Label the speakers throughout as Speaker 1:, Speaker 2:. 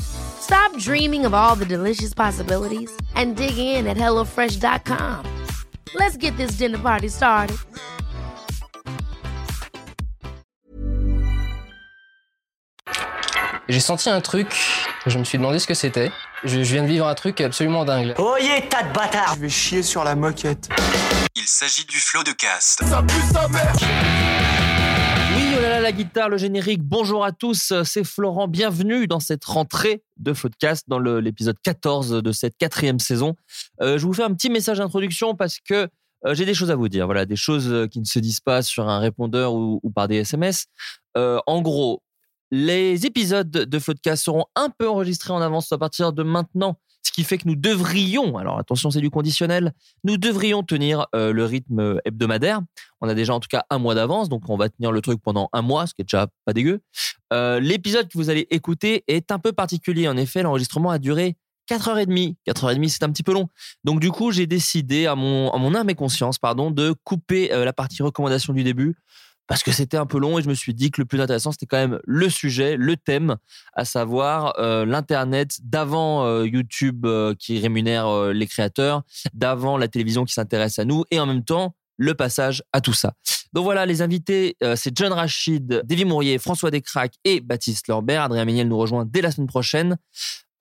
Speaker 1: Stop dreaming of all the delicious possibilities and dig in at HelloFresh.com. Let's get this dinner party started.
Speaker 2: J'ai senti un truc, je me suis demandé ce que c'était. Je, je viens de vivre un truc absolument dingue. là.
Speaker 3: Oyez, tas de bâtards
Speaker 4: Je vais chier sur la moquette.
Speaker 5: Il s'agit du flot de cast.
Speaker 6: Oui, oh là là, la guitare, le générique. Bonjour à tous, c'est Florent. Bienvenue dans cette rentrée de Floodcast, dans le- l'épisode 14 de cette quatrième saison. Euh, je vous fais un petit message d'introduction parce que euh, j'ai des choses à vous dire. Voilà, des choses euh, qui ne se disent pas sur un répondeur ou, ou par des SMS. Euh, en gros, les épisodes de Floodcast seront un peu enregistrés en avance à partir de maintenant. Ce qui fait que nous devrions, alors attention, c'est du conditionnel, nous devrions tenir euh, le rythme hebdomadaire. On a déjà en tout cas un mois d'avance, donc on va tenir le truc pendant un mois, ce qui est déjà pas dégueu. Euh, L'épisode que vous allez écouter est un peu particulier. En effet, l'enregistrement a duré 4h30. 4h30, c'est un petit peu long. Donc du coup, j'ai décidé, à mon, à mon âme et conscience, pardon, de couper euh, la partie recommandation du début. Parce que c'était un peu long et je me suis dit que le plus intéressant, c'était quand même le sujet, le thème, à savoir euh, l'Internet d'avant euh, YouTube euh, qui rémunère euh, les créateurs, d'avant la télévision qui s'intéresse à nous et en même temps le passage à tout ça. Donc voilà, les invités, euh, c'est John Rachid, Davy Mourier, François Descraques et Baptiste Lorbert. Adrien Méniel nous rejoint dès la semaine prochaine.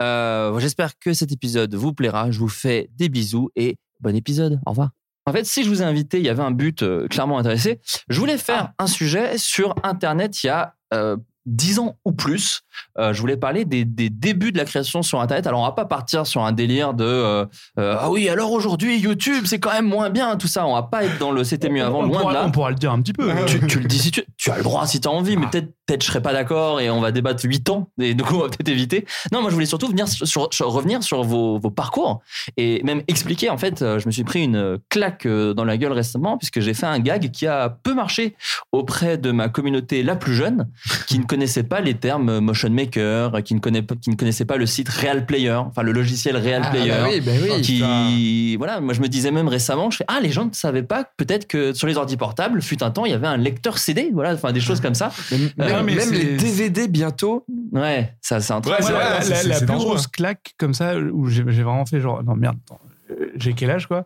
Speaker 6: Euh, J'espère que cet épisode vous plaira. Je vous fais des bisous et bon épisode. Au revoir. En fait, si je vous ai invité, il y avait un but euh, clairement intéressé. Je voulais faire
Speaker 7: Ah.
Speaker 6: un sujet sur Internet il y a euh, 10 ans ou plus. Euh, je voulais parler des, des débuts de la création sur Internet. Alors, on va pas partir sur un délire de euh, euh, Ah oui, alors aujourd'hui, YouTube, c'est quand même moins bien, tout ça. On va pas être dans le C'était mieux avant,
Speaker 7: on
Speaker 6: loin
Speaker 7: pourra,
Speaker 6: de là
Speaker 7: on pourra le dire un petit peu. hein.
Speaker 6: tu, tu le dis si tu, tu as le droit si tu as envie,
Speaker 7: Ah.
Speaker 6: mais peut-être peut-être je serais pas d'accord et on va débattre 8 ans et du coup on va peut-être éviter. Non, moi je voulais surtout venir sur, sur- revenir sur vos, vos parcours et même expliquer en fait, euh, je me suis pris une claque euh, dans la gueule récemment puisque j'ai fait un gag qui a peu marché auprès de ma communauté la plus jeune qui ne connaissait pas les termes motion maker, qui ne connaît pas- qui ne connaissait pas le site Real Player, enfin le logiciel Real Player
Speaker 7: oui, bah oui.
Speaker 6: qui voilà moi je me disais même récemment je fais ah les gens ne savaient pas que peut-être que sur les ordi portables fut un temps il y avait un lecteur CD voilà enfin des choses comme ça
Speaker 4: Même,
Speaker 6: non,
Speaker 7: Ah, mais
Speaker 4: même
Speaker 7: c'est-
Speaker 4: les DVD bientôt.
Speaker 6: ouais ça c'est un truc
Speaker 7: Ouais,
Speaker 4: c'est
Speaker 7: la-
Speaker 4: vrai,
Speaker 7: la-
Speaker 4: c'est-
Speaker 7: la
Speaker 4: c'est-
Speaker 7: la
Speaker 4: c'est
Speaker 7: plus
Speaker 4: dangereux.
Speaker 7: grosse claque comme ça où j'ai j'ai vraiment fait genre non merde, attends, euh, j'ai quel âge quoi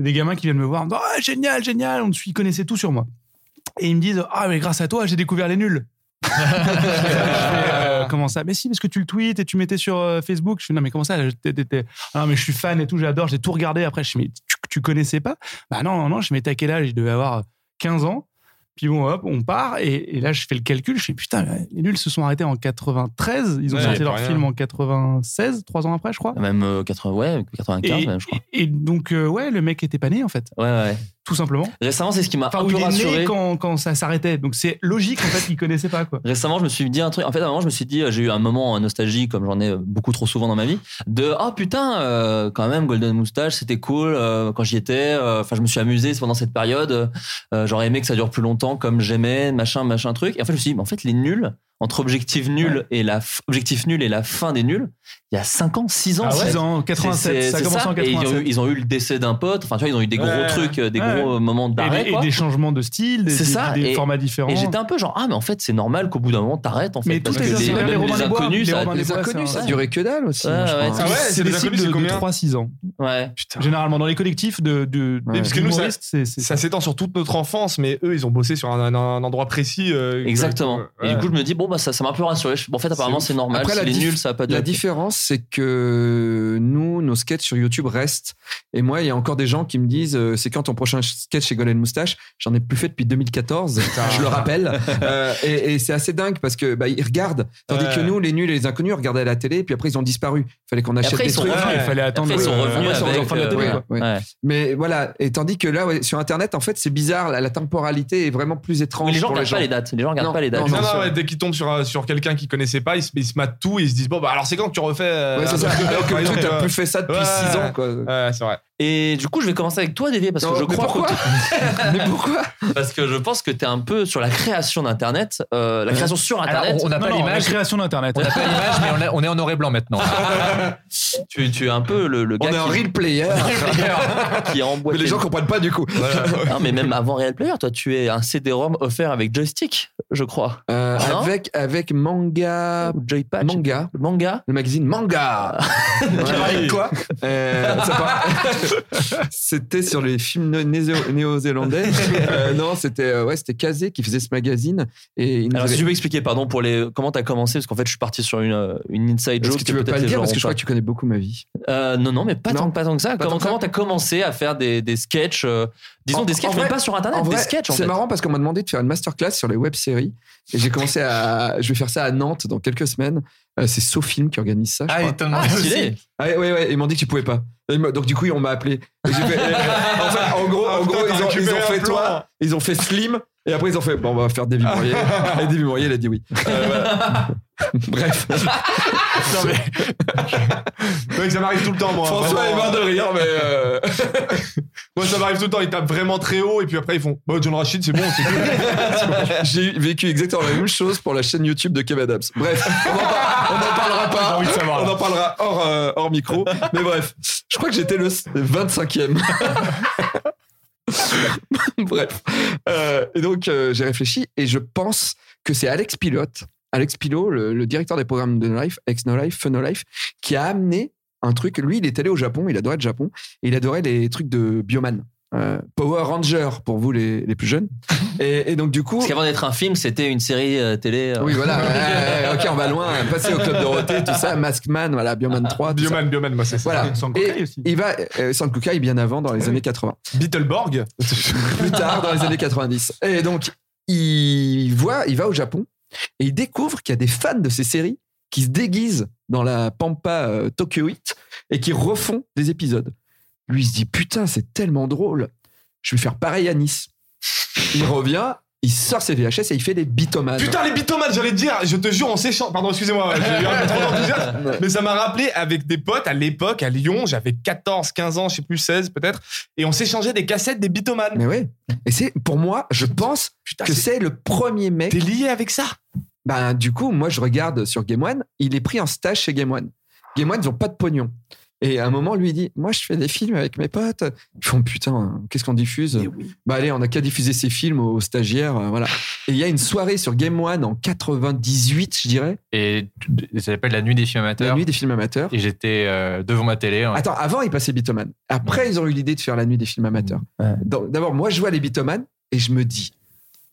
Speaker 7: Des gamins qui viennent me voir, ah génial, génial, on me suit, ils connaissaient tout sur moi. Et ils me disent ah mais grâce à toi j'ai découvert les nuls. Je fais, euh, comment ça Mais si parce que tu le tweets et tu mettais sur euh, Facebook. Je fais non mais comment ça là, t'es- t'es- t'es- Ah, non mais je suis fan et tout, j'adore, j'ai tout regardé. Après je fais mais tu, tu connaissais pas Bah non non non, je m'étais à quel âge Je devais avoir 15 ans. Puis bon, hop, on part. Et, et là, je fais le calcul. Je fais putain, les nuls se sont arrêtés en 93. Ils ont
Speaker 8: Ouais,
Speaker 7: sorti
Speaker 8: pour
Speaker 7: leur
Speaker 8: rien.
Speaker 7: film en 96, trois ans après, je crois.
Speaker 6: même euh, 80 ouais 95
Speaker 7: Et,
Speaker 6: même, je crois
Speaker 7: et- et donc, euh, ouais, le mec était pas né, en fait,
Speaker 6: ouais ouais
Speaker 7: tout simplement.
Speaker 6: récemment c'est ce qui m'a
Speaker 7: Enfin,
Speaker 6: un
Speaker 7: ou
Speaker 6: peu
Speaker 7: il est
Speaker 6: rassuré
Speaker 7: né quand, quand ça s'arrêtait. Donc, c'est logique, en fait, qu'il connaissait pas, quoi.
Speaker 6: Récemment, je me suis dit un truc. En fait, à un moment, je me suis dit, euh, j'ai eu un moment euh, nostalgie, comme j'en ai euh, beaucoup trop souvent dans ma vie, de oh putain, euh, quand même, Golden Moustache, c'était cool euh, quand j'y étais. euh, Enfin, je me suis amusé pendant cette période. euh, J'aurais aimé que ça dure plus longtemps, comme j'aimais, machin, machin, truc. Et en fait, je me suis dit, mais en fait, les nuls, entre objectif nul et la f- objectif nul et la fin des nuls, il y a 5 ans, 6 ans,
Speaker 7: Ah,
Speaker 6: c'est-
Speaker 7: 6 ans,
Speaker 6: c'est-
Speaker 7: 87.
Speaker 6: c'est-
Speaker 7: ça
Speaker 6: c'est
Speaker 7: commence en
Speaker 6: Et ils ont, eu,
Speaker 7: 87.
Speaker 6: ils ont eu le décès d'un pote. Enfin, tu vois, ils ont eu des gros
Speaker 8: Ouais.
Speaker 6: trucs, euh, des
Speaker 7: Ouais.
Speaker 6: gros euh, moments
Speaker 7: Et des-
Speaker 6: d'arrêt.
Speaker 7: et,
Speaker 6: quoi.
Speaker 7: des changements de style, des,
Speaker 6: C'est
Speaker 7: des-
Speaker 6: ça,
Speaker 7: des
Speaker 6: et-
Speaker 7: formats différents.
Speaker 6: Et j'étais un peu genre, ah, mais en fait, c'est normal qu'au bout d'un moment, t'arrêtes, en fait.
Speaker 7: mais
Speaker 6: parce
Speaker 7: tous
Speaker 6: que
Speaker 7: les,
Speaker 6: les,
Speaker 7: les,
Speaker 6: même
Speaker 7: Romains
Speaker 6: les
Speaker 7: des Bois,
Speaker 6: inconnus,
Speaker 7: les
Speaker 6: ça-
Speaker 7: Romains des
Speaker 4: Les
Speaker 7: Bois,
Speaker 4: inconnus,
Speaker 7: c'est
Speaker 4: ça
Speaker 7: un-
Speaker 4: durait que dalle aussi.
Speaker 6: Ouais,
Speaker 4: moi, je hein.
Speaker 6: ouais,
Speaker 4: pense.
Speaker 8: Ah ouais,
Speaker 7: c'est
Speaker 8: c'est
Speaker 7: des
Speaker 8: les
Speaker 7: cycles
Speaker 8: inconnus, c'est
Speaker 7: de, de
Speaker 8: combien
Speaker 7: 3-6 ans.
Speaker 6: Ouais.
Speaker 8: Putain.
Speaker 7: Généralement, dans les collectifs de, de,
Speaker 6: Ouais.
Speaker 8: Parce que nous, ça-
Speaker 7: humoristes, c'est c'est
Speaker 8: Ça s'étend sur toute notre enfance, mais eux, ils ont bossé sur un, un- un endroit précis. euh, que-
Speaker 6: Exactement.
Speaker 8: Ouais.
Speaker 6: Et du coup, je me dis, bon, bah, ça ça m'a un peu rassuré. Je- Bon, en fait, apparemment,
Speaker 4: C'est
Speaker 6: c'est normal.
Speaker 4: Après,
Speaker 6: si
Speaker 4: la
Speaker 6: les
Speaker 4: diff-
Speaker 6: nuls, ça va pas de
Speaker 4: La différence, c'est que nous, nos sketchs sur YouTube restent. Et moi, il y a encore des gens qui me disent euh, c'est quand ton prochain sketch chez Golden Moustache J'en ai plus fait depuis 2014, je le rappelle. Euh, et et c'est assez dingue parce que bah, ils regardent. Tandis
Speaker 7: Ouais.
Speaker 4: que nous, les nuls et les inconnus, ils regardaient à la télé, puis après, ils ont disparu. Il fallait qu'on achète
Speaker 6: après,
Speaker 4: des
Speaker 6: ils sont
Speaker 4: trucs.
Speaker 6: revenus.
Speaker 7: Ouais, il fallait attendre.
Speaker 6: Après, ils sont
Speaker 7: euh,
Speaker 6: revenus
Speaker 7: ouais, sur les
Speaker 6: avec,
Speaker 7: enfants de la
Speaker 6: euh,
Speaker 7: télé,
Speaker 4: ouais.
Speaker 7: quoi.
Speaker 4: Ouais. Mais voilà. Et tandis que là, ouais, sur Internet, en fait, c'est bizarre. La, la temporalité est vraiment plus étrange.
Speaker 6: Mais les gens
Speaker 4: pour les
Speaker 6: regardent
Speaker 4: gens.
Speaker 6: pas les dates. Les gens regardent
Speaker 4: Non,
Speaker 6: pas les dates.
Speaker 4: non,
Speaker 3: Non,
Speaker 4: Bien
Speaker 3: non,
Speaker 4: sûr.
Speaker 3: ouais, dès qu'ils tombent sur, euh, sur quelqu'un qu'ils connaissaient pas, ils se, ils se matent tout et ils se disent Bon, bah alors c'est quand que tu refais. euh,
Speaker 4: Ouais,
Speaker 3: un
Speaker 4: c'est ça.
Speaker 3: truc de-
Speaker 4: Alors que
Speaker 3: par
Speaker 4: le truc,
Speaker 3: exemple,
Speaker 4: t'as
Speaker 3: euh,
Speaker 4: plus fait ça depuis
Speaker 3: ouais.
Speaker 4: 6 ans, quoi.
Speaker 3: Ouais, c'est vrai.
Speaker 6: Et du coup, je vais commencer avec toi, Dédé, parce que
Speaker 4: Non,
Speaker 6: je
Speaker 4: mais
Speaker 6: crois
Speaker 4: pourquoi
Speaker 6: que
Speaker 4: Mais pourquoi
Speaker 6: parce que je pense que t'es un peu sur la création d'Internet, euh, la création sur
Speaker 8: Alors,
Speaker 6: Internet.
Speaker 8: on n'a
Speaker 7: Non,
Speaker 8: pas
Speaker 7: non, la
Speaker 8: l'image.
Speaker 7: création d'Internet.
Speaker 8: On n'a pas l'image, mais on, a- on est en noir et blanc maintenant.
Speaker 3: Ah,
Speaker 6: tu, tu es un peu le, le
Speaker 4: On
Speaker 6: gars
Speaker 4: est un
Speaker 6: qui,
Speaker 4: real player.
Speaker 6: qui a
Speaker 4: Mais
Speaker 6: emboîté.
Speaker 4: les gens comprennent pas du coup.
Speaker 6: Non, mais même avant Real Player, toi, tu es un CD-ROM offert avec joystick, je crois.
Speaker 4: Euh,
Speaker 6: Ah Non Ah,
Speaker 4: avec avec manga
Speaker 6: Ou Joypad.
Speaker 4: manga
Speaker 6: Manga.
Speaker 4: le magazine manga
Speaker 6: Ah.
Speaker 4: avec quoi Euh, ça part- c'était sur les films né- néo- néo-zélandais Euh, non c'était euh, ouais c'était Kazé qui faisait ce magazine et il nous
Speaker 6: Alors,
Speaker 4: avait-
Speaker 6: si tu veux expliquer, pardon, pour les, comment t'as commencé, parce qu'en fait, je suis parti sur une, euh, une inside
Speaker 4: est-ce
Speaker 6: joke.
Speaker 4: que tu veux pas
Speaker 6: peut-être
Speaker 4: le
Speaker 6: les
Speaker 4: dire
Speaker 6: gens
Speaker 4: parce que je
Speaker 6: ont
Speaker 4: crois que tu connais beaucoup ma vie
Speaker 6: Euh, non, non, mais pas,
Speaker 4: Non.
Speaker 6: tant, pas tant que ça.
Speaker 4: Pas
Speaker 6: comment
Speaker 4: tant que ça.
Speaker 6: comment t'as commencé à faire des, des sketchs euh, Disons
Speaker 4: En-
Speaker 6: des sketchs,
Speaker 4: en
Speaker 6: même
Speaker 4: vrai-
Speaker 6: pas sur internet,
Speaker 4: en vrai
Speaker 6: Ah des sketchs en
Speaker 4: c'est
Speaker 6: fait.
Speaker 4: marrant parce qu'on m'a demandé de faire une masterclass sur les web-séries et j'ai commencé à je vais faire ça à Nantes dans quelques semaines Euh, c'est SoFilm qui organise
Speaker 6: Ah.
Speaker 4: ça je crois.
Speaker 8: étonnant.
Speaker 6: Stylé.
Speaker 4: Ah, ouais, ouais, ouais, ils m'ont dit que tu pouvais pas. Et ils m'ont- donc du coup, on m'a appelé. Et j'ai fait- en, fait, en gros, en
Speaker 3: Ah, putain,
Speaker 4: gros,
Speaker 3: t'as
Speaker 4: ils, ont,
Speaker 3: récupéré
Speaker 4: ils ont
Speaker 3: un
Speaker 4: fait
Speaker 3: plan.
Speaker 4: toi, ils ont fait Slim, et après ils ont fait, bon, on va faire David Mourier. et David Mourier, il a dit oui. Euh, voilà. Bref,
Speaker 3: Non, mais. Mec, ça m'arrive tout le temps, moi.
Speaker 4: François est mort
Speaker 3: vraiment.
Speaker 4: de rire, mais euh,
Speaker 3: Moi, ça m'arrive tout le temps. Ils tapent vraiment très haut et puis après, ils font Bah, John Rachid, c'est bon, c'est cool.
Speaker 4: j'ai vécu exactement la même chose pour la chaîne YouTube de Kev Adams. Bref, on en, par- on en parlera pas. on en parlera hors, euh, hors micro. Mais bref, je crois que j'étais le 25e. bref. Euh, et donc, euh, j'ai réfléchi et je pense que c'est Alex Pilote, Alex Pilot, le, le directeur des programmes de No Life, Ex No Life, Fun No Life, qui a amené un truc. Lui, il est allé au Japon, il adorait le Japon et il adorait les trucs de Bioman. Euh, Power Ranger pour vous les, les plus jeunes. Et, et donc, du coup.
Speaker 6: Parce qu'avant d'être un film, c'était une série euh, télé. euh,
Speaker 4: Oui, voilà. Ouais, ouais, ok, on va loin. Passer au Club Dorothée, tout ça. Maskman, voilà, Bioman 3. tout ça.
Speaker 3: Bioman, Bioman, moi, c'est ça.
Speaker 4: Voilà.
Speaker 7: Sans
Speaker 4: Et
Speaker 7: cocaïne aussi.
Speaker 4: il va, euh, Sam Kukai, bien avant, dans les années 80.
Speaker 3: Beetleborg.
Speaker 4: Plus tard, dans les années 90. Et donc, il voit, il va au Japon et il découvre qu'il y a des fans de ces séries qui se déguisent dans la pampa euh, tokyoïte et qui refont des épisodes. Lui, il se dit, putain, c'est tellement drôle. Je vais faire pareil à Nice. Il revient, il sort ses VHS et il fait des bitomanes.
Speaker 3: Putain, les bitomates, j'allais te dire, je te jure, on s'échange. Pardon, excusez-moi, j'ai eu un peu trop d'enthousiasme. Mais ça m'a rappelé avec des potes à l'époque, à Lyon, j'avais 14, 15 ans, je sais plus, 16 peut-être, et on s'échangeait des cassettes des bitomanes.
Speaker 4: Mais oui. Et c'est, pour moi, je pense
Speaker 3: Putain,
Speaker 4: que
Speaker 3: c'est-
Speaker 4: c'est le premier mec
Speaker 3: t'es lié avec ça
Speaker 4: Ben, du coup, moi, je regarde sur Game One, il est pris en stage chez Game One. Game One, ils ont pas de pognon. Et à un moment, lui, il dit Moi, je fais des films avec mes potes. Ils font Putain, qu'est-ce qu'on diffuse Bah, allez, on n'a qu'à diffuser ces films aux stagiaires. euh, voilà. Et il y a une soirée sur Game One en 98, je dirais,
Speaker 8: Et tu- ça s'appelle la nuit des films
Speaker 4: la
Speaker 8: amateurs.
Speaker 4: nuit des Ah, films amateurs.
Speaker 8: Et j'étais euh, devant ma télé. hein.
Speaker 4: Attends, avant, ils passaient Bitoman. Après, ils ont eu l'idée de faire la nuit des films amateurs.
Speaker 6: Ouais.
Speaker 4: Donc, D'abord, moi, je vois les Bitoman et je me dis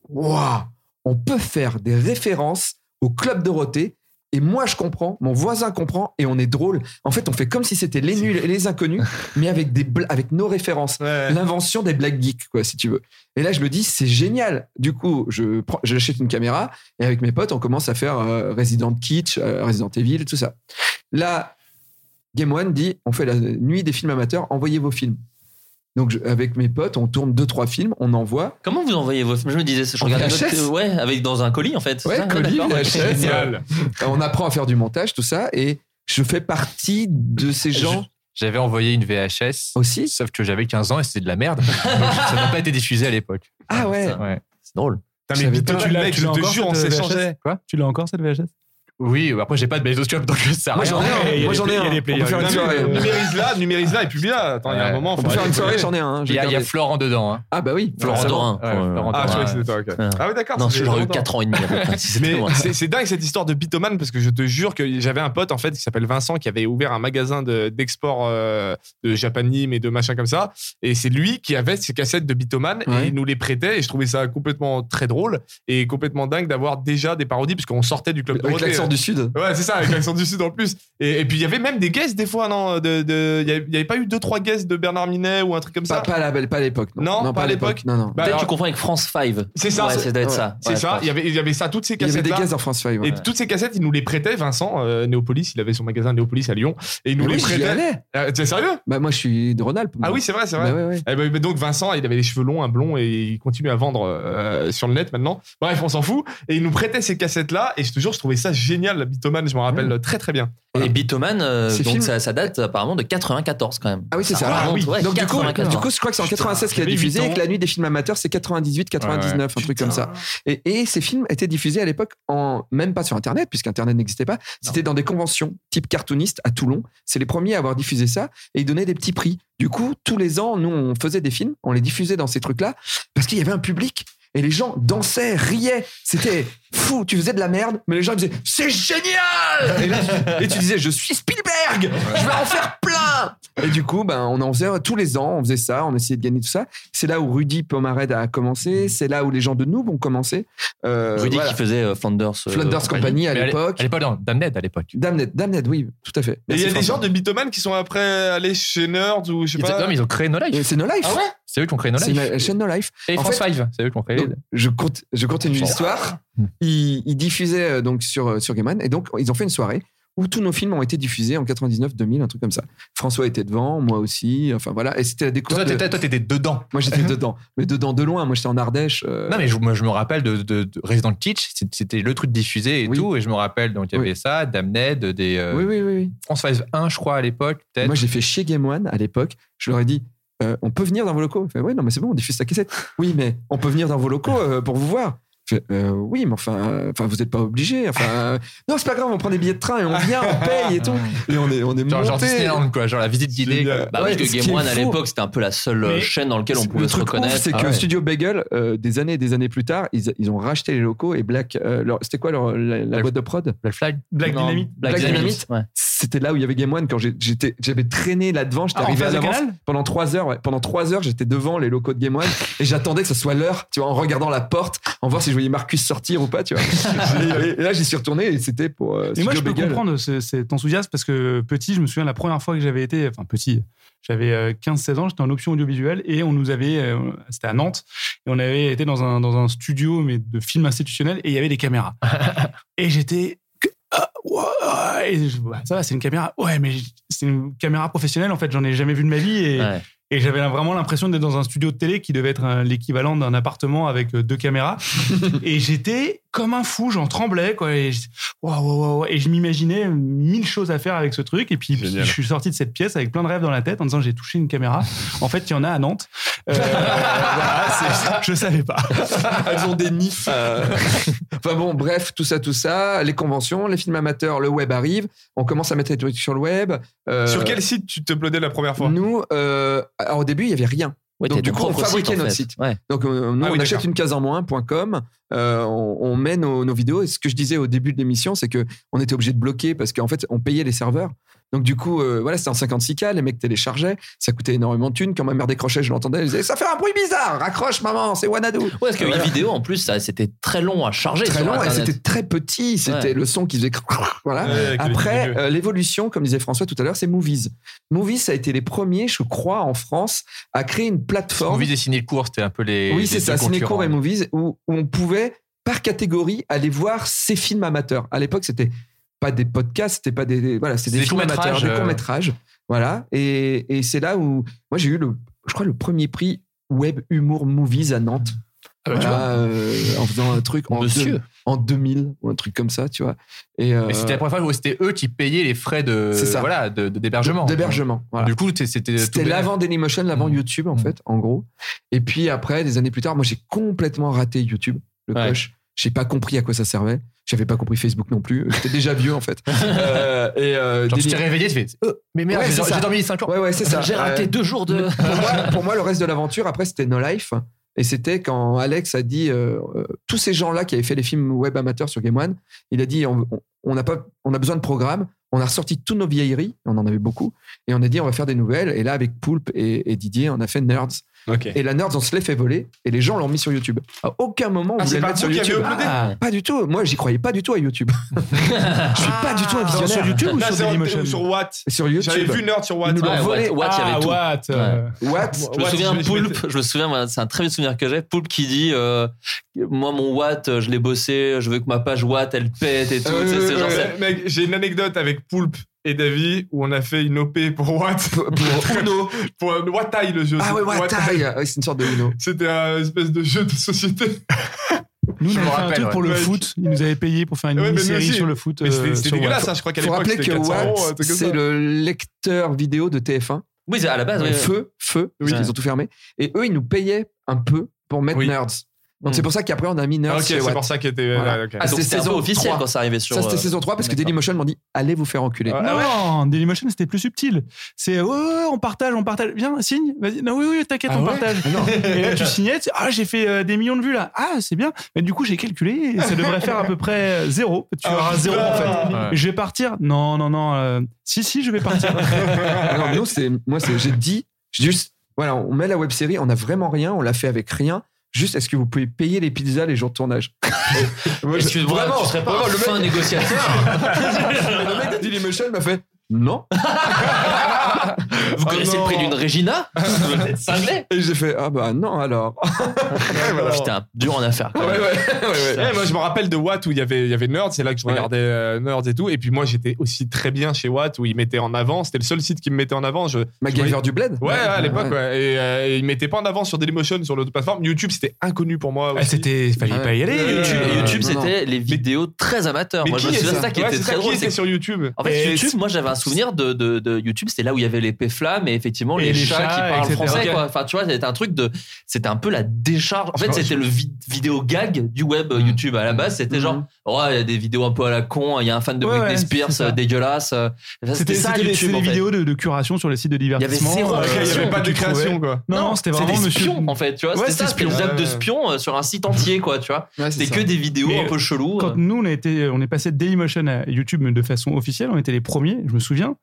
Speaker 4: Waouh, on peut faire des références au Club Dorothée. Et moi, je comprends, mon voisin comprend et on est drôle. En fait, on fait comme si c'était les nuls et les inconnus, mais avec, des bla- avec nos références.
Speaker 3: Ouais.
Speaker 4: L'invention des blagues geeks, quoi, si tu veux. Et là, je me dis, c'est génial. Du coup, je prends- j'achète une caméra et avec mes potes, on commence à faire euh, Resident Kitsch, euh, Resident Evil, tout ça. Là, Game One dit on fait la nuit des films amateurs, envoyez vos films. Donc, je- avec mes potes, on tourne deux, trois films, on envoie.
Speaker 6: Comment vous envoyez vos films Je me disais, je
Speaker 4: En
Speaker 6: regardais
Speaker 4: VHS?
Speaker 6: notre- ouais, avec dans un colis en fait. c'est
Speaker 4: Ouais,
Speaker 6: ça
Speaker 4: colis,
Speaker 6: d'accord.
Speaker 4: VHS.
Speaker 3: Génial.
Speaker 4: euh, on apprend à faire du montage, tout ça. Et je fais partie de ces gens
Speaker 8: J'avais envoyé une VHS.
Speaker 4: aussi.
Speaker 8: Sauf que j'avais 15 ans et c'était de la merde. Donc, ça n'a pas été diffusé à l'époque.
Speaker 4: Ah ouais.
Speaker 8: Ouais.
Speaker 6: C'est drôle.
Speaker 3: Putain,
Speaker 4: Je
Speaker 3: mais
Speaker 4: savais
Speaker 3: Beetle-
Speaker 7: pas. Tu l'as-
Speaker 3: mec,
Speaker 7: tu
Speaker 3: je
Speaker 7: l'as
Speaker 3: te
Speaker 7: encore,
Speaker 3: jure, on
Speaker 7: cette VHS?
Speaker 3: s'échangeait.
Speaker 8: Quoi
Speaker 7: Tu l'as encore cette VHS
Speaker 8: Oui, après, j'ai pas de Bezoskop, donc ça
Speaker 4: Moi,
Speaker 8: rien.
Speaker 4: j'en ai
Speaker 7: il y a
Speaker 4: un.
Speaker 7: des-
Speaker 4: Moi, j'en
Speaker 7: il
Speaker 4: ai
Speaker 7: y a
Speaker 4: un.
Speaker 7: des
Speaker 4: On peut
Speaker 7: players.
Speaker 4: faire une
Speaker 7: Non, mais,
Speaker 4: soirée.
Speaker 7: euh,
Speaker 3: Numérise-la, numérise-la et publie-la. Attends, il y a un
Speaker 8: Ouais.
Speaker 3: moment.
Speaker 4: On
Speaker 3: faut
Speaker 4: peut faire
Speaker 3: aller
Speaker 4: une soirée,
Speaker 3: trouver.
Speaker 4: j'en ai un. hein.
Speaker 8: Il
Speaker 4: J'ai
Speaker 8: y, a- il y a
Speaker 4: gardé.
Speaker 8: Florent dedans. Hein.
Speaker 4: Ah bah oui.
Speaker 6: Florent Dorin.
Speaker 8: Ouais, Florent
Speaker 3: Ah, je
Speaker 8: Dorin.
Speaker 3: croyais que c'était toi, ok.
Speaker 6: Ouais.
Speaker 3: Ah oui, d'accord.
Speaker 6: Non,
Speaker 3: c'est-
Speaker 6: j'aurais eu
Speaker 3: j'entends.
Speaker 6: 4 ans et demi. à peu près, si c'était
Speaker 3: Mais
Speaker 6: moi.
Speaker 3: c'est c'est dingue cette histoire de bitomane parce que je te jure que j'avais un pote en fait qui s'appelle Vincent qui avait ouvert un magasin de- d'export euh, de japanime et de machin comme ça et c'est lui qui avait ces cassettes de bitomane
Speaker 4: Ouais.
Speaker 3: et il nous les prêtait et je trouvais ça complètement très drôle et complètement dingue d'avoir déjà des parodies parce qu'on sortait du club
Speaker 4: Avec
Speaker 3: Dorothée. hein.
Speaker 4: l'accent du Sud.
Speaker 3: Ouais, c'est ça, avec l'accent du Sud en plus. Et, et puis il y avait même des guests des fois, non de, de- Il n'y avait, il y avait pas eu deux trois guests de Bernard Minet ou un truc comme
Speaker 4: Bah, Pas,
Speaker 3: ça
Speaker 4: pas à la belle- pas à l'époque.
Speaker 3: Non, pas à l'époque.
Speaker 4: Non, non.
Speaker 3: Bah,
Speaker 6: Peut-être
Speaker 3: alors,
Speaker 6: tu confonds avec France 5.
Speaker 3: C'est ça,
Speaker 6: Ouais,
Speaker 3: c'est-
Speaker 6: ça doit être
Speaker 4: ouais.
Speaker 6: ça.
Speaker 3: C'est
Speaker 6: Ouais,
Speaker 3: ça,
Speaker 6: France.
Speaker 3: il y, avait, il y avait ça, toutes ces
Speaker 4: Il y avait des
Speaker 3: cassettes-là.
Speaker 4: gaz en France Five. ouais.
Speaker 3: Et toutes ces cassettes, il nous les prêtait, Vincent, euh, Néopolis, il avait son magasin Néopolis à Lyon, et il nous
Speaker 4: Mais
Speaker 3: les
Speaker 4: oui, j'y
Speaker 3: prêtait.
Speaker 4: allais.
Speaker 3: Euh, T'es sérieux
Speaker 4: Bah moi je suis de Rhône-Alpes. moi.
Speaker 3: Ah oui, c'est vrai, c'est vrai.
Speaker 4: Bah ouais, ouais.
Speaker 3: Eh ben, mais donc Vincent, il avait les cheveux longs, un blond, et il continue à vendre euh, sur le net maintenant. Bref, on s'en fout. Et il nous prêtait ces cassettes-là, et je te jure, je trouvais ça génial, la Bitoman, je m'en rappelle
Speaker 8: Mm.
Speaker 3: très très bien.
Speaker 6: Et Bitoman, euh,
Speaker 4: Ces
Speaker 6: donc
Speaker 4: films-
Speaker 6: ça, ça date apparemment de 94 quand même.
Speaker 4: Ah oui, c'est ça.
Speaker 6: remonte,
Speaker 4: Ah oui.
Speaker 6: ouais,
Speaker 4: Donc, du coup,
Speaker 6: 94.
Speaker 4: du coup, je crois que c'est en 96 qu'il a
Speaker 3: j'avais huit
Speaker 4: diffusé et
Speaker 3: ans.
Speaker 4: que la nuit des films amateurs, c'est 98, 99, un truc comme ça. Et, et ces films étaient diffusés à l'époque en, même pas sur Internet, puisque Internet n'existait pas. C'était dans des conventions type cartooniste à Toulon. C'est les premiers à avoir diffusé ça et ils donnaient des petits prix. Du coup, tous les ans, nous, on faisait des films, on les diffusait dans ces trucs-là parce qu'il y avait un public. Et les gens dansaient, riaient. C'était fou. Tu faisais de la merde, mais les gens disaient C'est génial et, là, tu- et tu disais Je suis Spielberg Je vais en faire plein et du coup, ben, on en faisait euh, tous les ans, on faisait ça, on essayait de gagner tout ça. C'est là où Rudy Pomared a commencé, c'est là où les gens de Noob ont commencé. Euh,
Speaker 6: Rudy
Speaker 4: voilà.
Speaker 6: qui faisait euh, Flanders. euh,
Speaker 4: Flanders Company à
Speaker 8: Mais
Speaker 4: l'époque.
Speaker 8: À l'époque, non, Damned à l'époque.
Speaker 4: Damned, Damned, oui, tout à fait.
Speaker 3: Et il y a
Speaker 4: Merci,
Speaker 3: des
Speaker 4: François.
Speaker 3: gens de Bitoman qui sont après allés chez Nerds ou je sais
Speaker 8: Ils-
Speaker 3: pas.
Speaker 8: Non, mais ils ont créé No
Speaker 4: Et
Speaker 8: Life.
Speaker 4: C'est No Life.
Speaker 3: Ah ouais
Speaker 8: C'est eux qui ont créé No
Speaker 4: c'est
Speaker 8: Life.
Speaker 4: la chaîne No Life.
Speaker 8: Et
Speaker 4: En
Speaker 8: France
Speaker 4: fait-
Speaker 8: 5, c'est eux qui ont créé.
Speaker 4: Donc, je, compte, je continue l'histoire. Ils, ils diffusaient euh, donc sur, euh, sur Game One. et donc ils ont fait une soirée où tous nos films ont été diffusés en 99, 2000, un truc comme ça. François était devant, moi aussi, enfin voilà. Et c'était la
Speaker 8: Toi,
Speaker 4: découverte. de-
Speaker 8: t'étais toi, t'étais dedans.
Speaker 4: Moi j'étais dedans, mais dedans de loin. Moi j'étais en Ardèche. euh,
Speaker 8: Non, mais je, moi, je me rappelle de, de- de Resident Kitsch, c'est- c'était le truc diffusé et
Speaker 4: Oui.
Speaker 8: tout. Et je me rappelle, donc il y
Speaker 4: Oui.
Speaker 8: avait ça, Damned, des euh,
Speaker 4: oui, oui, oui, oui.
Speaker 8: France 5 1, je crois, à l'époque, peut-être.
Speaker 4: Moi, j'ai fait chez Game One à l'époque. Je leur ai dit, euh, on peut venir dans vos locaux. Ils fait, ouais, non, mais c'est bon, on diffuse la cassette. Oui, mais on peut venir dans vos locaux euh, pour vous voir. Je fais, Euh, oui, mais enfin, euh, enfin, vous n'êtes pas obligé. Enfin, euh, non, c'est pas grave, on prend des billets de train et on vient, on paye et tout. Et on est, on est
Speaker 8: genre, genre
Speaker 4: monté.
Speaker 8: Disneyland, quoi, genre la visite guidée.
Speaker 3: Génial.
Speaker 8: quoi.
Speaker 6: Bah oui,
Speaker 4: Ouais,
Speaker 6: parce
Speaker 4: ce
Speaker 6: que
Speaker 4: qui
Speaker 6: Game
Speaker 4: est
Speaker 6: One à
Speaker 4: fou.
Speaker 6: l'époque, c'était un peu la seule euh,
Speaker 3: Mais
Speaker 6: chaîne dans laquelle on pouvait
Speaker 4: le
Speaker 6: se
Speaker 4: truc ouf,
Speaker 6: reconnaître.
Speaker 4: c'est
Speaker 6: Ah
Speaker 4: que
Speaker 6: ouais.
Speaker 4: Studio Bagel, euh, des années et des années plus tard, ils, ils ont racheté les locaux et Black. euh, leur- C'était quoi leur, la, la boîte de prod
Speaker 8: Black Flag.
Speaker 7: Black
Speaker 8: Non.
Speaker 7: Dynamite.
Speaker 6: Black,
Speaker 4: Black
Speaker 6: Dynamite. ouais.
Speaker 4: C'était là où il y avait Game One quand j'ai- j'étais- j'avais traîné là-devant. J'étais
Speaker 7: Ah, en
Speaker 4: arrivé à
Speaker 7: face de
Speaker 4: l'avance.
Speaker 7: Canal
Speaker 4: pendant trois heures, ouais. pendant trois heures, j'étais devant les locaux de Game One et j'attendais que ce soit l'heure, tu vois, en regardant la porte, en voir si je voyais Marcus sortir ou pas, tu vois. et, et là, j'y suis retourné et c'était pour. euh,
Speaker 7: Et moi, je
Speaker 4: Studio
Speaker 7: peux
Speaker 4: Bagel.
Speaker 7: comprendre ce- cet enthousiasme parce que petit, je me souviens la première fois que j'avais été, enfin petit, j'avais euh, 15-16 ans, j'étais en option audiovisuelle et on nous avait, euh, c'était à Nantes, et on avait été dans un, dans un studio mais de films institutionnels et il y avait des caméras. et j'étais. que- ah, ouah, et je- bah, ça va, c'est une caméra. Ouais, mais c'est une caméra professionnelle en fait, j'en ai jamais vu de ma vie et,
Speaker 6: Ouais.
Speaker 7: et j'avais vraiment l'impression d'être dans un studio de télé qui devait être un- l'équivalent d'un appartement avec euh, deux caméras. et j'étais comme un fou, j'en tremblais, quoi. Et je, Waouh, waouh, waouh, waouh. et je m'imaginais mille choses à faire avec ce truc. Et puis, puis je suis sorti de cette pièce avec plein de rêves dans la tête en disant j'ai touché une caméra. En fait, il y en a à Nantes. Euh, voilà, c'est- je savais pas.
Speaker 4: Elles ont des nifs. enfin bon, bref, tout ça, tout ça, les conventions, les films amateurs, le web arrive, on commence à mettre les trucs sur le web. euh,
Speaker 3: Sur quel site tu te plaudais la première fois
Speaker 4: Nous, euh, alors, au début, il y avait rien.
Speaker 6: Ouais,
Speaker 4: Donc,
Speaker 6: t'as
Speaker 4: du
Speaker 6: ton
Speaker 4: coup, on
Speaker 6: propre
Speaker 4: fabriquait
Speaker 6: en
Speaker 4: notre
Speaker 6: fait.
Speaker 4: site.
Speaker 6: Ouais.
Speaker 4: Donc, euh, nous,
Speaker 3: Ah oui,
Speaker 4: on achète
Speaker 3: d'accord.
Speaker 4: une case en moins.com. Euh, on, on met nos, nos vidéos. Et ce que je disais au début de l'émission, c'est que on était obligé de bloquer parce qu'en fait, on payait les serveurs. Donc, du coup, euh, voilà, c'était en 56K. Les mecs téléchargeaient. Ça coûtait énormément de thunes. Quand ma mère décrochait, je l'entendais. Elle disait Ça fait un bruit bizarre. Raccroche, maman, c'est Wanadu.
Speaker 6: Ouais, parce que
Speaker 4: Voilà.
Speaker 6: une vidéo, en plus, ça, c'était très long à charger.
Speaker 4: Très
Speaker 6: sur
Speaker 4: long et
Speaker 6: Internet.
Speaker 4: c'était très petit. C'était
Speaker 6: Ouais.
Speaker 4: le son qui faisait. crrrr, Voilà.
Speaker 3: Ouais, avec les
Speaker 4: Après,
Speaker 3: vidéos.
Speaker 4: euh, l'évolution, comme disait François tout à l'heure, c'est Movies. Movies ça a été les premiers, je crois, en France, à créer une
Speaker 8: On
Speaker 4: plateforme.
Speaker 8: vit dessiner le cours, c'était un peu les.
Speaker 4: oui,
Speaker 8: les
Speaker 4: c'est
Speaker 8: deux
Speaker 4: ça, ciné-cours
Speaker 8: concurrents. hein.
Speaker 4: et Movies, où, où on pouvait, par catégorie, aller voir ces films amateurs. À l'époque, c'était pas des podcasts, c'était pas des. Voilà, c'était
Speaker 8: C'était
Speaker 4: des,
Speaker 8: des
Speaker 4: films
Speaker 8: courts-métrages,
Speaker 4: amateurs, des
Speaker 8: euh.
Speaker 4: courts-métrages. Voilà. Et, et c'est là où, moi, j'ai eu, le, je crois, le premier prix Web Humour Movies à Nantes.
Speaker 8: Ah bah, tu vois.
Speaker 4: Voilà, euh, en faisant un truc en,
Speaker 6: Monsieur.
Speaker 4: deux- en 2000 ou un truc comme ça, tu vois. Et, euh,
Speaker 8: Et c'était la première fois où c'était eux qui payaient les frais de
Speaker 4: C'est ça.
Speaker 8: voilà de- de- d'hébergement.
Speaker 4: d'hébergement. voilà.
Speaker 8: Du coup, t'es-
Speaker 6: Euh,
Speaker 8: c'était
Speaker 4: C'était
Speaker 8: tout
Speaker 4: l'avant Dailymotion, l'avant
Speaker 6: Mmh.
Speaker 8: Mm.
Speaker 4: YouTube, en
Speaker 8: Mm.
Speaker 4: fait, en gros. Et puis après, des années plus tard, moi, j'ai complètement raté YouTube, le
Speaker 6: Ouais.
Speaker 4: coche. J'ai pas compris à quoi ça servait. J'avais pas compris Facebook non plus. J'étais déjà vieux en fait. Euh, et euh,
Speaker 8: Genre, tu
Speaker 4: délire-
Speaker 8: t'es réveillé, tu fais. euh, mais merde,
Speaker 4: Ouais,
Speaker 8: j'ai
Speaker 4: c'est ça.
Speaker 8: j'ai dormi 5 ans.
Speaker 4: Ouais ouais c'est ça.
Speaker 6: J'ai raté
Speaker 4: Euh,
Speaker 6: deux jours de.
Speaker 4: pour, moi, pour moi, le reste de l'aventure, après, c'était No Life. Et c'était quand Alex a dit, euh, euh, tous ces gens-là qui avaient fait les films web amateurs sur Game One, il a dit, on, on- on n'a pas, on a besoin de programmes. On a ressorti toutes nos vieilleries, on en avait beaucoup, et on a dit, on va faire des nouvelles. Et là, avec Poulpe et, et Didier, on a fait Nerds.
Speaker 3: Ok.
Speaker 4: Et la Nerds, on se l'est fait voler, et les gens l'ont mis sur YouTube. À aucun moment, on
Speaker 3: Ah,
Speaker 4: voulait
Speaker 3: c'est
Speaker 4: le
Speaker 3: pas
Speaker 4: mettre sur
Speaker 3: vous qui avez
Speaker 4: YouTube.
Speaker 3: uploadé
Speaker 6: Ah.
Speaker 4: Pas du tout. Moi, j'y croyais pas du tout à YouTube. Je suis pas du tout
Speaker 7: Sur-
Speaker 4: un visionnaire.
Speaker 7: Sur YouTube ou
Speaker 3: Là,
Speaker 7: sur
Speaker 3: c'est
Speaker 7: Dailymotion
Speaker 3: en- sur Watt.
Speaker 4: Sur YouTube.
Speaker 3: J'avais vu Nerd sur Watt.
Speaker 4: Ils nous l'ont
Speaker 6: Ouais,
Speaker 4: volé.
Speaker 6: Watt, il y avait
Speaker 7: Ah,
Speaker 6: tout.
Speaker 7: Watt, euh,
Speaker 4: What
Speaker 6: Je me
Speaker 3: Watt,
Speaker 6: souviens
Speaker 3: je- je
Speaker 6: Poulpe,
Speaker 3: m'étais-
Speaker 6: je me souviens, voilà, c'est un très vieux souvenir que j'ai. Poulpe qui dit euh, Moi, mon Watt, euh, je l'ai bossé, je veux que ma page Watt, elle pète et tout.
Speaker 3: Ouais,
Speaker 6: tu sais,
Speaker 3: ouais,
Speaker 6: c'est genre,
Speaker 3: ouais,
Speaker 6: c'est-
Speaker 3: ouais. Mec, j'ai une anecdote avec Poulpe et Davy où on a fait une OP pour Watt. Pour Uno. Pour euh, Watai, le jeu.
Speaker 4: Ah ouais,
Speaker 3: C'était
Speaker 4: what
Speaker 3: Watai.
Speaker 4: Ouais, C'est une sorte de Uno.
Speaker 3: C'était un espèce de jeu de société.
Speaker 7: Nous,
Speaker 8: me
Speaker 7: on avait fait un
Speaker 8: rappelle,
Speaker 7: truc
Speaker 8: ouais.
Speaker 7: pour le
Speaker 3: Ouais.
Speaker 7: foot. Ils nous avaient payé pour faire une
Speaker 3: Ouais, mais nous
Speaker 7: mini-série
Speaker 3: aussi.
Speaker 7: sur le foot.
Speaker 3: Mais
Speaker 7: euh,
Speaker 3: c'était- c'était
Speaker 7: sur Watt.
Speaker 3: dégueulasse, hein, je crois qu'à
Speaker 4: faut
Speaker 3: l'époque
Speaker 4: rappeler
Speaker 3: c'était
Speaker 4: que
Speaker 3: 400
Speaker 4: Watt,
Speaker 3: euros, un truc comme
Speaker 4: c'est
Speaker 3: ça.
Speaker 4: le lecteur vidéo de TF1.
Speaker 6: Oui, c'est à la base, oui.
Speaker 4: Feu, feu,
Speaker 6: Oui.
Speaker 4: parce qu'ils ont tout fermé. Et eux, ils nous payaient un peu pour mettre
Speaker 3: Oui.
Speaker 4: Nerds.
Speaker 6: Mm.
Speaker 4: Donc c'est pour ça qu'après, on a mis Nerds.
Speaker 3: Ah, Ok,
Speaker 4: chez
Speaker 3: c'est
Speaker 4: Watt.
Speaker 3: pour ça qu'il était.
Speaker 4: Voilà.
Speaker 3: ouais, ok.
Speaker 6: Ah, donc
Speaker 4: c'était
Speaker 6: c'était un peu
Speaker 4: saison
Speaker 6: officiel
Speaker 4: 3.
Speaker 6: quand c'est arrivé sur.
Speaker 4: Ça, c'était
Speaker 6: euh,
Speaker 4: saison 3 parce que
Speaker 6: D'accord.
Speaker 4: Dailymotion m'ont dit allez vous faire enculer.
Speaker 3: Ouais.
Speaker 7: Non, non, Dailymotion, c'était plus subtil. C'est ouais, on partage, on partage. Viens, signe, vas-y. Non, oui, oui, t'inquiète,
Speaker 4: Ah
Speaker 7: on
Speaker 4: ouais
Speaker 7: partage. Et là, tu signais, tu- ah, j'ai fait euh, des millions de vues là. Ah, c'est bien. Mais du coup, j'ai calculé et ça devrait faire à peu près euh, zéro. Tu
Speaker 3: Ah,
Speaker 7: auras
Speaker 3: putain.
Speaker 7: zéro en fait.
Speaker 8: Ouais.
Speaker 7: Je vais partir. Non, non, non. euh, si, si, je vais partir.
Speaker 4: Ah non, nous, c'est, moi, c'est, j'ai dit, j'ai juste, voilà, on met la web série, on a vraiment rien, on l'a fait avec rien. Juste, est-ce que vous pouvez payer les pizzas les jours de tournage Moi, je-
Speaker 6: Excuse-moi,
Speaker 4: vraiment,
Speaker 6: tu serais pas
Speaker 4: vraiment,
Speaker 6: un
Speaker 4: le,
Speaker 6: fin
Speaker 4: mec,
Speaker 6: négociateur.
Speaker 4: le mec de Dailymotion m'a fait non.
Speaker 6: Vous
Speaker 3: Oh
Speaker 6: connaissez le
Speaker 3: non.
Speaker 6: prix d'une Regina Vous êtes cinglé
Speaker 4: Et j'ai fait ah bah non alors.
Speaker 3: voilà.
Speaker 6: Oh, Putain, dur en affaire.
Speaker 4: Ouais, ouais, ouais, ouais.
Speaker 3: Ouais, Eh, moi je me rappelle de Watt où il y avait, il y avait Nerd, c'est là que je
Speaker 4: Ouais.
Speaker 3: regardais euh, Nerd et tout. Et puis moi j'étais aussi très bien chez Watt où il mettait en avant, c'était le seul site qui me mettait en avant. Je,
Speaker 4: MacGyver
Speaker 3: Ouais.
Speaker 4: du bled
Speaker 3: Ouais, à l'époque, ouais. Et, euh, et il mettait pas en avant sur Dailymotion, sur l'autre plateforme. YouTube, c'était inconnu pour moi.
Speaker 7: Ah,
Speaker 3: aussi.
Speaker 7: c'était, fallait
Speaker 4: Ouais.
Speaker 7: pas y aller.
Speaker 3: Ouais,
Speaker 6: YouTube,
Speaker 3: Euh,
Speaker 6: YouTube,
Speaker 4: non, non.
Speaker 6: c'était les vidéos très amateurs.
Speaker 3: Mais
Speaker 6: Moi, je me
Speaker 3: qui
Speaker 6: souviens
Speaker 3: est
Speaker 6: de bah, ça qui
Speaker 3: Ouais,
Speaker 6: était
Speaker 3: c'est
Speaker 6: très
Speaker 3: ça,
Speaker 6: drôle.
Speaker 3: Qui était
Speaker 6: c'est-
Speaker 3: sur YouTube
Speaker 6: En fait,
Speaker 7: Et
Speaker 6: YouTube, moi j'avais un souvenir de, de, de YouTube, c'était là où il y avait les Péflames et effectivement
Speaker 7: Et
Speaker 6: les,
Speaker 7: les
Speaker 6: chats, qui
Speaker 7: chats,
Speaker 6: parlent
Speaker 7: etc.
Speaker 6: français.
Speaker 7: Ok.
Speaker 6: Quoi. Enfin, tu vois, c'était un truc de. C'était un peu la décharge. En fait, c'était le vi- vidéo gag du web euh, YouTube à la base. C'était
Speaker 4: Mhm.
Speaker 6: genre, oh, il y a des vidéos un peu à la con, il y a un fan de
Speaker 7: Ouais,
Speaker 6: Britney
Speaker 7: ouais,
Speaker 6: Spears
Speaker 7: c'est ça.
Speaker 6: euh, dégueulasse. Euh, C'était
Speaker 7: C'était,
Speaker 6: ça
Speaker 7: c'était des-
Speaker 6: YouTube.
Speaker 7: c'était
Speaker 6: en
Speaker 7: des
Speaker 6: fait.
Speaker 7: vidéos de, de curation sur les sites de divertissement. euh,
Speaker 6: zéro
Speaker 3: Ok, Il y
Speaker 6: création
Speaker 3: avait pas
Speaker 7: que
Speaker 3: de
Speaker 7: tu trouvais.
Speaker 3: création, quoi.
Speaker 7: Non, non, c'était vraiment
Speaker 6: des
Speaker 7: monsieur.
Speaker 6: spions, en fait, tu vois.
Speaker 7: Ouais,
Speaker 6: c'était ça,
Speaker 7: c'était
Speaker 6: c'était des
Speaker 3: spion.
Speaker 6: apps de
Speaker 3: Ouais.
Speaker 6: spions euh, sur un site entier, quoi, tu vois.
Speaker 4: Ouais, c'est
Speaker 6: C'était
Speaker 4: ça.
Speaker 6: que des vidéos
Speaker 7: Mais
Speaker 6: un peu euh, chelou.
Speaker 7: Quand nous, on, a été, on est passé de Dailymotion à YouTube mais de façon officielle, on était les premiers, je me souviens.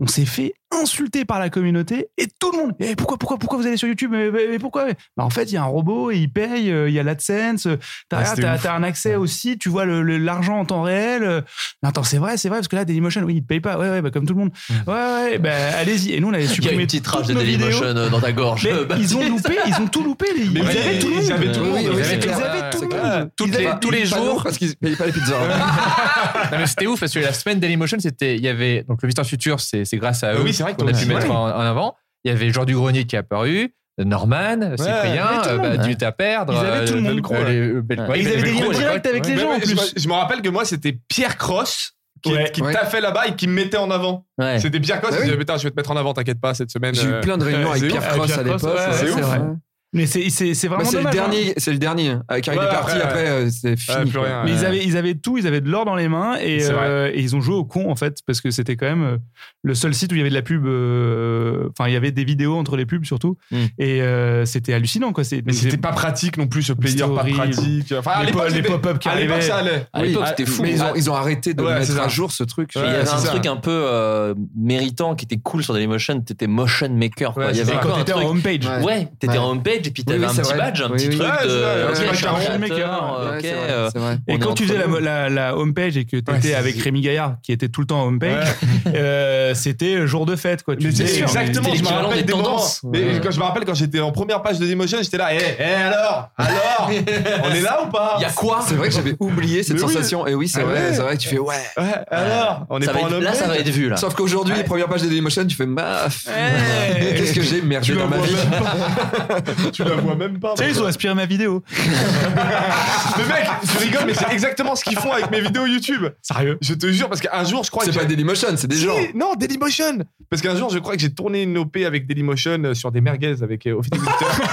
Speaker 7: On s'est fait insulter par la communauté et tout le monde. Eh, pourquoi, pourquoi, pourquoi vous allez sur YouTube Mais, mais- mais pourquoi bah, En fait, il y a un robot et il paye, euh, il y a l'AdSense, euh, t'as
Speaker 3: Ouais,
Speaker 7: regarde,
Speaker 3: c'était
Speaker 7: t'as-
Speaker 3: ouf.
Speaker 7: t'as un accès aussi, tu vois le- le- l'argent en temps réel. euh, Non, attends, c'est vrai, c'est vrai, parce que là, Dailymotion, oui, il te paye pas. Ouais, ouais, bah, comme tout le monde. Ouais, ouais, bah, allez-y. Et nous, on avait
Speaker 6: Il y a
Speaker 7: supprimé
Speaker 6: une petite rage
Speaker 7: toutes
Speaker 6: de
Speaker 7: nos vidéos.
Speaker 6: Dailymotion euh, dans ta gorge.
Speaker 7: Mais
Speaker 6: Euh, bah,
Speaker 7: ils ont
Speaker 6: c'est
Speaker 7: loupé, ils ont tout loupé. les- Ils
Speaker 3: Mais
Speaker 7: avaient
Speaker 3: ils-
Speaker 7: tout le
Speaker 3: ils avaient
Speaker 7: monde.
Speaker 3: tout le
Speaker 4: Oui,
Speaker 3: monde.
Speaker 4: oui,
Speaker 3: Ils
Speaker 4: c'est
Speaker 3: avaient tout
Speaker 4: clair.
Speaker 3: le
Speaker 4: Ouais,
Speaker 3: monde.
Speaker 4: c'est
Speaker 3: Ils
Speaker 4: clair.
Speaker 3: avaient-
Speaker 8: Toutes
Speaker 4: Ils avaient
Speaker 8: les-
Speaker 4: pas-
Speaker 8: tous les
Speaker 4: pas
Speaker 8: jours.
Speaker 4: d'or parce qu'ils payaient pas les pizzas. hein.
Speaker 8: Non, mais c'était ouf parce que la semaine Dailymotion, c'était. Il y avait. Donc, le Visiteur Futur, c'est c'est grâce
Speaker 6: bah
Speaker 8: à
Speaker 3: Ah
Speaker 8: eux
Speaker 3: oui, c'est vrai
Speaker 8: qu'on a
Speaker 3: qu'on
Speaker 8: pu
Speaker 3: a-
Speaker 8: mettre
Speaker 3: ouais.
Speaker 8: en, en avant. Il y avait Jean du Grenier qui est apparu, Norman,
Speaker 3: mais
Speaker 8: Cyprien,
Speaker 3: tout le
Speaker 8: euh, bah,
Speaker 3: monde.
Speaker 8: Dut à perdre.
Speaker 7: Ils avaient tout le
Speaker 8: euh,
Speaker 7: monde.
Speaker 8: Velcro, les- euh, Bel-
Speaker 6: Ouais.
Speaker 8: ouais,
Speaker 7: Et ils avaient des
Speaker 8: Velcro,
Speaker 7: liens
Speaker 8: à l'époque.
Speaker 7: directs avec les
Speaker 3: Ouais,
Speaker 7: gens en
Speaker 3: ouais, je
Speaker 7: plus.
Speaker 3: me- Je me rappelle que moi, c'était Pierre Cross qui,
Speaker 7: Ouais.
Speaker 3: qui
Speaker 4: Ouais.
Speaker 3: taffait là-bas et qui me mettait en avant.
Speaker 6: Ouais.
Speaker 3: C'était Pierre Cross
Speaker 4: Bah
Speaker 3: qui
Speaker 4: oui.
Speaker 3: disait Putain, je vais te mettre en avant, t'inquiète pas, cette semaine.
Speaker 4: J'ai eu
Speaker 3: euh,
Speaker 4: plein de réunions
Speaker 3: ouais,
Speaker 4: avec
Speaker 3: c'est
Speaker 4: Pierre
Speaker 3: ouf.
Speaker 4: Cross
Speaker 3: Avec
Speaker 4: à
Speaker 3: Pierre
Speaker 4: l'époque.
Speaker 3: Cross, ouais,
Speaker 4: ouais,
Speaker 3: c'est ouf.
Speaker 4: vrai.
Speaker 7: Mais c'est- c'est c'est
Speaker 4: Bah,
Speaker 7: vraiment
Speaker 4: c'est le
Speaker 7: dommage, hein.
Speaker 4: dernier, c'est le dernier. Euh, Car il
Speaker 3: Ouais,
Speaker 4: est parti
Speaker 3: ouais, ouais.
Speaker 4: après, euh, c'est fini.
Speaker 3: plus
Speaker 4: quoi.
Speaker 3: rien,
Speaker 7: Mais
Speaker 3: Ah, ouais.
Speaker 7: ils avaient, ils avaient tout, ils avaient de l'or dans les mains et,
Speaker 3: C'est vrai.
Speaker 7: euh, et ils ont joué au con en fait parce que c'était quand même euh, le seul site où il y avait de la pub. euh, Enfin, il y avait des vidéos entre les pubs surtout
Speaker 6: Mm.
Speaker 7: et euh, c'était hallucinant quoi. C'est-
Speaker 3: Mais
Speaker 7: donc,
Speaker 3: c'était
Speaker 7: c'est-
Speaker 3: pas pratique non plus, ce player pas
Speaker 7: horrible.
Speaker 3: pratique. Enfin, à
Speaker 7: les,
Speaker 3: l'époque,
Speaker 7: po- les
Speaker 3: c'était-
Speaker 7: pop-up qui
Speaker 3: à l'époque,
Speaker 7: arrivaient.
Speaker 3: ça allait.
Speaker 6: À l'époque,
Speaker 3: Oui.
Speaker 6: c'était fou.
Speaker 4: Mais ils ont, ils ont arrêté de
Speaker 3: Ouais, c'est
Speaker 4: mettre
Speaker 3: ça.
Speaker 4: à jour ce truc.
Speaker 6: Mais il y
Speaker 3: Ouais,
Speaker 6: avait
Speaker 3: c'est
Speaker 6: un
Speaker 3: ça.
Speaker 6: truc un peu euh, méritant qui était cool sur Dailymotion, t'étais motion maker. Quoi.
Speaker 3: Ouais,
Speaker 6: il y
Speaker 3: c'est
Speaker 6: avait
Speaker 3: ça.
Speaker 6: encore
Speaker 7: Quand
Speaker 6: un
Speaker 7: t'étais en
Speaker 6: truc.
Speaker 7: homepage.
Speaker 4: Ouais.
Speaker 6: Ouais, t'étais
Speaker 4: Ouais.
Speaker 6: en homepage et puis t'avais
Speaker 4: Oui,
Speaker 6: un
Speaker 4: oui, c'est
Speaker 6: petit
Speaker 4: vrai.
Speaker 6: badge, un
Speaker 4: Oui,
Speaker 6: petit
Speaker 4: oui.
Speaker 6: truc
Speaker 3: Ouais, c'est vrai,
Speaker 6: de.
Speaker 3: ouais,
Speaker 6: ok,
Speaker 3: c'est
Speaker 6: je
Speaker 3: pas
Speaker 6: suis un
Speaker 3: carrément
Speaker 6: créateur,
Speaker 7: maker,
Speaker 6: ok,
Speaker 4: Ouais, c'est
Speaker 6: euh,
Speaker 4: vrai, c'est vrai.
Speaker 7: Et
Speaker 6: on est
Speaker 7: quand tu faisais la,
Speaker 6: entrepreneur.
Speaker 7: la, la homepage et que
Speaker 3: Ouais,
Speaker 7: t'étais
Speaker 3: c'est-
Speaker 7: avec Rémi Gaillard qui était tout le temps en homepage, euh, c'était jour de fête quoi. Tu
Speaker 3: Mais
Speaker 7: disais,
Speaker 3: c'est
Speaker 7: mais-
Speaker 3: exactement,
Speaker 6: C'était
Speaker 3: je me
Speaker 6: l'équivalent
Speaker 3: rappelle
Speaker 6: des
Speaker 3: des moments.
Speaker 6: tendances.
Speaker 3: Mais
Speaker 6: Ouais.
Speaker 3: quand je me rappelle quand j'étais en première page de Dailymotion, j'étais là, hé, hé, alors, alors, on est là ou pas
Speaker 6: Il y a quoi
Speaker 4: C'est vrai que j'avais oublié cette
Speaker 3: Mais oui.
Speaker 4: sensation. Et oui, c'est
Speaker 3: Ah ouais.
Speaker 4: vrai, c'est vrai que tu fais ouais.
Speaker 3: Ouais, alors, on est
Speaker 6: Ça
Speaker 3: pas
Speaker 6: va
Speaker 3: en
Speaker 6: être- Là,
Speaker 3: homepage
Speaker 6: ça va être vu, là.
Speaker 4: Sauf qu'aujourd'hui, les premières pages de Dailymotion, tu fais maf.
Speaker 7: Ouais.
Speaker 4: Qu'est-ce que j'ai merdé
Speaker 3: Tu la
Speaker 4: dans ma
Speaker 3: vois
Speaker 4: vie
Speaker 3: même pas. Tu la vois même pas.
Speaker 7: Tu sais, ils ont inspiré ma vidéo.
Speaker 3: Mais mec, je rigole, mais c'est exactement ce qu'ils font avec mes vidéos YouTube.
Speaker 7: Sérieux.
Speaker 3: Je te jure, parce qu'un jour, je crois que.
Speaker 4: C'est pas Dailymotion, c'est des gens.
Speaker 3: Si, non, Dailymotion Parce qu'un jour, je crois que j'ai tourné une OP avec Dailymotion euh, sur des merguez avec euh, Ophélie Winter.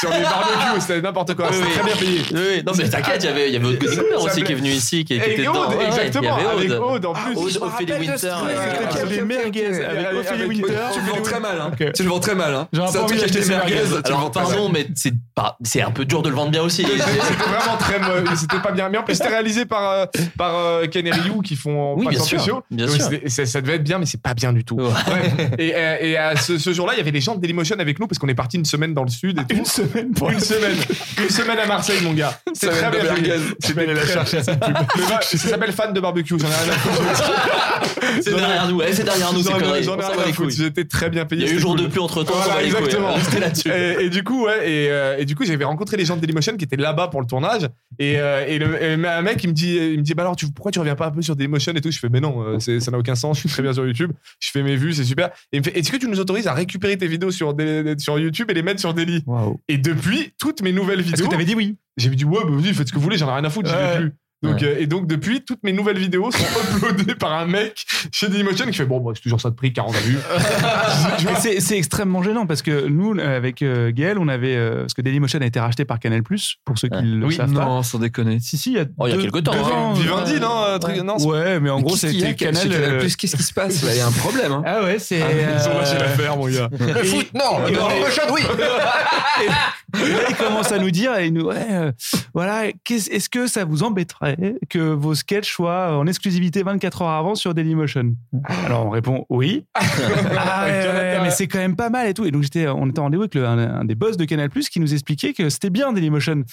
Speaker 3: sur les barbecues, c'était n'importe quoi.
Speaker 6: Oui,
Speaker 3: C'était
Speaker 6: oui.
Speaker 3: très bien payé.
Speaker 6: Oui, oui. non, mais t'inquiète, il y avait, il y avait Aude Godefroy
Speaker 3: Ça
Speaker 6: aussi
Speaker 3: s'appelait-
Speaker 6: qui est venu ici, qui, qui
Speaker 3: Et
Speaker 6: était dedans.
Speaker 3: Aude,
Speaker 6: Ouais, ouais,
Speaker 3: exactement,
Speaker 6: il y avait
Speaker 3: avec
Speaker 6: Aude.
Speaker 3: Aude en plus.
Speaker 6: Aude, Ophélie Winter.
Speaker 4: truc,
Speaker 6: ouais.
Speaker 4: ok.
Speaker 7: les merguez
Speaker 3: Avec-
Speaker 7: avec Ophélie
Speaker 3: avec-
Speaker 7: Winter.
Speaker 4: Tu le vends très mal, hein.
Speaker 7: Ok.
Speaker 4: Tu le vends très mal, hein.
Speaker 7: J'aurais
Speaker 4: C'est
Speaker 7: pas
Speaker 4: un
Speaker 7: envie
Speaker 4: truc
Speaker 7: d'acheter
Speaker 4: acheté
Speaker 7: ces merguez.
Speaker 4: merguez. tu le vends
Speaker 6: Alors,
Speaker 4: très mal.
Speaker 6: pardon, mais c'est pas- c'est un peu dur de le vendre bien aussi.
Speaker 3: C'était vraiment très mo- c'était pas bien. Mais en plus, c'était réalisé par, euh, par euh, Ken et Ryu qui font
Speaker 6: Oui,
Speaker 3: pas
Speaker 6: bien
Speaker 3: sans
Speaker 6: sûr,
Speaker 3: spéciaux.
Speaker 6: bien
Speaker 3: Donc,
Speaker 6: sûr.
Speaker 3: c'était- Ça, ça devait être bien, mais c'est pas bien du tout.
Speaker 6: Ouais.
Speaker 3: Bref. Et, euh, et à ce, ce jour-là, il y avait les gens de Dailymotion avec nous parce qu'on est parti une semaine dans le sud et tout. Une semaine Une semaine. Une semaine à Marseille, mon gars. C'est
Speaker 4: Semaine
Speaker 3: très
Speaker 4: de
Speaker 3: bien.
Speaker 4: merguez.
Speaker 3: Tu vas aller la chercher, cette pub. Mais va- Ça s'appelle fan de barbecue. J'en ai rien à foutre.
Speaker 6: C'est derrière nous, ouais, c'est derrière nous, c'est
Speaker 3: J'en ai-
Speaker 6: conneries.
Speaker 3: j'en ai
Speaker 6: On s'en
Speaker 3: rien
Speaker 6: bat
Speaker 3: à
Speaker 6: les
Speaker 3: foutre.
Speaker 6: couilles.
Speaker 3: J'étais très bien
Speaker 6: Il
Speaker 3: payé.
Speaker 6: y a eu
Speaker 3: c'était
Speaker 6: jour
Speaker 3: cool.
Speaker 6: de pluie entre temps,
Speaker 3: Voilà,
Speaker 6: on s'en bat les couilles.
Speaker 3: exactement.
Speaker 6: Restez là-dessus.
Speaker 3: Et, et du coup, ouais, et, euh, et du coup, j'avais rencontré les gens de Dailymotion qui étaient là-bas pour le tournage. Et, euh, et le, et un mec, il me dit, il me dit, bah alors, tu, pourquoi tu reviens pas un peu sur Dailymotion et tout Je fais, mais non, euh, c'est- ça n'a aucun sens. Je suis très bien sur YouTube. Je fais mes vues, c'est super. Et il me fait, est-ce que tu nous autorises à récupérer tes vidéos sur, Daily- sur YouTube et les mettre sur Daily Et depuis, toutes mes nouvelles
Speaker 7: Est-ce
Speaker 3: vidéos,
Speaker 7: que t'avais dit oui
Speaker 3: j'ai dit, ouais, bah, vas-y, faites ce que vous voulez, j'en ai rien à foutre, j'y vais
Speaker 7: Ouais.
Speaker 3: plus. Donc,
Speaker 6: Ouais.
Speaker 3: euh, et donc, depuis, toutes mes nouvelles vidéos sont uploadées par un mec chez Dailymotion qui fait, bon, bah, c'est toujours ça de prix, 40 vues. Tu vois
Speaker 7: Et Ah, C'est c'est extrêmement gênant parce que nous, euh, avec euh, Gaël, on avait. euh, Parce que Dailymotion a été racheté par Canal, pour ceux qui
Speaker 6: Ouais.
Speaker 7: le
Speaker 4: Oui,
Speaker 7: savent pas.
Speaker 4: non, sans déconner.
Speaker 7: Si, si, il y a.
Speaker 6: Oh, il y a
Speaker 7: deux-
Speaker 6: quelque temps,
Speaker 7: deux
Speaker 6: hein.
Speaker 7: ans,
Speaker 3: Vivendi,
Speaker 7: euh,
Speaker 3: non, un truc- non, c'est-
Speaker 7: Ouais, mais en
Speaker 4: Mais
Speaker 7: gros,
Speaker 4: qu'est-ce qu'il y a
Speaker 7: c'était
Speaker 4: chez Canal.
Speaker 7: Canal. euh,
Speaker 4: Plus, qu'est-ce qui se passe là Il y a un problème. hein.
Speaker 7: Ah ouais, c'est.
Speaker 3: Ils ont lâché
Speaker 7: euh,
Speaker 3: l'affaire, mon gars.
Speaker 8: Le foot, non.
Speaker 7: et-
Speaker 8: Le Dailymotion, oui.
Speaker 7: Et là, ils commencent à nous dire, et nous, ouais, euh, voilà, qu'est-ce- est-ce que ça vous embêterait que vos sketchs soient en exclusivité 24 heures avant sur Dailymotion Alors on répond oui. Ah, ouais, ouais,
Speaker 6: euh,
Speaker 7: mais c'est quand même pas mal et tout. Et donc j'étais, on était en rendez-vous avec le- un, un des boss de Canal qui nous expliquait que c'était bien Dailymotion.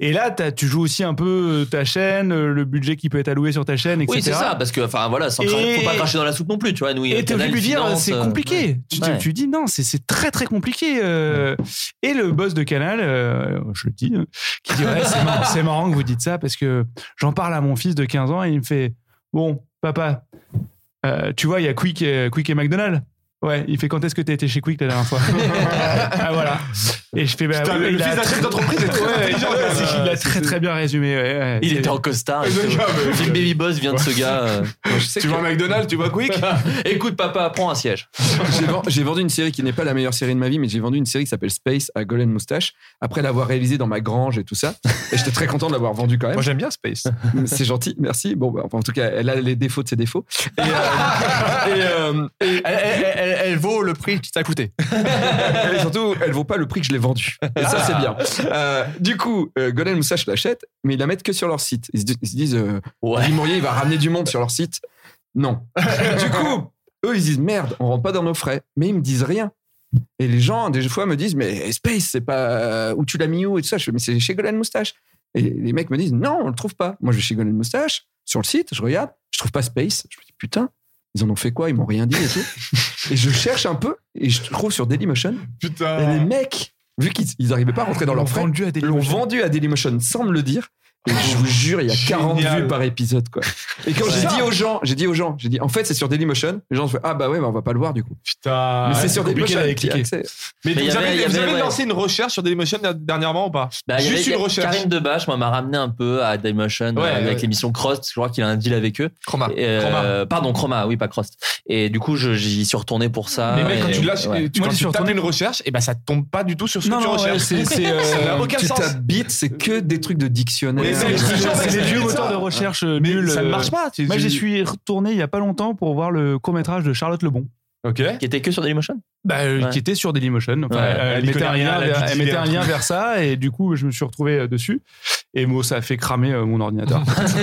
Speaker 7: Et là, t'as- tu joues aussi un peu euh, ta chaîne, le budget qui peut être alloué sur ta chaîne, etc.
Speaker 6: Oui, c'est ça, parce que, enfin voilà, sans cra-
Speaker 7: Et-
Speaker 6: faut pas cracher dans la soupe non plus, tu vois. Nous, il y a
Speaker 7: Et t'es obligé de
Speaker 6: Canal,
Speaker 7: lui
Speaker 3: ah,
Speaker 7: dire,
Speaker 6: Finance,
Speaker 7: c'est
Speaker 6: euh,
Speaker 7: compliqué. Tu, te-
Speaker 6: Ouais.
Speaker 7: tu dis, non, c'est- c'est très très compliqué. euh. Et le boss de Canal, euh, je le dis, euh, qui dit, ouais, c'est marrant, c'est marrant que vous dites ça parce que j'en parle à mon fils de 15 ans et il me fait, bon, papa, euh, tu vois, il y a Quick et, Quick et McDonald's. Ouais, il fait quand est-ce que t'as été chez Quick la dernière fois Ah voilà. Et je fais bah,
Speaker 3: Putain,
Speaker 7: ouais,
Speaker 3: le-
Speaker 7: il
Speaker 3: le
Speaker 7: a
Speaker 3: fils d'un chef
Speaker 7: très-
Speaker 3: d'entreprise est très
Speaker 7: Ouais,
Speaker 3: intelligent,
Speaker 7: ouais,
Speaker 3: quand même.
Speaker 7: c'est- Il a très très bien résumé. ouais, ouais.
Speaker 6: Il
Speaker 7: C'est-
Speaker 6: était en costard. et
Speaker 7: Euh,
Speaker 3: Le
Speaker 6: tout.
Speaker 3: gars, Ah, mais-
Speaker 6: Le film Baby Boss vient de ce gars. euh.
Speaker 4: Moi, je sais
Speaker 3: Tu
Speaker 4: que-
Speaker 3: vois McDonald's, tu vois Quick
Speaker 6: Écoute, papa, prends un siège.
Speaker 4: J'ai ven- J'ai vendu une série qui n'est pas la meilleure série de ma vie, mais j'ai vendu une série qui s'appelle Space à Golden Moustache, après l'avoir réalisée dans ma grange et tout ça. Et j'étais très content de l'avoir vendue quand même.
Speaker 8: Moi, j'aime bien Space.
Speaker 4: C'est gentil, merci. Bon, bah, enfin, en tout cas, elle a les défauts de ses défauts. Et, euh, et, euh, et-
Speaker 8: Elle, elle- elle- elle vaut le prix que ça a coûté.
Speaker 4: et surtout, elle vaut pas le prix que je l'ai vendue. Et ça, c'est bien. Euh, du coup, euh, Golden Moustache l'achète, mais ils la mettent que sur leur site. Ils se, di- ils se disent, euh,
Speaker 6: Ouais.
Speaker 4: Guy Mourier, il va ramener du monde sur leur site. Non. du coup, eux, ils disent, merde, on rentre pas dans nos frais. Mais ils me disent rien. Et les gens, des fois, me disent, mais Space, c'est pas euh, où tu l'as mis où et tout ça. Je fais, mais c'est chez Golden Moustache. Et les mecs me disent, non, on le trouve pas. Moi, je vais chez Golden Moustache, sur le site, je regarde, je trouve pas Space. Je me dis, putain. Ils en ont fait quoi Ils m'ont rien dit et tout. et je cherche un peu et je trouve sur Dailymotion et les
Speaker 3: Putain.
Speaker 4: mecs, vu qu'ils n'arrivaient pas à rentrer dans
Speaker 7: l'ont
Speaker 4: leur frais,
Speaker 7: vendu à
Speaker 4: l'ont
Speaker 7: Dailymotion.
Speaker 4: vendu à Dailymotion sans me le dire. Et je vous jure, il y a 40
Speaker 3: Génial.
Speaker 4: vues par épisode, quoi. Et quand j'ai
Speaker 6: Ouais.
Speaker 4: dit aux gens, j'ai dit aux gens, j'ai dit, en fait, c'est sur Dailymotion. Les gens se font, ah bah ouais, bah on va pas le voir du coup.
Speaker 3: Putain.
Speaker 4: Mais c'est
Speaker 3: Ah Ouais.
Speaker 4: sur
Speaker 7: compliqué
Speaker 4: Dailymotion.
Speaker 7: d'aller
Speaker 4: qui a
Speaker 7: cliquer.
Speaker 4: accès.
Speaker 3: Mais
Speaker 6: Mais il y
Speaker 3: vous
Speaker 6: avait- il y
Speaker 3: avez, vous
Speaker 6: avait,
Speaker 3: avez
Speaker 6: ouais.
Speaker 3: lancé une recherche sur Dailymotion dernièrement ou pas
Speaker 6: Bah, il y
Speaker 3: Juste
Speaker 6: avait-
Speaker 3: une recherche.
Speaker 6: Karim Debache, moi, m'a ramené un peu à Dailymotion
Speaker 3: Ouais,
Speaker 6: euh, avec
Speaker 3: ouais. Ah,
Speaker 6: l'émission Crost. Je crois qu'il a un deal avec eux.
Speaker 8: Chroma.
Speaker 6: Et, euh,
Speaker 3: Chroma.
Speaker 6: Pardon, Chroma, oui, pas Crost. Et du coup, je- j'y suis retourné pour
Speaker 4: Ah,
Speaker 6: ça.
Speaker 3: Mais mec, quand
Speaker 6: et-
Speaker 3: tu lâches,
Speaker 6: ouais.
Speaker 3: tu,
Speaker 7: Moi,
Speaker 3: quand
Speaker 7: je suis
Speaker 3: tu tapes
Speaker 7: retourné-
Speaker 3: une recherche, et bah ça tombe pas du tout sur ce que
Speaker 7: Non,
Speaker 3: tu
Speaker 7: non, ouais,
Speaker 3: recherches.
Speaker 7: c'est. c'est, euh,
Speaker 3: Ça n'a aucun
Speaker 4: Tu
Speaker 3: sens.
Speaker 4: t'habites, c'est que des trucs de dictionnaire.
Speaker 3: Mais
Speaker 7: C'est-
Speaker 3: Je te jure,
Speaker 7: C'est
Speaker 3: c'est
Speaker 7: des vieux
Speaker 3: ça.
Speaker 7: moteurs de recherche euh,
Speaker 3: Mais
Speaker 7: nuls.
Speaker 3: ça ne
Speaker 7: euh,
Speaker 3: marche pas. tu-
Speaker 7: Moi, j'y suis retourné il y a pas longtemps pour voir le court métrage de Charlotte Lebon,
Speaker 3: Ok.
Speaker 6: Qui était que sur Dailymotion
Speaker 7: bah, euh,
Speaker 6: Ouais.
Speaker 7: qui était sur Dailymotion. Enfin,
Speaker 6: Ouais,
Speaker 7: elle,
Speaker 3: elle y
Speaker 7: mettait
Speaker 3: connaît
Speaker 7: un
Speaker 3: rien,
Speaker 7: lien,
Speaker 3: elle a
Speaker 7: vers,
Speaker 3: dû
Speaker 7: elle mettait
Speaker 3: filer
Speaker 7: un
Speaker 3: un
Speaker 7: lien vers ça et du coup, je me suis retrouvé euh, dessus. Et moi, ça a fait cramer euh, mon ordinateur.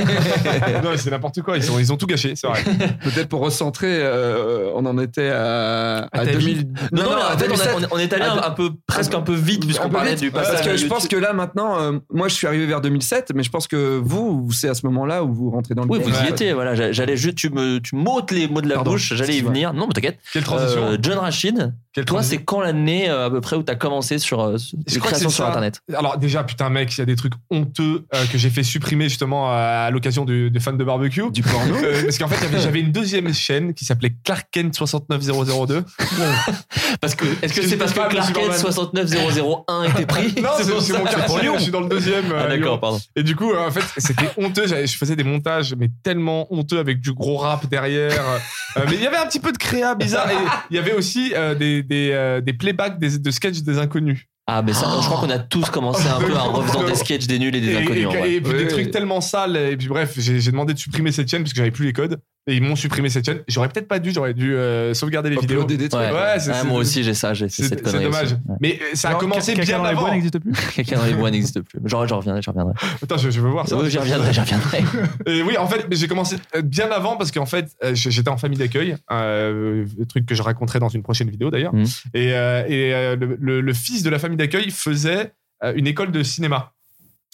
Speaker 3: Non, mais c'est n'importe quoi. Ils, sont- ils ont tout gâché, c'est vrai.
Speaker 4: Peut-être pour recentrer, euh, on en était à,
Speaker 7: ta
Speaker 4: à
Speaker 7: vie.
Speaker 4: 2000.
Speaker 6: Non, non, mais en fait, on,
Speaker 4: 2007.
Speaker 6: a- on est- on est allé
Speaker 4: Ah,
Speaker 6: un, un peu, presque un peu vite,
Speaker 4: Un
Speaker 6: puisqu'on
Speaker 4: peu
Speaker 6: parlait
Speaker 4: vite,
Speaker 6: du passage.
Speaker 4: Parce que
Speaker 6: à
Speaker 4: je
Speaker 6: YouTube.
Speaker 4: pense que là, maintenant, euh, moi, je suis arrivé vers 2007, mais je pense que vous, c'est à ce moment-là où vous rentrez dans le
Speaker 6: Oui,
Speaker 4: game.
Speaker 6: vous y
Speaker 4: Ouais.
Speaker 6: étiez, voilà. j'a- J'allais juste, tu me, tu m'ôtes les mots de la
Speaker 4: Pardon,
Speaker 6: bouche, j'allais y
Speaker 4: excuse-moi.
Speaker 6: venir. Non, mais t'inquiète.
Speaker 3: Quelle transition.
Speaker 6: Euh, John Rachid,
Speaker 3: Quelle
Speaker 6: toi,
Speaker 3: transition.
Speaker 6: c'est quand l'année euh, à peu près où t'as commencé sur euh, sur-
Speaker 3: Je
Speaker 6: les
Speaker 3: crois que
Speaker 6: créations
Speaker 3: c'est
Speaker 6: sur
Speaker 3: ça.
Speaker 6: Internet
Speaker 3: Alors déjà, putain mec, il y a des trucs honteux euh, que j'ai fait supprimer justement à, à l'occasion du- des fans de barbecue.
Speaker 4: Du porno.
Speaker 3: Euh, parce qu'en fait, il y avait- j'avais une deuxième chaîne qui s'appelait Clarken 69002.
Speaker 6: Parce que, est-ce que
Speaker 3: Je
Speaker 6: c'est
Speaker 3: sais
Speaker 6: parce que
Speaker 3: pas, mais
Speaker 6: Clark
Speaker 3: c'est
Speaker 6: Kent
Speaker 3: normal.
Speaker 6: 69001 était pris
Speaker 3: Non, c'est
Speaker 6: pour
Speaker 3: c'est
Speaker 6: ça.
Speaker 3: mon
Speaker 6: pour
Speaker 3: quartier,
Speaker 6: Lyon.
Speaker 3: je suis dans le deuxième. euh,
Speaker 6: Ah,
Speaker 3: Lyon.
Speaker 6: d'accord, pardon.
Speaker 3: Et du coup, euh, en fait, c'était honteux. J'avais- Je faisais des montages, mais tellement honteux avec du gros rap derrière. Euh, mais il y avait un petit peu de créa bizarre. Et il y avait aussi euh, des, des, euh, des playbacks des- de sketchs des inconnus.
Speaker 6: Ah, mais ça, je crois qu'on a tous commencé un peu en refaisant des sketchs des nuls et
Speaker 3: Et,
Speaker 6: des inconnus.
Speaker 3: et-
Speaker 6: en vrai.
Speaker 3: et puis
Speaker 4: Ouais.
Speaker 3: des trucs tellement sales. Et puis bref, j'ai j'ai demandé de supprimer cette chaîne parce que j'avais plus les codes. Et ils m'ont supprimé cette chaîne. J'aurais peut-être pas dû, j'aurais dû euh, sauvegarder les vidéos.
Speaker 4: Uploader des trucs.
Speaker 6: Ouais,
Speaker 3: Ouais, c'est-
Speaker 6: Ah,
Speaker 3: c'est-
Speaker 6: moi aussi j'ai ça, j'ai fait
Speaker 3: C'est
Speaker 6: cette
Speaker 3: c'est
Speaker 6: connerie.
Speaker 3: dommage.
Speaker 6: aussi.
Speaker 3: Mais euh, ça a
Speaker 7: Alors,
Speaker 3: commencé
Speaker 7: caca
Speaker 3: bien
Speaker 7: dans les bois
Speaker 3: avant. hein.
Speaker 7: n'existe plus.
Speaker 6: Quelqu'un dans les bois n'existe plus. Genre, j'en reviendrai, j'en reviendrai.
Speaker 3: Attends, je, je veux voir Ah, ça.
Speaker 6: Oui, j'y reviendrai, j'y reviendrai.
Speaker 3: Et oui, en fait, mais j'ai commencé euh, bien avant parce qu'en fait, euh, j- j'étais en famille d'accueil, euh, truc que je raconterai dans une prochaine vidéo d'ailleurs.
Speaker 6: Mhm.
Speaker 3: Et, euh, et, euh, le, le- le fils de la famille d'accueil faisait euh, une école de cinéma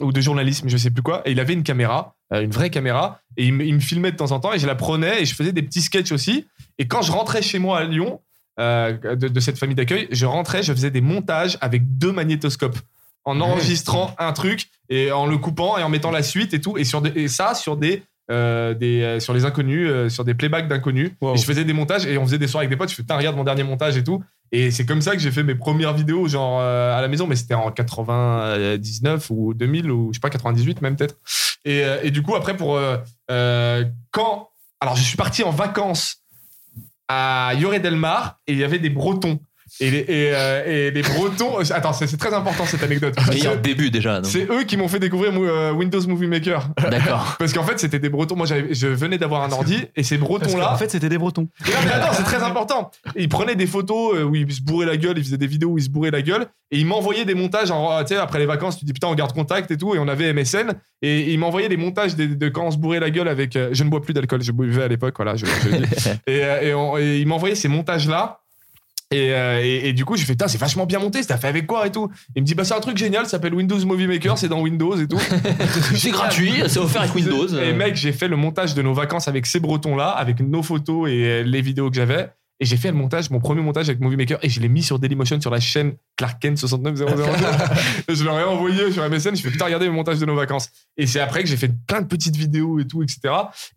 Speaker 3: ou de journalisme, je sais plus quoi. Et il avait une caméra, euh, une vraie caméra, et il, me- il me filmait de temps en temps et je la prenais et je faisais des petits sketchs aussi. Et quand je rentrais chez moi à Lyon, euh, de, de cette famille d'accueil, je rentrais, je faisais des montages avec deux magnétoscopes en enregistrant un truc et en le coupant et en mettant la suite et tout et sur des- et ça sur des euh, des euh, sur les inconnus euh, sur des playbacks d'inconnus et je faisais des montages et on faisait des soirées avec des potes je fais putain regarde mon dernier montage et tout et c'est comme ça que j'ai fait mes premières vidéos genre euh, à la maison mais c'était en 99 ou 2000 ou je sais pas 98 même peut-être et, euh, et du coup après pour euh, euh, quand alors je suis parti en vacances à Yoré Delmar et il y avait des Bretons et les, et, euh, et les Bretons attends c'est c'est très important cette anecdote
Speaker 6: Meilleur début déjà, non
Speaker 3: c'est eux qui m'ont fait découvrir Mo- euh, Windows Movie Maker.
Speaker 6: D'accord.
Speaker 3: Parce qu'en fait, c'était des Bretons. Moi, j'avais- je venais d'avoir un ordi et ces Bretons-là.
Speaker 7: En fait, c'était des Bretons.
Speaker 3: Et non, mais attends, c'est très important. Ils prenaient des photos euh, où ils se bourraient la gueule, ils faisaient des vidéos où ils se bourraient la gueule et ils m'envoyaient des montages. en- euh, Tu sais, après les vacances, tu dis putain, on garde contact et tout. Et on avait MSN et ils m'envoyaient des montages des- de, quand on se bourrait la gueule avec. euh, je ne bois plus d'alcool, je buvais à l'époque, voilà, je, je le dis. et, euh, et on- et ils m'envoyaient ces montages-là. Et, euh, et- et du coup, j'ai fait, putain, c'est vachement bien monté, t'as fait avec quoi et tout. Il me dit, bah, c'est un truc génial, ça s'appelle Windows Movie Maker, c'est dans Windows et ah, tout.
Speaker 6: C'est gratuit, c'est offert avec Windows. euh.
Speaker 3: Et mec, j'ai fait le montage de nos vacances avec ces bretons-là, avec nos photos et euh, les vidéos que j'avais. Et j'ai fait le montage, mon premier montage avec Movie Maker, et je l'ai mis sur Dailymotion sur la chaîne Clarken 69002. Et je leur ai envoyé sur MSN, je fais putain, regardez le montage de nos vacances. Et c'est après que j'ai fait plein de petites vidéos et tout, etc.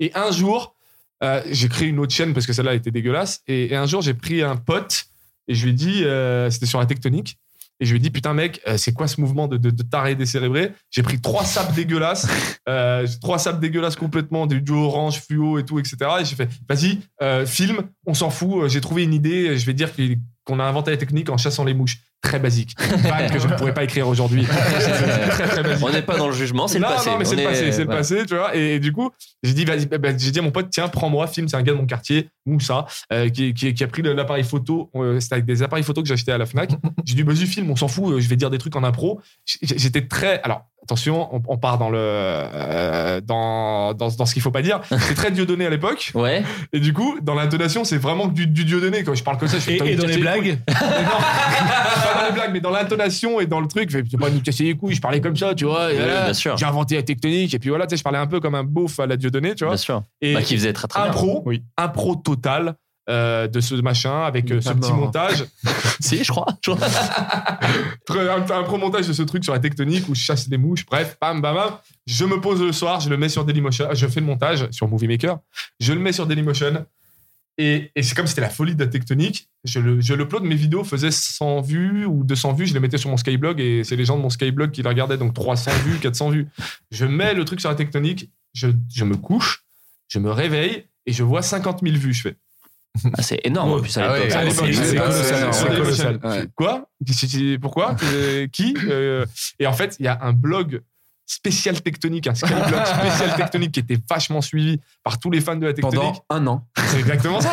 Speaker 3: Et un jour, euh, j'ai créé une autre chaîne parce que celle-là était dégueulasse. Et, et un jour, j'ai pris un pote et je lui ai dit, euh, c'était sur la tectonique. Et je lui ai dit, putain, mec, euh, c'est quoi ce mouvement de, de, de taré décérébré J'ai pris trois sapes dégueulasses, euh, trois sapes dégueulasses complètement, du du orange, fluo et tout, etc. Et j'ai fait, vas-y, euh, film, on s'en fout, euh, j'ai trouvé une idée, je vais dire qu'il- qu'on a inventé la technique en chassant les mouches. Très basique. Vanne que je ne pourrais pas écrire aujourd'hui. très, très basique
Speaker 6: On n'est pas dans le jugement, c'est le
Speaker 3: non,
Speaker 6: passé.
Speaker 3: Non, mais
Speaker 6: On
Speaker 3: c'est le
Speaker 6: est-
Speaker 3: passé, c'est le
Speaker 6: ouais.
Speaker 3: passé, tu vois. Et, et du coup, j'ai dit, vas-y, bah, bah, j'ai dit à mon pote, tiens, prends-moi, film, c'est un gars de mon quartier, Moussa, euh, qui, qui, qui a pris le- l'appareil photo, euh, c'était avec des appareils photo que j'ai acheté à la Fnac. J'ai dit, vas-y, film, on s'en fout, euh, je vais dire des trucs en impro. J- J'étais très. Alors, attention, on, on part dans le. euh, dans, dans, dans ce qu'il faut pas dire. J'étais très Dieudonné à l'époque.
Speaker 6: Ouais.
Speaker 3: Et du coup, dans l'intonation, c'est vraiment que du, du Dieudonné. Quand je parle comme ça, je fais,
Speaker 7: Et,
Speaker 3: putain,
Speaker 7: et
Speaker 3: vous
Speaker 7: dans les
Speaker 3: cassez
Speaker 7: blagues,
Speaker 3: mais non, pas dans les blagues, mais dans l'intonation et dans le truc. Je fais, pas nous casser les couilles, je parlais comme ça, tu vois. et
Speaker 6: Oui,
Speaker 3: voilà,
Speaker 6: bien sûr.
Speaker 3: J'ai inventé la tectonique, et puis voilà, tu sais, je parlais un peu comme un beauf à la Dieudonné, tu vois.
Speaker 6: Bien sûr.
Speaker 3: Et
Speaker 6: Bah, qui faisait très très bien.
Speaker 3: impro,
Speaker 7: Oui.
Speaker 3: impro total euh, de ce machin avec
Speaker 7: Il est
Speaker 3: euh, ce
Speaker 7: pas
Speaker 3: petit
Speaker 7: mort. hein.
Speaker 3: montage.
Speaker 6: Si, je crois. Je crois.
Speaker 3: Très- un, un pro montage de ce truc sur la tectonique où je chasse des mouches, bref, bam, bam, bam. Je me pose le soir, je le mets sur Dailymotion, je fais le montage sur Movie Maker, je le mets sur Dailymotion. Et, et c'est comme si c'était la folie de la tectonique. Je le, je l'upload, mes vidéos faisaient 100 vues ou 200 vues, je les mettais sur mon Skyblog et c'est les gens de mon Skyblog qui les regardaient, donc 300 vues, 400 vues. Je mets le truc sur la tectonique, je, je me couche, je me réveille et je vois 50 000 vues, je fais.
Speaker 6: Ah, c'est énorme. en plus, à
Speaker 8: Ah ouais,
Speaker 6: l'époque.
Speaker 8: à
Speaker 6: C'est-
Speaker 3: l'époque,
Speaker 6: c'est-
Speaker 3: c'est
Speaker 6: c'est-
Speaker 3: pas-
Speaker 4: colossal,
Speaker 3: c'est
Speaker 4: ouais.
Speaker 3: colossal.
Speaker 4: Ouais.
Speaker 3: Quoi Qu'est-ce que tu- Pourquoi Euh, Qui Euh, Et en fait, il y a un blog spécial tectonique, un skyblog spécial tectonique qui était vachement suivi par tous les fans de la tectonique.
Speaker 4: Pendant un an.
Speaker 3: C'est exactement ça.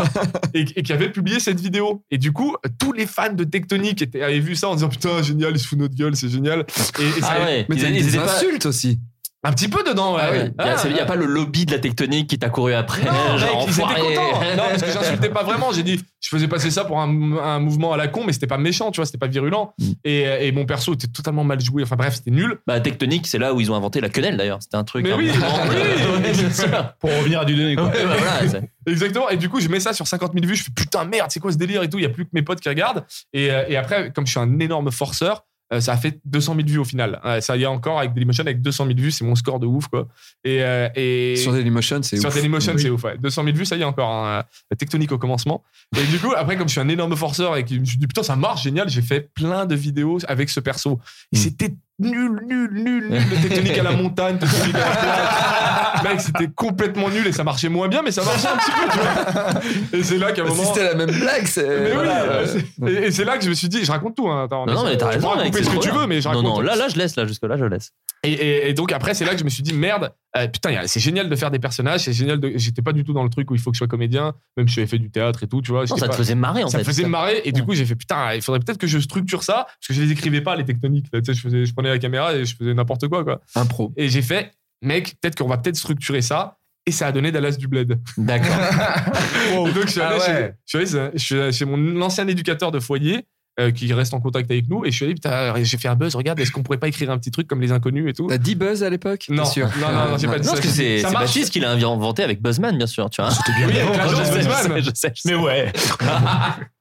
Speaker 3: Et, et qui avait publié cette vidéo. Et du coup, tous les fans de tectonique étaient, avaient vu ça en disant putain génial, ils se foutent de notre gueule, c'est génial. Et, et ça
Speaker 6: Ah
Speaker 3: avait-
Speaker 6: ouais.
Speaker 4: Mais
Speaker 6: Ils-
Speaker 4: t'as eu
Speaker 6: ils
Speaker 4: des
Speaker 6: étaient pas-
Speaker 4: insultes aussi.
Speaker 3: Un petit peu dedans. ouais.
Speaker 6: Ah oui. Il y a-
Speaker 3: Ah,
Speaker 6: c'est- Il n'y a pas le lobby de la tectonique qui t'a couru après.
Speaker 3: non,
Speaker 6: genre,
Speaker 3: mec, ils étaient
Speaker 6: enfoiré.
Speaker 3: contents. Non, parce que j'insultais pas vraiment. J'ai dit, je faisais passer ça pour un, un mouvement à la con, mais c'était pas méchant, tu vois, c'était pas virulent.
Speaker 6: Mm.
Speaker 3: Et, et mon perso était totalement mal joué. Enfin bref, c'était nul.
Speaker 6: Bah, Tectonique, c'est là où ils ont inventé la quenelle d'ailleurs. C'était un truc.
Speaker 3: Mais
Speaker 6: un
Speaker 3: oui,
Speaker 6: mouvement
Speaker 3: oui.
Speaker 6: de- Ouais, c'est ça.
Speaker 7: pour revenir à du donné, quoi.
Speaker 6: Ouais, bah, voilà, c'est-
Speaker 3: Exactement. Et du coup, je mets ça sur 50 000 vues. Je fais putain, merde, c'est quoi ce délire et tout. Il y a plus que mes potes qui regardent. Et, euh, et après, comme je suis un énorme forceur, euh, ça a fait 200 000 vues au final. Euh, ça y est encore avec Dailymotion, avec 200 000 vues, c'est mon score de ouf, quoi. Et, euh, et
Speaker 4: Sur Dailymotion, c'est
Speaker 3: Sur
Speaker 4: ouf.
Speaker 3: Dailymotion, c'est ouf. ouais. 200 000 vues, ça y est encore. hein. La Tectonique au commencement. Et du coup, après, comme je suis
Speaker 6: Hmm.
Speaker 3: un énorme forceur et que je me suis dit, putain, ça marche, génial, j'ai fait plein de vidéos avec ce perso. Et c'était nul, nul, nul, nul. Le tectonique à la montagne, tectonique à la plage. Mec, c'était complètement nul et ça marchait moins bien, mais ça marchait un petit peu, tu vois. Et c'est là qu'à un
Speaker 4: Si
Speaker 3: moment.
Speaker 4: c'était la même blague, c'est.
Speaker 3: Mais oui,
Speaker 4: voilà, euh,
Speaker 3: c'est- et, et c'est là que je me suis dit, je raconte tout. Hein. Attends,
Speaker 6: Non, non, mais t'as
Speaker 3: tu
Speaker 6: raison.
Speaker 3: pourras
Speaker 6: mec,
Speaker 3: couper
Speaker 6: c'est
Speaker 3: ce que
Speaker 6: trop
Speaker 3: tu
Speaker 6: bien.
Speaker 3: veux, mais je
Speaker 6: Non,
Speaker 3: raconte.
Speaker 6: non, là, là, je laisse, là, jusque-là, je laisse.
Speaker 3: Et, et- et donc après, c'est là que je me suis dit merde. euh, putain, y a- c'est génial de faire des personnages. C'est génial. De... J'étais pas du tout dans le truc où il faut que je sois comédien. Même si j'avais fait du théâtre et tout, tu vois.
Speaker 6: Non,
Speaker 3: j'étais
Speaker 6: ça te
Speaker 3: pas-
Speaker 6: faisait marrer, en
Speaker 3: ça
Speaker 6: fait.
Speaker 3: me faisait marrer et du
Speaker 6: Ouais.
Speaker 3: coup j'ai fait putain il faudrait peut-être que je structure ça parce que je les écrivais pas les tectoniques là, tu sais, je, faisais- je prenais la caméra et je faisais n'importe quoi quoi
Speaker 4: Impro.
Speaker 3: et j'ai fait mec peut-être qu'on va peut-être structurer ça et ça a donné Dallas du Bled
Speaker 6: D'accord.
Speaker 3: Et donc je suis
Speaker 8: Ah
Speaker 3: allé,
Speaker 8: ouais.
Speaker 3: chez, je suis allé- je suis allé chez mon ancien éducateur de foyer euh, qui reste en contact avec nous et je suis allé putain j'ai fait un buzz regarde est-ce qu'on pourrait pas écrire un petit truc comme les inconnus et tout
Speaker 4: T'as 10 buzz à l'époque
Speaker 3: non,
Speaker 4: T'es sûr
Speaker 3: non, non, non, j'ai
Speaker 4: Euh,
Speaker 3: pas dit
Speaker 6: Non, parce
Speaker 3: ça.
Speaker 6: que c'est
Speaker 3: Ça
Speaker 6: c'est
Speaker 3: marche.
Speaker 6: Baptiste qui l'a inventé avec Buzzman, bien sûr, tu vois.
Speaker 3: Oui, avec l'agence
Speaker 6: je, sais, je,
Speaker 3: Buzzman.
Speaker 6: sais, je sais, je sais.
Speaker 7: Mais ouais.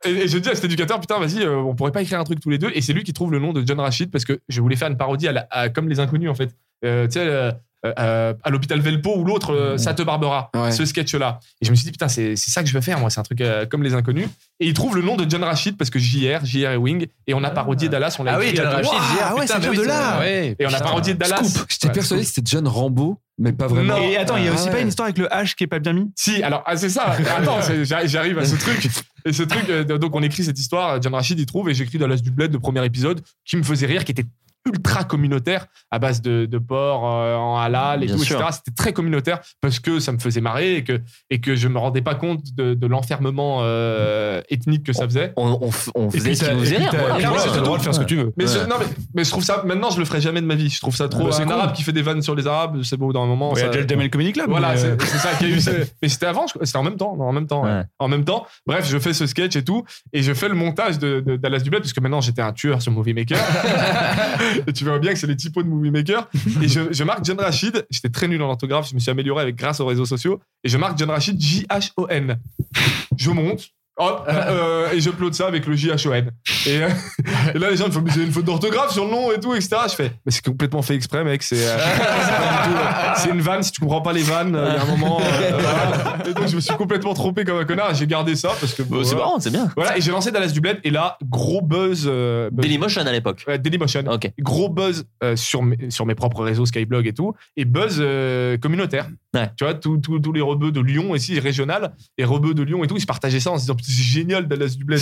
Speaker 3: Et, et je dis à cet éducateur, putain, vas-y, euh, on pourrait pas écrire un truc tous les deux. Et c'est lui qui trouve le nom de John Rachid parce que je voulais faire une parodie à la- à- comme les inconnus, en fait. Euh, tu sais, euh, euh, à l'hôpital Velpo ou l'autre, euh, ça te barbera,
Speaker 4: Ouais.
Speaker 3: ce sketch-là. Et je me suis dit, putain, c'est c'est ça que je veux faire, moi, c'est un truc euh, comme les inconnus. Et il trouve le nom de John Rachid parce que JR, JR et Wing, et on a parodié Dallas, on l'a
Speaker 8: Ah oui,
Speaker 3: écrit
Speaker 8: John
Speaker 3: à deux.
Speaker 8: Rachid.
Speaker 4: Ouah,
Speaker 8: dire,
Speaker 4: ah ouais,
Speaker 8: putain,
Speaker 4: ça vient
Speaker 8: bah oui,
Speaker 4: de
Speaker 8: c'est-
Speaker 4: là.
Speaker 8: ouais.
Speaker 3: Et on a
Speaker 8: Putain.
Speaker 3: parodié Dallas.
Speaker 4: Scoop J'étais
Speaker 3: Ouais,
Speaker 4: persuadé
Speaker 3: Scoop.
Speaker 4: que c'était John Rambo, mais pas vraiment.
Speaker 3: Non.
Speaker 7: Et attends, il y a
Speaker 4: Ah
Speaker 7: aussi
Speaker 4: ouais.
Speaker 7: pas une histoire avec le H qui est pas bien mis
Speaker 3: Si, alors, ah, c'est ça. Attends, c'est- j'arri- j'arrive à ce truc. Et ce truc, euh, donc on écrit cette histoire, John Rachid y trouve, et j'écris Dallas du Bled, le premier épisode, qui me faisait rire, qui était ultra communautaire, à base de, de porc euh, en halal et
Speaker 6: Bien
Speaker 3: tout,
Speaker 6: sûr.
Speaker 3: etc. C'était très communautaire, parce que ça me faisait marrer, et que, et que je me rendais pas compte de, de l'enfermement euh, ethnique que ça faisait.
Speaker 6: On, on f- on faisait
Speaker 7: puis
Speaker 6: ce qui
Speaker 7: t'as-
Speaker 6: nous faisait
Speaker 7: et puis
Speaker 6: rire.
Speaker 7: t'as-
Speaker 6: voilà.
Speaker 7: et puis
Speaker 3: Clairement,
Speaker 7: Ah, t'as
Speaker 3: c'est
Speaker 7: le
Speaker 3: tout.
Speaker 7: droit de faire ce que tu veux.
Speaker 3: Mais, je-
Speaker 6: Ouais.
Speaker 3: non, mais, mais je trouve ça, maintenant, je le ferai jamais de ma vie. Je trouve ça trop.
Speaker 7: Bah, c'est
Speaker 3: un
Speaker 7: con.
Speaker 3: arabe qui fait des vannes sur les arabes, c'est beau, dans un moment.
Speaker 7: Il y a
Speaker 3: ça-
Speaker 7: déjà le Jamel Comedy Club.
Speaker 3: voilà,
Speaker 7: mais, euh,
Speaker 3: c'est c'est ça qui a eu. ce- Mais c'était avant, je crois. c'était en même temps, non, en même temps, ouais.
Speaker 6: Ouais.
Speaker 3: en même temps. Bref, je fais ce sketch et tout, et je fais le montage de, de Dallas Dubled parce que maintenant j'étais un tueur sur Movie Maker. et tu vois bien que c'est les typos de Movie Maker. Et je, je marque John Rachid. J'étais très nul en orthographe, je me suis amélioré avec grâce aux réseaux sociaux. Et je marque John Rachid J H O N. Je monte. Hop, euh, et je upload ça avec le J-H-O-N. Et, euh, et là, les gens me font, mais j'ai une faute d'orthographe sur le nom et tout, etc. Je fais, mais c'est complètement fait exprès, mec. C'est euh, c'est pas du tout, euh, c'est une vanne. Si tu comprends pas les vannes, euh, il y a un moment. euh, voilà. Et donc, je me suis complètement trompé comme un connard. et J'ai gardé ça parce que.
Speaker 6: Bon, Bah, Euh, C'est
Speaker 3: voilà.
Speaker 6: marrant, c'est
Speaker 7: Euh.
Speaker 6: bien.
Speaker 3: Voilà, et j'ai lancé Dallas Dubled. Et là, gros buzz. euh, buzz-
Speaker 6: Dailymotion à l'époque.
Speaker 3: Ouais, Dailymotion.
Speaker 6: Ok.
Speaker 3: Gros buzz euh, sur, mes, sur mes propres réseaux, Skyblog et tout, et buzz euh, communautaire.
Speaker 6: Ouais.
Speaker 3: Tu vois, tous tous- tous les rebeux de Lyon, ici, régional, et rebeux de Lyon et tout, ils se partageaient ça en se disant Putain, c'est génial, Dallas Dubled.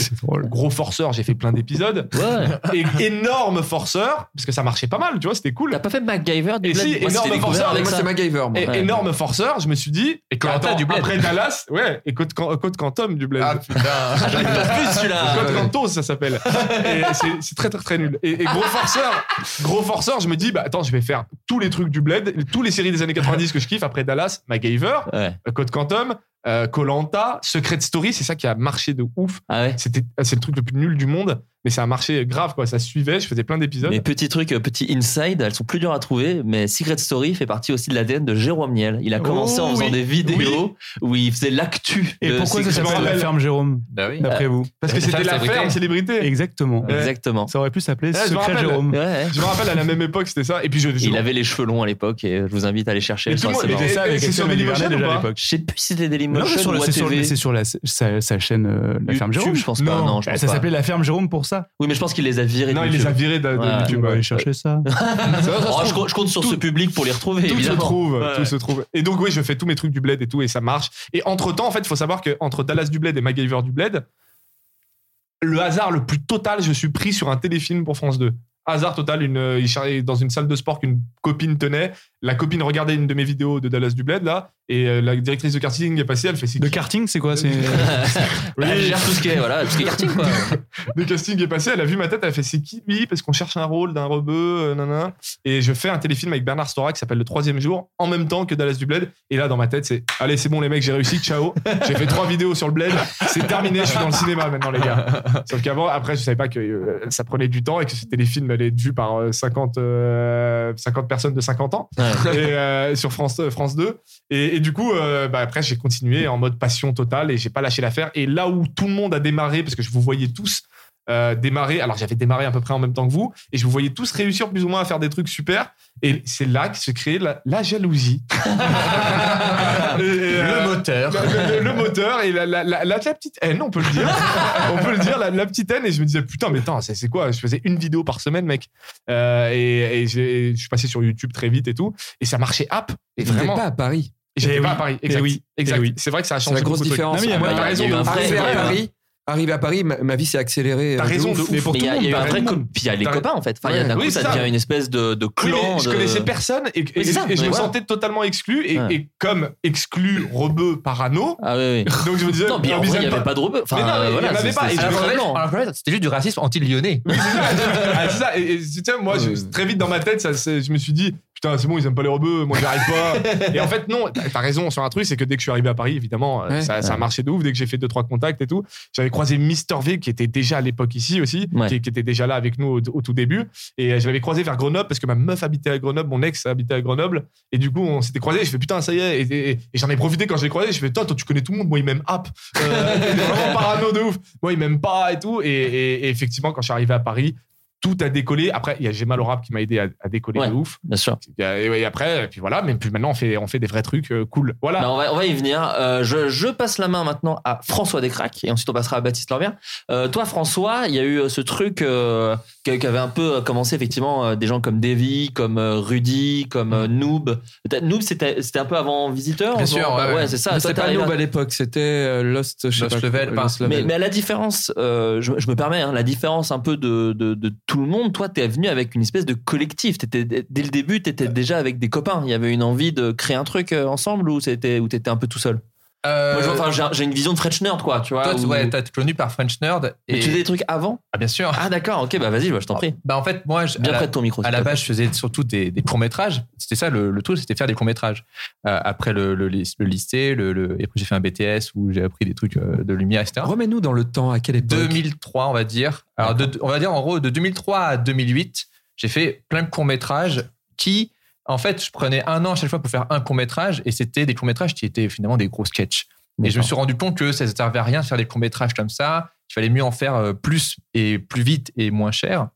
Speaker 3: Gros forceur, j'ai fait plein d'épisodes.
Speaker 6: Ouais.
Speaker 3: et énorme forceur, parce que ça marchait pas mal, tu vois, c'était cool.
Speaker 6: T'as pas fait MacGyver du
Speaker 3: Et
Speaker 6: Bled
Speaker 3: si,
Speaker 6: Moi,
Speaker 3: énorme
Speaker 6: c'était découvert
Speaker 3: forceur,
Speaker 6: avec
Speaker 4: Moi,
Speaker 6: ça.
Speaker 4: c'est MacGyver, moi.
Speaker 3: Et
Speaker 6: Ouais.
Speaker 3: énorme forceur, je me suis dit. Et quand
Speaker 8: Quentin
Speaker 3: attends,
Speaker 8: du Bled.
Speaker 3: Après Dallas, ouais, et Côte, Can- Côte Quantum du Bled.
Speaker 4: Ah,
Speaker 6: Ah, j'en ai pas plus, celui-là.
Speaker 3: Côte
Speaker 4: ouais.
Speaker 3: Cantos, ça s'appelle. Et c'est- c'est très, très, très nul. Et, et gros forceur, gros forceur, je me dis, bah attends, je vais faire tous les trucs du Bled, tous les séries des années 90 que je kiffe, après Dallas, MacGyver,
Speaker 6: Ouais.
Speaker 3: euh, Code Quantum, euh, Colanta, Secret Story, c'est ça qui a marché de ouf.
Speaker 6: Ah ouais.
Speaker 3: C'était, c'est le truc le plus nul du monde, mais ça a marché grave, quoi. Ça suivait, je faisais plein d'épisodes.
Speaker 6: Mais petit truc, euh, petit inside, elles sont plus dures à trouver, mais Secret Story fait partie aussi de l'ADN de Jérôme Niel. Il a commencé en
Speaker 3: oui.
Speaker 6: faisant des vidéos où il faisait l'actu.
Speaker 7: Oh Et
Speaker 6: de
Speaker 7: pourquoi ça
Speaker 6: Secret
Speaker 7: s'appelle
Speaker 6: Story.
Speaker 7: la ferme Jérôme,
Speaker 8: Bah oui.
Speaker 7: d'après vous
Speaker 3: Parce que c'était
Speaker 8: Femme
Speaker 3: la
Speaker 8: célébrité.
Speaker 3: ferme célébrité.
Speaker 7: Exactement.
Speaker 6: Exactement.
Speaker 7: Ça aurait pu s'appeler
Speaker 3: Eh, je me
Speaker 7: Secret
Speaker 3: rappelle.
Speaker 7: Jérôme.
Speaker 6: Ouais, ouais.
Speaker 3: Je me rappelle à la même époque, c'était ça. Et puis je, je-
Speaker 6: Il avait les cheveux longs à l'époque et euh, je vous invite à aller chercher.
Speaker 3: Mais
Speaker 6: elles
Speaker 3: tout le
Speaker 6: sont assez
Speaker 3: monde
Speaker 6: marrantes.
Speaker 3: était-
Speaker 7: ça avec
Speaker 3: c'est
Speaker 7: Axel
Speaker 3: sur Dailymotion
Speaker 7: Malibranel
Speaker 3: ou
Speaker 7: déjà à
Speaker 3: pas
Speaker 7: l'époque.
Speaker 6: Je sais plus si c'était
Speaker 7: Non, mais
Speaker 6: Dailymotion
Speaker 7: sur la-
Speaker 6: ou
Speaker 7: c'est sur, mais
Speaker 6: ATV.
Speaker 7: c'est sur la, sa, sa chaîne euh, La Ferme
Speaker 6: YouTube,
Speaker 7: Jérôme.
Speaker 6: je pense pas. Non, je
Speaker 7: Bah,
Speaker 6: pense
Speaker 7: ça
Speaker 6: pas.
Speaker 7: s'appelait La Ferme Jérôme pour ça.
Speaker 6: Oui, mais je pense qu'il les a virés. de
Speaker 3: non, il les
Speaker 6: YouTube.
Speaker 3: a virés de, de
Speaker 6: Ouais.
Speaker 7: Tu
Speaker 3: YouTube.
Speaker 7: vas
Speaker 3: ouais.
Speaker 7: aller chercher ça.
Speaker 3: Ça, ça se
Speaker 6: Oh,
Speaker 3: trouve,
Speaker 6: je, co- je compte sur
Speaker 3: tout-
Speaker 6: ce public pour les retrouver,
Speaker 3: tout se
Speaker 6: évidemment.
Speaker 3: trouve,
Speaker 6: Ouais.
Speaker 3: tout se trouve. Et donc oui, je fais tous mes trucs du bled et tout, et ça marche. Et entre temps, en fait, il faut savoir que entre Dallas du bled et MacGyver du bled, le hasard le plus total, je suis pris sur un téléfilm pour France 2. Hasard total, une, euh, il charriait dans une salle de sport qu'une copine tenait. La copine regardait une de mes vidéos de Dallas du bled là, et euh, la directrice de casting est passée, elle fait c'est
Speaker 7: De
Speaker 3: qui
Speaker 7: karting, c'est quoi C'est
Speaker 3: Oui.
Speaker 6: Elle gère tout ce qui est, voilà, tout ce qui est karting, quoi.
Speaker 3: le casting est passé, elle a vu ma tête, elle a fait c'est qui lui Parce qu'on cherche un rôle d'un rebeu, euh, nanana. Et je fais un téléfilm avec Bernard Stora qui s'appelle Le Troisième Jour, en même temps que Dallas du Bled. Et là, dans ma tête, c'est allez, c'est bon les mecs, j'ai réussi, ciao. J'ai fait trois vidéos sur le Bled, c'est terminé, je suis dans le cinéma maintenant, les gars. Sauf qu'avant, après, je savais pas que euh, ça prenait du temps et que ce téléfilm allait être vu par euh, 50, euh, 50 personnes de 50 ans
Speaker 6: Ouais.
Speaker 3: et, euh, sur France, euh, France 2. Et, et du coup, euh, bah, après, j'ai continué en mode passion totale et j'ai pas lâché l'affaire. Et là où tout le monde a démarré, parce que je vous voyais tous euh, démarrer, alors j'avais démarré à peu près en même temps que vous, et je vous voyais tous réussir plus ou moins à faire des trucs super. Et c'est là que se crée la, la jalousie. Et, euh,
Speaker 4: moteur.
Speaker 3: le, le- le moteur et la, la- la- la- la petite haine, on peut le dire. on peut le dire, la, la petite haine. Et je me disais, putain, mais attends, c'est c'est quoi Je faisais une vidéo par semaine, mec. Euh, et et j'ai- je suis passé sur YouTube très vite et tout. Et ça marchait app. Et
Speaker 9: T'étais
Speaker 3: vraiment.
Speaker 9: pas à Paris.
Speaker 3: Et J'étais
Speaker 7: Eh
Speaker 3: pas
Speaker 7: oui.
Speaker 3: à Paris.
Speaker 7: Eh
Speaker 3: Exact.
Speaker 7: oui.
Speaker 3: Exact.
Speaker 7: Eh oui.
Speaker 3: C'est vrai que ça a
Speaker 9: C'est
Speaker 3: changé.
Speaker 9: la grosse
Speaker 3: beaucoup de trucs.
Speaker 9: différence.
Speaker 7: Non, mais il y a
Speaker 3: Ouais,
Speaker 7: pas-
Speaker 3: t'as
Speaker 6: il y a eu un
Speaker 3: raison.
Speaker 6: vrai- hein.
Speaker 9: Arrivé à
Speaker 6: Ouais, ouais.
Speaker 9: Paris, arrivé à Paris, ma, ma vie s'est accélérée.
Speaker 3: T'as
Speaker 9: euh, de
Speaker 3: raison
Speaker 9: ouf.
Speaker 3: de-
Speaker 7: Mais pour
Speaker 6: Mais il y
Speaker 7: tout
Speaker 6: a,
Speaker 7: le
Speaker 6: il y a eu
Speaker 7: monde,
Speaker 6: un
Speaker 7: t'as
Speaker 6: vrai
Speaker 7: raison.
Speaker 6: com- Puis il y a les
Speaker 3: T'as-
Speaker 6: copains, en fait. Enfin, il y a
Speaker 9: Ouais.
Speaker 6: d'un coup,
Speaker 3: Oui,
Speaker 6: ça
Speaker 3: c'est ça.
Speaker 6: devient une espèce de, de
Speaker 3: Oui,
Speaker 6: clan.
Speaker 3: mais je
Speaker 6: de-
Speaker 3: connaissais personne et, et-
Speaker 6: Oui, c'est ça,
Speaker 3: et
Speaker 6: mais
Speaker 3: je me
Speaker 6: voilà.
Speaker 3: sentais totalement exclu. Et,
Speaker 6: Ouais.
Speaker 3: et comme exclu rebeu parano,
Speaker 6: Ah oui, oui.
Speaker 3: donc je me disais,
Speaker 6: Non, puis en vrai,
Speaker 3: mais
Speaker 6: il
Speaker 3: j'aime
Speaker 6: n'y avait pas de rebeu. Enfin,
Speaker 3: Mais non, mais il y
Speaker 6: voilà,
Speaker 3: en avait
Speaker 6: c'est-
Speaker 3: pas,
Speaker 6: c'est-
Speaker 3: et
Speaker 6: c'est
Speaker 3: je me
Speaker 6: vraiment-
Speaker 3: rappelle-
Speaker 4: Alors que là, Ah, c'était juste du racisme anti-lyonnais.
Speaker 3: Oui, c'est ça. Ah, c'est ça. Et, et, tu sais, moi, je- très vite dans ma tête, ça, c'est- je me suis dit, putain, c'est bon, ils aiment pas les rebeux, moi, j'y arrive pas. et en fait, non, t'as t'as raison sur un truc, c'est que dès que je suis arrivé à Paris, évidemment, euh,
Speaker 9: Ouais.
Speaker 3: ça, ça a marché de ouf. Dès que j'ai fait deux, trois contacts et tout, j'avais croisé Mister V, qui était déjà à l'époque ici aussi,
Speaker 6: Ouais.
Speaker 3: qui, qui était déjà là avec nous au, au tout début. Et euh, je l'avais croisé vers Grenoble parce que ma meuf habitait à Grenoble, mon ex habitait à Grenoble. Et du coup, on s'était croisé. Je fais putain, ça y est. Et, et- et j'en ai profité quand je l'ai croisé. Je fais, toi, toi, tu connais tout le monde. Moi, il m'aime app. Euh, il est vraiment parano de ouf. Moi, il m'aime pas et tout. Et, et- et effectivement, quand je suis arrivé à Paris, tout a décollé. Après, il y a Gemma Laurab qui m'a aidé à, à décoller
Speaker 6: Ouais.
Speaker 3: de ouf.
Speaker 6: Bien sûr.
Speaker 3: Et, euh, et après, et puis voilà. Mais puis maintenant, on fait, on fait des vrais trucs euh, cool. Voilà.
Speaker 6: Bah, on, va, on va y venir. Euh, je, je passe la main maintenant à François Descraques et ensuite on passera à Baptiste Lambert. Euh, toi, François, il y a eu euh, ce truc euh, qui qui avait un peu commencé effectivement euh, des gens comme Davy, comme euh, Rudy, comme euh, Noob. T'as- Noob, c'était c'était un peu avant Visiteur
Speaker 4: Bien
Speaker 6: on-
Speaker 4: sûr,
Speaker 6: bah,
Speaker 4: ouais,
Speaker 6: ouais,
Speaker 4: ouais.
Speaker 6: c'est ça.
Speaker 9: Mais
Speaker 6: Toi,
Speaker 9: C'était
Speaker 6: t'es
Speaker 9: pas
Speaker 6: arrivé à-
Speaker 9: Noob à l'époque, c'était euh, Lost, je sais
Speaker 4: Lost
Speaker 9: pas,
Speaker 4: Level,
Speaker 9: euh,
Speaker 4: par-
Speaker 9: Lost
Speaker 6: Mais,
Speaker 9: Level.
Speaker 6: mais à la différence, euh, je, me- je me permets, hein, la différence un peu de, de, de tout le monde, toi, t'es venu avec une espèce de collectif. T'étais- dès le début, t'étais déjà avec des copains. Il y avait une envie de créer un truc euh, ensemble ou c'était- ou t'étais un peu tout seul
Speaker 4: Euh,
Speaker 6: Moi, je vois- enfin, j'ai- j'ai une vision de French Nerd, quoi, tu vois.
Speaker 4: toi, tu-
Speaker 6: où-
Speaker 4: ouais, t'as connu par French Nerd.
Speaker 6: Mais
Speaker 4: Et,
Speaker 6: tu faisais des trucs avant
Speaker 4: Ah, bien sûr.
Speaker 6: Ah, d'accord, ok, bah vas-y, bah, je t'en prie.
Speaker 4: Bah, en fait, moi, je-
Speaker 6: Bien
Speaker 4: à la-
Speaker 6: près de ton micro.
Speaker 4: à
Speaker 6: s'il
Speaker 4: la
Speaker 6: te plaît.
Speaker 4: base, je faisais surtout des, des courts-métrages. C'était ça, le, le truc, c'était faire des courts-métrages. Euh, après le, le, lys- le lycée, le, le- et après, j'ai fait un BTS où j'ai appris des trucs euh, de lumière, etc.
Speaker 9: Remets-nous dans le temps, à quelle époque
Speaker 4: 2003, on va dire. Alors, de- on va dire en gros, de 2003 à 2008, j'ai fait plein de courts-métrages qui, en fait, je prenais un an à chaque fois pour faire un court-métrage et c'était des courts-métrages qui étaient finalement des gros sketchs. Et je me suis rendu compte que ça ne servait à rien de faire des courts-métrages comme ça, qu'il fallait mieux en faire euh, plus et plus vite et moins cher.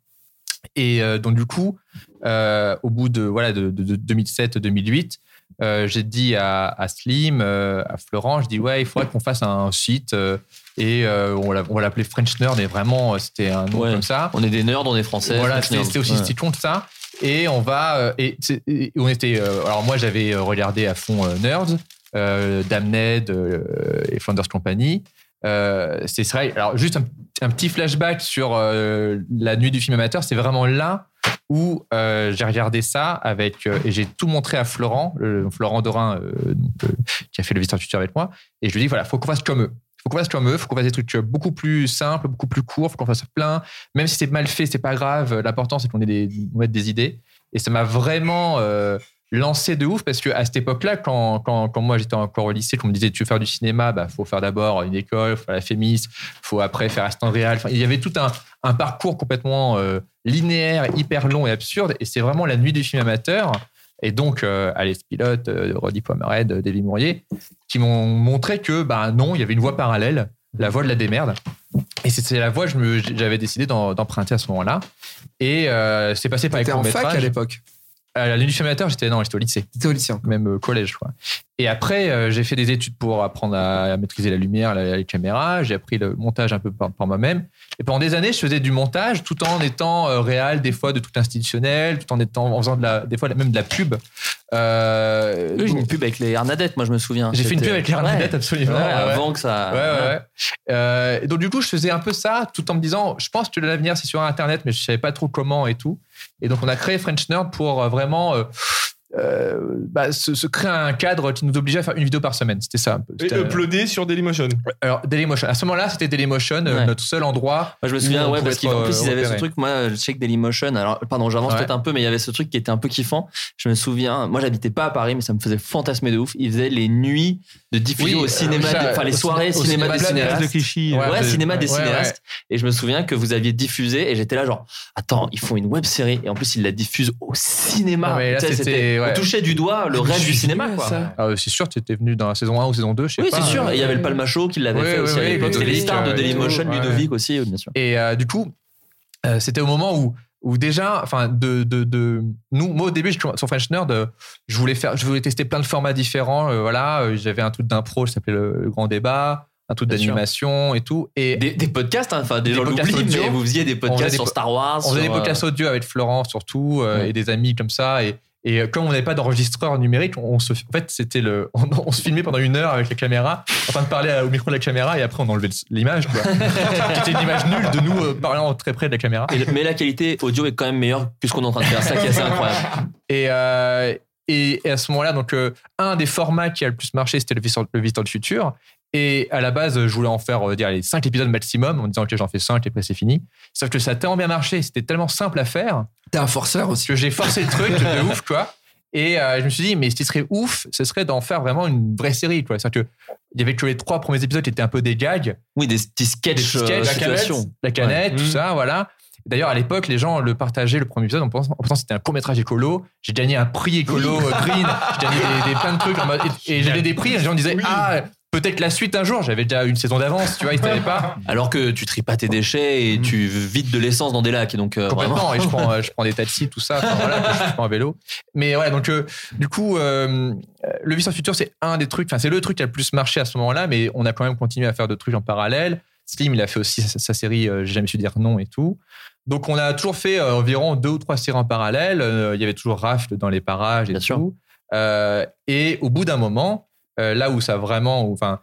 Speaker 4: Et euh, donc, du coup, euh, au bout de, voilà, de, 2007-2008, euh, j'ai dit à, à Slim, euh, à Florent, je dis ouais, il faudrait qu'on fasse un site euh, et euh, on l'a- on va l'appeler French Nerd et vraiment, euh, c'était un nom
Speaker 6: Ouais.
Speaker 4: comme ça.
Speaker 6: On est des nerds, on est français.
Speaker 4: Voilà,
Speaker 6: French
Speaker 4: c'était
Speaker 6: Nerd.
Speaker 4: c'était aussi
Speaker 6: Ouais.
Speaker 4: c'était con de ça. Et on va. euh, Et, c'est- et on était. euh, alors moi, j'avais euh, regardé à fond euh, Nerds, euh, Damned euh, et Flanders Company. Euh, c'est vrai. Alors juste un, un petit flashback sur euh, la nuit du film amateur. C'est vraiment là où euh, j'ai regardé ça avec euh, et j'ai tout montré à Florent, le- Florent Dorin, euh, donc, euh, qui a fait le visiteur tuteur avec moi. Et je lui ai dit voilà, faut qu'on fasse comme eux. Faut qu'on fasse comme eux, faut qu'on fasse des trucs euh, beaucoup plus simples, beaucoup plus courts, faut qu'on fasse plein même si c'est mal fait, c'est pas grave. L'important, c'est qu'on ait des, on mette des idées. Et ça m'a vraiment euh, lancé de ouf parce que à cette époque-là, quand, quand, quand moi j'étais encore au lycée, qu'on me disait tu veux faire du cinéma, bah faut faire d'abord une école, faut faire la Fémis, faut après faire Aston Real. Enfin, il y avait tout un, un parcours complètement euh, linéaire, hyper long et absurde. Et c'est vraiment la nuit du film amateur. Et donc, euh, Alex Pilote, euh, Roddy Pomered, euh, Davy Mourier, qui m'ont montré que, bah non, il y avait une voie parallèle, la voie de la démerde. Et c'est- c'est la voie que je me- j'avais décidé d'en- d'emprunter à ce moment-là. Et euh, c'est passé par les
Speaker 9: T'étais en fac à
Speaker 4: courts-métrages.
Speaker 9: l'époque.
Speaker 4: À la Lune du Filmateur, j'étais non, j'étais au lycée,
Speaker 9: T'étais au lycée. encore.
Speaker 4: même au collège, je crois. Et après, euh, j'ai fait des études pour apprendre à, à maîtriser la lumière, la, la caméra. J'ai appris le montage un peu par, par moi-même. Et pendant des années, je faisais du montage tout en étant euh, réel, des fois de tout institutionnel, tout en étant en faisant de la, des fois même de la pub. Euh,
Speaker 6: Oui, j'ai
Speaker 4: donc,
Speaker 6: une pub avec les Arnadettes, moi je me souviens.
Speaker 4: j'ai fait une
Speaker 6: C'était-
Speaker 4: pub avec les Arnadettes,
Speaker 6: Ouais.
Speaker 4: absolument.
Speaker 6: Ouais,
Speaker 4: Ouais, ouais.
Speaker 6: Avant que ça.
Speaker 4: Ouais, ouais, ouais. Euh, et donc, du coup, je faisais un peu ça tout en me disant, je pense que l'avenir, c'est sur Internet, mais je savais pas trop comment et tout. Et donc, on a créé French Nerd pour euh, vraiment euh, euh, bah, se, se créer un cadre qui nous obligeait à faire une vidéo par semaine. C'était ça un peu.
Speaker 3: Et
Speaker 4: C'était, euh,
Speaker 3: uploader sur Dailymotion.
Speaker 4: alors, Dailymotion. À ce moment-là, c'était Dailymotion, euh,
Speaker 6: Ouais.
Speaker 4: notre seul endroit.
Speaker 6: Moi, je me
Speaker 4: où
Speaker 6: souviens,
Speaker 4: on
Speaker 6: ouais,
Speaker 4: pouvait
Speaker 6: parce
Speaker 4: être,
Speaker 6: qu'en plus,
Speaker 4: euh,
Speaker 6: ils avaient ce
Speaker 4: repéré.
Speaker 6: truc. Moi, je sais que Dailymotion, alors, pardon, j'avance
Speaker 4: Ouais.
Speaker 6: peut-être un peu, mais il y avait ce truc qui était un peu kiffant. Je me souviens, moi, j'habitais pas à Paris, mais ça me faisait fantasmer de ouf. Ils faisaient les nuits de diffusion
Speaker 4: Oui,
Speaker 6: au cinéma,
Speaker 4: ça,
Speaker 6: des- enfin, les
Speaker 4: au
Speaker 6: soirées
Speaker 4: ciné- au
Speaker 6: cinéma
Speaker 4: cinéma
Speaker 6: des
Speaker 4: de la place
Speaker 6: cinéastes.
Speaker 7: de Clichy.
Speaker 4: Ouais,
Speaker 6: Ouais,
Speaker 4: de-
Speaker 6: cinéma des
Speaker 4: ouais, ouais.
Speaker 6: cinéastes. Et je me souviens que vous aviez diffusé, et j'étais là, genre, attends, ils font une web série, et en plus, ils la diffusent au cinéma.
Speaker 4: Non, mais là,
Speaker 6: Tu sais,
Speaker 4: c'était-
Speaker 6: c'était-
Speaker 4: ouais.
Speaker 6: On touchait du doigt le rêve du cinéma,
Speaker 9: génial,
Speaker 6: quoi.
Speaker 9: ça.
Speaker 4: Ah, c'est sûr, tu étais venu dans la saison 1 ou saison 2, je sais
Speaker 6: Oui,
Speaker 4: pas.
Speaker 6: c'est sûr.
Speaker 4: Euh,
Speaker 6: Et il y avait le Palmacho qui l'avait
Speaker 4: Oui,
Speaker 6: fait
Speaker 4: oui,
Speaker 6: aussi à
Speaker 4: oui,
Speaker 6: l'époque. C'était les
Speaker 4: Ludovic,
Speaker 6: stars de
Speaker 4: euh,
Speaker 6: Dailymotion,
Speaker 4: ouais.
Speaker 6: Ludovic aussi, oui, bien sûr.
Speaker 4: Et euh, du coup, euh, c'était au moment où où déjà, enfin, de, de, de- nous, moi au début, je- sur French Nerd, euh, je voulais faire, je voulais tester plein de formats différents. euh, voilà, euh, j'avais un truc d'impro, qui s'appelait le, le Grand Débat, un truc
Speaker 6: Bien sûr.
Speaker 4: d'animation et tout. Et
Speaker 6: Des, des podcasts, hein, enfin, des,
Speaker 4: Des
Speaker 6: gens
Speaker 4: podcasts
Speaker 6: l'oublient,
Speaker 4: audio.
Speaker 6: mais vous faisiez des
Speaker 4: On faisait
Speaker 6: podcasts
Speaker 4: des
Speaker 6: sur
Speaker 4: po-
Speaker 6: Star Wars.
Speaker 4: on faisait des
Speaker 6: sur, euh,
Speaker 4: podcasts audio avec Florent surtout euh,
Speaker 6: Ouais.
Speaker 4: et des amis comme ça. Et, et euh, comme on n'avait pas d'enregistreur numérique, on se, en fait, c'était le, on, on se filmait pendant une heure avec la caméra, en train de parler à- au micro de la caméra, et après on enlevait le- l'image, quoi. C'était une image nulle de nous euh, parlant très près de la caméra.
Speaker 6: euh, et le- mais la qualité audio est quand même meilleure que ce qu'on est en train de faire. Ça qui est assez incroyable.
Speaker 4: Et, euh, et, et à ce moment-là, donc, euh, un des formats qui a le plus marché, c'était le Visiteur, le Visiteur du Futur. Et à la base, euh, je voulais en faire, on va dire, les 5 épisodes maximum, en disant, OK, j'en fais 5 et après c'est fini. Sauf que ça a tellement bien marché, c'était tellement simple à faire,
Speaker 3: T'es un forceur aussi.
Speaker 4: que j'ai forcé le truc de ouf, quoi. Et euh, je me suis dit, mais ce qui serait ouf, ce serait d'en faire vraiment une vraie série, quoi. C'est-à-dire que il y avait que les trois premiers épisodes qui étaient un peu des gags,
Speaker 6: Oui, des petits
Speaker 4: des
Speaker 6: sketchs,
Speaker 4: sketchs,
Speaker 6: euh,
Speaker 4: la
Speaker 6: situation.
Speaker 4: canette, la canette,
Speaker 10: Ouais.
Speaker 4: tout
Speaker 10: Mm.
Speaker 4: ça, voilà. D'ailleurs, à l'époque, les gens le partageaient, le premier épisode, en pensant, en pensant que c'était un court-métrage écolo. J'ai gagné un prix écolo euh, green, j'ai gagné des, des- plein de trucs. en mode- et et j'ai gagné des prix, et les gens disaient, ah, peut-être la suite un jour. J'avais déjà une saison d'avance, tu vois, ils savaient pas.
Speaker 6: Alors que tu tries pas tes déchets et tu vides de l'essence dans des lacs. Et donc, euh, vraiment.
Speaker 4: Mm. Complètement, et je prends, euh, je prends des taxis, tout ça, Enfin, voilà, je prends un vélo. Mais voilà, donc, euh, du coup, euh, euh, le Vice Futur, c'est un des trucs, enfin, c'est le truc qui a le plus marché à ce moment-là, mais on a quand même continué à faire d'autres trucs en parallèle. Slim, il a fait aussi sa, sa série euh, J'ai jamais su dire non et tout. Donc, on a toujours fait euh, environ deux ou trois séries en parallèle. Euh, il y avait toujours Raft dans les parages et
Speaker 6: Bien
Speaker 4: tout.
Speaker 6: sûr.
Speaker 4: Euh, et au bout d'un moment, euh, là où ça vraiment. où- Enfin,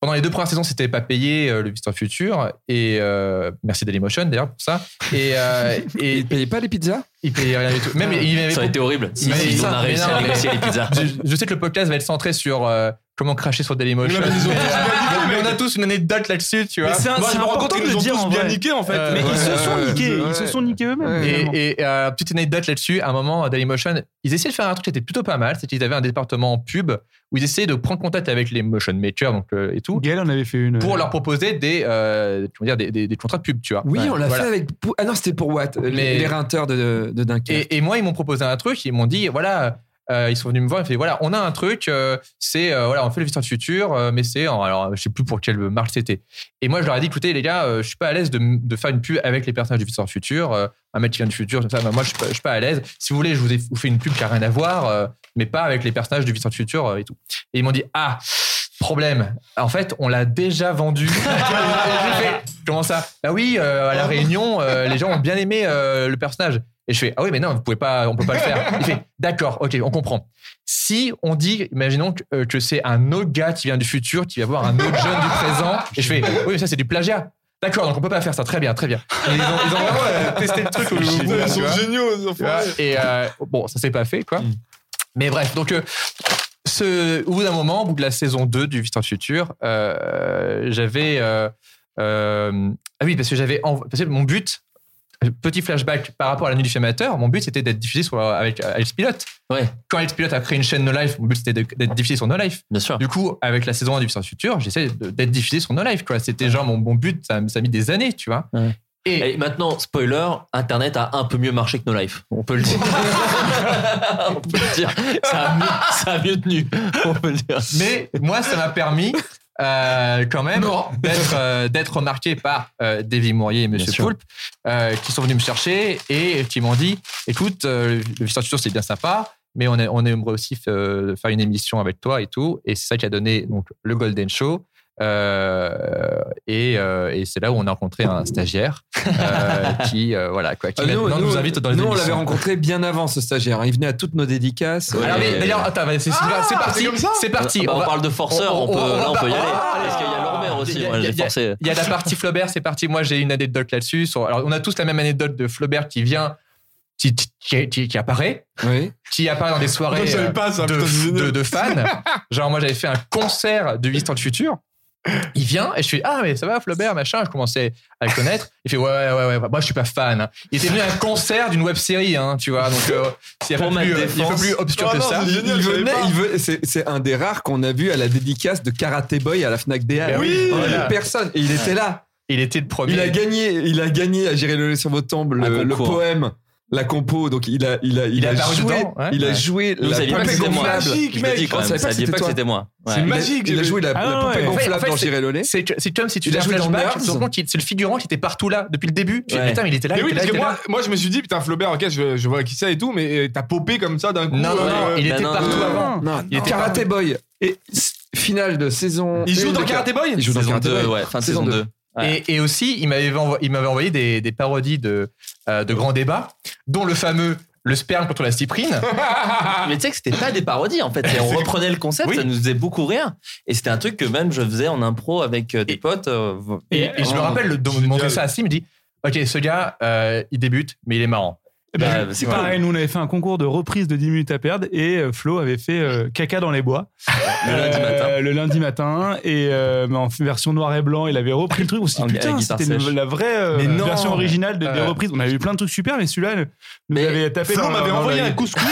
Speaker 4: pendant les deux premières saisons, c'était pas payé euh, le Visiteur Futur. Et euh, merci Dailymotion d'ailleurs pour ça. Et, euh, et
Speaker 3: Ils payaient pas les pizzas
Speaker 4: il payait rien du tout. Même il m'avait
Speaker 6: Ça aurait été horrible. Si,
Speaker 4: Mais
Speaker 6: si
Speaker 4: ça,
Speaker 6: on a
Speaker 4: mais
Speaker 6: réussi à
Speaker 4: non, mais-
Speaker 6: négocier les pizzas.
Speaker 4: je, je sais que le podcast va être centré sur euh, comment cracher sur Dailymotion.
Speaker 10: Mais non, mais ils ont
Speaker 4: Mais,
Speaker 10: tous
Speaker 4: euh,
Speaker 10: bien dit,
Speaker 4: mais
Speaker 10: mec.
Speaker 4: on a tous une anecdote là-dessus, tu vois.
Speaker 7: Mais c'est un-
Speaker 10: Moi, je
Speaker 7: c'est
Speaker 10: me rends compte
Speaker 7: important de
Speaker 10: qu'ils
Speaker 7: le
Speaker 10: nous ont
Speaker 7: dire
Speaker 10: tous
Speaker 7: en
Speaker 10: bien
Speaker 7: vrai.
Speaker 10: niqués, en fait.
Speaker 4: Euh,
Speaker 7: Mais ils se sont
Speaker 3: ouais,
Speaker 7: niqués,
Speaker 3: ouais.
Speaker 7: ils se sont niqués eux-mêmes.
Speaker 3: Ouais.
Speaker 7: finalement.
Speaker 4: Et, et, euh, petite anecdote là-dessus, à un moment, Dailymotion, ils essayaient de faire un truc qui était plutôt pas mal, c'est qu'ils avaient un département pub où ils essayaient de prendre contact avec les motion makers donc, euh, et tout,
Speaker 7: Gaël en avait fait une.
Speaker 4: pour leur proposer des, euh, comment dire, des, des- des contrats de pub, tu vois.
Speaker 3: Oui, on l'a
Speaker 4: Ah, Voilà.
Speaker 3: fait avec. Pou- Ah non, c'était pour Watt, les-
Speaker 4: Mais-
Speaker 3: les reinteurs de, de Dunkerque.
Speaker 4: Et, et moi, ils m'ont proposé un truc. Ils m'ont dit, voilà, euh, ils sont venus me voir. Ils m'ont dit, voilà, on a un truc. euh, c'est, euh, voilà, on fait le futur futur, euh, mais c'est, en- alors, je sais plus pour quelle marque c'était. Et moi, je leur ai dit, écoutez, les gars, euh, je suis pas à l'aise de, m- de faire une pub avec les personnages du futur futur. euh, un mec qui vient du futur, tout ça. bah, moi, je suis pas, je suis pas à l'aise. Si vous voulez, je vous, ai, vous fais une pub qui a rien à voir, euh, mais pas avec les personnages du futur futur euh, et tout. Et ils m'ont dit, ah. Problème. En fait, on l'a déjà vendu. Et j'ai fait, Comment ça Bah oui, euh, à la Réunion, euh, les gens ont bien aimé euh, le personnage. Et je fais ah oui mais non vous pouvez pas on peut pas le faire. Il fait d'accord ok on comprend. Si on dit imaginons que, euh, que c'est un autre gars qui vient du futur qui va voir un autre jeune du présent et je fais oui mais ça c'est du plagiat. D'accord donc on peut pas faire ça très bien très bien. Et ils ont, ils ont vraiment euh, testé le truc au bout, tu vois.
Speaker 10: Ils sont géniaux, ils ont
Speaker 4: Tu vois,
Speaker 10: fait.
Speaker 4: et euh, bon ça s'est pas fait quoi. Mais bref donc euh, ce, au bout d'un moment au bout de la saison 2 du Visiteur du futur euh, j'avais euh, euh, ah oui parce que j'avais env- parce que mon but petit flashback par rapport à la nuit du film amateur, mon but c'était d'être diffusé sur, avec Alex Pilote.
Speaker 6: Ouais.
Speaker 4: Quand Alex Pilote a créé une chaîne No Life, mon but c'était de- d'être diffusé sur No Life.
Speaker 6: Bien sûr.
Speaker 4: Du coup, avec la saison 1 du Futur Futur, j'essaie de- d'être diffusé sur No Life. quoi. C'était genre mon, mon but, ça, ça a mis des années, tu vois.
Speaker 6: Ouais.
Speaker 4: Et,
Speaker 6: Et maintenant, spoiler, Internet a un peu mieux marché que No Life. On peut le dire. on peut le dire. Ça a mieux, ça a mieux tenu. On peut le dire.
Speaker 4: mais moi, ça m'a permis euh, quand même d'être euh, d'être remarqué par euh, Davy Mourier et Monsieur
Speaker 6: Bien sûr.
Speaker 4: Poulpe, euh, qui sont venus me chercher et qui m'ont dit écoute, euh, le Futur Futur, c'est bien sympa. Mais on, a- on aimerait aussi euh, faire une émission avec toi et tout. Et c'est ça qui a donné donc, le Golden Show. Euh, et euh, et c'est là où on a rencontré un stagiaire euh, qui, euh, voilà, quoi, qui
Speaker 3: Ah,
Speaker 4: maintenant nous invite dans les
Speaker 3: nous, on l'avait
Speaker 4: émissions.
Speaker 3: rencontré bien avant ce stagiaire. hein. Il venait à toutes nos dédicaces. Ah,
Speaker 6: Ouais.
Speaker 4: Alors, mais d'ailleurs, attends, Ah, vas-y, c'est c'est parti.
Speaker 10: comme ça
Speaker 4: C'est parti.
Speaker 6: Ah bah, on,
Speaker 4: on va-
Speaker 6: parle de forceur.
Speaker 4: on-
Speaker 6: On, peut,
Speaker 4: on- on
Speaker 6: là, on
Speaker 4: va-
Speaker 6: peut y aller.
Speaker 4: Ah
Speaker 6: Parce qu'il y a l'Orbert
Speaker 4: Il
Speaker 6: aussi.
Speaker 4: y a-
Speaker 6: Moi,
Speaker 4: il y a-
Speaker 6: j'ai forcé.
Speaker 4: Il y a la partie Flaubert, c'est parti. Moi, j'ai une anecdote là-dessus. Sur- Alors, on a tous la même anecdote de Flaubert qui vient, qui, qui- qui- qui apparaît,
Speaker 3: Oui.
Speaker 4: qui apparaît dans des soirées
Speaker 10: Je savais
Speaker 4: euh,
Speaker 10: pas ça,
Speaker 4: de,
Speaker 10: putain, c'est génial.
Speaker 4: de- de fans. Genre, moi, j'avais fait un concert de 8 ans de futur. Il vient et je suis ah mais ça va Flaubert machin je commençais à le connaître il fait ouais ouais ouais, ouais. moi je suis pas fan hein. il était venu à un concert d'une web série hein, tu vois donc euh, s'il y a
Speaker 6: Pour
Speaker 4: pas
Speaker 6: ma
Speaker 4: plus, euh, il y a pas
Speaker 6: défense.
Speaker 4: plus obscur
Speaker 10: Oh
Speaker 4: que
Speaker 10: non,
Speaker 4: ça
Speaker 10: c'est génial,
Speaker 3: Il
Speaker 10: je savais
Speaker 3: venait-
Speaker 10: pas.
Speaker 3: il veut- c'est, c'est un des rares qu'on a vu à la dédicace de Karate Boy à la Fnac DA.
Speaker 10: Oui.
Speaker 3: Il y avait
Speaker 4: Voilà.
Speaker 3: personne. Et il était là.
Speaker 4: il était le premier
Speaker 3: Il a gagné. Il a gagné à gérer le lait sur vos tombes
Speaker 6: Un
Speaker 3: le, le
Speaker 6: concours.
Speaker 3: poème
Speaker 4: la compo, donc il a, il a, il
Speaker 8: est
Speaker 4: a
Speaker 8: apparu
Speaker 4: joué,
Speaker 8: dedans, ouais.
Speaker 4: il a
Speaker 8: Ouais.
Speaker 4: joué
Speaker 6: Vous
Speaker 4: la
Speaker 6: saviez pas que
Speaker 4: poupée
Speaker 6: c'était moi.
Speaker 4: gonflable.
Speaker 3: Magique,
Speaker 6: Je
Speaker 3: mec.
Speaker 6: le dis quand
Speaker 4: On
Speaker 6: même,
Speaker 4: savait
Speaker 6: vous
Speaker 4: pas que
Speaker 6: saviez
Speaker 4: c'était
Speaker 6: pas que
Speaker 4: toi.
Speaker 6: c'était moi. Ouais.
Speaker 3: C'est
Speaker 4: Il a-
Speaker 3: magique.
Speaker 4: Il a
Speaker 3: j'ai-
Speaker 4: joué la,
Speaker 7: Ah
Speaker 4: la
Speaker 7: ouais,
Speaker 4: poupée
Speaker 7: ouais.
Speaker 8: En
Speaker 4: gonflable
Speaker 8: fait,
Speaker 4: dans
Speaker 8: c'est-
Speaker 4: Girelone.
Speaker 8: C'est c'est comme si tu
Speaker 4: Il
Speaker 8: fais
Speaker 4: a
Speaker 8: un
Speaker 4: joué dans
Speaker 8: flashback,
Speaker 4: Nerds.
Speaker 8: tu te rends compte qu'il- c'est le figurant qui était partout là depuis le début. Tu fais,
Speaker 6: Ouais.
Speaker 8: putain, mais il était là.
Speaker 3: Mais
Speaker 8: il
Speaker 3: oui,
Speaker 8: était là,
Speaker 3: parce
Speaker 8: il
Speaker 3: que
Speaker 8: était
Speaker 3: moi,
Speaker 8: là.
Speaker 3: moi, je me suis dit, putain, Flaubert, ok, je, je vois qui c'est et tout, mais euh, t'as popé comme ça d'un coup.
Speaker 8: Non, non,
Speaker 3: euh,
Speaker 8: non, il
Speaker 6: bah
Speaker 8: était
Speaker 6: non,
Speaker 8: partout
Speaker 6: non.
Speaker 8: avant.
Speaker 4: Non,
Speaker 8: Il était
Speaker 4: Karate Boy. Et s- finale de saison.
Speaker 3: Il joue
Speaker 4: une
Speaker 3: dans
Speaker 4: de
Speaker 3: Karate Boy
Speaker 4: Il joue dans
Speaker 6: Saison
Speaker 4: Karate
Speaker 6: 2,
Speaker 4: Boy.
Speaker 6: ouais, fin de
Speaker 4: Saison
Speaker 6: saison
Speaker 4: deux.
Speaker 6: 2. Ouais.
Speaker 8: Et, et aussi, il m'avait envo- il m'avait envoyé des, des parodies de, euh, de grands débats, dont le fameux Le sperme contre la cyprine.
Speaker 6: Mais tu sais que c'était pas des parodies en fait. Et on reprenait le concept,
Speaker 8: Oui.
Speaker 6: ça nous faisait beaucoup rire. Et c'était un truc que même je faisais en impro avec euh, des potes. euh, v-
Speaker 8: Et, et je me rappelle le de
Speaker 3: oh, Génial.
Speaker 8: montrer ça à Sim, il me dit Ok, ce gars, euh, il débute, mais il est marrant.
Speaker 6: bah, c'est
Speaker 7: C'est
Speaker 6: cool.
Speaker 7: Eh ben, pareil, nous on avait fait un concours de reprise de 10 minutes à perdre et euh, Flo avait fait euh, Caca dans les bois
Speaker 6: le lundi matin.
Speaker 7: Euh, le lundi matin et euh, mais en version noir et blanc, il avait repris le truc. On s'est
Speaker 6: En-
Speaker 7: dit
Speaker 6: à
Speaker 7: putain,
Speaker 6: guitare
Speaker 7: c'était
Speaker 6: sèche.
Speaker 7: une- la vraie euh,
Speaker 8: Mais non.
Speaker 7: version originale de- des
Speaker 8: Euh.
Speaker 7: reprises. On avait eu plein de trucs super, mais celui-là le- nous
Speaker 6: Mais
Speaker 7: avait tapé.
Speaker 3: Flo
Speaker 7: dans-
Speaker 3: m'avait
Speaker 7: dans
Speaker 3: envoyé
Speaker 7: l'œil.
Speaker 3: un couscous.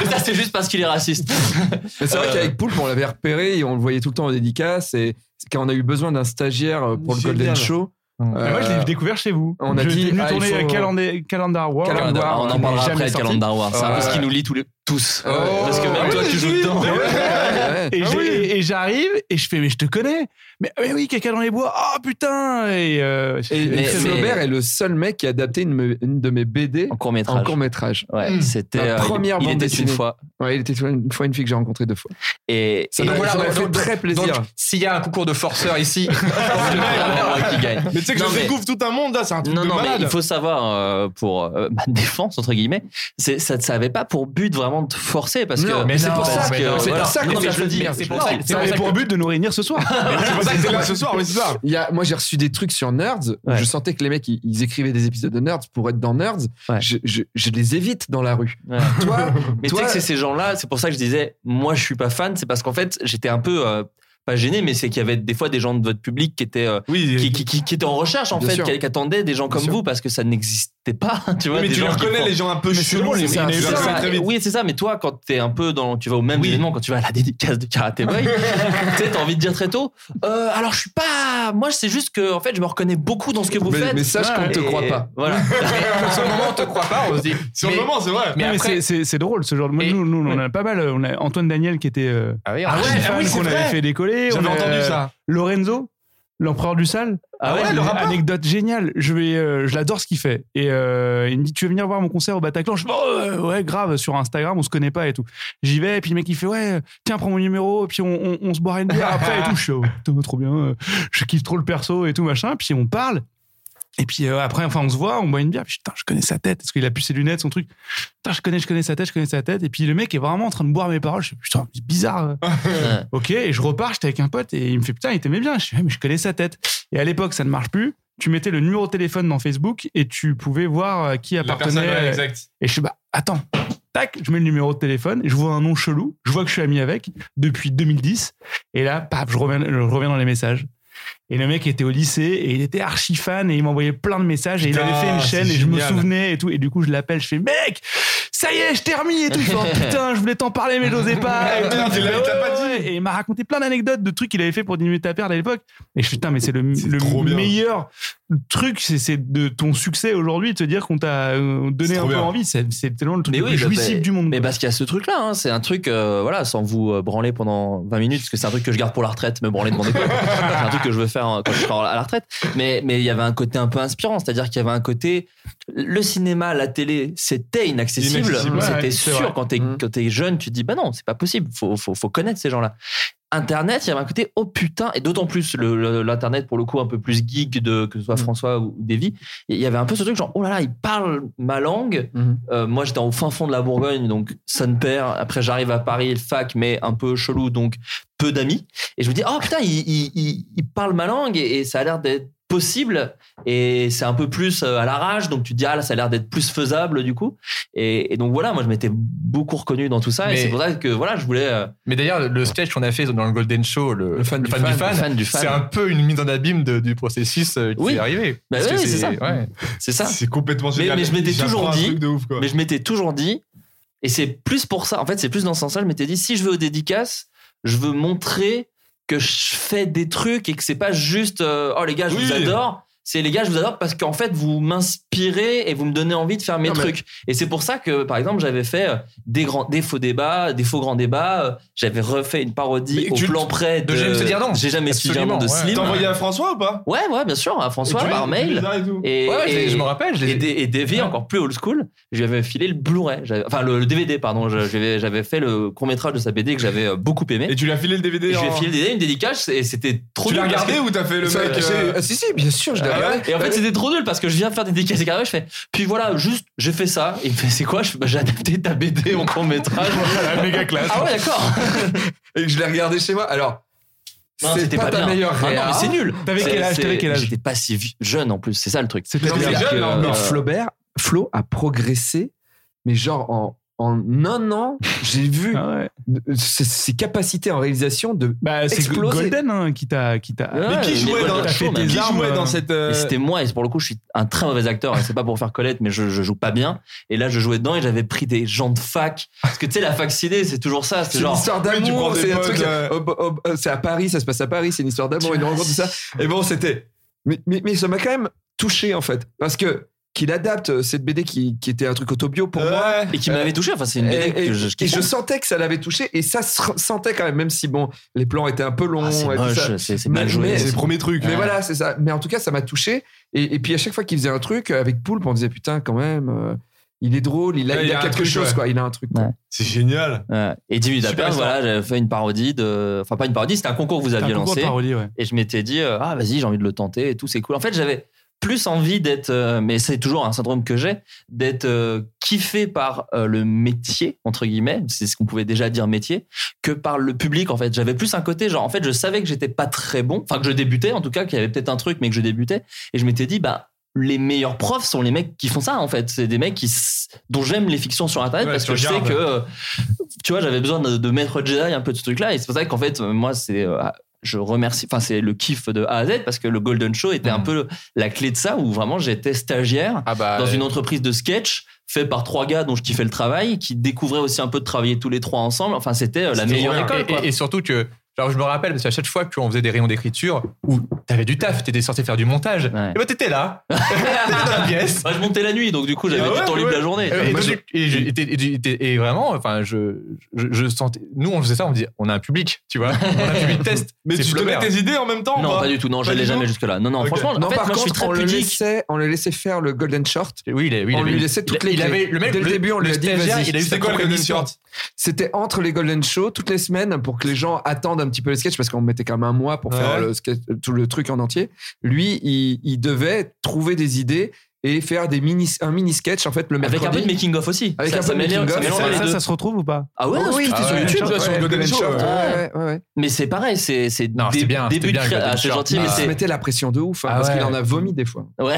Speaker 6: Mais ça, c'est juste parce qu'il est raciste.
Speaker 4: Mais c'est vrai
Speaker 6: Euh,
Speaker 4: qu'avec Poulpe, on l'avait repéré et on le voyait tout le temps en dédicace. Et quand on a eu besoin d'un stagiaire euh, pour le
Speaker 7: Génial.
Speaker 4: Golden Show,
Speaker 8: Hum.
Speaker 7: Mais Moi, je
Speaker 4: euh,
Speaker 7: l'ai découvert chez vous.
Speaker 4: on a
Speaker 7: Je
Speaker 4: dit,
Speaker 7: suis venu
Speaker 4: ah, il
Speaker 7: tourner
Speaker 4: faut-
Speaker 7: Calendar- Calendar War.
Speaker 4: Calendar War,
Speaker 6: on
Speaker 4: on
Speaker 6: en
Speaker 4: n'est
Speaker 6: parlera
Speaker 7: jamais
Speaker 6: après,
Speaker 7: sorti.
Speaker 6: Calendar War. C'est un peu
Speaker 4: Ouais.
Speaker 6: ce qui nous lie tous les... tous.
Speaker 4: Oh.
Speaker 6: parce que même
Speaker 4: Ah
Speaker 6: toi,
Speaker 4: oui,
Speaker 6: tu
Speaker 4: je
Speaker 6: joues
Speaker 4: suis-
Speaker 6: dedans.
Speaker 4: Ouais, ouais, ouais.
Speaker 7: Et
Speaker 3: Ah
Speaker 7: j'ai-
Speaker 3: oui.
Speaker 7: et j'arrive et je fais, mais je te connais. Mais ah, mais oui, caca dans les bois. Ah putain. Et, euh,
Speaker 6: Mais-
Speaker 4: Et, et
Speaker 6: mais-
Speaker 4: Flaubert est le seul mec qui a adapté une, me- une de mes BD
Speaker 6: En
Speaker 4: en
Speaker 6: court-métrage.
Speaker 4: court métrage.
Speaker 6: Ouais, c'était
Speaker 4: La
Speaker 6: euh,
Speaker 4: première
Speaker 6: il, il
Speaker 4: bande
Speaker 6: était une
Speaker 4: dessinée.
Speaker 6: fois
Speaker 4: Ouais, il était une fois une fille que j'ai rencontrée deux fois.
Speaker 6: et,
Speaker 4: Ça
Speaker 6: et-
Speaker 4: m'a- ça m'a fait
Speaker 8: donc-
Speaker 4: très plaisir.
Speaker 8: donc, s'il y a un concours de forceurs ici,
Speaker 6: c'est vraiment moi qui gagne.
Speaker 3: Mais tu sais que
Speaker 6: Non,
Speaker 3: je
Speaker 6: mais-
Speaker 3: découvre tout un monde là, c'est un truc
Speaker 6: Non,
Speaker 3: de
Speaker 6: non, mais il
Speaker 3: malade.
Speaker 6: faut savoir, euh, pour euh, ma défense, entre guillemets, c'est, ça ça avait pas pour but vraiment de forcer, parce
Speaker 4: Non,
Speaker 6: que.
Speaker 4: mais c'est
Speaker 6: parce
Speaker 4: pour ça
Speaker 6: que,
Speaker 8: mais non,
Speaker 4: c'est
Speaker 6: voilà.
Speaker 4: pour ça que
Speaker 6: Non, mais
Speaker 4: c'est
Speaker 6: je le dis,
Speaker 8: génial, c'est
Speaker 6: je
Speaker 8: pour
Speaker 6: le
Speaker 8: ça
Speaker 6: dis.
Speaker 8: que-
Speaker 7: ça avait
Speaker 8: que-
Speaker 7: pour but de nous réunir ce soir.
Speaker 3: C'est pour ça que t'es là ce soir, mais c'est ça.
Speaker 4: Il y a- moi, j'ai reçu des trucs sur Nerds. où
Speaker 6: Ouais.
Speaker 4: Je sentais que les mecs, ils, ils écrivaient des épisodes de Nerds pour être dans Nerds.
Speaker 6: Ouais.
Speaker 4: Je, je- je les évite dans la rue.
Speaker 6: Ouais.
Speaker 4: Toi,
Speaker 6: Mais tu
Speaker 4: toi
Speaker 6: sais que c'est ces gens-là, c'est pour ça que je disais, moi je suis pas fan, c'est parce qu'en fait j'étais un peu euh, pas gêné, mais c'est qu'il y avait des fois des gens de votre public qui étaient euh,
Speaker 3: Oui,
Speaker 6: qui, qui, qui- qui étaient en recherche en
Speaker 4: Bien
Speaker 6: fait,
Speaker 4: sûr.
Speaker 6: qui, qui attendaient des gens
Speaker 4: Bien
Speaker 6: comme
Speaker 4: sûr.
Speaker 6: vous parce que ça n'existait pas, tu vois.
Speaker 3: mais
Speaker 6: des
Speaker 3: tu les
Speaker 6: gens qui
Speaker 3: reconnais
Speaker 6: font-
Speaker 3: les gens un peu
Speaker 7: Mais c'est
Speaker 3: chelous,
Speaker 7: drôle,
Speaker 3: les
Speaker 7: c'est un-
Speaker 3: mecs, tu les
Speaker 6: C'est
Speaker 3: reconnais
Speaker 6: ça.
Speaker 3: très vite.
Speaker 6: Oui, c'est ça, mais toi, quand t'es un peu dans. Tu vas au même
Speaker 3: Oui.
Speaker 6: événement, quand tu vas à la dédicace de Karate Boy, tu sais, t'as envie de dire très tôt euh, Alors, je suis pas. Moi, c'est juste que, en fait, je me reconnais beaucoup dans ce que vous
Speaker 4: Mais-
Speaker 6: faites. Ah,
Speaker 4: mais sache qu'on
Speaker 6: Et
Speaker 4: te croit pas.
Speaker 6: Voilà.
Speaker 8: sur le moment, on te croit pas, on se dit.
Speaker 3: Sur le
Speaker 8: mais-
Speaker 3: moment, c'est vrai.
Speaker 8: Mais
Speaker 7: Non, mais
Speaker 8: après-
Speaker 7: c'est- c'est c'est drôle ce genre de. Moi,
Speaker 8: Et-
Speaker 7: Nous, nous, on en a pas mal. On a Antoine Daniel qui était euh,
Speaker 8: Ah oui, on-
Speaker 3: Ah ouais,
Speaker 7: archi-fan,
Speaker 3: ah oui, c'est
Speaker 7: qu'on avait
Speaker 3: vrai.
Speaker 7: fait décoller.
Speaker 3: J'avais
Speaker 7: On a,
Speaker 3: entendu
Speaker 7: euh,
Speaker 3: ça.
Speaker 7: Lorenzo, l'empereur du sale.
Speaker 6: Ah ouais,
Speaker 7: Une
Speaker 3: le rappeur
Speaker 7: Anecdote géniale. Je vais, euh, je l'adore ce qu'il fait. Et euh, il me dit, tu veux venir voir mon concert au Bataclan Je dis, oh, euh, ouais, grave. Sur Instagram, on se connaît pas et tout. J'y vais. Et puis le mec il fait, ouais, tiens, prends mon numéro. Et puis on, on- on se boira une bière après et tout. Je suis, oh, putain, trop bien. euh, Je kiffe trop le perso et tout machin. Puis on parle. Et puis euh, après, enfin, on se voit, on boit une bière. Puis, putain, je connais sa tête. Est-ce qu'il a pu ses lunettes, son truc Putain, je connais, je connais sa tête, je connais sa tête. Et puis le mec est vraiment en train de boire mes paroles. Je suis, putain, c'est bizarre. euh.
Speaker 6: Ouais.
Speaker 7: Ok, et je repars, j'étais avec un pote et il me fait putain, il t'aimait bien. Je dis, Ouais, mais je connais sa tête. Et à l'époque, ça ne marche plus. Tu mettais le numéro de téléphone dans Facebook et tu pouvais voir à qui
Speaker 3: La personne,
Speaker 7: appartenait.
Speaker 3: ouais,
Speaker 7: euh,
Speaker 3: exact.
Speaker 7: et je suis bah attends, tac, je mets le numéro de téléphone, je vois un nom chelou, je vois que je suis ami avec depuis 2010, et là, paf, je reviens, je reviens dans les messages. Et le mec était au lycée et il était archi fan et il m'envoyait plein de messages et il
Speaker 3: Putain,
Speaker 7: avait fait une
Speaker 3: c'est
Speaker 7: chaîne et je me
Speaker 3: génial.
Speaker 7: souvenais et tout et du coup je l'appelle je fais mec ça y est je t'ai remis et tout Il fait, Oh, putain je voulais t'en parler mais j'osais pas
Speaker 3: Ah,
Speaker 7: et, tout.
Speaker 3: putain, tu
Speaker 7: Je fais,
Speaker 3: l'as- tu l'as pas dit.
Speaker 7: ouais. Et il m'a raconté plein d'anecdotes de trucs qu'il avait fait pour 10 minutes à perdre à l'époque et je fais putain mais c'est le,
Speaker 3: C'est
Speaker 7: le
Speaker 3: trop bien.
Speaker 7: meilleur truc c'est c'est de ton succès aujourd'hui de te dire qu'on t'a euh, donné
Speaker 3: C'est
Speaker 7: un
Speaker 3: trop
Speaker 7: peu
Speaker 3: bien.
Speaker 7: envie c'est c'est tellement le truc
Speaker 6: Mais
Speaker 7: le
Speaker 6: oui,
Speaker 7: plus
Speaker 6: bah,
Speaker 7: jouissif
Speaker 6: bah,
Speaker 7: du monde
Speaker 6: Mais
Speaker 7: quoi.
Speaker 6: parce qu'il y a ce truc-là, hein, c'est un truc, euh, voilà, sans vous euh, branler pendant 20 minutes, parce que c'est un truc que je garde pour la retraite, me branler devant des potes. c'est un truc que je veux faire euh, quand je serai à la retraite. Mais mais il y avait un côté un peu inspirant, c'est-à-dire qu'il y avait un côté, le cinéma, la télé, c'était inaccessible.
Speaker 3: Inaccessible,
Speaker 7: ouais,
Speaker 6: c'était
Speaker 7: c'est vrai. Mmh.
Speaker 6: sûr, quand t'es
Speaker 4: Mm.
Speaker 6: quand t'es jeune, tu te dis, bah non, c'est pas possible, faut, faut, faut connaître ces gens-là. Internet, il y avait un côté oh putain, et d'autant plus le- le- l'internet pour le coup un peu plus geek de que ce
Speaker 7: Mmh.
Speaker 6: soit François ou Davy, il y avait un peu ce truc genre oh là là, il parle ma langue,
Speaker 7: Mmh.
Speaker 4: Mhm.
Speaker 6: euh, moi, j'étais au fin fond de la Bourgogne, donc ça ne perd. Après, j'arrive à Paris, le fac, mais un peu chelou, donc peu d'amis. Et je me dis, oh putain, il, il- il- il parle ma langue et, et ça a l'air d'être possible. Et c'est un peu plus euh, à l'arrache, donc tu te dis, ah là, ça a l'air d'être plus faisable du coup. Et, et donc voilà, moi, je m'étais beaucoup reconnu dans tout ça.
Speaker 8: Mais-
Speaker 6: et c'est pour ça que voilà, je voulais. euh,
Speaker 8: Mais d'ailleurs, le- le sketch qu'on a fait dans le Golden Show, le,
Speaker 4: Le fan
Speaker 8: du
Speaker 4: du fan,
Speaker 8: fan,
Speaker 6: fan du fan.
Speaker 8: c'est un peu une mise en abîme de- du processus euh, qui
Speaker 6: Oui.
Speaker 8: est arrivé.
Speaker 6: Bah
Speaker 8: Parce
Speaker 6: oui,
Speaker 8: que
Speaker 6: c'est ça.
Speaker 8: ouais.
Speaker 6: c'est ça.
Speaker 3: C'est complètement
Speaker 6: Mais-
Speaker 3: génial.
Speaker 6: mais je m'étais
Speaker 3: J'apprends
Speaker 6: toujours
Speaker 3: un
Speaker 6: dit-
Speaker 3: truc de ouf, quoi.
Speaker 6: Mais je m'étais toujours dit, et c'est plus pour ça, en fait, c'est plus dans ce sens-là, je m'étais dit, si je vais aux dédicaces, je veux montrer que je fais des trucs et que c'est pas juste, euh, oh les gars, je
Speaker 3: Oui.
Speaker 6: vous adore, c'est les gars, je vous adore parce qu'en fait, vous m'inspirez et vous me donnez envie de faire mes
Speaker 4: Non, mais-
Speaker 6: trucs. Et c'est pour ça que, par exemple, j'avais fait euh, des, grands, des faux débats, des faux grands débats. euh, J'avais refait une parodie
Speaker 8: Mais
Speaker 6: au
Speaker 8: tu-
Speaker 6: plan près de.
Speaker 8: de J'aime se dire non.
Speaker 6: J'ai jamais su dire non de
Speaker 8: Absolument, ouais.
Speaker 6: Slim.
Speaker 3: T'as envoyé à François ou pas
Speaker 6: Ouais, ouais, bien sûr, à François
Speaker 3: Et tu
Speaker 6: par
Speaker 3: mets-
Speaker 6: mail.
Speaker 3: Et tout.
Speaker 6: Et,
Speaker 8: Ouais, ouais, je
Speaker 6: et-
Speaker 8: les- je me rappelle, je les
Speaker 6: et, D- et DV, encore plus old school, je lui avais filé le Blu-ray, j'avais- enfin le, le DVD, pardon. je- J'avais j'avais fait le court-métrage de sa BD que j'avais euh, beaucoup aimé.
Speaker 3: Et tu lui as filé le
Speaker 6: Et
Speaker 3: DVD
Speaker 6: je lui ai
Speaker 3: en-
Speaker 6: filé le DVD, une dédicace, et c'était trop
Speaker 3: Tu l'as
Speaker 6: nul. parce
Speaker 3: regardé
Speaker 6: que-
Speaker 3: ou t'as fait le
Speaker 4: Ça,
Speaker 3: mec
Speaker 4: c'est-
Speaker 3: euh,
Speaker 4: ah, si, si, bien sûr, je l'ai
Speaker 6: Ah ouais.
Speaker 4: regardé.
Speaker 6: Et en fait, c'était trop nul parce que je viens faire des dédicaces et carré, je fais, puis voilà, juste, j'ai fait ça. Et il me fait, c'est quoi Je fais, bah, J'ai adapté ta BD en court-métrage.
Speaker 7: méga classe.
Speaker 6: ah ouais, d'accord.
Speaker 4: Et que je l'ai regardé chez moi. Alors,
Speaker 6: Non,
Speaker 4: c'est pas, ta
Speaker 6: bien.
Speaker 4: meilleure
Speaker 6: Ah non,
Speaker 4: réa.
Speaker 6: mais c'est nul.
Speaker 7: T'avais quel
Speaker 6: C'est-
Speaker 7: âge
Speaker 6: c'est-
Speaker 7: T'avais quel âge
Speaker 6: J'étais pas si vieux- jeune en plus, c'est ça le truc.
Speaker 3: Non, mais
Speaker 4: C'est-à-dire
Speaker 3: jeune,
Speaker 4: que,
Speaker 3: hein, mais
Speaker 4: euh,
Speaker 3: Flo-
Speaker 4: Flaubert, Flo a progressé, mais genre en, en un an, j'ai vu
Speaker 3: Hein
Speaker 7: Ah ouais.
Speaker 4: de- ses, ses capacités en réalisation de.
Speaker 7: Bah, c'est
Speaker 4: Explosé.
Speaker 7: Golden hein, qui t'a. Qui t'a...
Speaker 6: Ah Ouais,
Speaker 3: Mais qui
Speaker 6: mais
Speaker 3: jouait
Speaker 6: ouais,
Speaker 3: dans
Speaker 6: t'as fait
Speaker 3: mais
Speaker 6: tes
Speaker 3: qui
Speaker 7: armes,
Speaker 3: jouait
Speaker 4: hein.
Speaker 7: euh,
Speaker 3: dans cette euh,
Speaker 6: Et c'était moi, et pour le coup, je suis un très mauvais acteur. et C'est pas pour faire Colette, mais je, je joue pas bien. Et là, je jouais dedans et j'avais pris des gens de fac. Parce que tu sais, la fac ciné, c'est toujours ça. C'est
Speaker 4: C'est une
Speaker 6: genre.
Speaker 4: histoire
Speaker 3: oui, tu prends
Speaker 4: d'amour,
Speaker 3: des
Speaker 4: c'est un
Speaker 3: potes,
Speaker 4: truc.
Speaker 3: euh,
Speaker 4: oh, oh, oh, euh, c'est à Paris, ça se passe à Paris, c'est une histoire d'amour, une rencontre, tout ça. Et bon, c'était. Mais, mais, mais ça m'a quand même touché, en fait. Parce que qu'il adapte euh, cette BD qui, qui était un truc autobio pour moi.
Speaker 3: ouais.
Speaker 6: Et qui m'avait touché. Enfin, c'est une BD
Speaker 4: Et, et-
Speaker 6: que je, je
Speaker 4: et
Speaker 6: kiffe.
Speaker 4: je sentais que ça l'avait touché et ça se re- sentait quand même, même si bon, les plans étaient un peu longs
Speaker 6: Ah, c'est
Speaker 4: et tout ça.
Speaker 6: moche, c'est c'est
Speaker 4: Mais-
Speaker 6: mal joué.
Speaker 4: mais-
Speaker 3: C'est
Speaker 6: c'est-
Speaker 3: le premier truc.
Speaker 4: Mais voilà, c'est ça. Mais en tout cas, ça m'a touché. Et, et puis à chaque fois qu'il faisait un truc euh, avec Poulpe, on disait putain, quand même, euh, il est drôle, il a,
Speaker 3: Ouais,
Speaker 4: il a
Speaker 3: un
Speaker 4: quelque
Speaker 3: truc,
Speaker 4: chose,
Speaker 3: ouais.
Speaker 4: quoi. Il a un truc.
Speaker 3: Euh, C'est génial.
Speaker 6: Ouais. Et 10 minutes
Speaker 3: Super
Speaker 6: après,
Speaker 3: histoire.
Speaker 6: voilà, j'avais fait une parodie de. Enfin, pas une parodie, c'était un concours que vous
Speaker 7: T'as un
Speaker 6: aviez
Speaker 7: concours de
Speaker 6: lancé.
Speaker 7: parodie, ouais.
Speaker 6: Et je m'étais dit, euh, ah, vas-y, j'ai envie de le tenter et tout, c'est cool. En fait, j'avais plus envie d'être, euh, mais c'est toujours un syndrome que j'ai, d'être euh, kiffé par euh, le métier, entre guillemets, c'est ce qu'on pouvait déjà dire métier, que par le public, en fait. J'avais plus un côté, genre, en fait, je savais que j'étais pas très bon, enfin, que je débutais, en tout cas, qu'il y avait peut-être un truc, mais que je débutais. Et je m'étais dit, bah, les meilleurs profs sont les mecs qui font ça, en fait. C'est des mecs qui, s- dont j'aime les fictions sur Internet
Speaker 3: Ouais,
Speaker 6: parce
Speaker 3: tu
Speaker 6: que je sais
Speaker 3: regardes.
Speaker 6: que, euh, tu vois, j'avais besoin de, de maître Jedi un peu de ce truc-là. Et c'est pour ça qu'en fait, euh, moi, c'est, euh, je remercie, enfin, c'est le kiff de A à Z parce que le Golden Show était un
Speaker 8: Mhm.
Speaker 6: peu la clé de ça où vraiment j'étais stagiaire
Speaker 8: Ah bah,
Speaker 6: dans une
Speaker 8: euh,
Speaker 6: entreprise de sketch fait par trois gars dont je kiffais le travail, qui découvraient aussi un peu de travailler tous les trois ensemble. Enfin, c'était euh, la
Speaker 8: C'était
Speaker 6: meilleure
Speaker 8: trop bien.
Speaker 6: école, quoi.
Speaker 8: Et, et- et surtout que, genre, je me rappelle, parce qu'à chaque fois qu'on faisait des rayons d'écriture où t'avais du taf, t'étais sorti faire du montage,
Speaker 6: Ouais.
Speaker 8: et bah t'étais là, t'étais dans la pièce.
Speaker 6: Moi, je montais la nuit, donc du coup, j'avais
Speaker 3: Ah
Speaker 6: tout
Speaker 3: ouais,
Speaker 6: le temps libre
Speaker 3: ouais.
Speaker 6: la journée.
Speaker 8: Et, donc, et je- et t'es- et tu- t'es- et vraiment, enfin, je, je, je sentais. Nous, on faisait ça, on me disait, on a un public, tu vois, on a un public test.
Speaker 3: Mais
Speaker 8: C'est
Speaker 3: tu te mets
Speaker 8: Flaubert.
Speaker 3: tes idées en même temps ou
Speaker 6: Non,
Speaker 3: pas
Speaker 6: pas du tout. Non, je
Speaker 3: Pas
Speaker 6: l'ai
Speaker 3: du
Speaker 6: jamais
Speaker 3: tout
Speaker 6: jusque là. Non, non.
Speaker 3: Ok.
Speaker 6: Franchement,
Speaker 4: Non,
Speaker 6: en fait,
Speaker 4: par
Speaker 6: moi, je suis
Speaker 4: contre,
Speaker 6: très
Speaker 4: on le,
Speaker 6: pudique.
Speaker 4: laissait, on le laissait faire le Golden Short.
Speaker 8: Oui, il, a- oui, il
Speaker 4: on
Speaker 8: avait
Speaker 4: lui
Speaker 8: eu-
Speaker 4: laissait toutes
Speaker 8: il,
Speaker 4: les
Speaker 8: il
Speaker 4: clés.
Speaker 8: avait le mec
Speaker 4: Dès le début, on lui a dit,
Speaker 8: stagiaire,
Speaker 4: vas-y,
Speaker 8: il a eu
Speaker 4: c'est
Speaker 8: ses
Speaker 4: quoi
Speaker 3: le
Speaker 8: compétences.
Speaker 3: Golden Short
Speaker 4: C'était entre les Golden Show toutes les semaines pour que les gens attendent un petit peu les sketchs parce qu'on mettait quand même un mois pour faire
Speaker 3: Ouais.
Speaker 4: le sketch- euh, tout le truc en entier. Lui, il, il devait trouver des idées et faire des mini, un mini sketch en fait le
Speaker 6: Avec
Speaker 4: mercredi.
Speaker 6: un peu de making of aussi.
Speaker 4: Avec
Speaker 6: ça,
Speaker 4: un
Speaker 6: ça
Speaker 4: peu de
Speaker 6: mélange-
Speaker 4: making
Speaker 6: ça
Speaker 4: of,
Speaker 6: mélange
Speaker 4: ça-
Speaker 6: les
Speaker 7: Ça,
Speaker 6: deux.
Speaker 7: ça se retrouve ou pas
Speaker 6: Ah ouais,
Speaker 4: Oh
Speaker 6: c'était
Speaker 4: oui, c'était
Speaker 6: sur
Speaker 4: sur
Speaker 6: YouTube.
Speaker 4: YouTube,
Speaker 3: ouais,
Speaker 4: sur le Golden Show.
Speaker 3: ouais.
Speaker 4: Ouais, ouais, ouais.
Speaker 6: Mais c'est pareil, c'est c'est
Speaker 8: Non, c'était
Speaker 6: dé-
Speaker 8: bien, c'était
Speaker 6: début de
Speaker 8: bien, le
Speaker 6: créa-
Speaker 8: Golden
Speaker 6: Ah, c'est
Speaker 8: Show.
Speaker 6: gentil,
Speaker 4: Mais
Speaker 6: mais
Speaker 4: il se
Speaker 6: c'est
Speaker 4: mettait la pression de ouf, hein,
Speaker 8: Ah
Speaker 4: parce
Speaker 8: ouais.
Speaker 4: qu'il en a vomi des fois.
Speaker 6: ouais.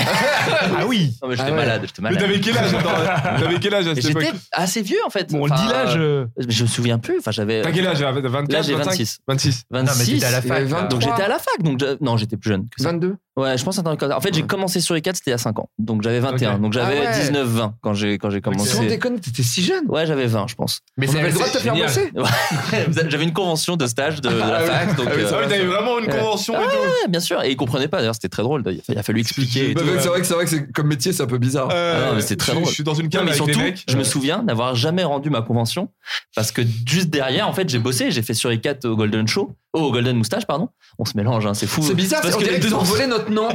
Speaker 7: Ah oui
Speaker 6: Non, mais
Speaker 4: Ah
Speaker 6: j'étais
Speaker 4: ouais.
Speaker 6: malade, j'étais
Speaker 3: Mais
Speaker 6: malade.
Speaker 3: t'avais quel âge attends, euh, T'avais quel âge à cette
Speaker 6: Ah. J'étais
Speaker 3: époque
Speaker 6: assez vieux en fait.
Speaker 7: Bon, le
Speaker 6: Enfin,
Speaker 7: dealage.
Speaker 6: euh,
Speaker 7: euh,
Speaker 6: Je me souviens plus. Enfin, j'avais.
Speaker 3: T'as quel âge là 24
Speaker 6: Là, j'ai
Speaker 3: 25?
Speaker 6: 26.
Speaker 3: 26.
Speaker 8: Non, mais
Speaker 6: 26.
Speaker 8: t'étais à la
Speaker 4: Il avait
Speaker 8: fac. là.
Speaker 4: 23.
Speaker 6: Donc j'étais à la fac, donc je- non j'étais plus jeune que ça.
Speaker 4: 22
Speaker 6: Ouais, je pense un truc comme ça. En fait, j'ai
Speaker 4: Ouais.
Speaker 6: commencé sur les 4 c'était il y a 5 ans. Donc j'avais 21.
Speaker 3: Ok.
Speaker 6: Donc j'avais
Speaker 4: Ah ouais.
Speaker 6: 19-20 quand j'ai quand j'ai
Speaker 4: Sans
Speaker 6: commencé.
Speaker 4: déconner, t'étais si jeune
Speaker 6: Ouais, j'avais 20, je pense.
Speaker 8: Mais
Speaker 4: On
Speaker 8: c'est-
Speaker 4: avait le droit de
Speaker 8: c'est
Speaker 4: te faire
Speaker 8: génial.
Speaker 4: bosser
Speaker 6: J'avais une convention de stage de, de
Speaker 3: Ah
Speaker 6: la
Speaker 3: oui.
Speaker 6: fac, donc
Speaker 3: Ah oui,
Speaker 6: euh,
Speaker 3: c'est vrai, t'avais vraiment une
Speaker 6: Ouais.
Speaker 3: convention et
Speaker 6: Ah
Speaker 3: tout.
Speaker 6: ouais, bien sûr. Et ils comprenaient pas. D'ailleurs, c'était très drôle. d'ailleurs. Il a fallu expliquer. et
Speaker 4: Bah,
Speaker 6: tout.
Speaker 4: C'est vrai que c'est vrai que c'est- comme métier, c'est un peu bizarre.
Speaker 3: Euh,
Speaker 6: Ah non, mais c'est très
Speaker 3: je-
Speaker 6: drôle.
Speaker 3: Je suis dans une
Speaker 6: Non,
Speaker 3: cave
Speaker 6: mais
Speaker 3: avec des
Speaker 6: surtout,
Speaker 3: mecs.
Speaker 6: je me souviens d'avoir jamais rendu ma convention parce que juste derrière, en fait, j'ai bossé, j'ai fait sur les 4 au Golden Show, oh, au Golden Moustache, pardon. On se mélange, hein, c'est fou.
Speaker 4: C'est bizarre,
Speaker 6: parce
Speaker 4: on
Speaker 6: que les
Speaker 4: dirait
Speaker 6: deux
Speaker 4: qu'ils ont
Speaker 6: ans-
Speaker 4: volé notre nom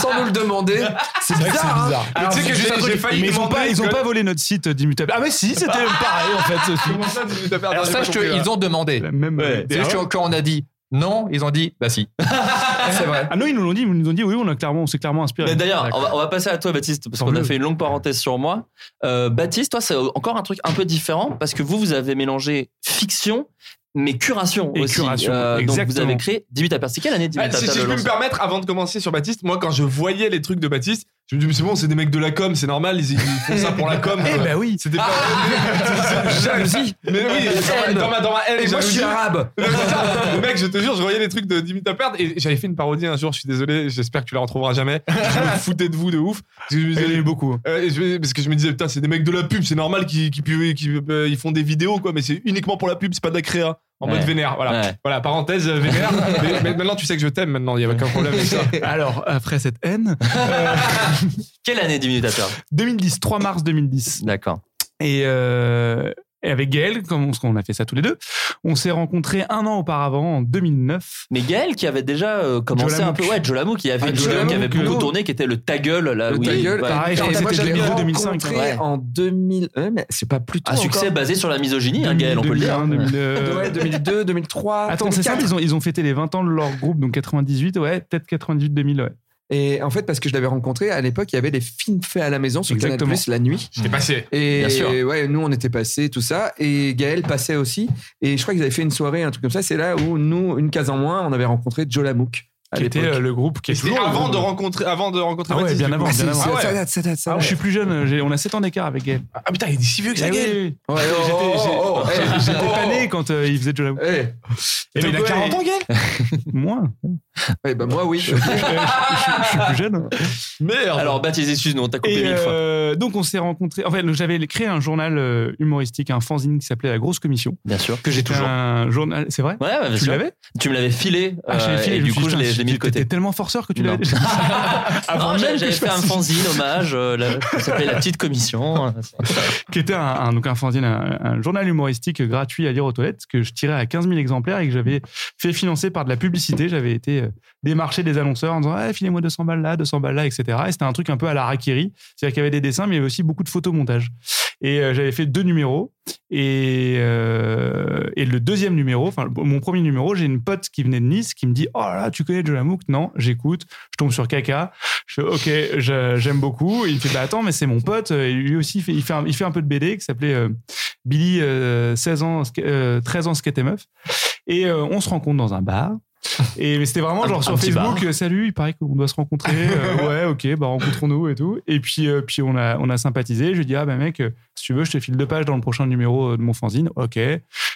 Speaker 4: sans nous le demander. C'est bizarre, hein.
Speaker 6: Ah,
Speaker 3: Mais tu sais que
Speaker 7: juste
Speaker 3: j'ai-
Speaker 7: un truc,
Speaker 3: j'ai failli
Speaker 7: mais ils ont
Speaker 3: demander
Speaker 7: pas, ils ont
Speaker 3: que-
Speaker 7: pas volé notre site euh, d'immutable. Ah mais si, c'était pareil en fait. ce-
Speaker 6: Ah,
Speaker 3: Comment ça, Ah, tu t'as perdu
Speaker 8: Alors,
Speaker 3: j'ai
Speaker 8: sache
Speaker 3: pas compris, là.
Speaker 8: qu'ils ont demandé.
Speaker 7: Même
Speaker 6: Ouais.
Speaker 7: euh,
Speaker 8: C'est juste que quand on a dit non, ils ont dit bah si.
Speaker 4: C'est vrai.
Speaker 7: Ah non, ils nous l'ont dit, ils nous ont dit oui, on a clairement, on s'est clairement
Speaker 6: Mais
Speaker 7: inspiré.
Speaker 6: D'ailleurs, on va, on va passer à toi, Baptiste, parce
Speaker 7: Tant
Speaker 6: qu'on a
Speaker 7: mieux.
Speaker 6: fait une longue parenthèse sur moi. Euh, Baptiste, toi, c'est encore un truc un peu différent parce que vous, vous avez mélangé fiction. Mais curation
Speaker 7: Et
Speaker 6: aussi. Euh,
Speaker 7: curation,
Speaker 6: donc vous
Speaker 7: exactement.
Speaker 6: avez créé 18 à Percy. Quelle année 18
Speaker 3: Ah,
Speaker 6: à
Speaker 3: si, si
Speaker 6: Percy
Speaker 3: je peux me permettre, avant de commencer sur Baptiste, moi quand je voyais les trucs de Baptiste, je me dis mais c'est bon, c'est des mecs de la com, c'est normal, ils, ils font ça pour la com.
Speaker 7: Eh ben oui.
Speaker 3: C'était pas. jalousie. Mais oui, dans ma- dans ma, dans ma haine,
Speaker 4: Et moi, je
Speaker 3: jalousie.
Speaker 4: suis
Speaker 7: Ah bah
Speaker 4: arabe.
Speaker 3: Mais c'est ça. Mec, je te jure, je voyais les trucs de Dimitri à perdre et j'avais fait une parodie un jour. Je suis désolé, j'espère que tu la retrouveras jamais. Je me foutais de vous de ouf. Parce que je
Speaker 7: Il
Speaker 3: me
Speaker 7: y en a
Speaker 3: disais,
Speaker 7: eu beaucoup.
Speaker 3: euh, et je- parce que je me disais, putain, c'est des mecs de la pub, c'est normal qu'ils qu'ils pu- qu'ils, euh, ils font des vidéos, quoi, mais c'est uniquement pour la pub, c'est pas de la créa. en
Speaker 6: Ouais.
Speaker 3: mode vénère. Voilà,
Speaker 6: Ouais.
Speaker 3: voilà parenthèse euh, vénère. mais, mais maintenant, tu sais que je t'aime maintenant, il n'y avait aucun problème avec ça.
Speaker 7: Alors, après cette haine,
Speaker 6: Quelle année 10 minutes à perdre
Speaker 7: 2010, 3 mars 2010.
Speaker 6: D'accord.
Speaker 7: Et, euh, et avec Gaël, comme on, parce qu'on a fait ça tous les deux, on s'est rencontrés un an auparavant, en 2009.
Speaker 6: Mais Gaël qui avait déjà euh, commencé
Speaker 7: Joe
Speaker 6: un peu,
Speaker 7: Lamouk.
Speaker 6: ouais, Joe Lamouk, qui avait
Speaker 4: Ah,
Speaker 6: une
Speaker 4: Joe
Speaker 6: vidéo qui avait
Speaker 7: Lamouk,
Speaker 6: beaucoup
Speaker 7: euh,
Speaker 6: tourné, qui était le ta gueule là.
Speaker 4: Le
Speaker 6: oui,
Speaker 4: ta gueule,
Speaker 6: ouais.
Speaker 7: pareil,
Speaker 4: Putain,
Speaker 7: bah, c'était
Speaker 4: moi, je l'ai
Speaker 7: 2005,
Speaker 4: rencontré
Speaker 6: ouais.
Speaker 4: en 2000. ouais, mais c'est pas plus tôt.
Speaker 7: Ah,
Speaker 6: Un succès
Speaker 7: bah,
Speaker 4: encore.
Speaker 6: basé sur la misogynie, hein, Gaël, on peut le dire.
Speaker 7: 2001, 2002.
Speaker 4: Ouais, 2002, 2003.
Speaker 7: euh, Attends, c'est ça,
Speaker 4: 2004.
Speaker 7: ils ont, ils ont fêté les 20 ans de leur groupe, donc 98, ouais, peut-être 98-2000, ouais.
Speaker 4: Et en fait, parce que je l'avais rencontré, à l'époque, il y avait des films faits à la maison sur Canal
Speaker 7: Exactement.
Speaker 4: Plus la nuit.
Speaker 3: J'étais passé.
Speaker 4: Et
Speaker 6: Bien sûr.
Speaker 4: ouais, nous, on était passés, tout ça. Et Gaël passait aussi. Et je crois qu'ils avaient fait une soirée, un truc comme ça. C'est là où nous, une case en moins, on avait rencontré Joe Lamouk. à
Speaker 7: Qui était
Speaker 4: l'époque.
Speaker 7: euh, le groupe qui
Speaker 3: Et
Speaker 7: est
Speaker 3: c'était
Speaker 7: toujours le
Speaker 3: avant
Speaker 7: groupe.
Speaker 3: de rencontrer, avant de rencontrer.
Speaker 7: Ah ouais,
Speaker 3: Baptiste,
Speaker 7: bien
Speaker 3: du coup.
Speaker 7: avant,
Speaker 4: Ah,
Speaker 7: bien
Speaker 4: c'est-
Speaker 7: avant.
Speaker 4: c'est-
Speaker 3: Ah ouais.
Speaker 4: ça date, ça date, ça
Speaker 7: Ah, je
Speaker 4: date.
Speaker 7: suis plus jeune, j'ai- on a 7 ans d'écart avec Gaël.
Speaker 3: Ah putain, il est si vieux que ça,
Speaker 7: Eh
Speaker 3: Gaël.
Speaker 7: oui, oui.
Speaker 4: Ouais, oh,
Speaker 7: J'étais-
Speaker 4: oh,
Speaker 7: j'ai-
Speaker 4: oh, oh, hey,
Speaker 7: J'étais
Speaker 4: oh.
Speaker 7: pas né quand euh, il faisait Joe Lamouk.
Speaker 4: Eh,
Speaker 3: Et
Speaker 7: Et
Speaker 3: il a
Speaker 7: donc,
Speaker 3: 40
Speaker 7: ouais,
Speaker 3: ans, Gaël.
Speaker 7: ben, Moins.
Speaker 4: ouais, bah, moi, oui.
Speaker 7: je, je- je suis plus jeune.
Speaker 3: Merde.
Speaker 6: Alors, Baptiste, excuse-nous, on t'a coupé
Speaker 7: Et
Speaker 6: mille fois.
Speaker 7: euh, donc on s'est rencontrés. En fait, j'avais créé un journal euh, humoristique, un fanzine qui s'appelait La Grosse Commission.
Speaker 6: Bien sûr. Que j'ai toujours.
Speaker 7: Un journal, c'est vrai.
Speaker 6: Ouais, ouais, bien
Speaker 7: Tu
Speaker 6: sûr.
Speaker 7: l'avais
Speaker 6: Tu me l'avais filé.
Speaker 7: Ah, je l'avais
Speaker 6: euh,
Speaker 7: filé,
Speaker 6: et
Speaker 7: je me
Speaker 6: du
Speaker 7: suis
Speaker 6: coup,
Speaker 7: dit,
Speaker 6: je l'ai je l'ai mis de
Speaker 7: putain,
Speaker 6: côté.
Speaker 7: T'étais tellement forceur que tu l'avais.
Speaker 6: Non.
Speaker 7: déjà. Avant
Speaker 6: Non,
Speaker 7: même
Speaker 6: J'avais
Speaker 7: que
Speaker 6: j'avais
Speaker 7: je
Speaker 6: fait un
Speaker 7: fasse-
Speaker 6: fanzine hommage, euh, là, ça s'appelait La Petite Commission. hein.
Speaker 7: qui était un, un- donc un fanzine, un, un journal humoristique gratuit à lire aux toilettes que je tirais à 15 000 exemplaires et que j'avais fait financer par de la publicité. J'avais été euh, démarcher des annonceurs en disant Eh, filez-moi 200 balles là, 200 balles là, etc. Et c'était un truc un peu à la Rakiri, c'est-à-dire qu'il y avait des dessins, mais il y avait aussi beaucoup de photomontages. Et euh, j'avais fait deux numéros. Et, euh, et le deuxième numéro, enfin mon premier numéro, j'ai une pote qui venait de Nice qui me dit Oh là là, tu connais Joe Lamouk Non, j'écoute. Je tombe sur Kaka. Je fais OK, je- j'aime beaucoup. Il me fait Bah attends, mais c'est mon pote. Et lui aussi, il fait, il fait, un, il fait un peu de BD qui s'appelait euh, Billy, euh, 16 ans, ska- euh, 13 ans, skate et meuf. Et euh, on se rencontre dans un bar. Et mais c'était vraiment
Speaker 6: Un-
Speaker 7: genre
Speaker 6: un
Speaker 7: sur
Speaker 6: petit
Speaker 7: Facebook,
Speaker 6: bar.
Speaker 7: euh, salut, il paraît qu'on doit se rencontrer. Euh, ouais, ok, bah rencontrons-nous et tout. Et puis, euh, puis on, a, on a sympathisé. Je lui ai dit, ah bah mec, euh, si tu veux, je te file deux pages dans le prochain numéro euh, de mon fanzine. Ok.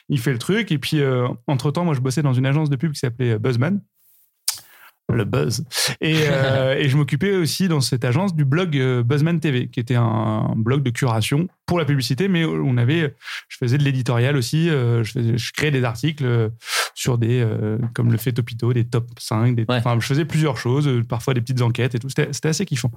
Speaker 7: Il fait le truc. Et puis, euh, entre-temps, moi, je bossais dans une agence de pub qui s'appelait euh, Buzzman. Le buzz. Et, euh, et je m'occupais aussi dans cette agence du blog euh, Buzzman TV, qui était un blog de curation pour la publicité, mais on avait, je faisais de l'éditorial aussi, euh, je, faisais- je créais des articles euh, sur des, euh, comme le fait Topito, des top 5, des,
Speaker 6: Ouais.
Speaker 7: enfin, je faisais plusieurs choses, euh, parfois des petites enquêtes et tout, c'était c'était assez kiffant.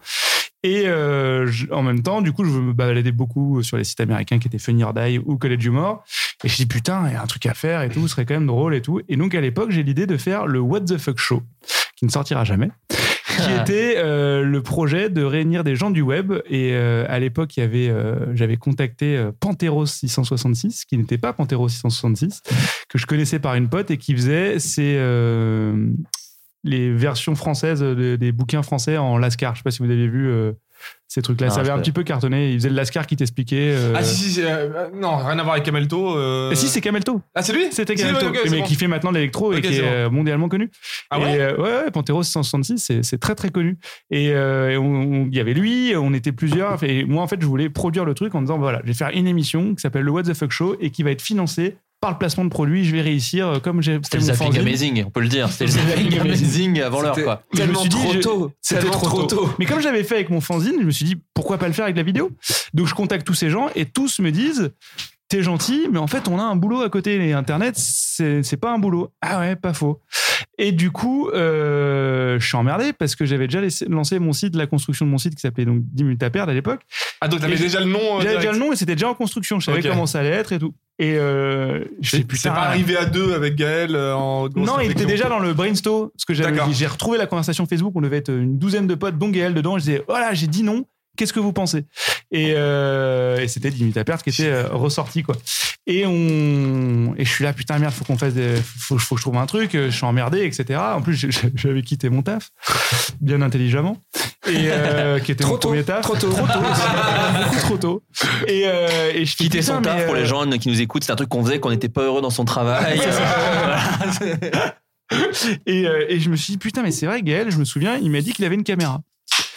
Speaker 7: Et euh, je- en même temps, du coup, je me baladais beaucoup sur les sites américains qui étaient Funny or Die ou College Humor. Et je dis, putain, il y a un truc à faire et tout, ce serait quand même drôle et tout. Et donc, à l'époque, j'ai l'idée de faire le What the Fuck Show, qui ne sortira jamais, qui
Speaker 3: Ah.
Speaker 7: était euh, le projet de réunir des gens du web. Et euh, à l'époque, il y avait, euh, j'avais contacté euh, Panteros 666, qui n'était pas Panteros 666, que je connaissais par une pote et qui faisait ses. euh, les versions françaises de- des bouquins français en lascar. Je sais pas si vous avez vu euh, ces trucs-là.
Speaker 6: Ah,
Speaker 7: ça avait
Speaker 6: je
Speaker 7: un
Speaker 6: peux-
Speaker 7: petit peu cartonné. Ils faisaient le lascar qui t'expliquait. euh,
Speaker 3: Ah si si, si, euh, euh, non rien à voir avec Camelto. euh.
Speaker 7: Ah, si, c'est Camelto.
Speaker 3: Ah c'est lui.
Speaker 7: C'était
Speaker 3: Si,
Speaker 7: Camelto,
Speaker 3: ouais, ok, c'est
Speaker 7: mais
Speaker 3: bon.
Speaker 7: qui fait maintenant de l'électro
Speaker 3: Ok,
Speaker 7: et qui
Speaker 3: c'est
Speaker 7: est
Speaker 3: bon.
Speaker 7: euh, mondialement connu.
Speaker 3: Ah ouais.
Speaker 7: et, euh, ouais, ouais, Pantero 666, c'est- c'est très très connu. Et euh, et on- on- il y avait lui, on était plusieurs. Et moi, en fait, je voulais produire le truc en disant voilà, je vais faire une émission qui s'appelle le What the Fuck Show et qui va être financée par le placement de produits. Je vais réussir euh, comme j'ai.
Speaker 6: C'était le
Speaker 7: mon
Speaker 6: zapping
Speaker 7: fanzine.
Speaker 6: amazing, on peut le dire. C'était le zapping amazing avant l'heure,
Speaker 4: C'était
Speaker 6: quoi.
Speaker 7: Je me
Speaker 4: Tellement
Speaker 7: suis dit,
Speaker 4: trop
Speaker 7: je-
Speaker 4: tôt.
Speaker 7: C'était
Speaker 4: tellement
Speaker 7: trop, tôt. Mais comme j'avais fait avec mon fanzine, je me suis dit pourquoi pas le faire avec la vidéo. Donc je contacte tous ces gens et tous me disent t'es gentil, mais en fait on a un boulot à côté. Et Internet, c'est c'est pas un boulot. Ah ouais, pas faux. Et du coup, euh, je suis emmerdé parce que j'avais déjà laissé- lancé mon site, la construction de mon site qui s'appelait donc 10 minutes à perdre à l'époque.
Speaker 3: Ah donc t'avais
Speaker 7: Et je-
Speaker 3: déjà le nom. euh,
Speaker 7: J'avais
Speaker 3: direct.
Speaker 7: déjà le nom et c'était déjà en construction. Je savais
Speaker 3: Ok.
Speaker 7: comment ça allait être et tout. Et euh, je sais
Speaker 3: C'est
Speaker 7: plus
Speaker 3: c'est pas arrivé à deux avec Gaël euh, en grosse
Speaker 7: non, il était
Speaker 3: réflexion.
Speaker 7: déjà dans le brainstorm. Ce que j'avais
Speaker 3: D'accord.
Speaker 7: dit, j'ai retrouvé la conversation Facebook. On devait être une douzaine de potes, dont Gaël dedans. Je disais, voilà, j'ai dit non. Qu'est-ce que vous pensez Et, euh, et c'était 10 minutes à perdre qui était euh, ressorti quoi. Et on et je suis là putain merde faut qu'on fasse des... faut, faut que je trouve un truc. euh, Je suis emmerdé etc. En plus j'ai- j'avais quitté mon taf bien intelligemment et euh, qui était
Speaker 4: Trop
Speaker 7: mon
Speaker 4: tôt,
Speaker 7: premier taf
Speaker 4: trop tôt.
Speaker 7: trop tôt aussi. beaucoup trop tôt. Et, euh, et je fais,
Speaker 6: Quitter son
Speaker 7: putain,
Speaker 6: taf
Speaker 7: mais,
Speaker 6: pour les
Speaker 7: euh,
Speaker 6: gens qui nous écoutent, c'est un truc qu'on faisait, qu'on n'était pas heureux dans son travail.
Speaker 7: Et, euh, et je me suis dit, putain, mais c'est vrai, Gaël, je me souviens, il m'a dit qu'il avait une caméra.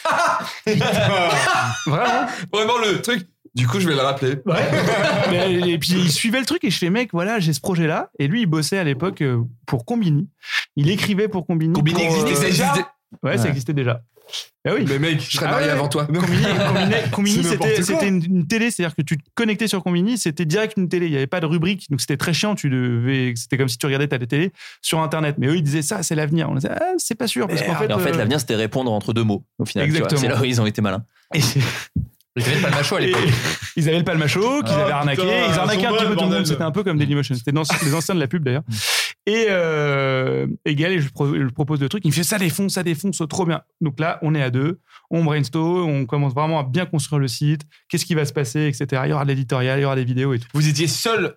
Speaker 3: Ah.
Speaker 7: Vraiment
Speaker 4: Vraiment le truc. Du coup, je vais le rappeler.
Speaker 7: Mais, euh, Et puis il suivait le truc et je fais, mec, voilà, j'ai ce projet-là. Et lui, il bossait à l'époque euh, pour Combini. Il écrivait pour Combini.
Speaker 3: Combini
Speaker 7: pour,
Speaker 3: existait
Speaker 7: euh,
Speaker 3: déjà.
Speaker 7: Ouais,
Speaker 6: Ouais.
Speaker 7: ça existait déjà. Bah oui.
Speaker 4: Mais mec, je serais
Speaker 7: Ah
Speaker 4: marié
Speaker 7: ouais.
Speaker 4: avant toi.
Speaker 7: Combini, Combini- Combini,
Speaker 3: C'est n'importe
Speaker 7: c'était,
Speaker 3: quoi.
Speaker 7: c'était une, une télé, c'est-à-dire que tu te connectais sur Combini, c'était direct une télé, il n'y avait pas de rubrique, donc c'était très chiant, tu devais, c'était comme si tu regardais ta télé sur Internet. Mais eux, ils disaient ça, c'est l'avenir. On disait, ah, c'est pas sûr, parce qu'en fait,
Speaker 6: Et en fait,
Speaker 7: euh,
Speaker 6: l'avenir, c'était répondre entre deux mots, au final. tu vois.
Speaker 7: Exactement.
Speaker 6: C'est là où ils ont été malins.
Speaker 8: Ils avaient pas le macho à
Speaker 7: et-
Speaker 8: l'époque.
Speaker 7: ils avaient le palmacho, qu'ils
Speaker 3: Oh,
Speaker 7: avaient arnaqué,
Speaker 3: putain,
Speaker 7: ils arnaquaient un
Speaker 3: son
Speaker 7: petit peu tout le
Speaker 3: bol,
Speaker 7: monde,
Speaker 3: bordel. Mm.
Speaker 7: c'était un peu comme Dailymotion, c'était dans- les anciens de la pub d'ailleurs. Et, euh, et Gaël, je, pro- je lui propose le truc, il me fait ça défonce, ça défonce, trop bien. Donc là, on est à deux, on brainstorm, on commence vraiment à bien construire le site, qu'est-ce qui va se passer, etc. Il y aura de l'éditorial, il y aura des vidéos et tout.
Speaker 3: Vous étiez seul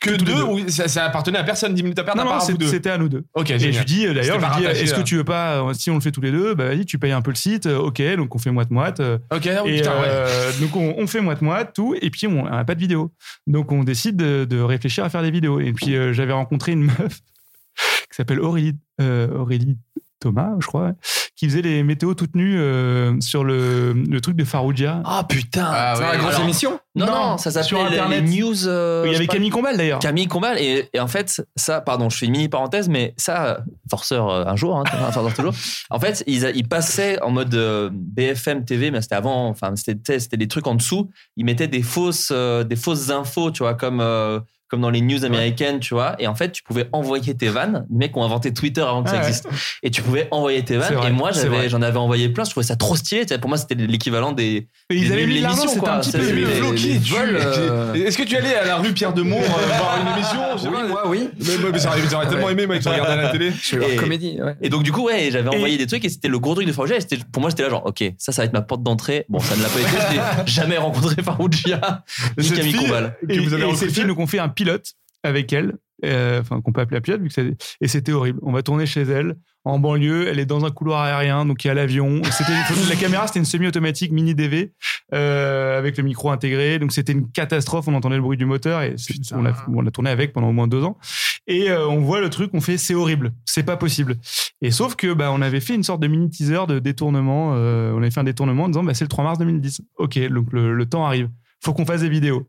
Speaker 3: que
Speaker 7: tous les
Speaker 3: deux
Speaker 7: deux.
Speaker 3: ou ça, ça appartenait à personne 10 minutes à part
Speaker 7: Non,
Speaker 3: à
Speaker 7: non,
Speaker 3: part à vous
Speaker 7: c'est-
Speaker 3: deux
Speaker 7: c'était à nous deux.
Speaker 3: Ok,
Speaker 7: Et je lui
Speaker 3: génial.
Speaker 7: dis, euh, d'ailleurs,
Speaker 3: C'était
Speaker 7: je
Speaker 3: pas hein.
Speaker 7: lui dis,
Speaker 3: rattaché,
Speaker 7: est-ce que
Speaker 3: là.
Speaker 7: tu veux pas, euh, si on le fait tous les deux, bah vas-y, tu payes un peu le site, euh, ok, donc on fait moite-moite. euh,
Speaker 3: Ok, ah oui,
Speaker 7: et
Speaker 3: putain, ouais.
Speaker 7: euh, donc on, on fait moite-moite, tout, et puis on n'a pas de vidéo. Donc on décide de, de réfléchir à faire des vidéos. Et puis euh, j'avais rencontré une meuf qui s'appelle Aurélie, euh, Aurélie Thomas, je crois, qui faisait les météos toutes nues euh, sur le, le truc de Farouja.
Speaker 6: Ah putain
Speaker 8: Ah,
Speaker 4: C'est
Speaker 8: ouais,
Speaker 4: la grosse
Speaker 8: alors-
Speaker 4: émission
Speaker 6: Non,
Speaker 7: Non,
Speaker 6: non, ça
Speaker 7: sur
Speaker 6: s'appelait les
Speaker 7: Internet.
Speaker 6: news. euh,
Speaker 7: Il y
Speaker 6: je sais
Speaker 7: avait
Speaker 6: pas.
Speaker 7: Camille Combal d'ailleurs.
Speaker 6: Camille Combal et, et en fait ça pardon je fais une mini parenthèse mais ça euh, forceur euh, un jour hein, un forceur toujours en fait ils, a- ils passaient en mode euh, BFM TV mais c'était avant enfin c'était c'était des trucs en dessous ils mettaient des fausses euh, des fausses infos tu vois comme euh, comme dans les news américaines tu vois et en fait tu pouvais envoyer tes vannes les mecs ont inventé Twitter avant que
Speaker 7: Ah
Speaker 6: ça
Speaker 7: ouais.
Speaker 6: existe et tu pouvais envoyer tes vannes
Speaker 7: C'est vrai,
Speaker 6: et moi
Speaker 7: c'est
Speaker 6: j'avais
Speaker 7: vrai.
Speaker 6: j'en avais envoyé plein je trouvais ça trop stylé tu sais, pour moi c'était l'équivalent des
Speaker 7: Et ils
Speaker 6: les
Speaker 7: avaient
Speaker 6: nuls
Speaker 7: mis de
Speaker 6: de
Speaker 7: l'argent,
Speaker 6: l'émission,
Speaker 7: c'était
Speaker 6: quoi.
Speaker 7: un petit peu
Speaker 6: C'est-
Speaker 7: nul.
Speaker 6: les-
Speaker 3: mais Flo, qui
Speaker 6: les
Speaker 3: es-tu
Speaker 6: vols, euh,
Speaker 3: Est-ce que tu allais à la rue Pierre de Mont euh, voir une émission je sais pas. Ah
Speaker 4: Oui, moi, oui.
Speaker 3: Mais, mais, mais ça aurait- ça aurait tellement aimé, mec, tu regardais à la télé.
Speaker 4: Je suis leur
Speaker 6: Et-
Speaker 4: comédie, ouais.
Speaker 6: Et donc du coup ouais j'avais envoyé des trucs et c'était le gros truc de Farouja et c'était- pour moi j'étais là genre ok ça ça va être ma porte d'entrée bon ça ne l'a pas été je n'ai jamais rencontré Farouja ni
Speaker 3: Cette
Speaker 6: Camille
Speaker 3: fille
Speaker 6: Combal
Speaker 3: que
Speaker 7: et,
Speaker 3: vous avez
Speaker 7: et c'est le
Speaker 3: recruté.
Speaker 7: film donc on fait un pilote avec elle euh, enfin qu'on peut appeler un pilote vu que c'est- et c'était horrible on va tourner chez elle en banlieue elle est dans un couloir aérien donc il y a l'avion c'était la caméra c'était une semi-automatique mini DV euh, avec le micro intégré donc c'était une catastrophe on entendait le bruit du moteur et c'est- on l'a on l'a tourné avec pendant au moins deux ans et euh, on voit le truc on fait c'est horrible c'est pas possible et sauf que bah, on avait fait une sorte de mini teaser de détournement euh, on avait fait un détournement en disant bah, c'est le 3 mars 2010 ok donc le- le temps arrive faut qu'on fasse des vidéos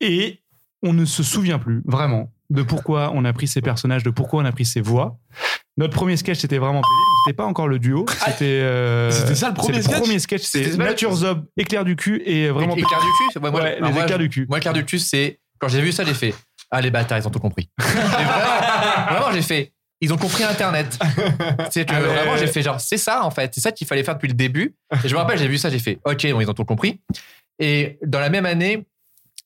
Speaker 7: et on ne se souvient plus vraiment de pourquoi on a pris ces personnages, de pourquoi on a pris ces voix. Notre premier sketch c'était vraiment pénible. C'était pas encore le duo, c'était euh,
Speaker 3: Ah. C'était ça, le premier
Speaker 7: c'est
Speaker 3: sketch
Speaker 7: premier sketch, c'est
Speaker 8: C'était pas-
Speaker 7: Nature Zob, éclair du cul et vraiment
Speaker 8: Écart du cul c'est- ouais,
Speaker 7: pénible.
Speaker 8: moi,
Speaker 7: Ouais,
Speaker 8: alors
Speaker 7: les
Speaker 8: moi,
Speaker 7: éclairs du cul.
Speaker 8: Moi, l'écart du cul, c'est. Quand j'ai vu ça, j'ai fait. Ah, les bâtards, ils ont tout compris. Mais vraiment, vraiment, j'ai fait. Ils ont compris Internet. C'est que
Speaker 7: Ah, mais-
Speaker 8: vraiment, j'ai fait genre, c'est ça, en fait. C'est ça qu'il fallait faire depuis le début. Et je me rappelle, j'ai vu ça, j'ai fait, OK, bon, ils ont tout compris. Et dans la même année,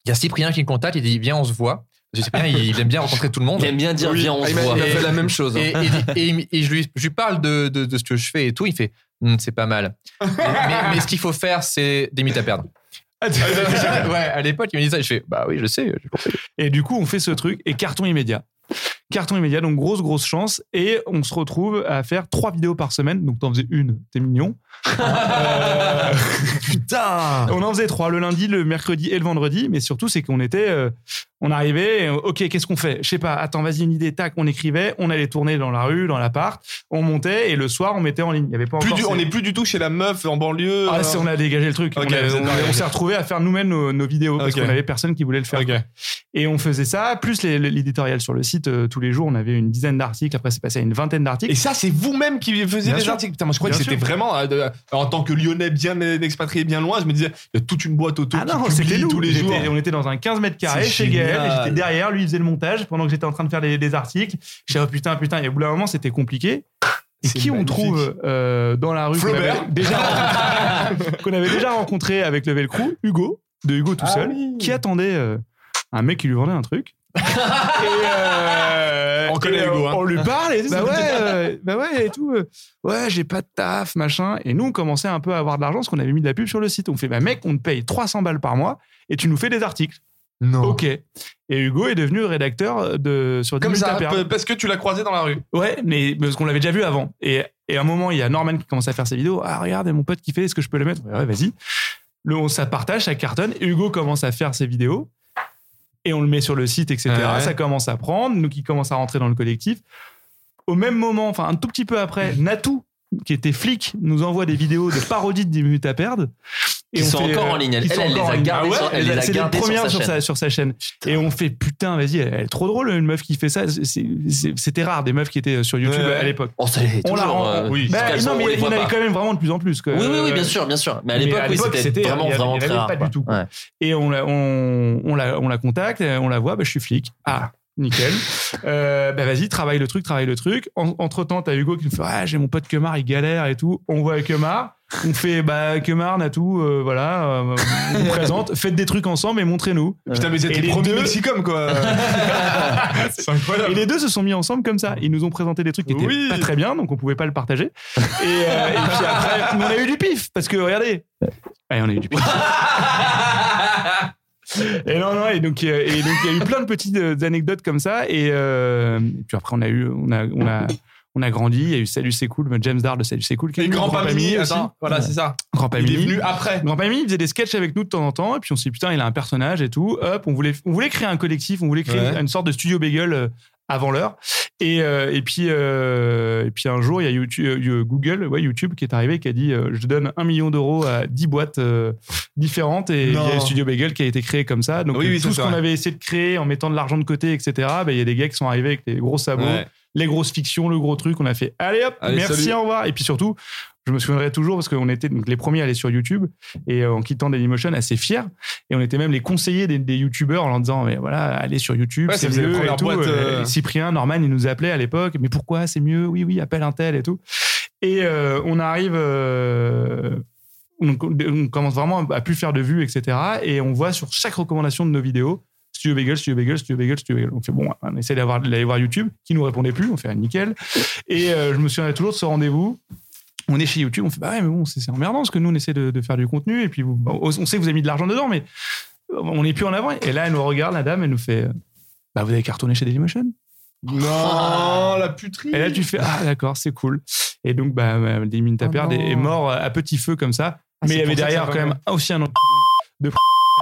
Speaker 8: il y a Cyprien qui me contacte, il dit, viens, on se voit. Parce que Cyprien, il, il aime bien rencontrer tout le monde.
Speaker 6: il aime bien dire
Speaker 4: Oui.
Speaker 6: viens on
Speaker 4: Ah,
Speaker 6: se
Speaker 4: il m'a il
Speaker 6: voit
Speaker 4: m'a fait
Speaker 8: Et-
Speaker 4: la même chose. hein.
Speaker 8: Et, et- et il me- et je, lui, je lui parle de, de- de ce que je fais et tout. Il fait, Hum, c'est pas mal. Mais, mais- mais ce qu'il faut faire, c'est des mythes à perdre.
Speaker 7: Ah,
Speaker 8: Euh, ouais, à l'époque, il me dit ça. Je fais, bah oui, je sais. j'ai compris.
Speaker 7: Et du coup, on fait ce truc et carton immédiat. Carton immédiat, donc grosse, grosse chance. Et on se retrouve à faire trois vidéos par semaine. Donc, t'en faisais une, t'es mignon. Euh,
Speaker 4: Putain
Speaker 7: On en faisait trois, le lundi, le mercredi et le vendredi. Mais surtout, c'est qu'on était. euh, on arrivait, et, euh, ok, qu'est-ce qu'on fait Je sais pas, attends, vas-y, une idée, tac, on écrivait, on allait tourner dans la rue, dans l'appart, on montait et le soir, on mettait en ligne. Il y avait pas
Speaker 3: Plus
Speaker 7: encore
Speaker 3: du-
Speaker 7: ces-
Speaker 3: on est plus du tout chez la meuf en banlieue.
Speaker 7: Ah,
Speaker 3: euh,
Speaker 7: c'est- on a dégagé le truc.
Speaker 3: Ok,
Speaker 7: On a-
Speaker 3: vous êtes
Speaker 7: on
Speaker 3: pas-
Speaker 7: on s'est retrouvé à faire nous-mêmes nos, nos vidéos parce
Speaker 3: Ok.
Speaker 7: qu'on avait personne qui voulait le faire.
Speaker 3: Ok.
Speaker 7: Et on faisait ça, plus les- l'éditorial sur le site euh, tous les jours. On avait une dizaine d'articles. Après, c'est passé à une vingtaine
Speaker 3: Et
Speaker 7: d'articles.
Speaker 3: ça, c'est vous-même qui faisiez
Speaker 7: Bien
Speaker 3: les
Speaker 7: sûr.
Speaker 3: articles. Putain, moi, je crois
Speaker 7: Bien
Speaker 3: que c'était
Speaker 7: sûr.
Speaker 3: vraiment, euh, de- en tant que lyonnais bien expatrié, bien loin, je me disais, il y a toute une boîte auto
Speaker 7: Ah
Speaker 3: qui
Speaker 7: non,
Speaker 3: publie
Speaker 7: c'était nous.
Speaker 3: tous les jours.
Speaker 7: J'étais- On était dans un 15 mètres carrés
Speaker 3: C'est
Speaker 7: chez Gaël.
Speaker 3: génial.
Speaker 7: et J'étais derrière, lui il faisait le montage pendant que j'étais en train de faire les, les articles. Je disais, oh putain, putain. Et au bout d'un moment, c'était compliqué. Et
Speaker 3: C'est
Speaker 7: qui on
Speaker 3: magnifique.
Speaker 7: trouve euh, dans la rue qu'on
Speaker 3: Flaubert.
Speaker 7: avait, déjà rencontré- qu'on avait déjà rencontré avec le Velcro, Hugo, de Hugo tout
Speaker 3: Ah
Speaker 7: seul,
Speaker 3: oui.
Speaker 7: qui attendait euh, un mec qui lui vendait un truc.
Speaker 3: Et, euh,
Speaker 7: On connaît
Speaker 3: et, euh,
Speaker 7: Hugo, hein.
Speaker 3: On lui parle et
Speaker 7: bah ouais, euh, bah ouais, et tout. euh, ouais, j'ai pas de taf, machin. Et nous, on commençait un peu à avoir de l'argent parce qu'on avait mis de la pub sur le site. On fait, bah mec, on te paye 300 balles par mois et tu nous fais des articles.
Speaker 3: Non.
Speaker 7: Ok. Et Hugo est devenu rédacteur euh, de, sur 10
Speaker 3: Comme
Speaker 7: minutes
Speaker 3: ça,
Speaker 7: à perdre.
Speaker 3: p- parce que tu l'as croisé dans la rue.
Speaker 7: Ouais, mais parce qu'on l'avait déjà vu avant. Et, et à un moment, il y a Norman qui commence à faire ses vidéos. Ah, regarde, il y a mon pote qui fait, est-ce que je peux le mettre Ouais, ouais, vas-y. Le, on, ça partage, ça cartonne. Et Hugo commence à faire ses vidéos. Et on le met sur le site, etc.
Speaker 3: Ah ouais.
Speaker 7: Ça commence à prendre. Nous qui commence à rentrer dans le collectif. Au même moment, enfin, un tout
Speaker 6: Mm.
Speaker 7: petit peu après, Natou, qui était flic, nous envoie des vidéos de parodies de 10 minutes à perdre. Et
Speaker 6: Ils
Speaker 7: on
Speaker 6: sont
Speaker 7: fait,
Speaker 6: encore
Speaker 7: euh,
Speaker 6: en ligne. Elle,
Speaker 7: ils sont
Speaker 6: elle, elle
Speaker 7: encore
Speaker 6: les
Speaker 7: en
Speaker 6: a
Speaker 7: ligne.
Speaker 6: gardés
Speaker 7: Ah ouais,
Speaker 6: sur- elle les a
Speaker 7: c'est les
Speaker 6: gardés sur
Speaker 7: premières
Speaker 6: sa
Speaker 7: sur
Speaker 6: chaîne.
Speaker 7: sa, sur sa chaîne. Et on fait putain, vas-y, elle, elle est trop drôle, une meuf qui fait ça. C'est- c'est- C'était rare des meufs qui étaient sur YouTube
Speaker 3: Ouais.
Speaker 7: à l'époque.
Speaker 6: On s'est
Speaker 7: On la
Speaker 6: toujours.
Speaker 7: rend.
Speaker 6: euh,
Speaker 3: oui.
Speaker 7: Bah,
Speaker 6: jusqu'à
Speaker 7: non,
Speaker 6: présent,
Speaker 7: mais
Speaker 6: on les
Speaker 7: il y en
Speaker 6: voit
Speaker 7: avait
Speaker 6: pas.
Speaker 7: quand même vraiment de plus en plus. quoi.
Speaker 6: Oui, oui, oui, bien sûr, bien sûr. Mais à l'époque, oui, c'était vraiment,
Speaker 3: il y avait-
Speaker 6: vraiment
Speaker 3: il y
Speaker 6: très
Speaker 3: avait
Speaker 6: rare.
Speaker 3: Pas
Speaker 6: quoi.
Speaker 3: du tout.
Speaker 6: Ouais.
Speaker 7: Et on la, on, on la, on la contacte, euh, on la voit, bah, je suis flic. Ah, nickel. Euh, bah, vas-y, travaille le truc, travaille le truc. En- entre-temps, t'as Hugo qui nous fait ah, j'ai mon pote Kemar, il galère et tout. On voit Kemar. On fait bah, Kemar, Natou, euh, voilà, euh, on vous présente. Faites des trucs ensemble et montrez-nous.
Speaker 3: Putain, mais
Speaker 7: Et
Speaker 3: c'était
Speaker 7: les
Speaker 3: le premier
Speaker 7: deux-
Speaker 3: Mexicom, quoi. c'est
Speaker 7: Et
Speaker 3: incroyable.
Speaker 7: les deux se sont mis ensemble comme ça. Ils nous ont présenté des trucs qui étaient
Speaker 3: Oui.
Speaker 7: pas très bien, donc on pouvait pas le partager. Et, euh, et puis après, mais on a eu du pif, parce que regardez. Ouais, on a eu du pif. Et non, non, et donc euh, et donc, il y a eu plein de petites euh, anecdotes comme ça. Et, euh, et puis après, on a eu, on a, on a, on a grandi. Il y a eu Salut, c'est cool, le James Dard de Salut, c'est cool. qui est
Speaker 3: Et
Speaker 7: venu,
Speaker 3: grand Pamini,
Speaker 7: aussi.
Speaker 3: attends, voilà, c'est ça.
Speaker 7: Grand
Speaker 3: Il est
Speaker 7: Pamini.
Speaker 3: venu après.
Speaker 7: Grand Pamini, il faisait des sketchs avec nous de temps en temps. Et puis on s'est dit, putain, il a un personnage et tout. Hop, on voulait, on voulait créer un collectif, on voulait créer
Speaker 3: Ouais.
Speaker 7: une sorte de studio bagel euh, avant l'heure. Et, euh, et, puis, euh, et puis un jour, il y a YouTube, euh, Google, ouais, YouTube qui est arrivé et qui a dit euh, je donne un million d'euros à 10 boîtes euh, différentes. Et il y
Speaker 3: Non.
Speaker 7: a le studio bagel qui a été créé comme ça. Donc euh,
Speaker 3: Oui, oui,
Speaker 7: tout
Speaker 3: ça,
Speaker 7: ce
Speaker 3: c'est
Speaker 7: qu'on
Speaker 3: vrai.
Speaker 7: avait essayé de créer en mettant de l'argent de côté, etc., ben, il y a des gars qui sont arrivés avec des gros sabots
Speaker 3: Ouais.
Speaker 7: les grosses fictions, le gros truc. On a fait allez hop,
Speaker 4: Allez,
Speaker 7: merci,
Speaker 4: salut.
Speaker 7: au revoir. Et puis surtout, je me souviendrai toujours parce qu'on était donc les premiers à aller sur YouTube et euh, en quittant Dailymotion assez fiers. Et on était même les conseillers des, des YouTubeurs en leur disant mais voilà, allez sur YouTube,
Speaker 3: Ouais, ça
Speaker 7: c'est
Speaker 3: faisait les
Speaker 7: mieux. Et
Speaker 3: premières
Speaker 7: tout.
Speaker 3: boîtes, euh,
Speaker 7: Et Cyprien, Norman, ils nous appelaient à l'époque. Mais pourquoi c'est mieux Oui, oui, appelle un tel et tout. Et euh, on arrive. euh, on, on commence vraiment à plus faire de vues, etc. Et on voit sur chaque recommandation de nos vidéos Studio Bagel, Studio Bagel, Studio Bagel, Studio Bagel. On fait bon, on essaie d'avoir- d'aller voir YouTube, qui nous répondait plus, on fait ah, nickel. Et euh, je me souviens toujours de ce rendez-vous. On est chez YouTube, on fait bah ouais, mais bon, c'est c'est emmerdant parce que nous on essaie de, de faire du contenu et puis vous- bah, on sait que vous avez mis de l'argent dedans, mais on n'est plus en avant. Et là, elle nous regarde, la dame, elle nous fait euh, bah vous avez cartonné chez Dailymotion.
Speaker 3: Non, la puterie.
Speaker 7: Et là, tu fais ah d'accord, c'est cool. Et donc, bah, bah, Damien Tapert
Speaker 1: Oh non.
Speaker 7: est est mort à petit feu comme ça, mais il y
Speaker 3: Ah c'est
Speaker 7: avait
Speaker 3: pour ça que
Speaker 7: derrière
Speaker 3: ça
Speaker 7: quand
Speaker 3: va.
Speaker 7: même aussi un enculé de. euh,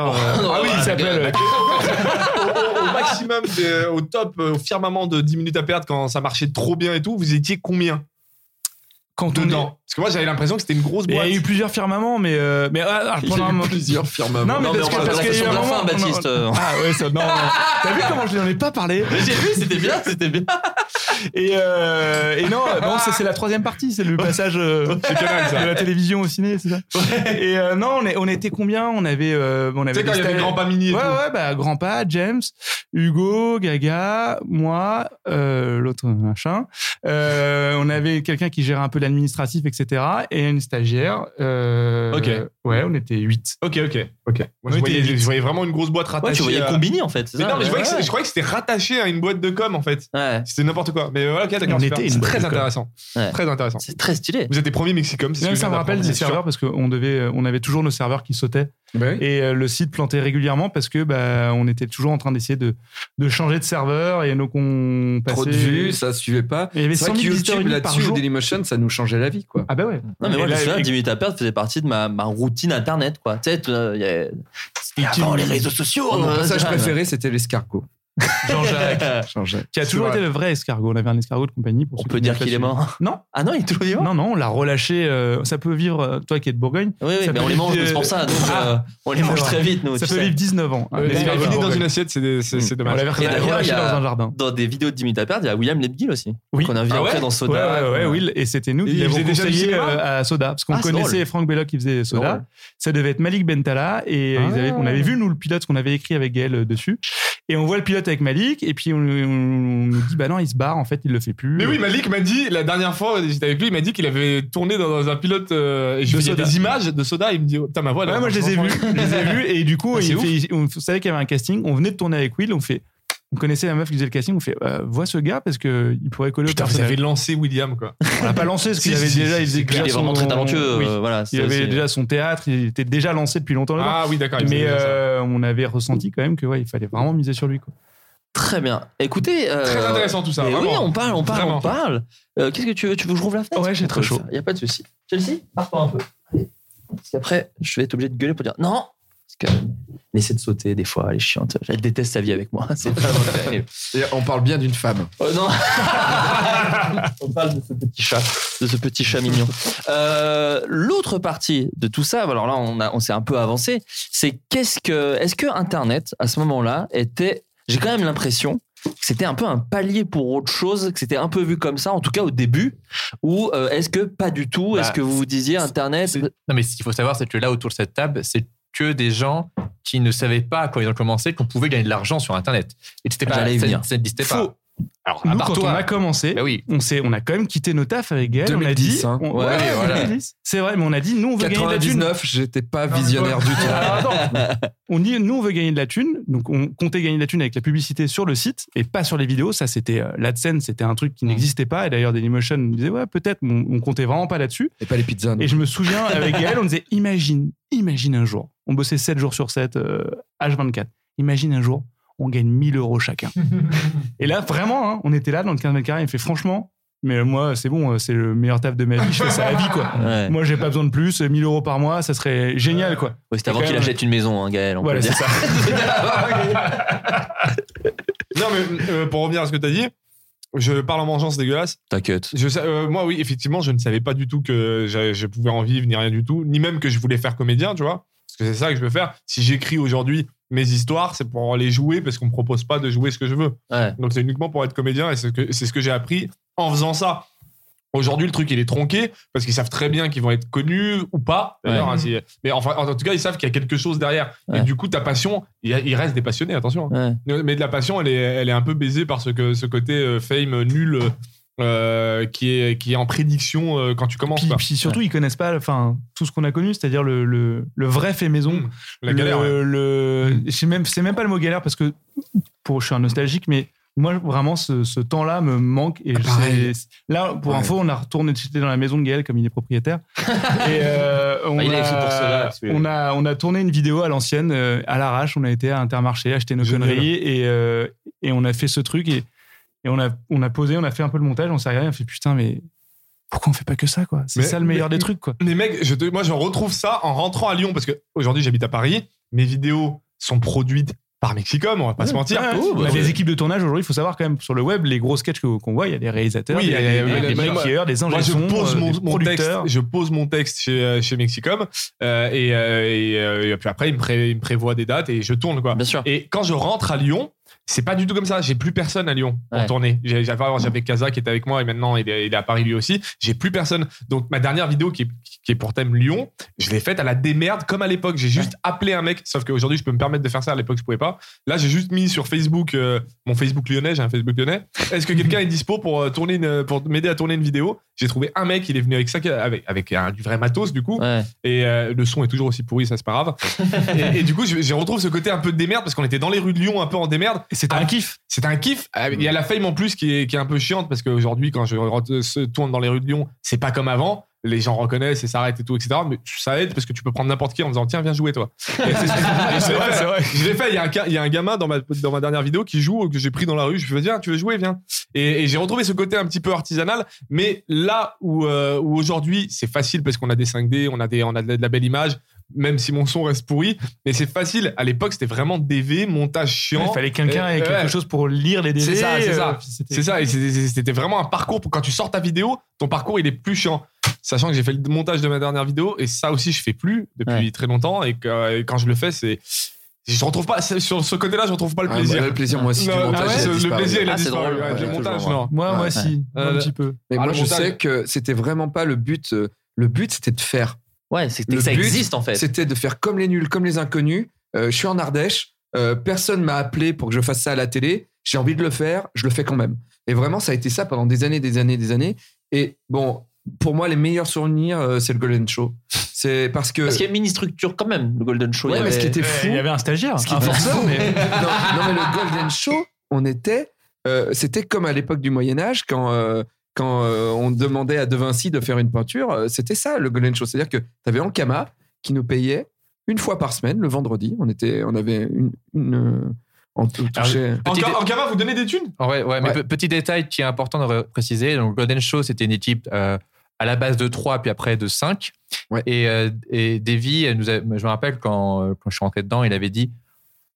Speaker 7: ah oui, il s'appelle.
Speaker 3: au, au maximum, de- au top, au firmament de 10 minutes à perdre quand ça marchait trop bien et tout, vous étiez combien
Speaker 7: Quand on est-
Speaker 3: dedans Parce que moi j'avais l'impression que c'était une grosse
Speaker 7: Mais Il
Speaker 3: boîte.
Speaker 7: y a eu plusieurs firmaments, mais. euh, mais ah, alors,
Speaker 4: Il y
Speaker 7: pendant
Speaker 4: a
Speaker 7: un
Speaker 4: eu
Speaker 7: moment-
Speaker 4: plusieurs firmaments.
Speaker 7: Non, mais,
Speaker 6: Non, mais
Speaker 7: parce
Speaker 6: on
Speaker 7: que.
Speaker 6: parle
Speaker 7: Parce
Speaker 6: de la
Speaker 7: qu'il y a eu un
Speaker 6: question de la
Speaker 7: moment-
Speaker 6: fin,
Speaker 7: on en-
Speaker 6: Baptiste, euh.
Speaker 7: Ah ouais, ça, non. non. T'as vu comment je n'en ai pas parlé
Speaker 6: Mais J'ai vu, c'était bien, c'était bien.
Speaker 7: Et, euh, et non, bon, ça, c'est la troisième partie, c'est le passage euh, de la télévision au ciné, c'est ça Et euh, non, on, est- on était combien On avait. euh, on avait
Speaker 3: Tu sais, quand
Speaker 7: des
Speaker 3: il y avait
Speaker 7: stars-
Speaker 3: Grand Pamini et
Speaker 7: Ouais,
Speaker 3: tout.
Speaker 7: ouais, bah, Grandpa, James, Hugo, Gaga, moi, euh, l'autre machin. Euh, on avait quelqu'un qui gérait un peu l'administratif, etc. Et une stagiaire. Euh,
Speaker 3: Ok.
Speaker 7: Ouais, on était 8.
Speaker 3: Ok, ok, ok. Moi,
Speaker 7: Oui,
Speaker 3: je, voyais,
Speaker 7: t'es-
Speaker 3: je voyais vraiment une grosse boîte
Speaker 6: Ouais,
Speaker 3: rattachée.
Speaker 6: tu voyais
Speaker 3: à-
Speaker 6: combiner en fait, c'est
Speaker 3: Mais
Speaker 6: ça
Speaker 3: non, mais je,
Speaker 6: ouais.
Speaker 3: voyais que c'est- je croyais que c'était rattaché à une boîte de com en fait.
Speaker 6: Ouais.
Speaker 3: C'était n'importe quoi. Mais voilà, ok,
Speaker 7: On
Speaker 3: d'accord. super.
Speaker 7: était une
Speaker 3: C'est
Speaker 7: boîte
Speaker 3: très
Speaker 7: de com.
Speaker 3: intéressant.
Speaker 6: Ouais.
Speaker 3: Très intéressant.
Speaker 6: C'est très stylé.
Speaker 3: Vous êtes les premiers Mexicom, c'est ce que
Speaker 7: ça me rappelle des
Speaker 3: des
Speaker 7: serveurs parce qu'on devait, euh, on avait toujours nos serveurs qui sautaient
Speaker 4: Bah
Speaker 7: et euh, le site plantait régulièrement parce que bah, on était toujours en train d'essayer de, de changer de serveur et donc on passait.
Speaker 4: Trop de vues, ça suivait pas.
Speaker 7: Il y avait
Speaker 4: C'est
Speaker 7: 100
Speaker 4: vrai que
Speaker 7: 000 visiteurs
Speaker 4: YouTube
Speaker 7: uniques par
Speaker 4: là-dessus, au
Speaker 7: jour.
Speaker 4: Dailymotion, ça nous changeait la vie, quoi.
Speaker 7: Ah bah ouais.
Speaker 6: Non, mais
Speaker 7: Et
Speaker 6: moi, je
Speaker 7: là,
Speaker 6: me souviens,
Speaker 7: et-
Speaker 6: 10 minutes à perdre faisait partie de ma, ma routine internet, quoi. Tu sais, tu- euh, il y a- c'était avant les réseaux sociaux.
Speaker 7: Oh,
Speaker 4: Mon
Speaker 6: euh,
Speaker 4: passage
Speaker 6: ça-
Speaker 4: préféré, c'était l'escargot.
Speaker 7: Jean-Jacques,
Speaker 4: Changeait.
Speaker 7: qui a toujours
Speaker 3: vrai.
Speaker 7: été le vrai escargot. On avait un escargot de compagnie. Pour
Speaker 6: On
Speaker 7: ceux
Speaker 6: peut
Speaker 7: qui
Speaker 6: dire
Speaker 7: n'ont pas
Speaker 6: qu'il est
Speaker 7: su.
Speaker 6: mort.
Speaker 7: Non,
Speaker 6: Ah non, il est toujours vivant.
Speaker 7: non, non, on l'a relâché. euh, ça peut vivre, euh, toi qui es de Bourgogne,
Speaker 6: Oui, oui,
Speaker 7: Ça
Speaker 6: mais
Speaker 7: peut
Speaker 6: on les
Speaker 7: vivre
Speaker 6: mange,
Speaker 7: des-
Speaker 6: c'est pour ça. Donc,
Speaker 7: Ah.
Speaker 6: euh, on les
Speaker 7: C'est
Speaker 6: mange
Speaker 7: vrai.
Speaker 6: très vite, nous.
Speaker 7: ça
Speaker 6: tu
Speaker 7: peut
Speaker 6: sais.
Speaker 7: vivre 19 ans. hein,
Speaker 3: Mais
Speaker 7: Mais
Speaker 3: Euh, il a
Speaker 7: on
Speaker 3: fini dans
Speaker 7: l'a-
Speaker 3: une assiette, c'est des- c'est c'est
Speaker 7: on
Speaker 3: dommage.
Speaker 7: l'avait
Speaker 6: Et d'ailleurs,
Speaker 7: relâché
Speaker 6: il y a-
Speaker 7: dans un jardin.
Speaker 6: Dans des vidéos de 10 minutes à perdre, il y a William Ledgill aussi.
Speaker 7: Oui.
Speaker 6: Qu'on a vu
Speaker 3: Ah
Speaker 6: après
Speaker 3: ouais
Speaker 6: dans
Speaker 7: Ouais,
Speaker 6: Soda.
Speaker 7: ouais, ouais,
Speaker 6: Euh,
Speaker 7: Will. Et c'était nous
Speaker 3: Il
Speaker 7: qui l'avons
Speaker 3: faisait déjà du
Speaker 7: conseillé
Speaker 3: cinéma
Speaker 7: euh, à Soda. Parce qu'on
Speaker 6: Ah, c'est
Speaker 7: connaissait
Speaker 6: drôle.
Speaker 7: Franck Belloc qui faisait Soda.
Speaker 6: Drôle.
Speaker 7: Ça devait être Malik Bentala. Et euh, ils avaient- on avait vu, nous, le pilote qu'on avait écrit avec Gaël euh, dessus. Et on voit le pilote avec Malik. Et puis, on, on- on nous dit, bah non, il se barre. En fait, il le fait plus.
Speaker 3: Mais oui, Malik m'a dit, la dernière fois, j'étais avec lui, il m'a dit qu'il avait tourné dans, dans un pilote. euh, et je
Speaker 7: De
Speaker 3: lui dis, il y a
Speaker 7: soda.
Speaker 3: des images de soda, il me dit, oh, putain, ma voix. elle a
Speaker 7: Ouais, moi, je les ai
Speaker 3: changé.
Speaker 7: vus. Je les ai vus. Et du coup,
Speaker 3: Ah, c'est
Speaker 7: il
Speaker 3: ouf.
Speaker 7: fait- on savait qu'il y avait un casting. On venait de tourner avec Will. On fait. On connaissait la meuf qui faisait le casting, on fait euh, vois ce gars parce que il pourrait coller au
Speaker 3: Putain, vous
Speaker 7: personnage.
Speaker 3: avez lancé William, quoi.
Speaker 7: On l'a pas lancé parce qu'il
Speaker 3: Si,
Speaker 7: avait
Speaker 3: si,
Speaker 7: déjà
Speaker 3: si,
Speaker 7: il
Speaker 3: si,
Speaker 7: faisait
Speaker 6: Il est
Speaker 7: déjà
Speaker 6: vraiment
Speaker 7: son-
Speaker 6: très talentueux.
Speaker 7: oui.
Speaker 6: euh, Voilà. c'est
Speaker 7: Il avait
Speaker 6: aussi-
Speaker 7: déjà son théâtre, il était déjà lancé depuis longtemps. là-bas.
Speaker 3: Ah oui, d'accord. il me
Speaker 7: mais
Speaker 3: faisait ça.
Speaker 7: euh, on avait ressenti quand même que ouais, il fallait vraiment miser sur lui. Quoi.
Speaker 6: Très bien. Écoutez. euh,
Speaker 3: Très intéressant tout ça.
Speaker 6: mais oui,
Speaker 3: vraiment.
Speaker 6: on parle, on parle,
Speaker 3: Vraiment.
Speaker 6: on parle. Euh, Qu'est-ce que tu veux Tu veux que je rouvre la fenêtre
Speaker 7: Ouais, j'ai
Speaker 6: On
Speaker 7: très
Speaker 6: peut
Speaker 7: chaud.
Speaker 6: faire. Il n'y a pas de souci. Chelsea, pars-toi un peu. Allez. Parce qu'après, je vais être obligé de gueuler pour dire non. Parce que laisser de sauter, des fois, elle est chiante. Elle déteste sa vie avec moi. C'est pas vrai.
Speaker 4: Et on parle bien d'une femme.
Speaker 6: Euh, non. Euh, On parle de ce petit chat. De ce petit chat mignon. Euh, L'autre partie de tout ça, alors là, on, a- on s'est un peu avancé, c'est qu'est-ce que. Est-ce que Internet, à ce moment-là, était. J'ai quand même l'impression que c'était un peu un palier pour autre chose, que c'était un peu vu comme ça, en tout cas au début, ou euh, est-ce que pas du tout Est-ce
Speaker 8: Bah,
Speaker 6: que vous vous disiez Internet bah,
Speaker 8: C'est- Non, mais ce qu'il faut savoir, c'est que là, autour de cette table, c'est que des gens qui ne savaient pas, quand ils ont commencé, qu'on pouvait gagner de l'argent sur Internet. Et c'était pas, ça,
Speaker 6: J'allais y venir.
Speaker 8: ça n'existait pas.
Speaker 7: Faux.
Speaker 8: Alors, à
Speaker 7: Nous,
Speaker 8: part
Speaker 7: quand on
Speaker 8: toi.
Speaker 7: a commencé,
Speaker 8: Bah oui.
Speaker 7: on, s'est- on a quand même quitté nos tafs avec Gaël. on a
Speaker 4: 2010,
Speaker 7: dit.
Speaker 4: hein.
Speaker 7: on-
Speaker 6: Ouais,
Speaker 7: ouais,
Speaker 8: oui, voilà.
Speaker 7: 2010. C'est vrai, mais on a dit, nous, on veut gagner de la thune.
Speaker 4: 99, j'étais pas
Speaker 7: Non, mais
Speaker 4: visionnaire
Speaker 7: toi-
Speaker 4: du tout.
Speaker 7: Alors, attends. on dit, nous, on veut gagner de la thune. Donc, on comptait gagner de la thune avec la publicité sur le site et pas sur les vidéos. Ça, c'était euh, l'AdSense, c'était un
Speaker 6: Mmh.
Speaker 7: truc qui n'existait pas. Et d'ailleurs, Dailymotion nous disait, ouais, peut-être, mais on, on comptait vraiment pas là-dessus.
Speaker 4: Et pas les pizzas. non.
Speaker 7: Et je me souviens, avec Gaël, on disait, imagine, imagine un jour. On bossait 7 jours sur 7, euh, H24. Imagine un jour, on gagne 1000 euros chacun. et là, vraiment, hein, on était là dans le 15 mètres carrés. Il fait, franchement, mais moi, c'est bon, euh, c'est le meilleur taf de ma vie. Je fais ça à vie, quoi.
Speaker 6: Ouais.
Speaker 7: Moi, j'ai pas besoin de plus. 1000 euros par mois, ça serait génial, quoi.
Speaker 6: Ouais, C'était avant
Speaker 7: quand
Speaker 6: qu'il
Speaker 7: même-
Speaker 6: achète une maison, hein, Gaël. On peut
Speaker 7: Voilà,
Speaker 6: le dire.
Speaker 7: c'est ça.
Speaker 3: Non, mais euh, pour revenir à ce que t'as dit, je parle en vengeance dégueulasse.
Speaker 6: T'inquiète.
Speaker 3: Je sais- euh, moi, oui, effectivement, je ne savais pas du tout que j'a- je pouvais en vivre, ni rien du tout, ni même que je voulais faire comédien, tu vois. Parce que c'est ça que je veux faire. Si j'écris aujourd'hui mes histoires, c'est pour les jouer, parce qu'on me propose pas de jouer ce que je veux.
Speaker 6: Ouais.
Speaker 3: Donc c'est uniquement pour être comédien, et c'est ce que, c'est ce que j'ai appris en faisant ça. Aujourd'hui, le truc, il est tronqué, parce qu'ils savent très bien qu'ils vont être connus ou pas. d'ailleurs,
Speaker 8: Ouais.
Speaker 3: hein, si- mais enfin, en tout cas, ils savent qu'il y a quelque chose derrière.
Speaker 6: Ouais.
Speaker 3: Et du coup, ta passion, il y a- il reste des passionnés, attention. hein.
Speaker 6: Ouais.
Speaker 3: Mais mais de la passion, elle est, elle est un peu baisée par ce, que, ce côté euh, fame nul euh, qui, est, qui est en prédiction euh, quand tu commences.
Speaker 7: Puis,
Speaker 3: quoi.
Speaker 7: puis surtout, ils connaissent pas enfin, tout ce qu'on a connu, c'est-à-dire le, le, le vrai fait maison.
Speaker 3: Mmh, La galère. ouais. Mm.
Speaker 7: Le, le- c'est même, c'est même pas le mot galère parce que pour, je suis un nostalgique, mais moi, vraiment, ce, ce temps-là me manque. Et je-
Speaker 4: pareil.
Speaker 7: c'est- là, pour
Speaker 4: Ouais.
Speaker 7: info, on a retourné j'étais dans la maison de Gaël comme il est propriétaire. et euh, on,
Speaker 6: Bah, il
Speaker 7: a,
Speaker 6: a écrit pour cela, celui-là.
Speaker 7: on, a, on a tourné une vidéo à l'ancienne, euh, à l'arrache. On a été à Intermarché acheter nos
Speaker 3: Génial.
Speaker 7: conneries et, euh, et on a fait ce truc. Et, et on, a, on a posé, on a fait un peu le montage. On s'est regardé, on a fait putain, mais pourquoi on fait pas que ça, quoi C'est
Speaker 3: Mais-
Speaker 7: ça le meilleur
Speaker 3: mais-
Speaker 7: des trucs, quoi.
Speaker 3: Mais mec, je te- moi, je retrouve ça en rentrant à Lyon parce que aujourd'hui, j'habite à Paris. Mes vidéos sont produites par Mexicom, on va pas se mentir.
Speaker 7: Ouais, ouais.
Speaker 6: Oh, bah,
Speaker 7: on a
Speaker 6: ouais.
Speaker 7: des équipes de tournage aujourd'hui, il faut savoir quand même sur le web, les gros sketchs que- qu'on voit, il y a des réalisateurs,
Speaker 3: Oui,
Speaker 7: il y a
Speaker 3: il y a-
Speaker 7: des-
Speaker 3: oui,
Speaker 7: des
Speaker 3: mais moi-
Speaker 7: maquilleurs, des
Speaker 3: Moi,
Speaker 7: ingénieurs,
Speaker 3: je pose,
Speaker 7: des
Speaker 3: mon, mon texte,
Speaker 7: euh, producteurs.
Speaker 3: je pose mon texte chez, euh, chez Mexicom euh, et, euh, et, euh, et puis après, il me, pré- il me prévoit des dates et je tourne. quoi.
Speaker 6: Bien sûr.
Speaker 3: Et quand je rentre à Lyon, c'est pas du tout comme ça. J'ai plus personne à Lyon pour
Speaker 6: Ouais.
Speaker 3: tourner. J'ai- J'avais avant, j'avais Kaza qui était avec moi et maintenant il est, il est à Paris lui aussi. J'ai plus personne. Donc ma dernière vidéo qui est, qui est pour thème Lyon, je l'ai faite à la démerde comme à l'époque. J'ai juste appelé un mec. Sauf qu'aujourd'hui je peux me permettre de faire ça. À l'époque je pouvais pas. Là j'ai juste mis sur Facebook euh, mon Facebook lyonnais. J'ai un Facebook lyonnais. Est-ce que quelqu'un est dispo pour euh, tourner une- pour m'aider à tourner une vidéo J'ai trouvé un mec. Il est venu avec ça avec avec un- du vrai matos du coup.
Speaker 6: Ouais.
Speaker 3: Et euh, le son est toujours aussi pourri, ça c'est pas grave. et, et du coup, je, je retrouve ce côté un peu de démerde parce qu'on était dans les rues de Lyon un peu en démerde.
Speaker 7: Et C'était un kiff.
Speaker 3: C'était un kiff. Euh, Il y a la fame en plus qui est, qui est un peu chiante parce qu'aujourd'hui, quand je re- se tourne dans les rues de Lyon, c'est pas comme avant. Les gens reconnaissent et s'arrêtent et tout, etc. Mais ça aide parce que tu peux prendre n'importe qui en disant tiens, viens jouer toi. Et c'est- et je l'ai fait. Je l'ai fait. Il y, a un, ca- il y a un gamin dans ma, dans ma dernière vidéo qui joue, que j'ai pris dans la rue. Je lui ai dit viens, tu veux jouer, viens. Et, et j'ai retrouvé ce côté un petit peu artisanal. Mais là où, euh, où aujourd'hui, c'est facile parce qu'on a des 5D, on a, des, on a de la- de la belle image. Même si mon son reste pourri, mais c'est facile. À l'époque, c'était vraiment DV, montage chiant.
Speaker 7: Il fallait quelqu'un
Speaker 3: Et-
Speaker 7: et quelque
Speaker 3: ouais.
Speaker 7: chose pour lire les DV.
Speaker 3: C'est ça, c'est ça.
Speaker 7: euh, puis c'était-
Speaker 3: C'est ça, et c'était- c'était c'était vraiment un parcours. Pour, quand tu sors ta vidéo, ton parcours, il est plus chiant. Sachant que j'ai fait le montage de ma dernière vidéo, et ça aussi, je fais plus depuis très longtemps, et, que- et quand je le fais, c'est. Je retrouve pas, c'est- sur ce côté-là, je retrouve pas le
Speaker 4: Ah,
Speaker 3: plaisir.
Speaker 4: bah, le plaisir, moi aussi,
Speaker 3: Non,
Speaker 4: du
Speaker 3: ah
Speaker 4: montage,
Speaker 3: ouais,
Speaker 4: il a
Speaker 3: ce- le
Speaker 4: disparu.
Speaker 3: plaisir, il a
Speaker 6: Ah, c'est
Speaker 3: disparu.
Speaker 6: drôle,
Speaker 3: ouais,
Speaker 6: ouais,
Speaker 3: le
Speaker 6: toujours,
Speaker 3: montage,
Speaker 4: ouais.
Speaker 3: non.
Speaker 7: Moi, moi,
Speaker 4: Ouais.
Speaker 6: Ouais.
Speaker 7: si,
Speaker 3: Euh,
Speaker 7: un petit peu.
Speaker 4: Mais
Speaker 3: Ah,
Speaker 4: moi,
Speaker 3: le
Speaker 4: je
Speaker 3: montage.
Speaker 4: sais que c'était vraiment pas le but. euh, Le but, c'était de faire.
Speaker 6: Ouais, c'est
Speaker 4: Le
Speaker 6: que ça
Speaker 4: but,
Speaker 6: existe en fait.
Speaker 4: C'était de faire comme les nuls, comme les inconnus. Euh, je suis en Ardèche. euh, personne m'a appelé pour que je fasse ça à la télé. J'ai envie de le faire. Je le fais quand même. Et vraiment, ça a été ça pendant des années, des années, des années. Et bon, pour moi, les meilleurs souvenirs, euh, c'est le Golden Show. C'est parce que.
Speaker 6: Parce qu'il y a une mini-structure quand même, le Golden Show.
Speaker 4: Ouais,
Speaker 6: il y
Speaker 4: mais ce qui
Speaker 6: avait-
Speaker 4: était
Speaker 7: Ouais,
Speaker 4: fou.
Speaker 7: Il y avait un stagiaire,
Speaker 4: Ce qui
Speaker 7: un
Speaker 4: était
Speaker 7: forçat,
Speaker 4: fou.
Speaker 7: mais
Speaker 4: non, non, mais le Golden Show, on était. euh, c'était comme à l'époque du Moyen-Âge, quand, euh, quand euh, on demandait à De Vinci de faire une peinture. euh, c'était ça, le Golden Show. C'est-à-dire que tu avais Ankama qui nous payait une fois par semaine, le vendredi. On, était, on avait une. une, euh, on tou- touchait.
Speaker 3: En,
Speaker 8: Petit
Speaker 3: ca-
Speaker 8: dé- Ah
Speaker 3: en Kama, vous donnez des thunes
Speaker 8: Ouais, ouais, mais
Speaker 4: Ouais.
Speaker 8: pe- petit détail qui est important de re- préciser. Donc, Golden Show, c'était une équipe euh, à la base de 3, puis après de 5.
Speaker 4: Ouais.
Speaker 8: Et, euh, et Davy, elle nous a- je me rappelle quand, euh, quand je suis rentré dedans, il avait dit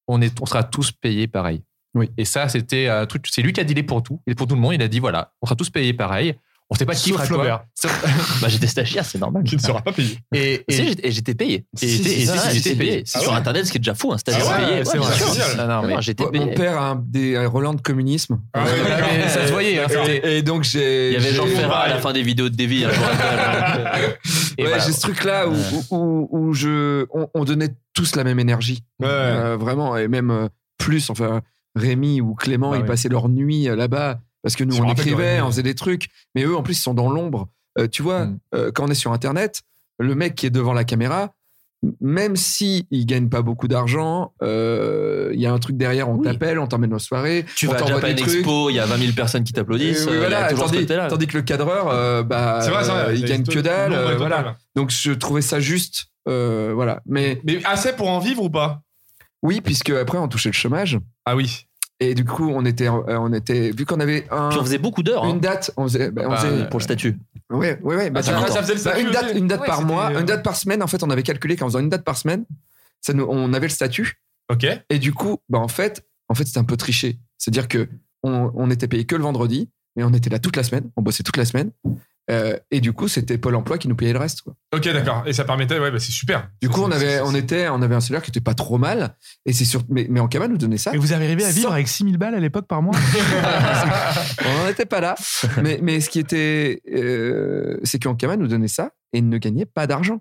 Speaker 8: on, est, on sera tous payés pareil.
Speaker 4: Oui.
Speaker 8: Et ça, c'était un truc. C'est lui qui a dealé pour tout, et pour tout le monde. Il a dit voilà, on sera tous payés pareil. On sait pas qui
Speaker 3: Sauf
Speaker 8: fera quoi.
Speaker 3: Flaubert.
Speaker 8: Sauf-
Speaker 6: Bah, j'étais stagiaire, c'est normal.
Speaker 3: Qui ne sera pas payé.
Speaker 8: et, et-
Speaker 6: Si, j'étais- Et j'étais payé.
Speaker 8: Si,
Speaker 6: Et
Speaker 8: si,
Speaker 6: j'étais-
Speaker 8: si, si,
Speaker 6: et si,
Speaker 8: si,
Speaker 6: j'étais
Speaker 8: si,
Speaker 6: payé.
Speaker 8: si,
Speaker 6: C'est
Speaker 3: ah
Speaker 6: sur
Speaker 3: ouais.
Speaker 6: Internet, ce qui est déjà fou, un stagiaire
Speaker 3: Ah ouais,
Speaker 6: payé.
Speaker 3: c'est vrai,
Speaker 6: bien sûr.
Speaker 3: c'est génial.
Speaker 8: Non, non, mais-
Speaker 6: Non, j'étais
Speaker 4: Moi, Mon
Speaker 6: payé.
Speaker 4: père a un- des un relents de communisme.
Speaker 3: Ah ouais,
Speaker 8: Ouais,
Speaker 3: d'accord.
Speaker 8: mais ça se voyait. hein,
Speaker 3: D'accord.
Speaker 8: c'était-
Speaker 4: Et donc j'ai.
Speaker 6: Il y avait
Speaker 4: j'ai-
Speaker 6: Jean Ferrat à la fin des vidéos de Davy. hein, je vous rappelle.
Speaker 8: et
Speaker 4: ouais,
Speaker 8: voilà.
Speaker 4: j'ai ce truc-là où, où, où- où je, on, on donnait tous la même énergie.
Speaker 3: Ouais.
Speaker 4: Euh, vraiment, et même euh, plus. Enfin, Rémi ou Clément,
Speaker 3: Bah
Speaker 4: ils
Speaker 3: oui.
Speaker 4: passaient leur nuit euh, là-bas parce que nous,
Speaker 3: Je me
Speaker 4: on
Speaker 3: rappelle de
Speaker 4: écrivait,
Speaker 3: Rémi.
Speaker 4: on faisait des trucs. Mais eux, en plus, ils sont dans l'ombre. Euh, tu vois,
Speaker 8: Mm.
Speaker 4: euh, quand on est sur Internet, le mec qui est devant la caméra, m- même si il gagne pas beaucoup d'argent, euh, il y a un truc derrière, on
Speaker 6: Oui.
Speaker 4: t'appelle, on t'emmène aux soirées,
Speaker 6: Tu
Speaker 4: on
Speaker 6: vas à
Speaker 4: t'envoie
Speaker 6: Japan
Speaker 4: des trucs.
Speaker 6: Expo, il y a 20 000 personnes qui t'applaudissent.
Speaker 4: Et oui,
Speaker 6: euh, il y
Speaker 4: voilà,
Speaker 6: a toujours ce
Speaker 4: tandis,
Speaker 6: côté-là.
Speaker 4: tandis que le cadreur, euh, bah,
Speaker 3: C'est vrai, c'est vrai.
Speaker 4: il gagne que dalle. euh, voilà. Donc je trouvais ça juste, euh, voilà. Mais
Speaker 3: Mais assez pour en vivre ou pas
Speaker 4: oui, puisque après on touchait le chômage
Speaker 3: Ah oui.
Speaker 4: et du coup on était, euh, on était, vu qu'on avait un-
Speaker 6: Puis on faisait beaucoup d'heures
Speaker 4: une
Speaker 6: hein, euh,
Speaker 4: date, on faisait, bah, on
Speaker 8: Bah,
Speaker 4: faisait-
Speaker 6: pour le statut.
Speaker 4: ouais, ouais, ouais, bah,
Speaker 6: Ah,
Speaker 4: ça-
Speaker 6: ça
Speaker 4: bah,
Speaker 6: compte.
Speaker 3: faisait le statut
Speaker 4: une date,
Speaker 3: aussi.
Speaker 4: une date
Speaker 3: Ouais,
Speaker 4: par
Speaker 3: c'était,
Speaker 4: mois,
Speaker 3: euh,
Speaker 4: une date par semaine. En fait, on avait calculé qu'en faisant une date par semaine, ça nous, on avait le statut.
Speaker 3: Ok.
Speaker 4: Et du coup, bah en fait, en fait c'était un peu triché. C'est-à-dire que on, on était payé que le vendredi, mais on était là toute la semaine, on bossait toute la semaine. Euh, et du coup, c'était Pôle Emploi qui nous payait le reste. quoi.
Speaker 3: Ok, d'accord. Et ça permettait, ouais, bah, c'est super.
Speaker 4: Du coup,
Speaker 3: C'est-
Speaker 4: on avait,
Speaker 3: c'est-
Speaker 4: on était, on avait un salaire qui était pas trop mal. Et c'est sûr, mais, mais en cabane, nous donnait ça.
Speaker 7: Et vous arrivez à vivre
Speaker 4: Sans-
Speaker 7: avec 6000 balles à l'époque par mois
Speaker 4: On n'en était pas là. mais, mais ce qui était, euh, c'est qu'en cabane, nous donnait ça et ne gagnait pas d'argent.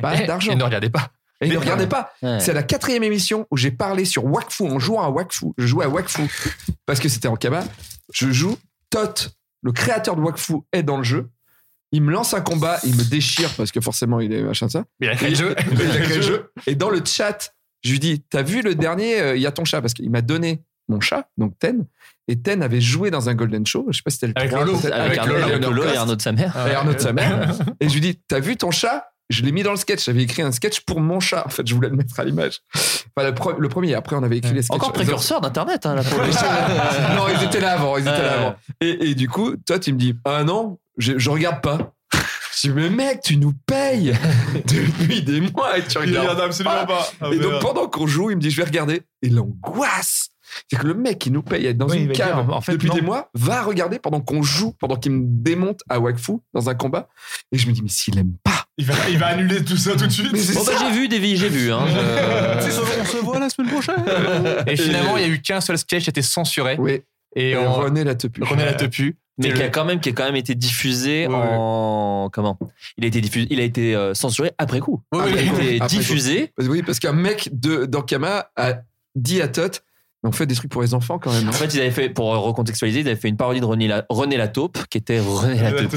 Speaker 4: Pas
Speaker 8: Et-
Speaker 4: d'argent.
Speaker 8: Et ne regardez pas.
Speaker 4: Et ne
Speaker 3: Mais-
Speaker 4: regardez pas. C'est à la quatrième émission où j'ai parlé sur Wakfu en jouant à Wakfu. Je jouais à Wakfu parce que c'était en cabane. Je joue. Tot, le créateur de Wakfu, est dans le jeu. Il me lance un combat, il me déchire parce que forcément il est machin ça.
Speaker 8: Mais il a créé le jeu.
Speaker 4: Il a créé le jeu. Et dans le chat, je lui dis T'as vu le dernier euh, Il y a ton chat. Parce qu'il m'a donné mon chat, donc Ten. Et Ten avait joué dans un Golden Show. Je sais pas si c'était le
Speaker 8: Avec
Speaker 4: 3,
Speaker 8: Lolo.
Speaker 4: peut-être,
Speaker 6: Avec Arnaud- avec
Speaker 4: Lolo
Speaker 6: Lolo et
Speaker 4: Cast,
Speaker 6: Arnaud de sa mère.
Speaker 3: Ah,
Speaker 4: et Arnaud de sa mère. Et je lui dis T'as vu ton chat Je l'ai mis dans le sketch. J'avais écrit un sketch pour mon chat. En fait, je voulais le mettre à l'image. Enfin, le, pre- le premier. Après, on avait écrit les sketchs.
Speaker 6: Encore
Speaker 4: Les autres-
Speaker 6: précurseur d'Internet, hein, là, pour le-
Speaker 4: non, ils étaient là avant. Ils étaient là
Speaker 6: Ouais.
Speaker 4: avant. Et, et du coup, toi, tu me dis Ah non, je, je regarde pas. Je dis, mais mec, tu nous payes depuis des mois et tu
Speaker 3: Il
Speaker 4: regardes
Speaker 3: regarde absolument
Speaker 4: Ah.
Speaker 3: pas. Ah,
Speaker 4: et
Speaker 3: merde.
Speaker 4: donc pendant qu'on joue, il me dit je vais regarder. Et l'angoisse C'est que le mec qui nous paye à être dans
Speaker 7: Oui, il
Speaker 4: une
Speaker 7: va
Speaker 4: cave
Speaker 7: dire, en fait,
Speaker 4: depuis
Speaker 7: non.
Speaker 4: des mois va regarder pendant qu'on joue, pendant qu'il me démonte à Wakfu dans un combat. Et je me dis mais s'il aime pas.
Speaker 3: il, va, il va annuler tout ça tout de suite.
Speaker 4: Mais c'est
Speaker 6: Bon, bah,
Speaker 4: ça.
Speaker 6: j'ai vu, Davy, j'ai vu. hein, je-
Speaker 7: On se voit la semaine prochaine
Speaker 8: Et finalement, il n'y a eu qu'un seul sketch qui était censuré.
Speaker 4: Oui. Et,
Speaker 8: Et on
Speaker 4: René la tepu.
Speaker 8: remet la tepu.
Speaker 6: mais
Speaker 8: Et
Speaker 6: qui a
Speaker 8: le-
Speaker 6: quand même qui a quand même été diffusé
Speaker 8: Ouais, ouais.
Speaker 6: en comment il a été diffusé il a été euh, censuré après coup
Speaker 8: Ouais, ouais.
Speaker 6: il a été
Speaker 4: Après coup.
Speaker 6: diffusé
Speaker 4: Oui, parce qu'un mec de d'Ankama a dit à Tot on fait des trucs pour les enfants quand même. hein.
Speaker 6: en fait ils avaient fait pour euh, recontextualiser ils avaient fait une parodie de René la, René la taupe qui était René la taupe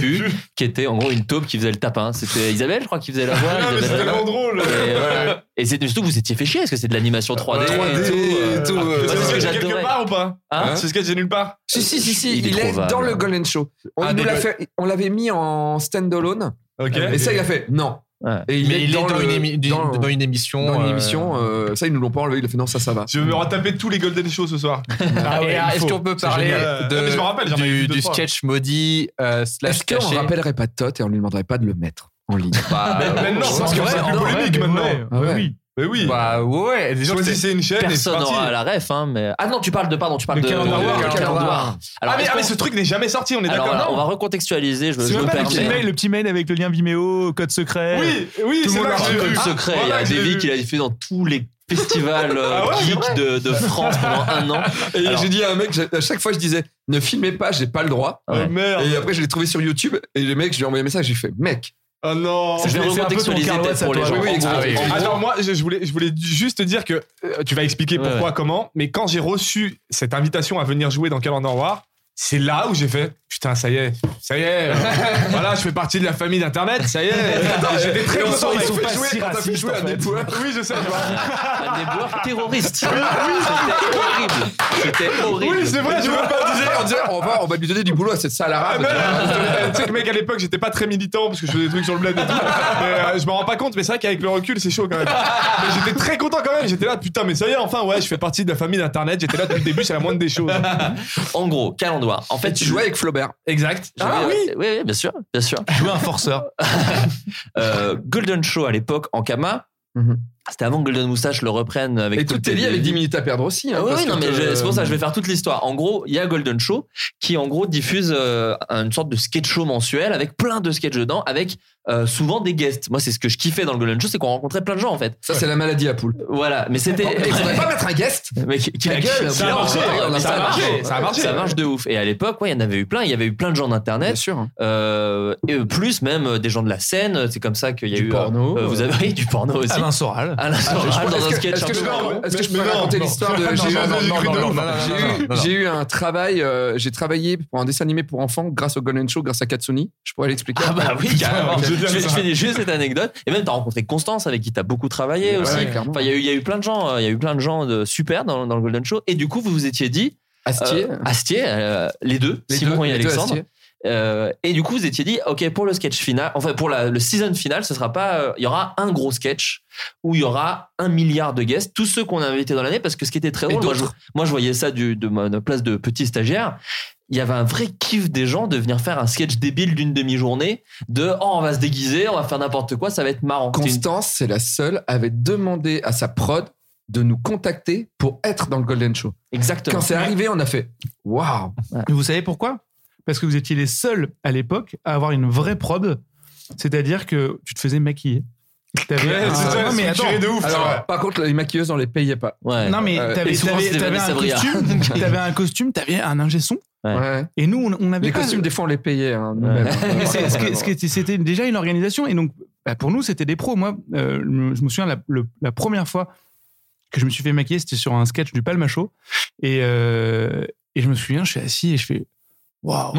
Speaker 6: qui était en gros une taupe qui faisait le tapin c'était Isabelle je crois qui faisait la voix
Speaker 3: Ah, mais
Speaker 6: Isabelle
Speaker 3: c'est
Speaker 6: Lalande.
Speaker 3: tellement drôle.
Speaker 6: et, voilà. et c'est surtout vous étiez fait chier parce que c'est de l'animation 3D,
Speaker 3: Ouais, 3D
Speaker 6: et tout, euh,
Speaker 4: et tout, euh,
Speaker 6: moi,
Speaker 3: ah, C'est
Speaker 6: c'est ce
Speaker 3: ce
Speaker 6: que
Speaker 3: que j'ai quelque
Speaker 6: j'adorais.
Speaker 3: part ou pas
Speaker 6: Hein
Speaker 3: C'est ce que j'ai nulle part.
Speaker 4: Si, si, si, si,
Speaker 6: Il
Speaker 4: il,
Speaker 6: est
Speaker 4: est,
Speaker 6: trouvable.
Speaker 4: dans le Golden Show. On
Speaker 8: Ah,
Speaker 4: nous
Speaker 8: des
Speaker 4: l'a
Speaker 8: Go-
Speaker 4: fait- on l'avait mis en stand-alone.
Speaker 3: Ok.
Speaker 4: Et Ah, ça, il a fait non.
Speaker 6: Ouais.
Speaker 4: Et
Speaker 8: Mais il est dans
Speaker 4: le-
Speaker 8: une émi- du-
Speaker 4: dans-
Speaker 8: dans une émission.
Speaker 4: dans une
Speaker 8: euh,
Speaker 4: émission, euh, ça ils nous l'ont pas enlevé, il a fait non, ça ça va.
Speaker 3: Je vais me retaper tous les Golden Shows ce soir.
Speaker 8: Ah ouais,
Speaker 3: Et,
Speaker 8: Est-ce qu'on peut parler
Speaker 3: génial.
Speaker 8: de-
Speaker 3: Ah, mais je me rappelle, j'en ai vu
Speaker 8: du,
Speaker 3: deux,
Speaker 8: du
Speaker 3: trois.
Speaker 8: sketch maudit euh, slash
Speaker 4: Est-ce qu'on
Speaker 8: caché
Speaker 4: rappellerait pas Tot et on lui demanderait pas de le mettre en ligne
Speaker 8: Bah,
Speaker 3: Mais- maintenant,
Speaker 8: je
Speaker 3: je
Speaker 8: pense
Speaker 3: pense que
Speaker 8: ouais,
Speaker 3: c'est plus
Speaker 8: en vrai,
Speaker 3: polémique maintenant.
Speaker 4: Ah ouais.
Speaker 7: Oui.
Speaker 3: Mais oui.
Speaker 8: Bah ouais, déjà que c'est-
Speaker 3: Choisissez une chaîne et c'est
Speaker 6: personne
Speaker 3: parti.
Speaker 6: n'aura la ref hein, mais ah non tu parles de pardon tu parles
Speaker 3: Le
Speaker 6: de
Speaker 3: calendrier.
Speaker 6: de-
Speaker 3: Le
Speaker 6: de-
Speaker 3: calendrier.
Speaker 6: calendrier. alors,
Speaker 3: Ah mais,
Speaker 6: est-ce
Speaker 3: ah, mais
Speaker 6: qu'on-
Speaker 3: ce truc n'est jamais sorti, on est
Speaker 6: alors,
Speaker 3: d'accord
Speaker 6: voilà,
Speaker 3: non
Speaker 6: on va recontextualiser je,
Speaker 3: C'est
Speaker 6: je
Speaker 3: même
Speaker 6: me
Speaker 3: pas le
Speaker 7: Le petit,
Speaker 6: permets
Speaker 7: mail, le petit mail avec le lien Vimeo, code secret.
Speaker 3: Oui, oui,
Speaker 7: Tout
Speaker 3: c'est
Speaker 7: le monde
Speaker 3: là que
Speaker 7: a
Speaker 3: j'ai
Speaker 7: un
Speaker 3: vu.
Speaker 7: code
Speaker 6: secret.
Speaker 3: Voilà,
Speaker 6: il y a
Speaker 3: j'ai
Speaker 6: Davy
Speaker 3: vu.
Speaker 6: qui l'a fait dans tous les festivals euh,
Speaker 3: Ah ouais, c'est
Speaker 6: geeks de, de France pendant un an.
Speaker 4: Et
Speaker 6: Alors-
Speaker 4: j'ai dit à un mec, j'ai- à chaque fois je disais ne filmez pas, j'ai pas le droit.
Speaker 3: Oh,
Speaker 6: Ouais.
Speaker 3: merde.
Speaker 4: Et après je l'ai trouvé sur YouTube et le mec, je lui ai envoyé un message, j'ai fait mec.
Speaker 3: Oh non.
Speaker 6: Je vais
Speaker 7: mais c'est un peu ton
Speaker 6: recontextualiser
Speaker 7: Carl
Speaker 6: peut-être
Speaker 7: Watts à
Speaker 6: pour les
Speaker 7: toi.
Speaker 6: gens. Ah,
Speaker 4: Oui, oui,
Speaker 6: En gros-
Speaker 4: explique,
Speaker 6: en gros-
Speaker 3: Attends, moi, je je voulais, je voulais juste te dire que euh, tu vas expliquer
Speaker 6: Ouais,
Speaker 3: pourquoi,
Speaker 6: ouais.
Speaker 3: comment, mais quand j'ai reçu cette invitation à venir jouer dans Calendar War, c'est là où j'ai fait putain, ça y est, ça y est, euh, voilà, je fais partie de la famille d'Internet, ça y est. Et J'étais très
Speaker 4: Et on
Speaker 3: content,
Speaker 4: s'en-
Speaker 3: mais
Speaker 4: ils sont
Speaker 3: fait
Speaker 4: pas si
Speaker 3: quand t'as fait
Speaker 4: racistes,
Speaker 3: jouer
Speaker 4: en
Speaker 3: à
Speaker 4: fait.
Speaker 3: des points. Oui, je sais, je vois.
Speaker 6: un déboire terroriste. C'était horrible. C'était horrible.
Speaker 3: Oui, c'est vrai, je vois pas.
Speaker 4: On disait, on disait, on va, on va lui donner du boulot à cette sale
Speaker 3: Ah,
Speaker 4: arabe.
Speaker 3: mais non, tu sais que mec à l'époque j'étais pas très militant parce que je faisais des trucs sur le bled et tout. Mais, euh, je m'en rends pas compte mais c'est vrai qu'avec le recul c'est chaud quand même. Mais j'étais très content quand même, j'étais là putain mais ça y est enfin ouais je fais partie de la famille d'internet, j'étais là depuis le début c'est la moindre des choses.
Speaker 6: En gros, calendoir. En fait,
Speaker 4: tu jouais avec Flaubert.
Speaker 3: Exact.
Speaker 6: Ah oui, oui, oui, bien sûr, bien sûr.
Speaker 7: Jouer un forceur.
Speaker 6: Euh, Golden Show à l'époque en Kama.
Speaker 4: Mhm.
Speaker 6: C'était avant que Golden Moustache le reprenne avec
Speaker 4: Et tout est lié avec 10 minutes à perdre aussi. hein,
Speaker 6: Ah oui,
Speaker 4: parce
Speaker 6: oui, non,
Speaker 4: que,
Speaker 6: mais je-
Speaker 4: euh,
Speaker 6: c'est pour ça, je vais faire toute l'histoire. En gros, il y a Golden Show qui, en gros, diffuse euh, une sorte de sketch show mensuel avec plein de sketchs dedans, avec euh, souvent des guests. Moi, c'est ce que je kiffais dans le Golden Show, c'est qu'on rencontrait plein de gens, en fait.
Speaker 4: Ça, c'est la maladie à poule.
Speaker 6: Voilà, mais c'était.
Speaker 4: Il faudrait pas mettre un guest.
Speaker 6: Mais qui qui la
Speaker 4: Ça a
Speaker 6: gueule, qui la
Speaker 4: marché,
Speaker 6: horreur, mais
Speaker 4: ça a marché,
Speaker 3: ça a marché.
Speaker 6: Ça marche de ouf. Et à l'époque, ouais, il y en avait eu plein. Il y avait eu plein de gens
Speaker 4: Bien
Speaker 6: d'internet,
Speaker 4: sûr.
Speaker 6: euh, et euh, plus même euh, des gens de la scène. C'est comme ça qu'il y a
Speaker 4: Du
Speaker 6: eu. euh,
Speaker 4: porno. Ah,
Speaker 6: euh, vous avez oui, du porno aussi.
Speaker 7: Alain Soral.
Speaker 6: Alain Soral dans un
Speaker 4: Est-ce que,
Speaker 6: sketch.
Speaker 4: est-ce
Speaker 6: un
Speaker 4: que je
Speaker 6: peu
Speaker 4: peux,
Speaker 6: marrant.
Speaker 4: est-ce que je peux
Speaker 3: Mais non,
Speaker 4: raconter
Speaker 3: non.
Speaker 4: l'histoire de
Speaker 3: Non,
Speaker 4: j'ai eu
Speaker 3: non,
Speaker 4: un-
Speaker 3: non,
Speaker 4: j'ai
Speaker 3: non,
Speaker 4: eu-
Speaker 3: non, non, non,
Speaker 4: j'ai eu-
Speaker 8: non, non.
Speaker 4: j'ai eu un travail euh, j'ai travaillé pour un dessin animé pour enfants grâce au Golden Show grâce à Katsuni je pourrais l'expliquer
Speaker 6: Ah bah oui, carrément.
Speaker 3: Putain,
Speaker 6: Je,
Speaker 3: génial,
Speaker 6: je
Speaker 3: ça.
Speaker 6: finis juste cette anecdote. Et même, t'as rencontré Constance avec qui t'as beaucoup travaillé aussi.
Speaker 4: Ouais, clairement.
Speaker 6: Enfin, il y, a eu- il y a eu plein de gens, euh, il y a eu plein de gens de super dans, dans le Golden Show. Et du coup, vous vous étiez dit,
Speaker 4: Astier
Speaker 6: euh, Astier, euh, les deux,
Speaker 4: les
Speaker 6: Simon
Speaker 4: deux-
Speaker 6: et
Speaker 4: les deux
Speaker 6: Alexandre.
Speaker 4: Astier.
Speaker 6: Euh, et du coup, vous étiez dit, ok, pour le sketch final, enfin pour la- le season final, ce sera pas, euh, il y aura un gros sketch où il y aura un milliard de guests, tous ceux qu'on a invités dans l'année, parce que ce qui était très
Speaker 4: Et
Speaker 6: drôle, moi je,
Speaker 4: d'autres.
Speaker 6: moi, je voyais ça du- de ma place de petit stagiaire. Il y avait un vrai kiff des gens de venir faire un sketch débile d'une demi-journée de oh on va se déguiser, on va faire n'importe quoi, ça va être marrant. C'était une-
Speaker 4: Constance c'est la seule avait demandé à sa prod de nous contacter pour être dans le Golden Show
Speaker 6: Exactement.
Speaker 4: quand c'est arrivé on a fait waouh
Speaker 7: Mais vous savez pourquoi Parce que vous étiez les seuls à l'époque à avoir une vraie prod. C'est-à-dire que tu te faisais maquiller. T'avais
Speaker 3: Ouais,
Speaker 7: un-
Speaker 3: c'est
Speaker 7: non,
Speaker 3: ça,
Speaker 7: Ah mais
Speaker 3: c'est
Speaker 7: attends.
Speaker 3: curé de ouf. ça, ouais.
Speaker 4: alors par contre les maquilleuses on les payait pas
Speaker 6: Ouais.
Speaker 7: Non, mais
Speaker 4: Euh,
Speaker 7: t'avais
Speaker 6: et souvent,
Speaker 7: t'avais-
Speaker 6: c'était
Speaker 7: t'avais
Speaker 6: Vanessa
Speaker 7: un
Speaker 6: Briard.
Speaker 7: costume, t'avais un costume, t'avais un ingé son,
Speaker 6: Ouais.
Speaker 4: Ouais.
Speaker 7: et nous, on, on avait
Speaker 4: les
Speaker 7: Ah, pas-
Speaker 4: costumes des fois on les payait hein,
Speaker 6: Ouais.
Speaker 4: nous-mêmes.
Speaker 7: Mais c'est- ce que- ce que- c'était déjà une organisation. Et donc, bah, pour nous, c'était des pros. Moi, euh, je me souviens, la, le- la première fois que je me suis fait maquiller, c'était sur un sketch du Palma Show. Et, euh, et je me souviens, je suis assis et je fais Waouh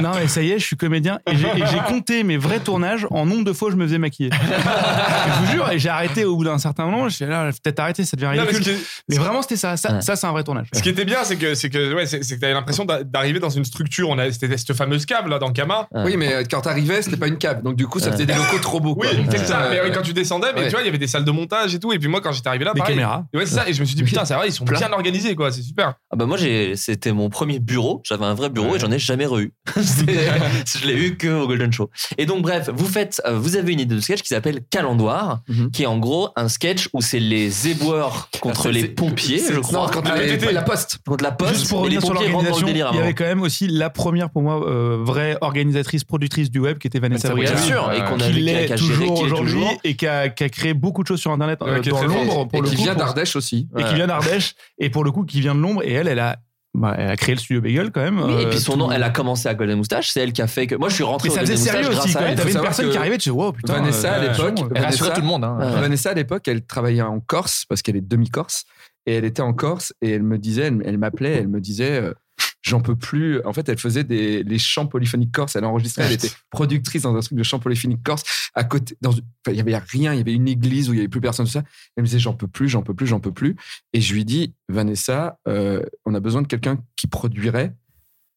Speaker 7: Non, mais ça y est, je suis comédien. Et j'ai et j'ai compté mes vrais tournages en nombre de fois où je me faisais maquiller. je vous jure, et j'ai arrêté au bout d'un certain moment. Je fais là, faut peut-être arrêter, ça devient
Speaker 3: Non, mais ce
Speaker 7: ridicule.
Speaker 3: qui
Speaker 7: Mais,
Speaker 3: est-
Speaker 7: vraiment, c'était ça. Ça,
Speaker 6: Ouais.
Speaker 7: ça, c'est un vrai tournage.
Speaker 3: Ce qui était bien, c'est que c'est que ouais, c'est c'est que t'avais l'impression d'a- d'arriver dans une structure. On a c'était cette fameuse cave là dans Kama.
Speaker 4: oui mais quand t'arrivais c'était pas une cave donc du coup ça
Speaker 6: Ouais.
Speaker 4: faisait des locaux trop beaux
Speaker 3: Oui,
Speaker 4: quoi.
Speaker 3: c'est ça.
Speaker 4: Euh,
Speaker 3: Mais oui, quand tu descendais, mais
Speaker 4: ouais.
Speaker 3: tu vois, il y avait des salles de montage et tout. Et puis moi, quand j'étais arrivé là,
Speaker 7: Des
Speaker 3: pareil.
Speaker 7: caméras.
Speaker 3: Et ouais, c'est ça. Et je me suis dit putain, ça va, ils sont
Speaker 6: Plein.
Speaker 3: bien organisés quoi. C'est super.
Speaker 6: Ah bah moi j'ai c'était mon premier bureau, j'avais un vrai bureau et j'en ai jamais re-eu. C'est- je l'ai eu que au Golden Show. Et donc bref, vous faites euh, vous avez une idée de sketch qui s'appelle Calendoir
Speaker 4: Mhm.
Speaker 6: qui est en gros un sketch où c'est les éboueurs contre
Speaker 4: c'est-
Speaker 6: les
Speaker 4: c'est-
Speaker 6: pompiers,
Speaker 4: c'est-
Speaker 6: je
Speaker 4: non,
Speaker 6: crois.
Speaker 4: quand
Speaker 3: Ah,
Speaker 4: les-
Speaker 3: mais t'étais-
Speaker 4: la poste
Speaker 6: Contre la poste
Speaker 7: Juste pour
Speaker 6: et les
Speaker 7: revenir sur
Speaker 6: pompiers rentrent dans le
Speaker 7: l'organisation, il y
Speaker 6: délire à un moment.
Speaker 7: avait quand même aussi la première pour moi euh, vraie organisatrice productrice du web qui était Vanessa
Speaker 4: Vanessa
Speaker 6: Bien
Speaker 7: Briand.
Speaker 6: sûr,
Speaker 3: Ouais,
Speaker 6: et qu'on
Speaker 7: Qui
Speaker 6: a qui a-
Speaker 7: l'est
Speaker 6: qui a géré,
Speaker 7: euh, toujours
Speaker 6: qui est
Speaker 7: aujourd'hui euh,
Speaker 6: toujours.
Speaker 7: et qui a, qui a créé beaucoup de choses sur Internet euh,
Speaker 3: Ouais, qui est
Speaker 7: dans
Speaker 3: très
Speaker 7: l'ombre
Speaker 3: forte.
Speaker 7: pour
Speaker 4: et
Speaker 7: le
Speaker 4: qui
Speaker 7: coup.
Speaker 4: vient
Speaker 7: pour-
Speaker 4: d'Ardèche aussi
Speaker 7: Et qui
Speaker 6: Ouais.
Speaker 7: vient d'Ardèche et pour le coup qui vient de l'ombre et elle, elle a, bah, elle a créé le studio Bagel quand même.
Speaker 6: Oui, et
Speaker 7: euh,
Speaker 6: puis son
Speaker 7: tout-
Speaker 6: nom, elle a commencé à Golden Moustache, c'est elle qui a fait que moi je suis rentré
Speaker 7: Mais
Speaker 6: au
Speaker 7: ça
Speaker 6: Golden
Speaker 7: faisait sérieux
Speaker 6: Moustache
Speaker 7: aussi
Speaker 6: grâce
Speaker 7: quand
Speaker 6: à
Speaker 7: même.
Speaker 6: elle.
Speaker 4: Faut
Speaker 7: T'avais une
Speaker 4: savoir
Speaker 7: personne
Speaker 4: que
Speaker 7: qui arrivait, tu sais, wow, putain.
Speaker 4: Vanessa à
Speaker 7: euh,
Speaker 4: l'époque
Speaker 7: attention,
Speaker 8: Elle
Speaker 4: Vanessa-
Speaker 8: rassurait tout le monde. hein.
Speaker 6: Ah, Ouais.
Speaker 4: Vanessa, à l'époque, elle travaillait en Corse parce qu'elle est demi-corse. Et elle était en Corse et elle me disait, elle, elle m'appelait, elle me disait, euh, j'en peux plus. En fait, elle faisait des, les chants polyphoniques corse. Elle enregistrait, elle était productrice dans un truc de chants polyphoniques corse. À côté, dans une- enfin, il y avait rien, il y avait une église où il y avait plus personne, tout ça. Elle me disait, j'en peux plus, j'en peux plus, j'en peux plus. Et je lui dis, Vanessa, euh, on a besoin de quelqu'un qui produirait,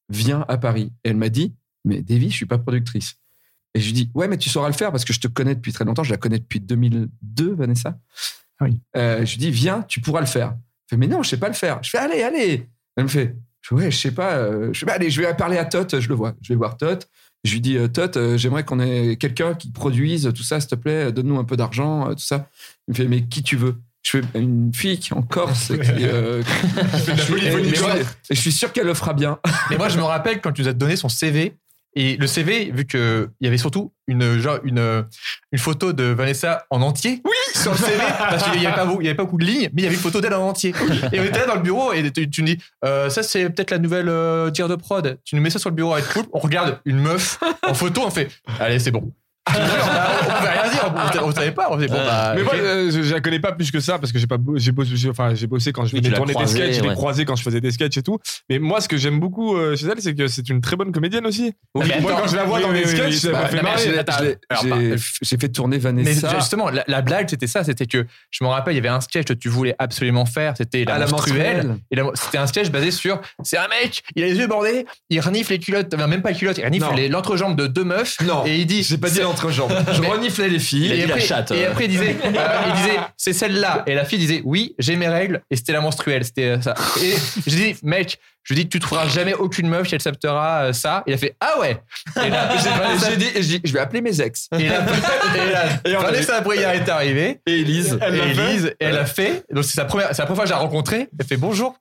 Speaker 4: viens à Paris. Et elle m'a dit, mais Davy, je suis pas productrice. Et je lui dis, ouais, mais tu sauras le faire parce que je te connais depuis très longtemps. Je la connais depuis 2002, Vanessa.
Speaker 7: Ah oui.
Speaker 4: Euh, je lui dis, viens, tu pourras le faire. Elle fait, mais non, je sais pas le faire. Je fais, allez, allez. Elle me fait, Je- ouais, je sais pas. euh, je fais, bah, allez, je vais parler à Tot, je le vois. Je vais voir Tot. Je lui dis, euh, Tot, euh, j'aimerais qu'on ait quelqu'un qui produise tout ça, s'il te plaît, donne-nous un peu d'argent, euh, tout ça. Il me fait, mais qui tu veux Je fais, bah, une fille qui est en Corse. qui, euh,
Speaker 3: C'est de la
Speaker 4: je suis-
Speaker 3: polyphonie.
Speaker 4: mais
Speaker 3: tu vois.
Speaker 4: ouais, et je suis sûr qu'elle le fera bien.
Speaker 8: Mais moi, je me rappelle quand tu nous as donné son CV. Et le CV, vu qu'il y avait surtout une, genre, une, une photo de Vanessa en entier sur le CV, parce qu'il n'y avait, pas beaucoup- il y avait pas beaucoup de lignes, mais il y avait une photo d'elle en entier. Et on était là dans le bureau et tu, tu me dis euh, Ça, c'est peut-être la nouvelle euh, tire de prod. Tu nous mets ça sur le bureau avec cool. On regarde une meuf en photo, on fait Allez, c'est bon. on ne pouvait rien dire, on- on ne savait pas. On faisait Bon, bah.
Speaker 6: Ah,
Speaker 3: Mais
Speaker 8: ok.
Speaker 3: moi, euh, je, je la connais pas plus que ça parce que j'ai pas, bo- j'ai bossé, j'ai- enfin, j'ai bossé quand je
Speaker 6: Oui, tu
Speaker 3: faisais
Speaker 6: l'as
Speaker 3: tourner des
Speaker 6: croisée,
Speaker 3: sketchs, je l'ai
Speaker 6: ouais.
Speaker 3: croisée quand je faisais des sketchs et tout. Mais moi, ce que j'aime beaucoup euh, chez elle, c'est que c'est une très bonne comédienne aussi.
Speaker 7: Bah,
Speaker 8: Oui, mais
Speaker 3: moi,
Speaker 8: attends.
Speaker 3: quand je la vois
Speaker 8: Oui,
Speaker 3: dans
Speaker 8: oui,
Speaker 3: les
Speaker 8: oui,
Speaker 3: sketchs,
Speaker 8: oui.
Speaker 3: ça
Speaker 8: Bah,
Speaker 3: m'a
Speaker 8: non,
Speaker 3: fait
Speaker 8: mais
Speaker 3: marrer.
Speaker 4: Je l'ai-
Speaker 8: attends,
Speaker 4: je l'ai-
Speaker 8: alors,
Speaker 4: j'ai-
Speaker 8: bah,
Speaker 4: J'ai fait tourner
Speaker 8: Mais
Speaker 4: Vanessa.
Speaker 8: justement, la, la blague, c'était ça. C'était que je me rappelle, il y avait un sketch que tu voulais absolument faire. C'était la,
Speaker 3: Ah,
Speaker 4: à la
Speaker 8: menstruelle.
Speaker 4: menstruelle.
Speaker 8: Et la- c'était un sketch basé sur c'est un mec, il a les yeux bordés, il renifle les culottes, enfin, même pas les culottes, il renifle
Speaker 4: Non.
Speaker 8: les- l'entrejambe de deux meufs.
Speaker 4: Non.
Speaker 8: Et il dit
Speaker 4: J'ai pas dit
Speaker 8: c'est-
Speaker 4: l'entrejambe. Je reniflais les filles.
Speaker 6: Il a dit la
Speaker 3: après,
Speaker 6: chatte,
Speaker 3: et
Speaker 6: euh.
Speaker 3: après, il disait, euh, il disait, c'est celle-là. Et la fille disait, oui, j'ai mes règles. Et c'était la menstruelle, c'était euh, ça. Et j'ai dit, mec, je lui dis, tu trouveras jamais aucune meuf qui acceptera euh, ça. Il a fait, ah ouais. Et là, j'ai-
Speaker 4: J'ai dit, j'ai dit, je vais appeler mes ex.
Speaker 3: et là, et là,
Speaker 4: Et on a
Speaker 3: Vanessa Brouillard est arrivée.
Speaker 4: Et Elise.
Speaker 3: Et
Speaker 4: Et Élise.
Speaker 3: Elise, et elle a fait. Donc c'est sa première, c'est la première fois que je la rencontrée. Elle fait bonjour.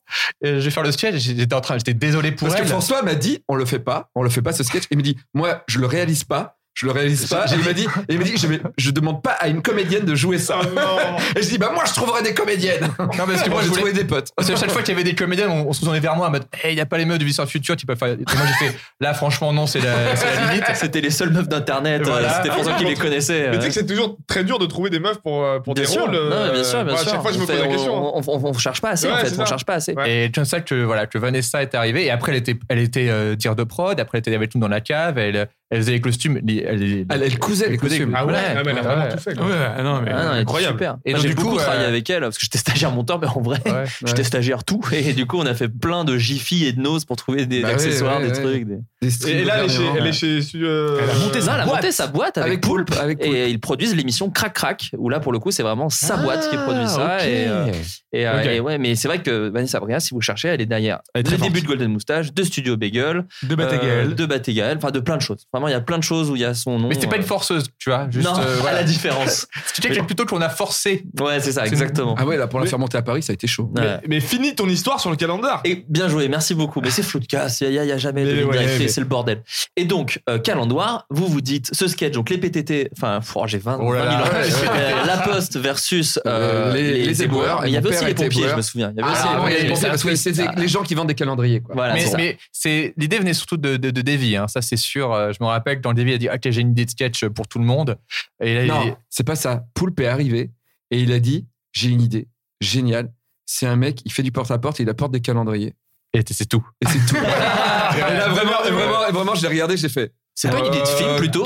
Speaker 3: euh, je vais faire le sketch. J'étais en train, j'étais désolé pour
Speaker 4: Parce que
Speaker 3: elle.
Speaker 4: François m'a dit, on le fait pas, on le fait pas ce sketch. Il me dit, moi, je le réalise pas. Je le réalise pas. Et il m'a dit, et il m'a dit, je, vais- je demande pas à une comédienne de jouer ça. et je dis, bah moi, je trouverai des comédiennes.
Speaker 3: Oh non, parce que
Speaker 4: moi,
Speaker 3: moi, je
Speaker 4: j'ai
Speaker 3: voulais.
Speaker 4: trouvé des potes.
Speaker 3: Parce que chaque fois qu'il y avait des comédiens, on, on se tournait vers moi en mode il n'y a pas les meufs de Vision Future, tu peux faire. Et moi j'ai fait là franchement non, c'est la, c'est la limite.
Speaker 6: C'était les seules meufs d'internet.
Speaker 3: Voilà.
Speaker 6: euh, C'était pour ça qu'il les connaissait.
Speaker 11: Mais tu
Speaker 6: euh.
Speaker 11: sais que c'est toujours très dur de trouver des meufs pour, euh, pour
Speaker 6: Bien
Speaker 11: des
Speaker 6: sûr.
Speaker 11: rôles.
Speaker 6: Non,
Speaker 11: euh,
Speaker 6: bien sûr, bien
Speaker 11: moi, à
Speaker 6: sûr.
Speaker 11: chaque fois, je
Speaker 6: On
Speaker 11: me pose
Speaker 6: fait-
Speaker 11: la question.
Speaker 6: On, on- on cherche pas assez,
Speaker 11: Ouais,
Speaker 6: en
Speaker 11: c'est
Speaker 6: fait.
Speaker 11: ça.
Speaker 6: On cherche pas assez.
Speaker 11: Ouais.
Speaker 3: Et comme ça que voilà que Vanessa est arrivée et après elle était elle était euh, dire de prod, après elle était avec nous dans la cave, elle elle faisait les costumes, les- elle,
Speaker 4: Elle- elle cousait les costumes.
Speaker 11: Ah ouais,
Speaker 6: Ouais.
Speaker 11: ah, mais elle a
Speaker 3: Ouais.
Speaker 11: vraiment tout fait. quoi.
Speaker 7: Ouais, non, mais.
Speaker 6: Ah non, elle était
Speaker 11: Incroyable.
Speaker 6: Super.
Speaker 3: Et
Speaker 6: Et
Speaker 3: donc,
Speaker 6: j'ai
Speaker 3: du coup,
Speaker 6: beaucoup travaillé
Speaker 3: euh,
Speaker 6: avec elle parce que j'étais stagiaire monteur, mais en vrai,
Speaker 3: Ouais, ouais.
Speaker 6: j'étais stagiaire tout. Et du coup, on a fait plein de Jiffy et de Nose pour trouver des
Speaker 4: Bah oui,
Speaker 6: accessoires,
Speaker 4: ouais,
Speaker 6: des
Speaker 4: ouais.
Speaker 6: trucs. Des...
Speaker 4: Des
Speaker 11: Et
Speaker 4: streams
Speaker 11: là, elle est
Speaker 4: au
Speaker 11: chez.
Speaker 4: dernier
Speaker 11: Elle est chez
Speaker 4: moment.
Speaker 11: euh,
Speaker 7: Elle a monté
Speaker 6: Ah,
Speaker 7: sa
Speaker 6: elle a monté sa boîte avec,
Speaker 4: Avec
Speaker 6: Poulpe,
Speaker 4: Poulpe, avec Poulpe. Ah,
Speaker 6: et ils produisent l'émission Crac Crac où là pour le coup c'est vraiment sa boîte qui produit ça et, euh, et, euh,
Speaker 3: Ok.
Speaker 6: et ouais mais c'est vrai que Vanessa Bria si vous cherchez elle est derrière
Speaker 3: Elle est
Speaker 6: le
Speaker 3: très
Speaker 6: début
Speaker 3: forte.
Speaker 6: de Golden Moustache de Studio Bagel
Speaker 7: De Bata
Speaker 6: euh,
Speaker 7: Gaël.
Speaker 6: de Bat et Gaël, enfin de plein de choses vraiment il y a plein de choses où il y a son nom
Speaker 3: Mais c'était pas
Speaker 6: euh,
Speaker 3: une forceuse, tu vois. Juste,
Speaker 6: non
Speaker 3: euh,
Speaker 6: à
Speaker 3: voilà.
Speaker 6: la différence
Speaker 3: Tu sais que plutôt qu'on a forcé.
Speaker 6: ouais c'est ça
Speaker 3: C'est- Ah
Speaker 6: exactement
Speaker 4: Ah ouais, là, pour la faire monter à Paris, ça a été chaud.
Speaker 6: Ouais.
Speaker 11: Mais, mais finis ton histoire sur le calendar.
Speaker 6: Et bien joué, merci beaucoup. Mais c'est flou de casse, il n'y a, y a jamais de
Speaker 11: Mais
Speaker 6: ligne
Speaker 11: ouais,
Speaker 6: directrice,
Speaker 11: mais-
Speaker 6: c'est le bordel. Et donc, euh, Calendoir, vous vous dites, ce sketch, donc les PTT, enfin, pff, oh, j'ai 20,
Speaker 3: Oh là
Speaker 6: 20 000 ans.
Speaker 3: là.
Speaker 6: Euh, la Poste versus euh,
Speaker 4: Euh, les- les éboueurs.
Speaker 6: Mais Il y
Speaker 4: Mon
Speaker 6: avait aussi
Speaker 4: père
Speaker 6: les
Speaker 4: était
Speaker 6: pompiers,
Speaker 4: éboueur.
Speaker 6: je me souviens. Il y avait
Speaker 4: Ah,
Speaker 6: aussi les
Speaker 4: ouais,
Speaker 6: pompiers.
Speaker 4: il y a des
Speaker 3: mais
Speaker 4: pensées,
Speaker 3: c'est un
Speaker 4: parce que
Speaker 3: twist.
Speaker 4: c'est c'est les gens qui vendent des calendriers, quoi.
Speaker 6: Voilà,
Speaker 3: mais
Speaker 6: Ah, c'est ça.
Speaker 3: mais c'est l'idée venait surtout de, de, de Davy, hein, ça c'est sûr. Euh, Je me rappelle que dans Davy, il a dit Ok, j'ai une idée de sketch pour tout le monde. Et là, il-
Speaker 4: Non, c'est pas ça. Poulpe est arrivé et il a dit J'ai une idée. Génial. C'est un mec, il fait du porte-à-porte et il apporte des calendriers.
Speaker 3: et c'est tout.
Speaker 4: Et c'est tout. et là, vraiment, et vraiment, et vraiment, je l'ai regardé, j'ai fait.
Speaker 6: C'est pas une idée de film plutôt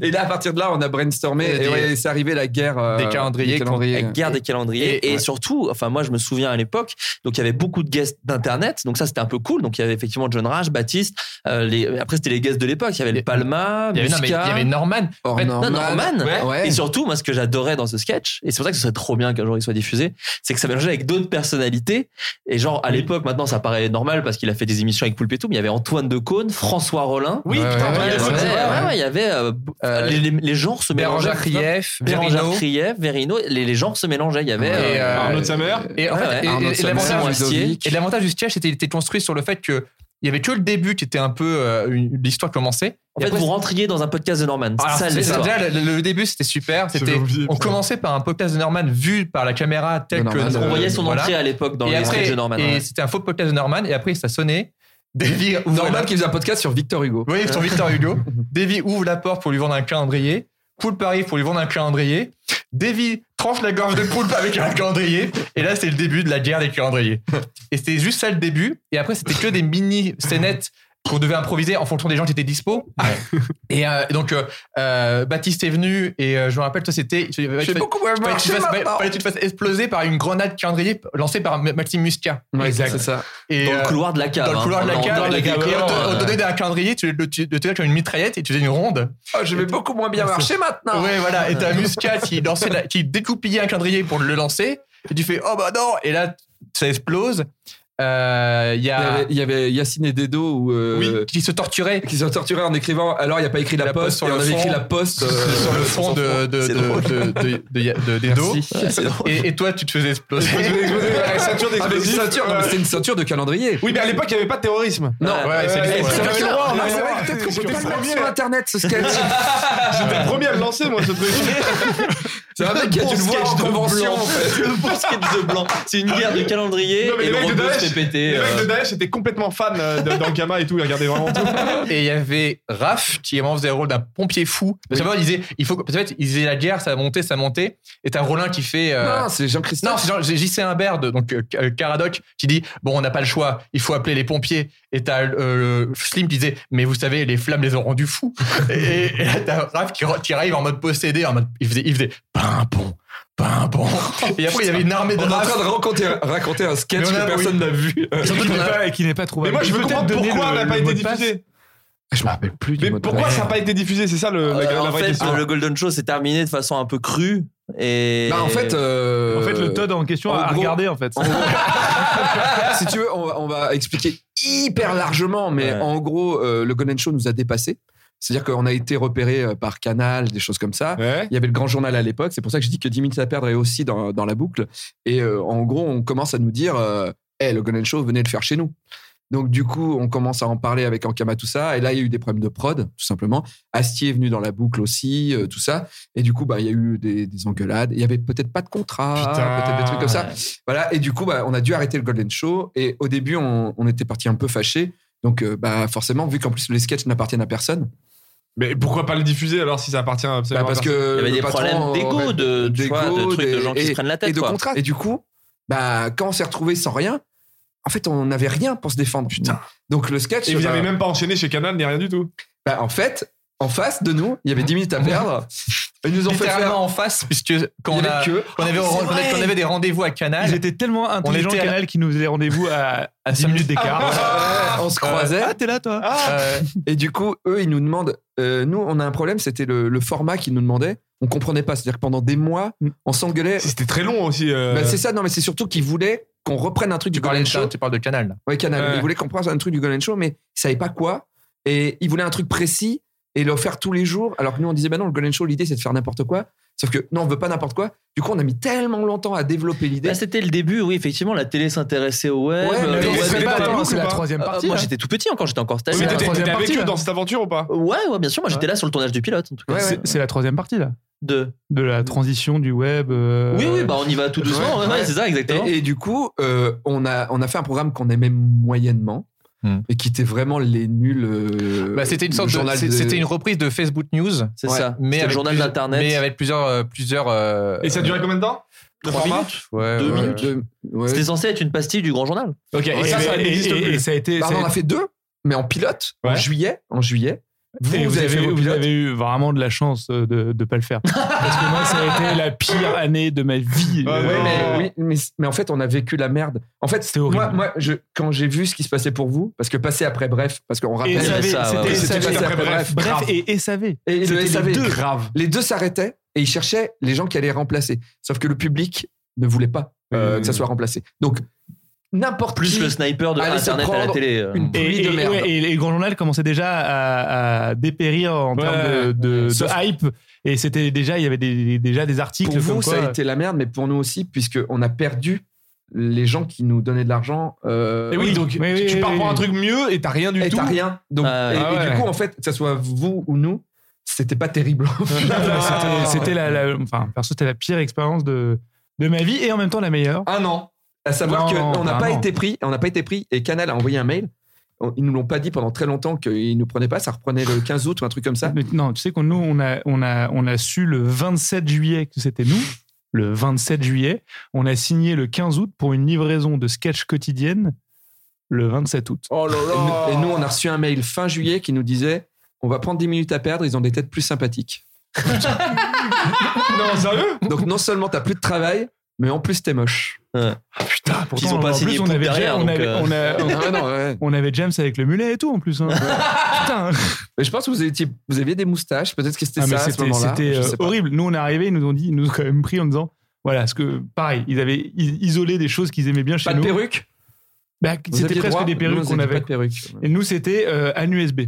Speaker 4: Et là, à partir de là, on a brainstormé
Speaker 3: Et
Speaker 4: et,
Speaker 3: Euh, des-
Speaker 4: ouais, c'est arrivé la guerre euh,
Speaker 3: des calendriers
Speaker 6: La guerre des calendriers.
Speaker 3: Et-
Speaker 6: Et,
Speaker 3: ouais.
Speaker 6: surtout, enfin, moi, je me souviens à l'époque, donc il y avait beaucoup de guests d'Internet. Donc ça, c'était un peu cool. Donc il y avait effectivement John Rage, Baptiste. euh, les, après, c'était les guests de l'époque. Il y avait le
Speaker 3: Et-
Speaker 6: Palma,
Speaker 3: Il y avait, non, mais il y
Speaker 6: Muscat.
Speaker 3: avait Norman.
Speaker 4: Or,
Speaker 3: Ouais, non,
Speaker 6: Non,
Speaker 4: Norman.
Speaker 6: Norman.
Speaker 4: Ouais. Ouais.
Speaker 6: Et surtout, moi, ce que j'adorais dans ce sketch, et c'est pour ça que ce serait trop bien qu'un jour il soit diffusé, c'est que ça mélangeait avec d'autres personnalités. Et genre, à l'époque, maintenant, ça paraît normal parce qu'il a fait des émissions avec Poulpe et tout, mais il y avait Antoine Decaune, François Rollin.
Speaker 11: Oui,
Speaker 3: Ouais,
Speaker 11: putain,
Speaker 6: Il
Speaker 3: ouais,
Speaker 6: y
Speaker 11: ouais,
Speaker 6: avait,
Speaker 11: ouais,
Speaker 6: ouais,
Speaker 11: ouais,
Speaker 6: ouais, ouais, il y avait, euh,
Speaker 3: Euh,
Speaker 6: les, les- les genres se mélangeaient.
Speaker 3: Bérangère Krief,
Speaker 6: Bérangère
Speaker 3: Verino.
Speaker 6: Krief, Verino, les, les genres se mélangeaient. Il y avait. euh,
Speaker 3: Et, euh,
Speaker 11: Arnaud de sa mère.
Speaker 3: Et en
Speaker 6: Ouais,
Speaker 3: fait,
Speaker 6: ouais.
Speaker 3: et- et-
Speaker 4: Arnaud
Speaker 3: et
Speaker 4: Samuel,
Speaker 3: l'avantage-
Speaker 4: Ludovic.
Speaker 3: Et l'avantage du sketch, c'était il était construit sur le fait que il y avait que le début qui était un peu euh, une- l'histoire commençait.
Speaker 6: En
Speaker 3: Et
Speaker 6: fait,
Speaker 3: après,
Speaker 6: vous rentriez dans un podcast de Norman. C'est
Speaker 3: Alors,
Speaker 6: ça,
Speaker 3: c'est-
Speaker 6: l'histoire.
Speaker 3: déjà, le, le début, c'était super.
Speaker 11: J'avais
Speaker 3: C'était,
Speaker 11: oublié,
Speaker 3: on
Speaker 11: putain.
Speaker 3: commençait par un podcast de Norman vu par la caméra tel
Speaker 4: De
Speaker 3: que.
Speaker 4: Norman,
Speaker 6: Parce qu'on
Speaker 4: euh,
Speaker 6: voyait son
Speaker 3: voilà.
Speaker 6: entrée à l'époque dans
Speaker 3: et
Speaker 6: les sketchs
Speaker 3: après,
Speaker 6: de Norman.
Speaker 3: et
Speaker 6: ouais.
Speaker 3: c'était un faux podcast de Norman. Et après, ça sonnait. Davy ouvre
Speaker 4: Norman
Speaker 3: la-
Speaker 4: qui faisait un podcast sur Victor Hugo.
Speaker 3: Oui, sur Victor Hugo. Davy ouvre la porte pour lui vendre un calendrier. Poulpe arrive pour lui vendre un calendrier. Davy tranche la gorge de Poulpe avec un calendrier. Et là, c'est le début de la guerre des calendriers. Et c'était juste ça le début. Et après, c'était que des mini scénettes qu'on devait improviser en fonction des gens qui étaient dispo. Et euh, donc, euh, euh, Baptiste est venu et euh, je me rappelle, toi, c'était. tu-
Speaker 4: Je fais
Speaker 3: fallait-
Speaker 4: beaucoup moins
Speaker 3: Fallait que tu
Speaker 4: marcher
Speaker 3: te fasses-
Speaker 4: maintenant.
Speaker 3: fallait que tu te fasses exploser par une grenade calendrier lancée par M- Maxime Muscat.
Speaker 4: Ouais,
Speaker 3: Exact.
Speaker 4: C'est ça.
Speaker 3: Et,
Speaker 6: dans
Speaker 3: euh,
Speaker 6: le couloir de la cave.
Speaker 3: dans le
Speaker 6: hein.
Speaker 3: couloir de la
Speaker 6: Dans- dans
Speaker 3: cave,
Speaker 6: le
Speaker 3: et
Speaker 6: décor,
Speaker 3: et on te-
Speaker 6: euh,
Speaker 3: on te donnait un calendrier, tu le tu- tu tenais comme une mitraillette et tu faisais une ronde.
Speaker 4: Oh, je vais beaucoup moins bien marcher maintenant.
Speaker 3: Ouais, voilà. Et t'as Muscat qui, lançait la- qui découpillait un calendrier pour le lancer. Et tu fais, oh bah non Et là, ça explose. Euh, Il y
Speaker 4: Il y
Speaker 3: a.
Speaker 4: avait- Il y avait Yacine et Dedo ou. euh,
Speaker 3: oui, qui se torturait
Speaker 4: qui se torturaient en écrivant alors il n'y a pas écrit la,
Speaker 3: La
Speaker 4: poste,
Speaker 3: poste sur
Speaker 4: et
Speaker 3: le
Speaker 4: on avait
Speaker 3: fond.
Speaker 4: écrit la poste euh,
Speaker 3: sur le fond de, de,
Speaker 6: C'est
Speaker 3: de,
Speaker 6: drôle.
Speaker 3: de, de- de- de- des dos.
Speaker 4: Merci.
Speaker 6: c'est drôle.
Speaker 3: Et, et toi, tu te faisais exploser.
Speaker 11: ouais, ceinture
Speaker 4: Avec une
Speaker 11: d'explosifs.
Speaker 4: ceinture, non, mais c'était une ceinture de calendrier.
Speaker 11: Oui, mais à l'époque, il n'y avait pas de terrorisme.
Speaker 4: Non,
Speaker 3: Ouais, ouais, c'est
Speaker 11: Ouais,
Speaker 3: l'histoire.
Speaker 11: ouais, ouais.
Speaker 4: Ah, C'est vrai
Speaker 11: J'avais le droit, on avait le droit.
Speaker 4: que peut-être qu'on peut
Speaker 11: J'étais
Speaker 4: pas le
Speaker 11: le
Speaker 4: mettre
Speaker 11: premier.
Speaker 4: sur internet ce sketch. Ah,
Speaker 11: J'étais le premier à le lancer, moi, ce truc.
Speaker 4: C'est un mec qui a dû le voir en convention. en fait.
Speaker 6: Le bon sketch de blanc. C'est une guerre de calendrier
Speaker 11: Non, mais
Speaker 6: et
Speaker 11: les
Speaker 6: le
Speaker 11: mecs de
Speaker 6: robot
Speaker 11: Daesh,
Speaker 6: se fait péter.
Speaker 11: Les mecs de
Speaker 6: euh.
Speaker 11: Daesh étaient complètement fans euh, de- d'Ankama et tout, ils regardaient vraiment tout.
Speaker 3: Et il y avait Raph qui vraiment faisait le rôle d'un pompier fou. Parce qu'en fait, il disait, il faut que- parce qu'en fait, il disait la guerre, ça montait, ça montait. Et t'as Rollin qui fait. euh,
Speaker 4: Non, c'est
Speaker 3: Non,
Speaker 4: Jean-Christophe.
Speaker 3: c'est genre j'ai JC Imbert, de- donc euh, euh, Caradoc, qui dit Bon, on n'a pas le choix, il faut appeler les pompiers. Et t'as euh, le Slim qui disait Mais vous savez, les flammes les ont rendus fous. et, et là, t'as Raph qui, re- qui arrive en mode possédé, en mode Il faisait, il faisait Pimpon, pimpon. Et après, il y avait une armée de
Speaker 4: On est en
Speaker 3: Raph.
Speaker 4: train de raconter, raconter un sketch
Speaker 3: Mais on a-
Speaker 4: que personne n'a vu.
Speaker 7: Surtout
Speaker 3: qu'on
Speaker 7: qu'il n'est
Speaker 3: a-
Speaker 7: pas- qu'il n'est pas trouvable.
Speaker 11: Mais moi, je
Speaker 7: Il
Speaker 11: veux
Speaker 7: peut peut-être
Speaker 11: comprendre
Speaker 7: donner
Speaker 11: pourquoi
Speaker 7: le-
Speaker 11: elle n'a pas
Speaker 7: le mot
Speaker 11: été
Speaker 7: de passe.
Speaker 11: diffusée.
Speaker 4: Je me rappelle plus du
Speaker 3: Mais
Speaker 4: mot de
Speaker 3: pourquoi
Speaker 4: passe.
Speaker 3: ça n'a pas été diffusé C'est ça le- la,
Speaker 6: Euh,
Speaker 3: la
Speaker 6: en
Speaker 3: vraie
Speaker 6: fait,
Speaker 3: question.
Speaker 6: le Golden Show s'est terminé de façon un peu crue. Et
Speaker 4: Bah, en fait, euh,
Speaker 7: En fait, le Todd en question
Speaker 4: en
Speaker 7: a
Speaker 4: gros-
Speaker 7: regardé, en fait.
Speaker 4: en gros- si tu veux, on, va- on va expliquer hyper largement, mais
Speaker 6: Ouais.
Speaker 4: en gros, euh, le Golden Show nous a dépassé. C'est-à-dire qu'on a été repéré euh, par Canal, des choses comme ça.
Speaker 3: Ouais.
Speaker 4: Il y avait le grand journal à l'époque, c'est pour ça que je dis que 10 minutes à perdre est aussi dans, dans la boucle. Et euh, en gros, on commence à nous dire euh, Hey, le Golden Show, venez le faire chez nous. Donc, du coup, on commence à en parler avec Ankama, tout ça. Et là, il y a eu des problèmes de prod, tout simplement. Astier est venu dans la boucle aussi, euh, tout ça. Et du coup, bah, il y a eu des, des engueulades. Il y avait peut-être pas de contrat,
Speaker 3: Putain.
Speaker 4: peut-être des trucs comme ça. Voilà. Et du coup, bah, on a dû arrêter le Golden Show. Et au début, on, on était parti un peu fâchés. Donc, euh, bah, forcément, vu qu'en plus les sketchs n'appartiennent à personne,
Speaker 3: Mais pourquoi pas le diffuser alors si ça appartient absolument
Speaker 4: bah, parce
Speaker 3: à
Speaker 4: que
Speaker 6: il y avait
Speaker 4: le
Speaker 6: des
Speaker 4: patron,
Speaker 6: problèmes
Speaker 4: euh,
Speaker 6: d'ego, de, tu vois, de
Speaker 4: d'ego,
Speaker 6: trucs de
Speaker 4: des-
Speaker 6: gens qui se prennent la tête.
Speaker 4: et de
Speaker 6: quoi.
Speaker 4: contrat. Et du coup, bah, quand on s'est retrouvé sans rien, en fait, on n'avait rien pour se défendre. Donc le sketch.
Speaker 3: Et vous
Speaker 4: bah,
Speaker 3: n'avez même pas enchaîné chez Canal ni rien du tout.
Speaker 4: bah, en fait, en face de nous, il y avait 10 minutes à perdre. Ils nous ont fait faire.
Speaker 8: Littéralement en face, puisque quand
Speaker 4: il y
Speaker 8: on,
Speaker 4: avait
Speaker 8: a-
Speaker 4: que-
Speaker 8: quand on avait,
Speaker 4: Oh, c'est
Speaker 8: quand on
Speaker 4: vrai.
Speaker 8: avait des rendez-vous à Canal,
Speaker 7: Ils étaient tellement intelligents,
Speaker 8: était à-
Speaker 7: Canal, qui nous faisait rendez-vous à, à 10
Speaker 8: cinq
Speaker 7: minutes d'écart.
Speaker 4: Ah, on se croisait.
Speaker 7: Ah, t'es là, toi
Speaker 8: euh,
Speaker 4: Et du coup, eux, ils nous demandent. euh, nous, on a un problème, c'était le, le format qu'ils nous demandaient. On comprenait pas. C'est-à-dire que pendant des mois, on s'engueulait.
Speaker 3: C'était très long aussi. euh,
Speaker 4: Bah, c'est ça, non, mais c'est surtout qu'ils voulaient qu'on reprenne un truc du
Speaker 8: tu, parles
Speaker 4: Golden
Speaker 8: de,
Speaker 4: Show.
Speaker 8: tu parles de Canal. là.
Speaker 4: Ouais, Canal.
Speaker 3: Ouais.
Speaker 4: Ils voulaient qu'on prenne un truc du Golden Show, mais ils savaient pas quoi. Et ils voulaient un truc précis et le faire tous les jours. Alors que nous, on disait, bah non, le Golden Show, l'idée, c'est de faire n'importe quoi. Sauf que, non, on veut pas n'importe quoi. Du coup, on a mis tellement longtemps à développer l'idée.
Speaker 6: Là, c'était le début, oui, effectivement, la télé s'intéressait au web.
Speaker 4: Ouais, mais
Speaker 6: euh,
Speaker 4: on
Speaker 6: au
Speaker 4: se
Speaker 6: web
Speaker 4: fait
Speaker 6: et
Speaker 4: pas
Speaker 6: tout.
Speaker 4: attendre,
Speaker 7: c'est
Speaker 4: ou
Speaker 7: la
Speaker 4: pas
Speaker 7: troisième
Speaker 6: Euh,
Speaker 7: partie.
Speaker 6: moi,
Speaker 7: là.
Speaker 6: j'étais tout petit encore, j'étais encore
Speaker 3: Oui,
Speaker 6: stagiaire.
Speaker 3: mais
Speaker 7: la
Speaker 3: t'étais-
Speaker 7: troisième
Speaker 3: t'étais avec
Speaker 7: partie,
Speaker 3: eux
Speaker 7: là.
Speaker 3: dans cette aventure ou pas
Speaker 6: Ouais, ouais, bien sûr, moi j'étais
Speaker 7: Ouais.
Speaker 6: là sur le tournage du pilote, en tout cas.
Speaker 4: Ouais,
Speaker 7: C'est-
Speaker 4: ouais.
Speaker 7: C'est la troisième partie, là.
Speaker 6: De...
Speaker 7: De la transition du web. euh,
Speaker 6: Oui, oui, bah on y va tout doucement, ouais,
Speaker 4: ouais,
Speaker 6: ouais,
Speaker 4: ouais.
Speaker 6: c'est ça, exactement.
Speaker 4: Et, et du coup, euh, on, a, on a fait un programme qu'on aimait moyennement
Speaker 8: Hmm.
Speaker 4: et qui était vraiment les nuls. euh,
Speaker 8: Bah, c'était une
Speaker 4: le
Speaker 8: sorte de-
Speaker 4: journal
Speaker 8: c'est-
Speaker 4: de-
Speaker 8: c'était une reprise de Facebook News,
Speaker 6: C'est
Speaker 4: Ouais.
Speaker 6: ça.
Speaker 8: mais
Speaker 6: C'était
Speaker 8: avec
Speaker 6: le journal
Speaker 8: plus-
Speaker 6: d'internet.
Speaker 8: mais avec plusieurs, euh, plusieurs. euh,
Speaker 3: Et ça durait combien de temps
Speaker 6: Trois
Speaker 3: Trois
Speaker 6: minutes.
Speaker 3: marches
Speaker 8: ouais,
Speaker 6: deux
Speaker 8: ouais.
Speaker 4: Ouais,
Speaker 6: minutes.
Speaker 4: de- ouais.
Speaker 6: C'était censé être une pastille du grand journal.
Speaker 3: Ok,
Speaker 7: Et, ça, ça,
Speaker 3: n'existe
Speaker 7: et- et-
Speaker 3: plus.
Speaker 7: et ça a été.
Speaker 4: Bah,
Speaker 7: ça a
Speaker 4: on en a fait deux, mais en pilote, en
Speaker 3: Ouais.
Speaker 4: juillet. En juillet. Vous,
Speaker 7: Et vous,
Speaker 4: avez fait
Speaker 7: avez,
Speaker 4: vos
Speaker 7: vous
Speaker 4: pilotes.
Speaker 7: avez eu vraiment de la chance euh, de ne pas le faire. Parce que moi, ça a été la pire année de ma vie.
Speaker 3: Ouais,
Speaker 7: Euh,
Speaker 3: ouais, mais-
Speaker 4: Euh, oui, mais, mais en fait, on a vécu la merde. En fait,
Speaker 7: C'était horrible.
Speaker 4: Moi, moi je, quand j'ai vu ce qui se passait pour vous, parce que passer après, bref, parce qu'on
Speaker 7: Et
Speaker 4: rappelle.
Speaker 7: SAV,
Speaker 6: ouais, ça, ouais,
Speaker 7: c'était
Speaker 6: ouais.
Speaker 4: C'était
Speaker 7: SAV.
Speaker 4: passé
Speaker 3: après,
Speaker 4: après, bref.
Speaker 3: bref.
Speaker 7: Bref,
Speaker 3: Grave.
Speaker 7: et SAV.
Speaker 4: Et le
Speaker 7: C'était
Speaker 4: SAV,
Speaker 7: les deux.
Speaker 4: grave. Les deux s'arrêtaient et ils cherchaient les gens qui allaient les remplacer. Sauf que le public ne voulait pas euh,
Speaker 3: Mmh.
Speaker 4: que ça soit remplacé. Donc, n'importe
Speaker 6: Plus
Speaker 4: qui,
Speaker 6: le sniper de
Speaker 4: Allez se
Speaker 6: internet à la
Speaker 4: prendre
Speaker 6: télé. euh.
Speaker 4: une
Speaker 7: Et,
Speaker 4: pluie de
Speaker 7: et-
Speaker 4: merde.
Speaker 7: ouais, et les grands journaux commençaient déjà à, à dépérir en
Speaker 3: Ouais.
Speaker 7: termes de, de- de
Speaker 4: Sauf-
Speaker 7: hype. Et c'était déjà, il y avait des, déjà des articles
Speaker 4: pour vous,
Speaker 7: comme quoi.
Speaker 4: ça a été la merde, mais pour nous aussi, puisqu'on a perdu les gens qui nous donnaient de l'argent. euh,
Speaker 3: Et oui, donc
Speaker 7: Oui, oui,
Speaker 3: tu- tu
Speaker 7: oui,
Speaker 3: pars pour
Speaker 7: oui.
Speaker 3: un truc mieux et t'as rien du
Speaker 4: et
Speaker 3: tout.
Speaker 4: t'as rien. Donc,
Speaker 6: Ah
Speaker 4: et,
Speaker 3: ouais.
Speaker 4: et
Speaker 3: Ah ouais.
Speaker 4: du coup, en fait, que ce soit vous ou nous, c'était pas terrible.
Speaker 7: Putain,
Speaker 3: Ah.
Speaker 7: c'était- C'était la, la- enfin, perso, c'était la pire expérience de, de ma vie et en même temps la meilleure.
Speaker 4: un an. À savoir
Speaker 7: Non,
Speaker 4: qu'on n'a pas
Speaker 7: vraiment.
Speaker 4: été pris, on n'a pas été pris, et Canal a envoyé un mail. On- Ils nous l'ont pas dit pendant très longtemps qu'ils nous prenaient pas, ça reprenait le 15 août ou un truc comme ça.
Speaker 7: Mais non, tu sais qu'on nous, on a, on a, on a su le 27 juillet que c'était nous. Le 27 juillet, on a signé le 15 août pour une livraison de sketch quotidienne le 27 août.
Speaker 3: Oh là
Speaker 4: Et
Speaker 3: là
Speaker 4: nous, et nous, on a reçu un mail fin juillet qui nous disait on va prendre 10 minutes à perdre, ils ont des têtes plus sympathiques.
Speaker 3: Non, sérieux
Speaker 4: Donc non seulement t'as plus de travail, mais en plus t'es moche.
Speaker 7: Putain,
Speaker 6: Puis ils ont pas
Speaker 7: en
Speaker 6: signé
Speaker 7: plus, on
Speaker 6: Poop
Speaker 7: avait,
Speaker 6: derrière,
Speaker 7: on,
Speaker 6: donc,
Speaker 7: avait,
Speaker 6: euh.
Speaker 7: on, a-
Speaker 4: Ah non, ouais.
Speaker 7: on avait James avec le mulet et tout en plus. hein. Putain,
Speaker 4: Mais je pense que vous étiez- vous aviez des moustaches, peut-être que c'était
Speaker 7: Ah, mais
Speaker 4: ça à ce
Speaker 7: c'était
Speaker 4: moment-là.
Speaker 7: c'était,
Speaker 4: je
Speaker 7: euh,
Speaker 4: sais pas.
Speaker 7: horrible. Nous, on est arrivés, ils nous ont dit, ils nous ont quand même pris en disant. Voilà, ce que, pareil, ils avaient i- isolé des choses qu'ils aimaient bien chez
Speaker 4: Pas de
Speaker 7: nous.
Speaker 4: perruque
Speaker 7: Bah,
Speaker 4: Vous
Speaker 7: c'était
Speaker 4: aviez
Speaker 7: presque
Speaker 4: droit
Speaker 7: des
Speaker 4: Nous,
Speaker 7: perruques
Speaker 4: on
Speaker 7: qu'on
Speaker 4: avait
Speaker 7: avait.
Speaker 4: Pas de perruque.
Speaker 7: Et nous, c'était euh, un USB.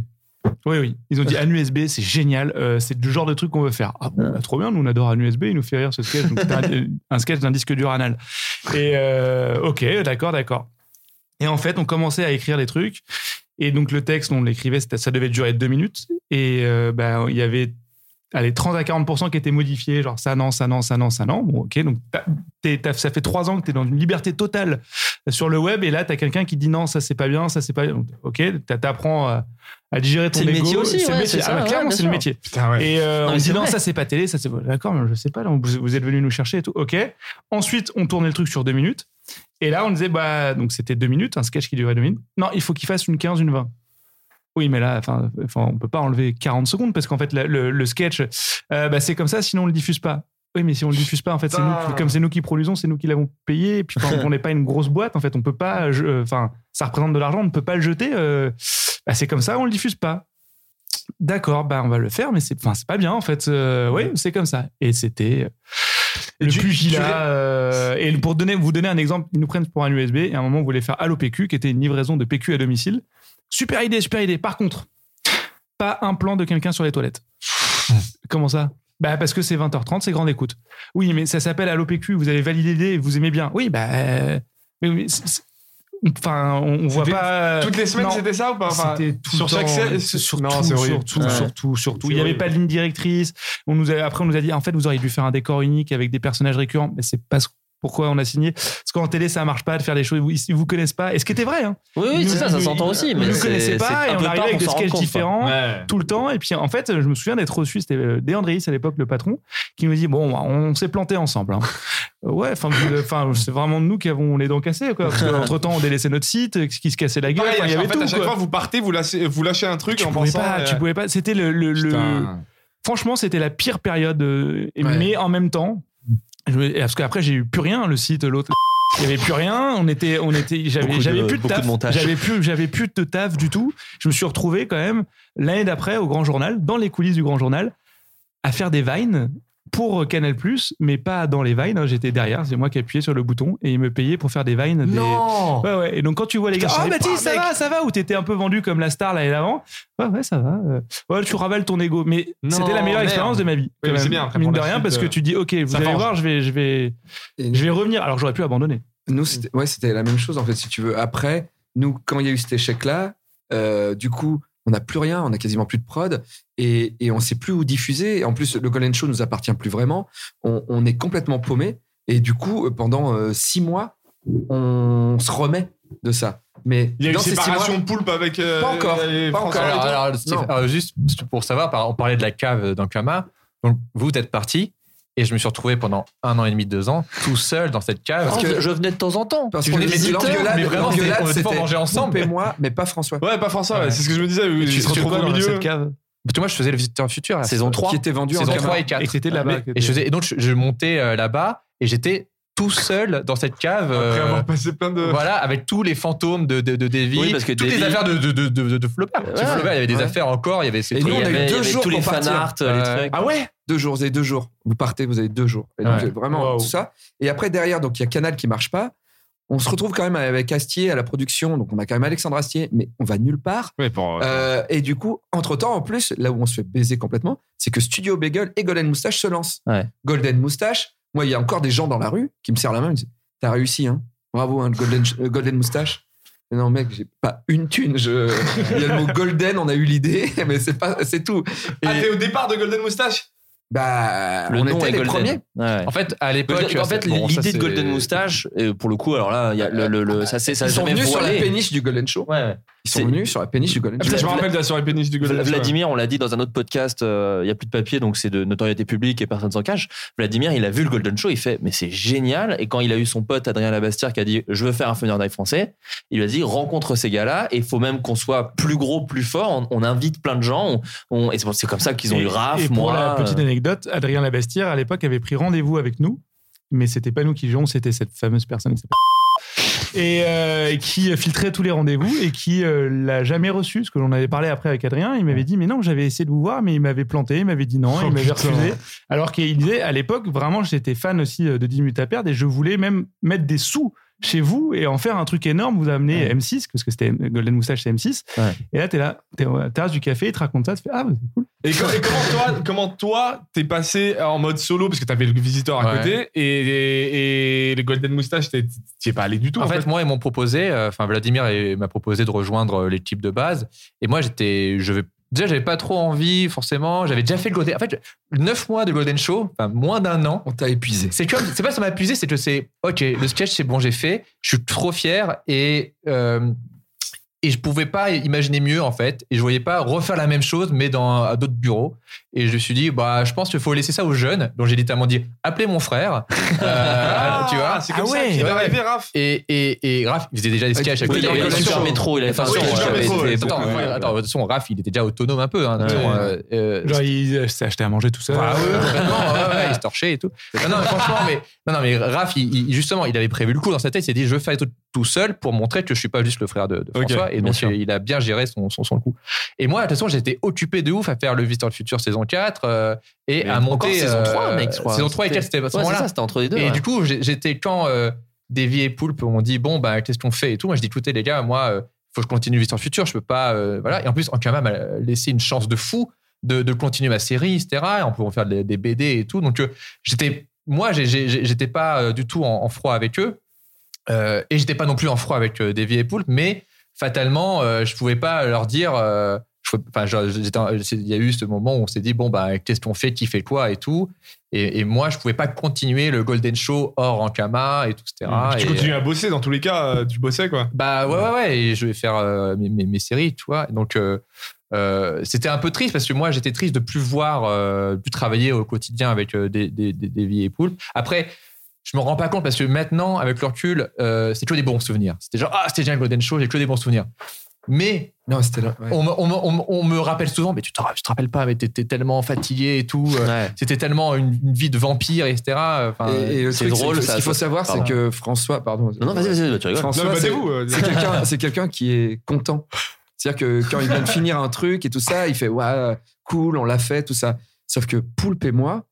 Speaker 7: Oui, oui. Ils ont dit un USB, c'est génial. euh, c'est du genre de truc qu'on veut faire. Ah bon, bah, trop bien. Nous, on adore un USB. Il nous fait rire ce sketch. Donc, c'était un, euh, un sketch d'un disque dur anal. Et euh, ok, d'accord, d'accord. Et en fait, on commençait à écrire les trucs. Et donc, le texte, on l'écrivait, c'était- ça devait durer deux minutes. Et euh, bah, il y avait allez, 30 à 40 qui étaient modifiés. Genre, ça, non, ça, non, ça, non, ça, non. Bon, ok. Donc, t'as- t'es- t'as- ça fait trois ans que tu es dans une liberté totale euh, sur le web et là t'as quelqu'un qui dit non ça c'est pas bien ça c'est pas bien. Donc, ok t'as- t'apprends à, à digérer ton
Speaker 6: C'est le
Speaker 7: ego.
Speaker 6: métier aussi,
Speaker 7: c'est
Speaker 6: ouais,
Speaker 7: le métier
Speaker 6: c'est ça,
Speaker 7: Ah bah,
Speaker 6: ouais,
Speaker 7: clairement
Speaker 6: bien
Speaker 7: c'est le
Speaker 6: sûr.
Speaker 7: métier
Speaker 3: Putain, ouais.
Speaker 7: et euh,
Speaker 6: Ah Non,
Speaker 7: on
Speaker 6: mais
Speaker 7: dit
Speaker 6: c'est
Speaker 7: non
Speaker 6: vrai.
Speaker 7: ça c'est pas télé ça c'est d'accord mais je sais pas là, vous, vous êtes venu nous chercher et tout ok ensuite on tournait le truc sur deux minutes et là on disait bah donc c'était deux minutes un sketch qui durait deux minutes non il faut qu'il fasse une 15 une 20 oui, mais là, enfin, enfin, on peut pas enlever 40 secondes parce qu'en fait, la- le, le sketch, euh, bah, c'est comme ça, sinon on le diffuse pas. Oui, mais si on le diffuse pas, en fait, c'est nous,
Speaker 3: Putain.
Speaker 7: qui- comme c'est nous qui produisons, c'est nous qui l'avons payé. Et puis, quand on n'est pas une grosse boîte, en fait, on peut pas. je- euh, Enfin, ça représente de l'argent, on ne peut pas le jeter. euh, bah, c'est comme ça, on le diffuse pas. D'accord, bah on va le faire, mais c'est enfin, c'est pas bien en fait. Euh, oui, c'est comme ça. Et c'était euh, le
Speaker 3: tu- tu-
Speaker 7: pugilat. euh, et pour donner, vous donner un exemple, ils nous prennent pour un USB et à un moment, vous voulez faire Allo PQ, qui était une livraison de PQ à domicile. Super idée, super idée. Par contre, pas un plan de quelqu'un sur les toilettes. Comment ça bah parce que c'est 20h30, c'est grande écoute. Oui, mais ça s'appelle Allo PQ, vous avez validé l'idée et vous aimez bien. Oui, bah... euh, mais- mais c'est- c'est- Enfin, on, on voit
Speaker 3: C'était
Speaker 7: pas... euh,
Speaker 3: Toutes les semaines,
Speaker 7: Non.
Speaker 3: c'était ça ou pas Enfin,
Speaker 7: C'était tout
Speaker 3: sur
Speaker 7: le temps, euh,
Speaker 3: chaque scène-
Speaker 7: et
Speaker 3: c'est-
Speaker 7: surtout,
Speaker 3: non, c'est
Speaker 7: surtout,
Speaker 3: horrible.
Speaker 7: surtout,
Speaker 3: Ouais.
Speaker 7: surtout, surtout.
Speaker 3: C'est
Speaker 7: Il n'y avait
Speaker 3: horrible.
Speaker 7: pas de ligne directrice. On nous a, après, on nous a dit, en fait, vous auriez dû faire un décor unique avec des personnages récurrents. Mais c'est pas ce- pourquoi on a signé. Parce qu'en télé, ça marche pas de faire des choses. Ils, ils vous connaissent pas. Et ce qui était vrai, hein.
Speaker 6: Oui, oui, c'est ça, ça s'entend aussi.
Speaker 7: Ils
Speaker 6: Mais
Speaker 7: nous
Speaker 6: c'est-
Speaker 7: connaissaient
Speaker 6: c'est
Speaker 7: pas
Speaker 6: un
Speaker 7: et on
Speaker 6: peu
Speaker 7: arrivait
Speaker 6: tard
Speaker 7: avec
Speaker 6: pour
Speaker 7: des
Speaker 6: s'en rendre
Speaker 7: sketchs
Speaker 6: compte, quoi.
Speaker 7: différents
Speaker 8: Ouais.
Speaker 7: tout le temps. Et puis, en fait, je me souviens d'être reçu, c'était euh, Deandréis à l'époque, le patron, qui nous dit Bon, bah, on s'est planté ensemble. hein. ouais, enfin, vous- enfin, c'est vraiment nous qui avons les dents cassées, quoi. Parce entre temps, on délaissait notre site, euh, qui se cassait la gueule.
Speaker 3: Pareil,
Speaker 7: Enfin, il y
Speaker 3: en
Speaker 7: avait
Speaker 3: fait,
Speaker 7: tout.
Speaker 3: à chaque
Speaker 7: quoi.
Speaker 3: fois, vous partez, vous lâchez, vous lâchez un truc
Speaker 7: tu
Speaker 3: en
Speaker 7: pouvais
Speaker 3: pensant.
Speaker 7: pas,
Speaker 3: euh,
Speaker 7: tu pouvais pas. C'était le, le- le-
Speaker 3: putain.
Speaker 7: franchement, c'était la pire période. euh, et-
Speaker 4: Ouais.
Speaker 7: Mais en même temps, je me- parce qu'après j'ai eu plus rien le site l'autre. Il y avait plus rien. On était, on était. J'avais,
Speaker 6: Beaucoup
Speaker 7: j'avais
Speaker 6: de-
Speaker 7: plus de
Speaker 6: beaucoup
Speaker 7: taf.
Speaker 6: de montage.
Speaker 7: j'avais plus, j'avais plus de taf du tout. Je me suis retrouvé quand même l'année d'après au Grand Journal, dans les coulisses du Grand Journal, à faire des vines pour Canal mais pas dans les vines. hein. J'étais derrière, c'est moi qui appuyais sur le bouton et ils me payaient pour faire des vines. Des,
Speaker 4: Non
Speaker 7: Ouais, ouais. Et donc, quand tu vois les
Speaker 4: Putain,
Speaker 7: gars,
Speaker 4: je
Speaker 7: oh,
Speaker 4: savais
Speaker 7: Mathis, ça
Speaker 4: pas, mec.
Speaker 7: va, ça va, ou t'étais un peu vendu comme la star l'année d'avant. Ouais, ouais, ça va. euh. Ouais, tu ravales ton ego. Mais
Speaker 3: Non,
Speaker 7: c'était la meilleure
Speaker 3: merde.
Speaker 7: expérience de ma vie.
Speaker 3: mais
Speaker 7: quand
Speaker 3: c'est
Speaker 7: même.
Speaker 3: bien, après,
Speaker 7: Mine
Speaker 3: pour
Speaker 7: de
Speaker 3: la
Speaker 7: rien,
Speaker 3: suite,
Speaker 7: parce que
Speaker 3: euh,
Speaker 7: tu dis, OK, vous
Speaker 3: ça
Speaker 7: allez
Speaker 3: forge.
Speaker 7: voir, je vais, je vais,
Speaker 4: Et
Speaker 7: je vais revenir. Alors, j'aurais pu abandonner.
Speaker 4: Nous, c'était ouais, c'était la même chose, en fait, si tu veux. Après, nous, quand il y a eu cet échec-là, euh, du coup, on n'a plus rien, on n'a quasiment plus de prod, et, et on ne sait plus où diffuser. En plus, le Golden Show nous appartient plus vraiment. On, on est complètement paumé, et du coup, euh, pendant euh, six mois, on se remet de ça. Mais
Speaker 3: Il y a eu
Speaker 4: dans ces six mois,
Speaker 3: séparation poulpe avec. euh,
Speaker 4: Pas encore,
Speaker 3: les
Speaker 4: pas
Speaker 3: Français.
Speaker 4: encore.
Speaker 8: Alors,
Speaker 4: et
Speaker 8: alors, Steve,
Speaker 4: Non.
Speaker 8: alors, juste pour savoir, par- on parlait de la cave dans Kama. Donc, vous êtes parti et je me suis retrouvé pendant un an et demi, deux ans, tout seul dans cette cave.
Speaker 4: Parce
Speaker 6: Oh,
Speaker 4: que-
Speaker 6: je venais de temps en temps.
Speaker 4: parce
Speaker 8: Tu
Speaker 4: qu'on
Speaker 8: venais
Speaker 4: est
Speaker 8: des
Speaker 4: l'engueulade,
Speaker 3: Ah,
Speaker 8: mais vraiment,
Speaker 4: l'engueulade,
Speaker 8: on était pas
Speaker 4: c'était
Speaker 8: mangé ensemble.
Speaker 4: Pompé moi, mais pas François.
Speaker 3: Ouais, pas François, ouais, c'est ce que je me disais.
Speaker 8: Et
Speaker 3: Tu
Speaker 8: tu
Speaker 3: te
Speaker 8: te
Speaker 3: retrouves au
Speaker 8: retrouves dans
Speaker 3: milieu.
Speaker 7: Cette cave.
Speaker 4: Bah,
Speaker 8: Parce que moi, je faisais le visiteur futur. à la
Speaker 6: Saison
Speaker 8: fois.
Speaker 6: 3.
Speaker 4: Qui était vendu en
Speaker 8: Saison
Speaker 4: Camargue.
Speaker 8: 3 et 4.
Speaker 7: Et que c'était là-bas. que
Speaker 8: Et, je
Speaker 7: t'étais-
Speaker 8: faisais- et donc, je, je montais euh, là-bas et j'étais tout seul dans cette cave.
Speaker 3: Après
Speaker 8: euh,
Speaker 3: avoir passé plein de.
Speaker 8: Voilà, avec tous les fantômes de, de, de Davy,
Speaker 6: Oui, parce que
Speaker 8: toutes les
Speaker 6: Davy-
Speaker 8: affaires de, de, de, de, de Flaubert. Parce que
Speaker 6: Ouais.
Speaker 8: Flaubert, il y avait des
Speaker 4: Ouais.
Speaker 8: affaires encore, il y avait ces
Speaker 4: Et
Speaker 8: trucs.
Speaker 4: nous, on
Speaker 6: Il
Speaker 4: a
Speaker 6: y
Speaker 4: eu
Speaker 6: avait-
Speaker 4: deux
Speaker 6: il y avait
Speaker 4: jours
Speaker 6: tous les
Speaker 4: pour partir.
Speaker 6: fanarts, euh, les
Speaker 8: Ouais.
Speaker 6: trucs.
Speaker 4: Ah ouais Deux jours, vous avez deux jours. Vous partez, vous avez deux jours. Et donc, euh,
Speaker 8: Ouais.
Speaker 4: vraiment,
Speaker 7: Wow.
Speaker 4: tout ça. Et après, derrière, donc il y a Canal qui marche pas. On se retrouve quand même avec Astier à la production. Donc, on a quand même Alexandre Astier, mais on va nulle part.
Speaker 3: Ouais, pour-
Speaker 4: Euh, et du coup, entre-temps, en plus, là où on se fait baiser complètement, c'est que Studio Bagel et Golden Moustache se lancent.
Speaker 6: Ouais.
Speaker 4: Golden Moustache, moi, il y a encore des gens dans la rue qui me serrent la main et me disent T'as réussi, hein Bravo, hein, le Golden, euh, Golden Moustache. Mais Non, mec, j'ai pas une thune. Je... Il y a le mot Golden, on a eu l'idée, mais c'est pas, c'est tout. Et
Speaker 3: Ah, t'es au départ de Golden Moustache
Speaker 4: bah,
Speaker 6: Le
Speaker 4: on
Speaker 6: nom
Speaker 4: était
Speaker 6: est
Speaker 4: les
Speaker 6: golden.
Speaker 4: premiers.
Speaker 6: Ouais.
Speaker 8: En fait, à l'époque.
Speaker 6: en fait,
Speaker 8: c'est- bon, ça,
Speaker 6: l'idée de
Speaker 8: c'est-
Speaker 6: Golden Moustache, euh, pour le coup, alors là, il y a le, le- le- ça, c'est, ça a
Speaker 4: Ils sont
Speaker 6: jamais
Speaker 4: venus sur la
Speaker 6: voilé.
Speaker 4: péniche du Golden Show.
Speaker 6: Ouais, ouais.
Speaker 4: Ils sont
Speaker 6: C'est-
Speaker 4: venus sur la péniche du Golden
Speaker 3: Ah,
Speaker 4: Show.
Speaker 3: putain, Je me
Speaker 6: Vla-
Speaker 3: rappelle de la soirée péniche du Golden
Speaker 6: Vla-
Speaker 3: Show. ouais.
Speaker 6: Vladimir, on l'a dit dans un autre podcast, euh, il y a plus de papier, donc c'est de notoriété publique et personne s'en cache. Vladimir, il a vu le Golden Show, il fait, mais c'est génial. Et quand il a eu son pote Adrien Labastière qui a dit, je veux faire un Funny Dive français, il lui a dit, rencontre ces gars-là, et il faut même qu'on soit plus gros, plus fort, on, on invite plein de gens, on, on- et c'est c'est comme ça qu'ils ont
Speaker 7: Et-
Speaker 6: eu
Speaker 7: et
Speaker 6: Raph,
Speaker 7: pour la
Speaker 6: moi.
Speaker 7: petite
Speaker 6: euh,
Speaker 7: anecdote, Adrien Labastière, à l'époque, avait pris rendez-vous avec nous, mais c'était pas nous qui jouions, c'était cette fameuse personne qui s'appelle et euh, qui filtrait tous les rendez-vous et qui euh, l'a jamais reçu, parce que j'en avais parlé après avec Adrien, il m'avait dit mais non j'avais essayé de vous voir mais il m'avait planté, il m'avait dit non,
Speaker 3: Oh,
Speaker 7: il m'avait
Speaker 3: putain.
Speaker 7: refusé, alors qu'il disait à l'époque vraiment j'étais fan aussi euh, de 10 minutes à perdre et je voulais même mettre des sous chez vous et en faire un truc énorme, vous amener M6 parce que c'était Golden Moustache c'est M6
Speaker 6: Ouais.
Speaker 7: et là t'es là, t'es à la terrasse du café, il te raconte ça, tu fais ah bah, c'est cool
Speaker 3: Et, co- et comment toi, comment toi, t'es passé en mode solo parce que t'avais le visiteur à
Speaker 8: Ouais.
Speaker 3: côté et, et, et le Golden Moustache, t'es- t'y es pas allé du tout.
Speaker 8: En fait, moi, ils m'ont proposé, euh, enfin, Vladimir il m'a proposé de rejoindre euh, les types de base. Et moi, j'étais, je vais, déjà, j'avais pas trop envie, forcément. J'avais déjà fait le Golden, en fait, je- neuf mois de Golden Show, enfin, moins d'un an.
Speaker 4: On t'a épuisé.
Speaker 8: C'est comme, c'est pas ça m'a épuisé, c'est que c'est, ok, le sketch, c'est bon, j'ai fait, je suis trop fier et, euh, et je pouvais pas imaginer mieux, en fait. Et je voyais pas refaire la même chose, mais dans, à d'autres bureaux. Et je me suis dit, bah, je pense qu'il faut laisser ça aux jeunes. Donc, j'ai littéralement dit, appelez mon frère. Euh, tu vois.
Speaker 3: c'est comme
Speaker 7: Ah
Speaker 3: ça
Speaker 7: ouais.
Speaker 3: qu'il
Speaker 8: Ouais,
Speaker 3: est
Speaker 8: ouais.
Speaker 3: arrivé, Raph.
Speaker 8: Et, et, et Raph, il faisait déjà des sketchs avec
Speaker 6: oui,
Speaker 4: Oui,
Speaker 6: il
Speaker 4: il y
Speaker 6: avait
Speaker 4: a
Speaker 6: le
Speaker 4: eu
Speaker 6: Super
Speaker 4: Golden Show.
Speaker 6: Métro, euh, il avait fait un
Speaker 8: Attention,
Speaker 6: sketch,
Speaker 3: oui, Super
Speaker 6: ouais,
Speaker 3: Métro,
Speaker 6: c'était
Speaker 3: ouais,
Speaker 6: beaucoup
Speaker 8: Attends,
Speaker 6: plus-
Speaker 8: ouais, attends, de toute façon, Raph, il était déjà autonome un peu. Hein, de toute
Speaker 6: Ouais.
Speaker 8: façon, euh, euh,
Speaker 7: Genre, il s'est acheté à manger tout seul.
Speaker 8: bah
Speaker 3: Ah
Speaker 8: ouais, complètement, ouais, ouais, il se torchait et tout. Non, non, mais franchement, mais, non, non, mais Raph, il- il- justement, il avait prévu le coup dans sa tête. Il s'est dit, je veux faire des trucs tout seul pour montrer que je suis pas juste le frère de, de
Speaker 3: Ok,
Speaker 8: François. Et
Speaker 3: bien
Speaker 8: donc,
Speaker 3: sûr.
Speaker 8: il a bien géré son, son, son coup. Et moi, de toute façon, j'étais occupé de ouf à faire le Visiteur du Futur saison 4 euh, et
Speaker 6: Mais
Speaker 8: à
Speaker 6: encore
Speaker 8: monter.
Speaker 6: saison
Speaker 8: euh,
Speaker 6: 3, mec, je crois.
Speaker 8: Saison 3 et
Speaker 6: C'était-
Speaker 8: 4, c'était à ce
Speaker 6: Ouais, c'est
Speaker 8: moment-là.
Speaker 6: ça, c'était entre les deux.
Speaker 8: Et
Speaker 6: ouais.
Speaker 8: du coup, j'ai- j'étais quand euh, Davy et Poulpe ont dit bon, bah, qu'est-ce qu'on fait et tout. Moi, je dis écoutez, les gars, moi, euh, faut que je continue Visteur Futur, je peux pas. euh, voilà. Et en plus, Ankama m'a laissé une chance de fou de, de continuer ma série, etc. Et on pouvait faire des, des BD et tout. Donc, euh, j'étais. Moi, j'ai- j'ai- j'ai- j'étais pas euh, du tout en, en froid avec eux. Euh, et j'étais pas non plus en froid avec euh, Davy et Poulpe, mais fatalement, euh, je pouvais pas leur dire. euh, je pouvais- Enfin, genre, j'étais en- c'est- il y a eu ce moment où on s'est dit bon bah qu'est-ce qu'on fait, qui fait quoi et tout. Et, et moi, je pouvais pas continuer le Golden Show hors Ankama et tout, etc.
Speaker 3: Mmh. tu
Speaker 8: Et-
Speaker 3: continues à bosser dans tous les cas, euh, tu bossais quoi.
Speaker 8: bah ouais, ouais, ouais, et je vais faire euh, mes, mes- mes séries, tu vois. Donc, euh, euh, c'était un peu triste parce que moi, j'étais triste de plus voir, euh, plus travailler au quotidien avec euh, des, des, des, des vieilles poules. Après, je me rends pas compte parce que maintenant, avec le recul, euh, c'est que des bons souvenirs. C'était genre, ah, c'était bien le Golden Show, j'ai que des bons souvenirs. Mais
Speaker 4: Non, c'était là.
Speaker 8: on, me- on me- on me- on me rappelle souvent, mais tu te, tu te rappelles pas, mais t'étais tellement fatigué et tout. euh,
Speaker 6: Ouais.
Speaker 8: C'était tellement une, une vie de vampire, etc. Enfin, euh,
Speaker 4: Et, et le
Speaker 6: c'est
Speaker 4: truc,
Speaker 6: drôle,
Speaker 4: c'est que
Speaker 6: ça,
Speaker 4: ce qu'il faut
Speaker 6: ça-
Speaker 4: savoir, c'est
Speaker 6: pardon.
Speaker 4: que François, pardon.
Speaker 6: Non, non, vas-y, vas-y, vas-y, tu rigoles.
Speaker 3: Non,
Speaker 4: François,
Speaker 3: mais
Speaker 4: c'est
Speaker 3: battez-vous. euh,
Speaker 4: c'est quelqu'un, c'est quelqu'un qui est content. C'est-à-dire que quand il vient de finir un truc et tout ça, il fait ouais, cool, on l'a fait, tout ça. Sauf que Poulpe et moi,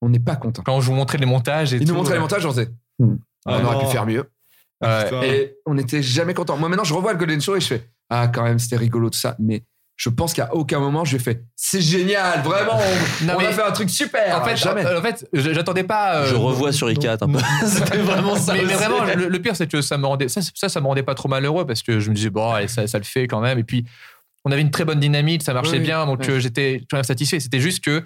Speaker 4: on n'est pas contents.
Speaker 8: quand je vous montrais les montages et
Speaker 4: Il
Speaker 8: tout.
Speaker 4: nous montrait les
Speaker 8: euh,
Speaker 4: montages, on faisait.
Speaker 3: Ah,
Speaker 4: on aurait
Speaker 3: non.
Speaker 4: pu faire mieux.
Speaker 8: ouais.
Speaker 3: putain.
Speaker 4: Et on n'était jamais content. Moi, maintenant, je revois le Golden Show et je fais Ah, quand même, c'était rigolo, tout ça. Mais je pense qu'à aucun moment, je lui ai fait C'est génial, vraiment, on,
Speaker 8: Non,
Speaker 4: on a
Speaker 8: mais-
Speaker 4: fait un truc super.
Speaker 8: En
Speaker 3: Ah,
Speaker 8: fait, euh,
Speaker 4: jamais.
Speaker 8: en- en fait, je- j'attendais pas. euh,
Speaker 6: Je revois sur ICAT un peu. C'était vraiment ça.
Speaker 8: Mais, mais
Speaker 6: aussi.
Speaker 8: vraiment, le, le pire, c'est que ça me rendait ça, ça, ça me rendait pas trop malheureux parce que je me disais bon, allez, ça, ça le fait quand même. Et puis, on avait une très bonne dynamique, ça marchait
Speaker 4: Oui,
Speaker 8: bien, donc
Speaker 4: oui.
Speaker 8: euh, j'étais quand même satisfait. C'était juste que.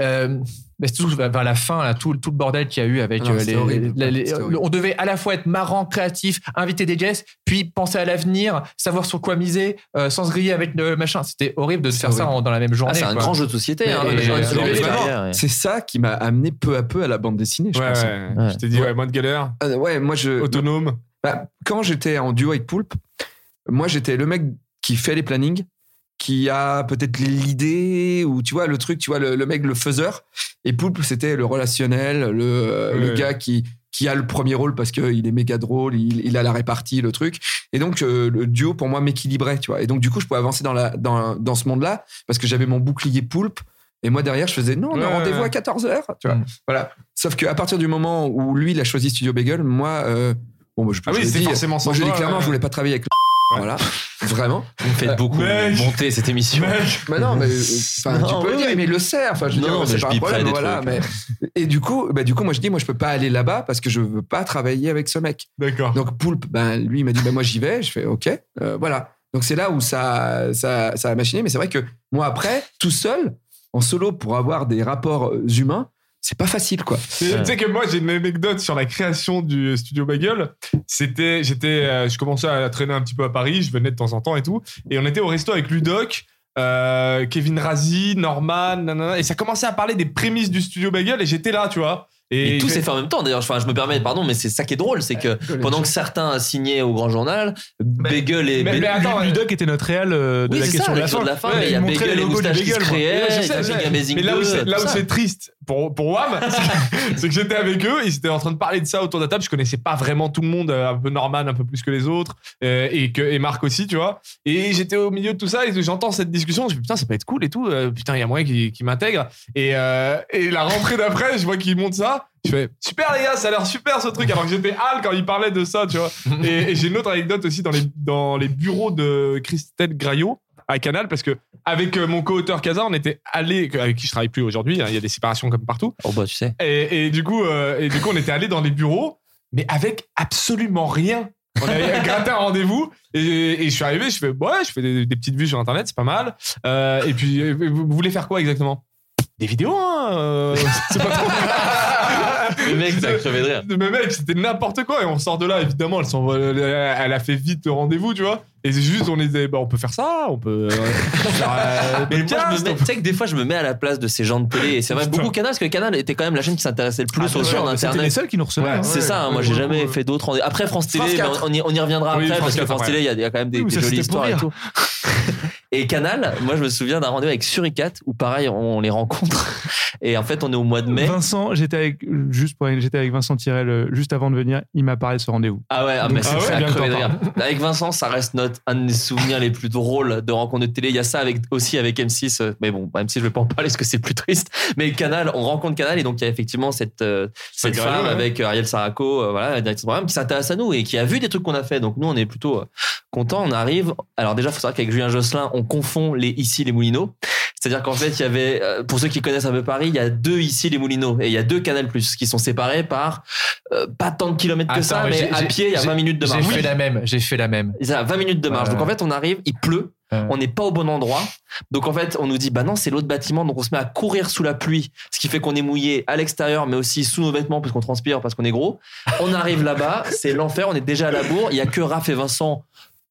Speaker 8: euh, bah, c'est tout vers la fin, là, tout, tout le bordel qu'il y a eu avec
Speaker 4: Ah Non,
Speaker 8: euh,
Speaker 4: c'était
Speaker 8: les,
Speaker 4: horrible.
Speaker 8: la- les-
Speaker 4: C'était
Speaker 8: euh,
Speaker 4: horrible.
Speaker 8: on devait à la fois être marrant, créatif, inviter des guests, puis penser à l'avenir, savoir sur quoi miser, euh, sans se griller avec le machin. C'était horrible de
Speaker 4: C'est
Speaker 8: faire ça
Speaker 4: horrible.
Speaker 8: en- dans la même journée.
Speaker 6: Ah, c'est un
Speaker 8: quoi.
Speaker 6: grand jeu de société. hein,
Speaker 8: Et-
Speaker 6: le
Speaker 8: et-
Speaker 6: jeu
Speaker 8: et-
Speaker 6: de
Speaker 8: mais
Speaker 6: société
Speaker 4: vraiment,
Speaker 6: derrière, ouais.
Speaker 4: C'est ça qui m'a amené peu à peu à la bande dessinée, je
Speaker 3: Ouais,
Speaker 4: pense.
Speaker 3: ouais.
Speaker 6: Ouais.
Speaker 3: Je t'ai dit, ouais, Euh, ah moins de galères,
Speaker 4: Ah, ouais, moi, je.
Speaker 3: autonome.
Speaker 4: Bah, quand j'étais en duo avec Poulpe, moi j'étais le mec qui fait les plannings, qui a peut-être l'idée ou tu vois le truc, tu vois le, le mec le faiseur. Et Poulpe c'était le relationnel, le, euh, le
Speaker 3: Ouais.
Speaker 4: gars qui qui a le premier rôle parce que il est méga drôle, il, il a la répartie, le truc. Et donc euh, le duo pour moi m'équilibrait, tu vois. Et donc du coup je pouvais avancer dans la dans, dans ce monde-là parce que j'avais mon bouclier Poulpe. Et moi derrière, je faisais non, on a
Speaker 3: Ouais.
Speaker 4: rendez-vous à 14h, tu vois.
Speaker 8: Mm.
Speaker 4: Voilà. Sauf qu'à partir du moment où lui, il a choisi Studio Bagel, moi, euh, bon, bah, je,
Speaker 3: Ah
Speaker 4: je
Speaker 3: oui,
Speaker 4: l'ai
Speaker 3: c'est
Speaker 4: dit,
Speaker 3: forcément euh, sans
Speaker 4: moi, je l'ai
Speaker 3: toi,
Speaker 4: dit clairement,
Speaker 3: ouais.
Speaker 4: je voulais pas travailler avec le-
Speaker 3: Ouais.
Speaker 4: Voilà, vraiment.
Speaker 6: Vous me faites beaucoup
Speaker 3: Mec.
Speaker 6: monter cette émission.
Speaker 3: Mec,
Speaker 4: Mais non, mais euh, enfin,
Speaker 6: Non,
Speaker 4: tu peux
Speaker 6: oui,
Speaker 4: le dire,
Speaker 6: oui.
Speaker 4: mais il le sait. Enfin, je veux
Speaker 6: Non,
Speaker 4: dire,
Speaker 6: mais
Speaker 4: c'est
Speaker 6: je
Speaker 4: pas un
Speaker 6: biperai
Speaker 4: problème.
Speaker 6: des
Speaker 4: Voilà,
Speaker 6: trucs.
Speaker 4: mais- Et du coup, bah, du coup, moi, je dis, moi, je peux pas aller là-bas parce que je veux pas travailler avec ce mec.
Speaker 3: D'accord.
Speaker 4: Donc Poulpe, ben, lui, il m'a dit, ben, moi, j'y vais. Je fais, OK, euh, voilà. Donc c'est là où ça, ça, ça a machiné. Mais c'est vrai que moi, après, tout seul, en solo, pour avoir des rapports euh, humains, c'est pas facile, quoi.
Speaker 3: Tu tu sais que moi, j'ai une anecdote sur la création du studio Bagel. C'était, j'étais, euh, je commençais à traîner un petit peu à Paris, je venais de temps en temps et tout. Et on était au resto avec Ludoc, euh, Kevin Razi, Norman, nanana, et ça commençait à parler des prémices du studio Bagel et j'étais là, tu vois.
Speaker 6: Et, tout
Speaker 3: j'ai-
Speaker 6: s'est fait en même temps d'ailleurs. Enfin, je me permets, pardon, mais c'est ça qui est drôle, c'est que pendant que certains signaient au grand journal, Bagel et
Speaker 3: Mais- mais attends, ouais.
Speaker 7: Ludoc était notre réel euh, de
Speaker 6: oui,
Speaker 7: la
Speaker 6: c'est
Speaker 7: question
Speaker 6: ça,
Speaker 7: de
Speaker 6: la
Speaker 7: la
Speaker 6: question
Speaker 7: fin.
Speaker 6: de la fin,
Speaker 3: Ouais,
Speaker 6: mais il y
Speaker 7: il
Speaker 6: a
Speaker 7: montrait
Speaker 6: Bagel
Speaker 7: les
Speaker 6: et
Speaker 7: logos du
Speaker 6: Moustache qui se
Speaker 7: Bagel, moi.
Speaker 6: créaient,
Speaker 3: Ouais, je
Speaker 6: il y
Speaker 3: sais,
Speaker 6: a
Speaker 3: je
Speaker 6: Big
Speaker 3: sais.
Speaker 6: Amazing
Speaker 3: Mais là où
Speaker 6: 2,
Speaker 3: c'est, là
Speaker 6: tout
Speaker 3: où
Speaker 6: ça.
Speaker 3: c'est triste pour, pour Wam, c'est- c'est que j'étais avec eux, ils étaient en train de parler de ça autour de la table. Je connaissais pas vraiment tout le monde, euh, un peu Norman un peu plus que les autres, euh, et, que, et Marc aussi, tu vois. Et j'étais au milieu de tout ça, et j'entends cette discussion, je me dis putain, ça peut être cool et tout, euh, putain, il y a moyen qui, m'intègre. Et, euh, et la rentrée d'après, je vois qu'ils montent ça. Je fais super les gars, ça a l'air super ce truc. Alors que j'étais hal quand ils parlaient de ça, tu vois. Et, et j'ai une autre anecdote aussi dans les, dans les bureaux de Christelle Graillot à Canal parce que avec euh, mon co-auteur Kaza, on était allé avec qui je travaille plus aujourd'hui. hein, il y a des séparations comme partout.
Speaker 6: Oh bah tu sais.
Speaker 3: Et, et du coup, euh, et du coup, on était allé dans les bureaux, mais avec absolument rien. On avait gratté un rendez-vous et, et je suis arrivé. Je fais ouais, je fais des, des petites vues sur internet, c'est pas mal. Euh, et puis, euh, vous, vous voulez faire quoi exactement Des vidéos, hein euh, C'est pas trop.
Speaker 6: Le mec, ça a crevé de rire.
Speaker 3: Mais mec, c'était n'importe quoi. Et on sort de là, évidemment, elle, s'en va- elle- elle a fait vite le rendez-vous, tu vois. Et c'est juste, on était, bah, on peut faire ça, on peut. euh, faire, euh,
Speaker 6: Mais moi, je
Speaker 3: podcast,
Speaker 6: me mets-
Speaker 3: on
Speaker 6: tu sais que des fois, je me mets à la place de ces gens de télé. Et c'est vrai, beaucoup Canal, parce que Canal était quand même la chaîne qui s'intéressait le plus
Speaker 3: Ah,
Speaker 6: aux
Speaker 3: ouais,
Speaker 6: gens
Speaker 7: C'était les
Speaker 6: d'Internet.
Speaker 7: seuls qui nous recevaient.
Speaker 3: Ouais.
Speaker 7: hein.
Speaker 6: C'est ça, hein, moi, j'ai jamais fait d'autres. rendez- Après, France Télé,
Speaker 4: France
Speaker 6: mais on-
Speaker 4: 4.
Speaker 6: on y, on y reviendra
Speaker 3: Oui,
Speaker 6: après,
Speaker 3: France
Speaker 6: parce que
Speaker 3: 4,
Speaker 6: France
Speaker 3: ouais.
Speaker 6: Télé, il y a- il y, a quand même des,
Speaker 7: Oui, mais
Speaker 6: des
Speaker 7: ça,
Speaker 6: jolies
Speaker 7: c'était pour
Speaker 6: histoires et tout. Et Canal, moi je me souviens d'un rendez-vous avec Suricat où pareil on les rencontre et en fait on est au mois de mai.
Speaker 7: Vincent, j'étais avec, juste pour, j'étais avec Vincent Tirel euh, juste avant de venir, il m'a parlé de ce rendez-vous.
Speaker 6: Ah ouais, ah mais c'est
Speaker 7: Ah ouais,
Speaker 6: c'est à
Speaker 7: bien que
Speaker 6: crever de
Speaker 7: t'en
Speaker 6: rire. Avec Vincent, ça reste notre un de mes souvenirs les plus drôles de rencontres de télé. Il y a ça avec aussi avec M6, euh, mais bon, bah, M6 je vais pas en parler parce que c'est plus triste. Mais Canal, on rencontre Canal et donc il y a effectivement cette euh, cette
Speaker 3: Sacré
Speaker 6: femme
Speaker 3: Ariel, ouais.
Speaker 6: avec euh, Ariel Saraco, euh, voilà, la directrice de programme, qui s'intéresse à nous et qui a vu des trucs qu'on a fait. Donc nous on est plutôt euh, contents, on arrive. Alors déjà faut savoir qu'avec Julien Josselin, on confond les ici les Moulineaux. C'est-à-dire qu'en fait, il y avait, euh, pour ceux qui connaissent un peu Paris, il y a deux ici les Moulineaux et il y a deux Canal Plus qui sont séparés par euh, pas tant de kilomètres que
Speaker 8: Attends,
Speaker 6: ça,
Speaker 8: mais
Speaker 6: mais
Speaker 8: j'ai-
Speaker 6: à
Speaker 8: j'ai-
Speaker 6: pied, il y a
Speaker 8: j'ai-
Speaker 6: 20 minutes de
Speaker 8: J'ai
Speaker 6: marche.
Speaker 8: fait la même, j'ai fait la même.
Speaker 6: Ils ont 20 minutes de marche.
Speaker 8: Ouais,
Speaker 6: Donc en
Speaker 8: ouais.
Speaker 6: fait, on arrive, il pleut,
Speaker 8: Ouais.
Speaker 6: on n'est pas au bon endroit. Donc en fait, on nous dit, bah non, c'est l'autre bâtiment. Donc on se met à courir sous la pluie, ce qui fait qu'on est mouillé à l'extérieur, mais aussi sous nos vêtements parce qu'on transpire, parce qu'on est gros. On arrive là-bas, c'est l'enfer, on est déjà à la bourre. Il y a que Raph et Vincent,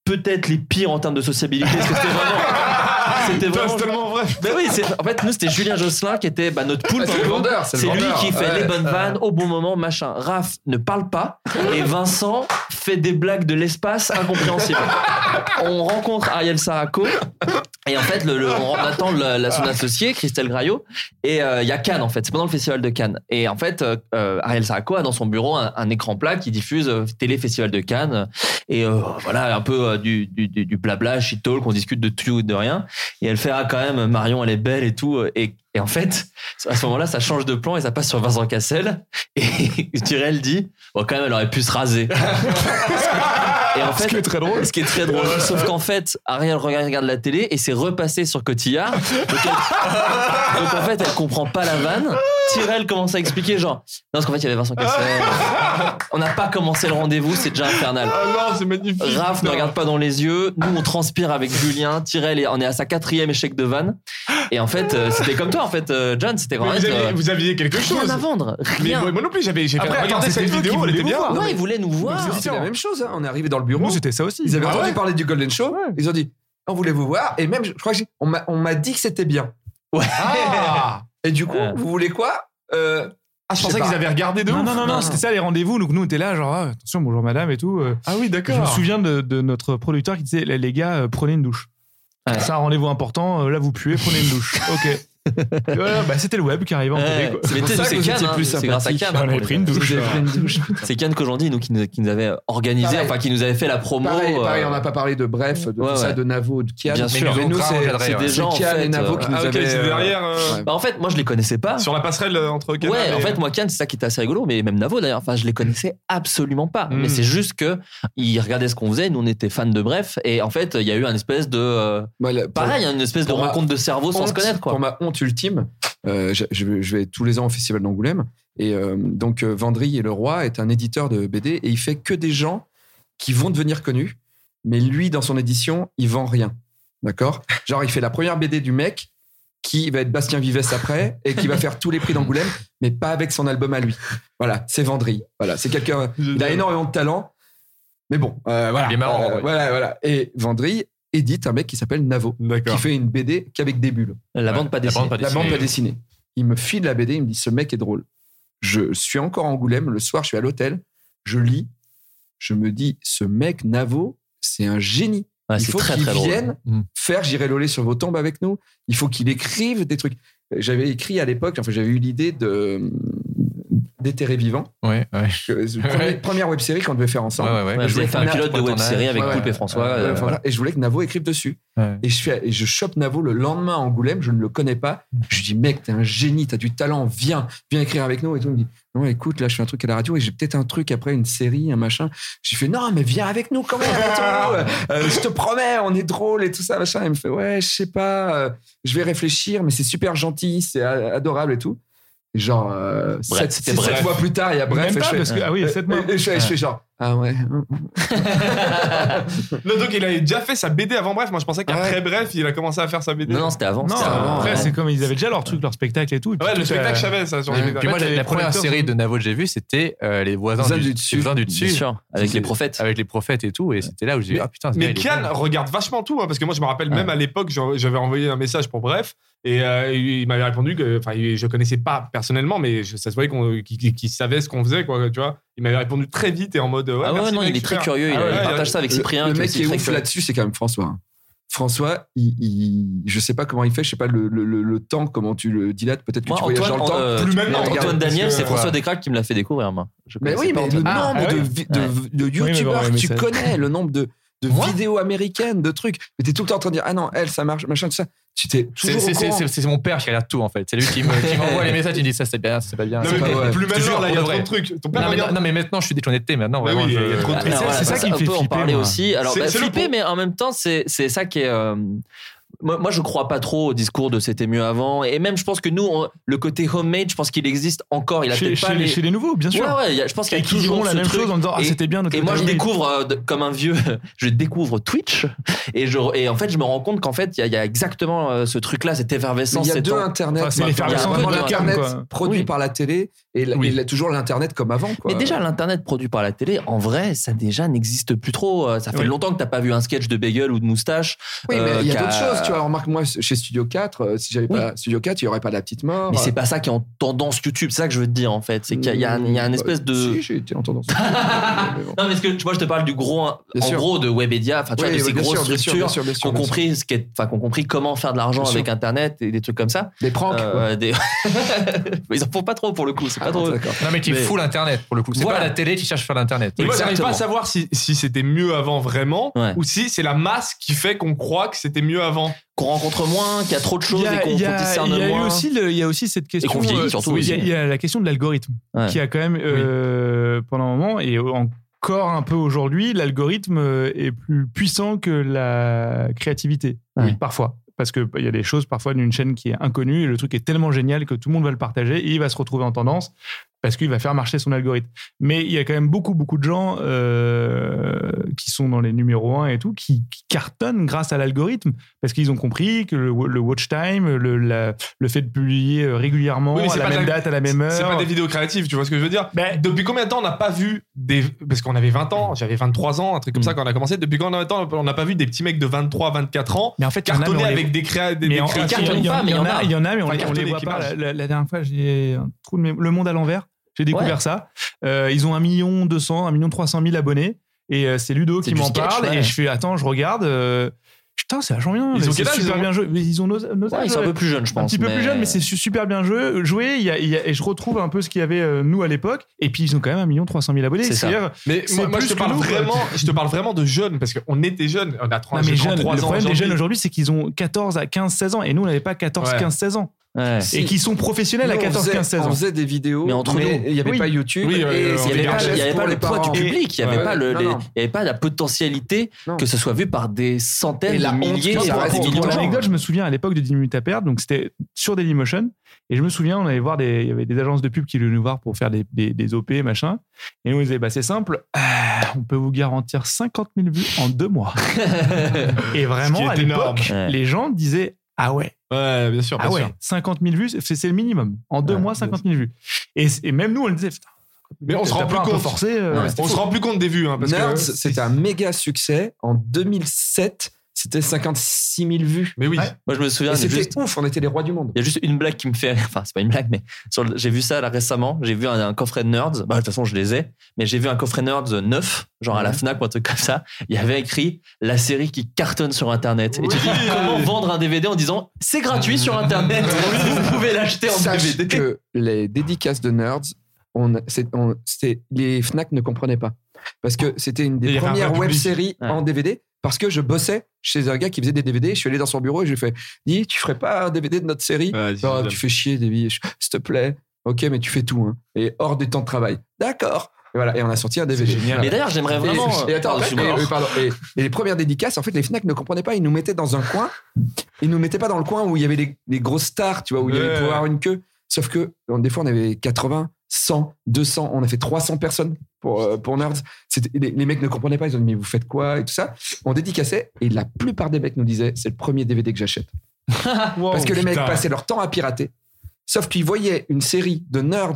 Speaker 6: peut-être les pires en termes de sociabilité. Parce que c'était vraiment. C'était
Speaker 3: Putain,
Speaker 6: vraiment.
Speaker 3: c'est tellement vrai.
Speaker 6: Ben oui, c'est- en fait, nous, c'était Julien Josselin qui était bah, notre poule.
Speaker 4: Ah, c'est le vendeur, c'est le
Speaker 6: C'est lui
Speaker 4: vendeur.
Speaker 6: qui fait
Speaker 4: Ouais. Euh,
Speaker 6: les bonnes vannes au bon moment, machin. Raph ne parle pas et Vincent fait des blagues de l'espace incompréhensibles. on rencontre Ariel Saraco et en fait, le, le- on attend la, la- son associé, Christelle Graillot, et euh, il y a Cannes en fait, c'est pendant le festival de Cannes. Et en fait, euh, euh, Ariel Saraco a dans son bureau un, un écran plat qui diffuse euh, Télé Festival de Cannes et euh, voilà un peu euh, du, du, du, du blabla, shit talk, on discute de tout ou de rien. Et elle fait ah quand même Marion elle est belle et tout et et en fait, à ce moment-là, ça change de plan et ça passe sur Vincent Cassel. Et Turel dit, bon, quand même, elle aurait pu se raser. et en fait,
Speaker 3: Ce qui est très drôle.
Speaker 6: ce qui est très drôle. Sauf qu'en fait, Ariel regarde regarde la télé et c'est repassé sur Cotillard. Donc, elle- donc en fait, elle comprend pas la vanne. Tyrell commence à expliquer genre, non, parce qu'en fait, il y avait Vincent Cassel. On n'a pas commencé le rendez-vous, c'est déjà infernal.
Speaker 3: Ah non, c'est magnifique.
Speaker 6: Raph ne
Speaker 3: putain.
Speaker 6: regarde pas dans les yeux. Nous, on transpire avec Julien. Tyrell, est- on est à sa quatrième échec de vanne. Et en fait, euh, c'était comme toi, en fait, euh, John. C'était
Speaker 3: Mais
Speaker 6: vraiment.
Speaker 3: vous,
Speaker 6: euh,
Speaker 3: aviez, vous aviez quelque chose.
Speaker 6: Rien à vendre.
Speaker 3: Mais
Speaker 6: Rien.
Speaker 3: moi, moi non plus, j'avais j'ai fait
Speaker 4: Après, attends,
Speaker 3: regarder
Speaker 4: c'était
Speaker 3: cette
Speaker 4: toi qui
Speaker 3: vidéo, elle
Speaker 4: voulais
Speaker 3: était
Speaker 4: vous
Speaker 3: bien.
Speaker 4: voir.
Speaker 6: Ouais, ils voulaient nous voir.
Speaker 4: Vous, C'était la même chose. hein. On est arrivé dans le bureau.
Speaker 7: Nous, c'était ça aussi.
Speaker 4: Ils avaient
Speaker 3: Ah
Speaker 4: entendu
Speaker 3: ouais
Speaker 4: parler du Golden Show.
Speaker 7: Ouais.
Speaker 4: Ils ont dit on voulait vous voir. Et même, je crois que j'ai- on m'a- on m'a dit que c'était bien.
Speaker 6: Ouais.
Speaker 4: Ah Et du coup,
Speaker 6: Ouais.
Speaker 4: vous voulez quoi Euh,
Speaker 3: Ah, je
Speaker 4: sais
Speaker 3: pensais
Speaker 4: pas.
Speaker 3: qu'ils avaient regardé de
Speaker 7: Non,
Speaker 3: ouf.
Speaker 7: non, non, non,
Speaker 6: Non.
Speaker 7: c'était ça les rendez-vous. Donc nous, on était là, genre, ah, attention, bonjour madame et tout. Euh,
Speaker 3: Ah
Speaker 7: Je me
Speaker 3: oui, d'accord.
Speaker 7: souviens de, de notre producteur qui disait, les les gars, euh, prenez une douche.
Speaker 6: Ouais.
Speaker 7: C'est un rendez-vous important, euh, là vous puez, prenez une douche. Ok. Euh, bah, c'était le web qui arrivait en télé.
Speaker 6: Ouais.
Speaker 7: quoi.
Speaker 6: Mais tu
Speaker 4: pour
Speaker 6: sais,
Speaker 4: ça que
Speaker 6: c'est
Speaker 4: vous
Speaker 6: Cannes,
Speaker 4: étiez
Speaker 6: hein.
Speaker 4: plus
Speaker 6: c'est grâce à
Speaker 4: sympathique.
Speaker 6: Cannes.
Speaker 7: On
Speaker 6: hein,
Speaker 7: avait
Speaker 6: qu'on
Speaker 7: pris
Speaker 6: les
Speaker 7: une
Speaker 6: a-
Speaker 7: douche.
Speaker 4: J'ai pris une douche.
Speaker 6: C'est Cannes qu'aujourd'hui, nous, qui nous, qui nous avait organisé,
Speaker 4: Pareil.
Speaker 6: enfin, qui nous avait fait la promo.
Speaker 4: Pareil, pareil,
Speaker 6: euh,
Speaker 4: on n'a pas parlé de Bref, de
Speaker 6: Ouais,
Speaker 4: tout ça,
Speaker 6: ouais.
Speaker 4: de Navo, de Kian.
Speaker 6: Bien
Speaker 4: Mais
Speaker 6: sûr.
Speaker 4: nous, nous,
Speaker 8: Grand
Speaker 4: c'est
Speaker 8: encadré,
Speaker 6: c'est
Speaker 8: ouais.
Speaker 6: des
Speaker 4: c'est
Speaker 6: gens, en
Speaker 4: Kian
Speaker 6: fait,
Speaker 4: et Navo
Speaker 6: euh,
Speaker 4: qui nous
Speaker 3: Ah, ok,
Speaker 4: avaient.
Speaker 3: c'est
Speaker 4: euh,
Speaker 3: derrière. euh,
Speaker 4: ouais.
Speaker 6: Bah, en fait, moi, je les connaissais pas.
Speaker 3: Sur la passerelle euh, entre Canal
Speaker 6: Ouais,
Speaker 3: et-
Speaker 6: en fait, moi, Cannes, c'est ça qui était assez rigolo, mais même Navo d'ailleurs, enfin, je les connaissais absolument pas.
Speaker 3: Mm.
Speaker 6: Mais c'est juste que ils regardaient ce qu'on faisait, nous on était fans de Bref, et en fait, il y a eu un espèce de. euh,
Speaker 4: Bah, la- pour-
Speaker 6: pareil, hein, une espèce de
Speaker 4: pour ma
Speaker 6: rencontre de cerveau sans se
Speaker 4: honte,
Speaker 6: connaître, quoi.
Speaker 4: Pour ma honte ultime, euh, je, je vais- je vais tous les ans au Festival d'Angoulême. Et euh, donc, euh, Vendry et le Roi est un éditeur de BD et il fait que des gens qui vont devenir connus. Mais lui, dans son édition, il vend rien. D'accord Genre, il fait la première BD du mec qui va être Bastien Vivès après et qui va faire tous les prix d'Angoulême, mais pas avec son album à lui. Voilà, c'est Vendry. Voilà, c'est quelqu'un. Il a énormément de talent. Mais bon, euh, voilà.
Speaker 8: Il est marrant, ouais.
Speaker 4: Voilà, voilà. Et Vendry édite un mec qui s'appelle Navo, qui
Speaker 3: D'accord.
Speaker 4: fait une BD qu'avec des bulles.
Speaker 6: La
Speaker 8: Ouais,
Speaker 6: bande pas
Speaker 8: la
Speaker 6: dessinée.
Speaker 8: bande pas
Speaker 4: La
Speaker 8: dessinée.
Speaker 4: bande pas dessinée. Il me file la BD, il me dit ce mec est drôle. Je suis encore à Angoulême, le soir je suis à l'hôtel, je lis, je me dis ce mec Navo, c'est un génie.
Speaker 6: Ouais,
Speaker 4: il
Speaker 6: c'est
Speaker 4: faut
Speaker 6: très
Speaker 4: qu'il
Speaker 6: très drôle.
Speaker 4: vienne
Speaker 8: Mm.
Speaker 4: faire J'irai loler sur vos tombes avec nous. Il faut qu'il écrive des trucs. J'avais écrit à l'époque, enfin j'avais eu l'idée de d'éterrer vivant,
Speaker 8: Ouais, ouais.
Speaker 4: que- euh,
Speaker 8: Ouais.
Speaker 4: première, première web série qu'on devait faire ensemble.
Speaker 8: Ouais, ouais, ouais.
Speaker 6: Ouais,
Speaker 8: Je
Speaker 6: vous
Speaker 8: voulais
Speaker 6: avez fait un
Speaker 8: faire
Speaker 6: pilote
Speaker 8: pour
Speaker 6: de
Speaker 8: le
Speaker 6: web
Speaker 8: tournage.
Speaker 6: série avec
Speaker 4: Ouais,
Speaker 6: Coupe
Speaker 4: ouais.
Speaker 6: et François.
Speaker 4: Ouais,
Speaker 6: euh,
Speaker 4: enfin, voilà. Et je voulais que Navo écrive dessus.
Speaker 8: Ouais.
Speaker 4: Et je, suis, à- et je chope Navo le lendemain à Angoulême, je ne le connais pas. Je lui dis, mec, t'es un génie, t'as du talent, viens, viens écrire avec nous. Et tout, il me dit, non, écoute, là, je fais un truc à la radio et j'ai peut-être un truc après, une série, un machin. J'ai fait, non, mais viens avec nous quand même, attends, euh, euh, je te promets, on est drôle et tout ça, machin. Il me fait, ouais, je sais pas, euh, je vais réfléchir, mais c'est super gentil, c'est a- adorable et tout. Et Genre, euh,
Speaker 6: Bref,
Speaker 4: sept,
Speaker 6: c'était
Speaker 4: six,
Speaker 6: bref.
Speaker 4: sept mois plus tard, il y a bref.
Speaker 7: Même
Speaker 4: et
Speaker 7: pas,
Speaker 4: je fais- Euh,
Speaker 7: parce que, ah oui, sept mois.
Speaker 4: et- et je fais- je fais genre, ah ouais.
Speaker 3: Non, donc il avait déjà fait sa BD avant Bref. Moi, je pensais qu'après Bref, il a commencé à faire sa BD.
Speaker 6: Non, non, c'était avant.
Speaker 7: Non,
Speaker 6: c'était avant,
Speaker 7: après,
Speaker 6: ouais.
Speaker 7: c'est comme ils avaient déjà leur truc, leur spectacle et tout. et puis
Speaker 3: Ouais,
Speaker 7: tout,
Speaker 3: le spectacle,
Speaker 7: euh,
Speaker 3: je savais ça sur
Speaker 4: ouais.
Speaker 3: les
Speaker 8: Puis
Speaker 3: BD.
Speaker 8: moi,
Speaker 7: Ouais,
Speaker 8: la,
Speaker 7: les
Speaker 8: la première
Speaker 7: producteurs
Speaker 8: série
Speaker 7: sont-
Speaker 8: de Navo que j'ai vue, c'était euh, les voisins
Speaker 4: Voisins
Speaker 8: du,
Speaker 4: du dessus.
Speaker 8: les voisins du
Speaker 6: Bien
Speaker 8: dessus,
Speaker 6: sûr, avec les prophètes.
Speaker 8: avec les prophètes et tout. Et c'était là où j'ai dit,
Speaker 3: Mais-
Speaker 8: ah putain, ce gars,
Speaker 3: Mais
Speaker 8: il est
Speaker 3: Kian
Speaker 8: bon.
Speaker 3: regarde vachement tout, hein, parce que moi je me rappelle
Speaker 8: Ouais.
Speaker 3: même à l'époque, j'en- j'avais envoyé un message pour Bref, et euh, il m'avait répondu que, enfin, il- je connaissais pas personnellement, mais je- ça se voyait qu'on- qu'il qu'il savait ce qu'on faisait, quoi, tu vois. Il m'avait répondu très vite et en mode. ouais,
Speaker 6: Ah ouais,
Speaker 3: merci,
Speaker 6: non,
Speaker 3: mec,
Speaker 6: il est très
Speaker 3: super.
Speaker 6: curieux. il-
Speaker 3: Ah ouais,
Speaker 6: Il
Speaker 3: ouais,
Speaker 6: partage
Speaker 3: ouais.
Speaker 6: ça avec
Speaker 4: Le-
Speaker 6: Cyprien.
Speaker 4: Le
Speaker 6: qui est
Speaker 4: mec
Speaker 6: aussi
Speaker 4: qui est
Speaker 6: très
Speaker 4: ouf
Speaker 6: curieux.
Speaker 4: là-dessus, c'est quand même François. hein. François, il, il- je sais pas comment il fait, je sais pas le, le- le- le temps, comment tu le dilates. Peut-être que
Speaker 6: Moi,
Speaker 4: tu voyages
Speaker 6: Antoine,
Speaker 4: dans le temps.
Speaker 6: euh,
Speaker 3: plus
Speaker 6: tu-
Speaker 3: maintenant,
Speaker 6: Antoine
Speaker 3: regarde,
Speaker 6: Daniel,
Speaker 3: parce que-
Speaker 6: c'est François Descraques qui me l'a fait découvrir, moi. Je
Speaker 4: Mais
Speaker 6: connaissais
Speaker 4: oui,
Speaker 6: pas
Speaker 4: mais le
Speaker 6: Antoine.
Speaker 7: Ah,
Speaker 4: nombre
Speaker 7: ah
Speaker 4: de,
Speaker 7: oui.
Speaker 4: vi- de- de
Speaker 7: mais bon,
Speaker 4: youtubeurs
Speaker 7: ouais,
Speaker 4: que
Speaker 7: mais
Speaker 4: tu
Speaker 7: c'est-
Speaker 4: connais, le nombre de, de
Speaker 8: Moi
Speaker 4: vidéos américaines, de trucs. Mais t'es tout le temps en train de dire Ah non, elle, ça marche, machin, tout ça. Tu t'es
Speaker 8: C'est
Speaker 4: toujours.
Speaker 8: c'est-
Speaker 4: au
Speaker 8: c'est-
Speaker 4: courant.
Speaker 8: c'est- c'est mon père qui regarde tout en fait. C'est lui qui me- qui m'envoie les messages. Il dit ça c'est bien, c'est pas bien.
Speaker 3: Non,
Speaker 8: c'est
Speaker 3: mais
Speaker 8: pas
Speaker 4: t'es
Speaker 8: vrai.
Speaker 4: ouais.
Speaker 3: plus
Speaker 8: Je te
Speaker 3: maintenant,
Speaker 8: jure,
Speaker 3: là, il y
Speaker 8: pour
Speaker 3: a
Speaker 8: de
Speaker 3: trop de
Speaker 8: vrai.
Speaker 3: trucs. Ton père
Speaker 8: Non mais,
Speaker 3: regarde.
Speaker 8: non, mais maintenant je suis déconnecté maintenant.
Speaker 3: Mais
Speaker 8: Vraiment,
Speaker 3: oui, il y a-
Speaker 8: je-
Speaker 3: il y a trop de trucs.
Speaker 7: c'est-
Speaker 6: Alors,
Speaker 7: c'est ça
Speaker 6: voilà,
Speaker 7: qui me
Speaker 6: on
Speaker 7: fait
Speaker 6: peut en
Speaker 7: flipper,
Speaker 6: parler
Speaker 7: moi.
Speaker 6: aussi. Alors,
Speaker 3: C'est-
Speaker 6: bah,
Speaker 3: c'est le
Speaker 6: flipper,
Speaker 3: pro-
Speaker 6: mais en même temps, c'est c'est ça qui est. euh, moi, moi, je crois pas trop au discours de c'était mieux avant. Et même, je pense que nous, on- le côté homemade, je pense qu'il existe encore. Il a
Speaker 7: Chez,
Speaker 6: peut-être pas
Speaker 7: chez les...
Speaker 6: les-
Speaker 7: chez les nouveaux, bien sûr.
Speaker 6: Ouais, ouais, il y a- je pense qu'il
Speaker 7: Et
Speaker 6: y a
Speaker 7: qui
Speaker 6: toujours
Speaker 7: diront la
Speaker 6: ce
Speaker 7: même
Speaker 6: truc.
Speaker 7: chose en disant Ah,
Speaker 6: Et-
Speaker 7: c'était bien notre
Speaker 6: Et moi, je
Speaker 7: théorie.
Speaker 6: découvre, euh, de- comme un vieux, je découvre Twitch. Et, je, et en fait, je me rends compte qu'en fait, il y, a- il y a exactement euh, ce truc-là, cette
Speaker 4: Mais
Speaker 6: effervescence.
Speaker 4: Il y a
Speaker 6: cet
Speaker 4: deux
Speaker 6: en-
Speaker 4: Internet.
Speaker 7: Enfin, c'est
Speaker 4: maintenant.
Speaker 6: l'effervescence
Speaker 4: Il y a
Speaker 6: de
Speaker 4: un
Speaker 7: l'internet,
Speaker 4: Internet
Speaker 7: quoi.
Speaker 4: produit
Speaker 6: Oui.
Speaker 4: par la télé et la-
Speaker 7: Oui.
Speaker 4: et la- toujours l'Internet comme avant. quoi.
Speaker 6: Mais déjà, l'Internet produit par la télé, en vrai, ça déjà n'existe plus trop. Euh, Ça fait
Speaker 7: Oui.
Speaker 6: longtemps que t'as pas vu un sketch de Bagel ou de Moustache.
Speaker 4: Oui, mais
Speaker 6: euh,
Speaker 4: il y a
Speaker 6: qu'à-
Speaker 4: d'autres choses. Tu vois, remarque, moi, chez Studio 4, euh, si j'avais
Speaker 6: Oui.
Speaker 4: pas Studio 4, il y aurait pas la petite mort.
Speaker 6: Mais c'est pas ça qui est en tendance YouTube, c'est ça que je veux te dire en fait. C'est qu'il y a, il y a un- il y a un espèce de.
Speaker 4: Mm, Bah, Si, j'ai été en tendance. Ah, Mais bon.
Speaker 6: Non, mais ce que tu vois, je te parle du gros,
Speaker 4: Bien
Speaker 6: en
Speaker 4: sûr.
Speaker 6: gros, de Webedia, enfin, Ah, tu vois,
Speaker 4: Oui,
Speaker 6: de
Speaker 4: oui,
Speaker 6: ces
Speaker 4: bien
Speaker 6: grosses
Speaker 4: sûr, bien sûr,
Speaker 6: structures
Speaker 4: bien sûr, bien
Speaker 6: qui
Speaker 4: sûr,
Speaker 6: ont
Speaker 4: bien sûr.
Speaker 6: compris, ce qui est- enfin, qui ont compris comment faire de l'argent
Speaker 4: Bien
Speaker 6: avec Internet et des trucs comme ça.
Speaker 4: Des pranks, quoi.
Speaker 6: Euh, des- Ils en font pas trop pour le coup, c'est pas
Speaker 4: Ah,
Speaker 6: trop.
Speaker 4: d'accord.
Speaker 8: Non mais qui
Speaker 6: Mais-
Speaker 8: fout l'internet pour le coup. C'est
Speaker 6: Voilà.
Speaker 8: pas la télé qui cherche sur l'internet.
Speaker 3: Et moi, j'arrive pas à
Speaker 6: Exactement.
Speaker 3: savoir si, si c'était mieux avant vraiment
Speaker 6: Ouais.
Speaker 3: ou si c'est la masse qui fait qu'on croit que c'était mieux avant.
Speaker 6: Qu'on rencontre moins, qu'il y a trop de
Speaker 7: Il
Speaker 6: choses
Speaker 7: y
Speaker 6: et
Speaker 7: a,
Speaker 6: qu'on
Speaker 7: il y
Speaker 6: qu'on
Speaker 7: a-
Speaker 6: discerne
Speaker 7: il y a eu
Speaker 6: moins.
Speaker 7: aussi, le- il y a aussi cette question.
Speaker 6: qu'on vieillit
Speaker 7: euh,
Speaker 6: surtout
Speaker 7: il, y a,
Speaker 6: aussi. hein.
Speaker 7: il y a la question de l'algorithme
Speaker 6: Ouais.
Speaker 7: qui a quand même, euh, pendant un moment, et encore un peu aujourd'hui, l'algorithme euh, est plus puissant que la créativité,
Speaker 6: Ouais.
Speaker 7: parfois. Parce qu'il y a des choses parfois d'une chaîne qui est inconnue et le truc est tellement génial que tout le monde va le partager et il va se retrouver en tendance parce qu'il va faire marcher son algorithme. Mais il y a quand même beaucoup, beaucoup de gens euh, qui sont dans les numéros 1 et tout, qui, qui cartonnent grâce à l'algorithme parce qu'ils ont compris que le, le watch time, le, la- le fait de publier euh, régulièrement
Speaker 3: Oui, mais
Speaker 7: à
Speaker 3: c'est
Speaker 7: la
Speaker 3: pas
Speaker 7: même
Speaker 3: de la-
Speaker 7: date, à la même heure.
Speaker 3: C'est pas des vidéos créatives, tu vois ce que je veux dire
Speaker 7: Ben,
Speaker 3: Depuis combien de temps on n'a pas vu des. Parce qu'on avait 20 ans, j'avais 23 ans, un
Speaker 7: Mm.
Speaker 3: truc comme ça quand on a commencé. Depuis combien de temps on n'a pas vu des petits mecs de 23, mais 24 ans
Speaker 7: mais en fait, il y en a, Ah mais on
Speaker 3: cartonner
Speaker 7: les-
Speaker 3: avec des, créa... des,
Speaker 7: mais
Speaker 3: des
Speaker 7: en-
Speaker 3: créations
Speaker 7: il y en-
Speaker 6: cartonnent pas, mais
Speaker 7: il y en a, il y en a, mais on,
Speaker 3: Enfin,
Speaker 7: les- on les
Speaker 3: cartonnés,
Speaker 7: voit
Speaker 3: qui
Speaker 7: pas.
Speaker 3: marchent.
Speaker 7: La, la- la dernière fois, j'ai un trou de mémo- Le Monde à l'envers. J'ai découvert
Speaker 6: Ouais.
Speaker 7: ça. Euh, ils ont un million deux cents, un million trois cent mille abonnés. Et euh, c'est Ludo
Speaker 6: C'est
Speaker 7: qui
Speaker 6: du
Speaker 7: m'en
Speaker 6: sketch,
Speaker 7: parle.
Speaker 6: ouais.
Speaker 7: Et je fais, attends, je regarde. euh, putain, c'est vachement bien.
Speaker 3: Ils
Speaker 7: mais
Speaker 3: ont
Speaker 7: c'est
Speaker 3: quel âge,
Speaker 7: super
Speaker 3: ils ont
Speaker 7: bien joué. Mais Ils ont nos, nos
Speaker 6: Ouais,
Speaker 7: âges,
Speaker 6: ils sont un
Speaker 7: ouais.
Speaker 6: peu plus jeunes, je pense.
Speaker 7: Un petit peu plus jeunes, mais c'est su- super bien joué. joué il y a- il y a- et je retrouve un peu ce qu'il y avait euh, nous à l'époque. Et puis ils ont quand même un million trois cent mille abonnés.
Speaker 6: C'est ça.
Speaker 7: C'est-à-dire,
Speaker 3: Mais
Speaker 7: C'est
Speaker 3: moi, moi, je
Speaker 7: plus
Speaker 3: te
Speaker 7: que
Speaker 3: parle
Speaker 7: nous, quoi.
Speaker 3: vraiment, je te parle vraiment de jeunes parce qu'on était jeunes, on a 30,
Speaker 7: non, mais
Speaker 3: j'ai 33
Speaker 7: jeunes,
Speaker 3: ans.
Speaker 7: le problème des
Speaker 3: aujourd'hui.
Speaker 7: jeunes aujourd'hui, c'est qu'ils ont 14 à 15, 16 ans. Et nous, on n'avait pas 14,
Speaker 3: Ouais.
Speaker 7: 15, 16 ans.
Speaker 6: c'est.
Speaker 7: Et
Speaker 4: Si.
Speaker 7: qui sont professionnels à
Speaker 4: Nous, on
Speaker 7: 14,
Speaker 4: faisait-
Speaker 7: 15, 16 ans.
Speaker 4: On faisait des vidéos,
Speaker 6: Mais entre nous.
Speaker 4: il n'y avait
Speaker 7: Oui.
Speaker 4: pas YouTube.
Speaker 3: Oui, euh,
Speaker 4: et
Speaker 3: on
Speaker 6: Il n'y
Speaker 4: c'était
Speaker 3: avait
Speaker 6: avait
Speaker 4: des
Speaker 6: pas,
Speaker 3: VHS
Speaker 6: il y avait
Speaker 4: pour
Speaker 6: pas
Speaker 4: les
Speaker 6: le poids
Speaker 4: parents.
Speaker 6: du
Speaker 4: Et-
Speaker 6: public, il n'y avait,
Speaker 4: Ouais,
Speaker 6: pas le-
Speaker 4: non,
Speaker 6: les-
Speaker 4: non.
Speaker 6: il y avait pas la potentialité
Speaker 4: Non.
Speaker 6: que ce soit vu par des centaines,
Speaker 4: Et
Speaker 6: de
Speaker 4: la honte,
Speaker 6: milliers,
Speaker 4: tu vois,
Speaker 6: voire
Speaker 4: pour-
Speaker 6: des
Speaker 4: pour
Speaker 6: millions
Speaker 7: Pour
Speaker 6: de gens.
Speaker 7: l'anecdote, je me souviens à l'époque de 10 minutes à perdre, donc c'était sur Dailymotion. Et je me souviens, on allait voir des, il y avait des agences de pub qui venaient nous voir pour faire des, des, des OP, machin. Et nous, on disait, bah, c'est simple, euh, on peut vous garantir 50 000 vues en deux mois. et
Speaker 3: Ce
Speaker 7: vraiment,
Speaker 3: qui est
Speaker 7: à
Speaker 3: énorme.
Speaker 7: l'époque,
Speaker 6: Ouais.
Speaker 7: les gens disaient, ah ouais,
Speaker 3: Ouais, bien sûr.
Speaker 7: ah
Speaker 3: bien
Speaker 7: ouais,
Speaker 3: sûr.
Speaker 7: 50 000 vues, c'est c'est le minimum. En deux
Speaker 6: Ouais,
Speaker 7: mois, 50 000 vues. Et, et même nous, on le disait, putain,
Speaker 3: Mais on se
Speaker 7: t'as
Speaker 3: rend
Speaker 7: pas
Speaker 3: plus
Speaker 7: un peu
Speaker 3: compte.
Speaker 7: forcé. euh,
Speaker 4: Non, mais
Speaker 3: On se rend plus compte des vues. Hein, parce
Speaker 4: Nerds,
Speaker 3: que...
Speaker 4: c'était un méga succès. En 2007, c'était 56 000 vues.
Speaker 3: Mais oui.
Speaker 7: Ouais.
Speaker 6: Moi, je me souviens,
Speaker 4: Et
Speaker 6: il y a
Speaker 4: C'était
Speaker 6: juste-
Speaker 4: ouf, on était les rois du monde.
Speaker 6: il y a juste une blague qui me fait rire. Enfin, c'est pas une blague, mais sur le- j'ai vu ça là récemment. J'ai vu un, un coffret de Nerds. Bah, de toute façon, je les ai. Mais j'ai vu un coffret Nerds euh, neuf, genre à la Fnac ou un truc comme ça. Il y avait écrit la série qui cartonne sur Internet. Et tu
Speaker 3: Oui.
Speaker 6: dis, comment vendre un DVD en disant c'est gratuit sur Internet, vous pouvez l'acheter en
Speaker 4: Sache
Speaker 6: DVD.
Speaker 4: que les dédicaces de nerds, on, c'est- on- c'est- les Fnac ne comprenaient pas. Parce que c'était une
Speaker 3: Il
Speaker 4: des
Speaker 3: y avait un
Speaker 4: premières
Speaker 3: vrai public.
Speaker 4: web-séries
Speaker 6: Ouais.
Speaker 4: en DVD. Parce que je bossais chez un gars qui faisait des DVD. Je suis allé dans son bureau et je lui ai fait Dis, tu ferais pas un DVD de notre série Non, Tu fais chier, Davy, je- s'il te plaît. Ok, mais tu fais tout. hein. Et hors des temps de travail. D'accord. Et voilà, et on a sorti un DVD.
Speaker 3: génial.
Speaker 6: Mais d'ailleurs, j'aimerais
Speaker 4: Et-
Speaker 6: vraiment. euh,
Speaker 4: Et, attends,
Speaker 6: Pardon,
Speaker 4: en fait,
Speaker 6: excuse-moi.
Speaker 4: et- oui, pardon. Et- et les premières dédicaces, en fait, les Fnac ne comprenaient pas. Ils nous mettaient dans un coin. Ils nous mettaient pas dans le coin où il y avait les, les grosses stars, tu vois, où il y
Speaker 3: Ouais.
Speaker 4: avait pour avoir une queue. Sauf que donc, des fois, on avait 80, 100, 200. On a fait 300 personnes pour, euh, pour Nerds. C'était- Les, les mecs ne comprenaient pas. Ils ont dit, mais vous faites quoi Et tout ça. On dédicaçait. Et la plupart des mecs nous disaient, c'est le premier DVD que j'achète.
Speaker 3: Wow,
Speaker 4: Parce que les mecs
Speaker 3: Oh, putain.
Speaker 4: passaient leur temps à pirater. Sauf qu'ils voyaient une série de nerds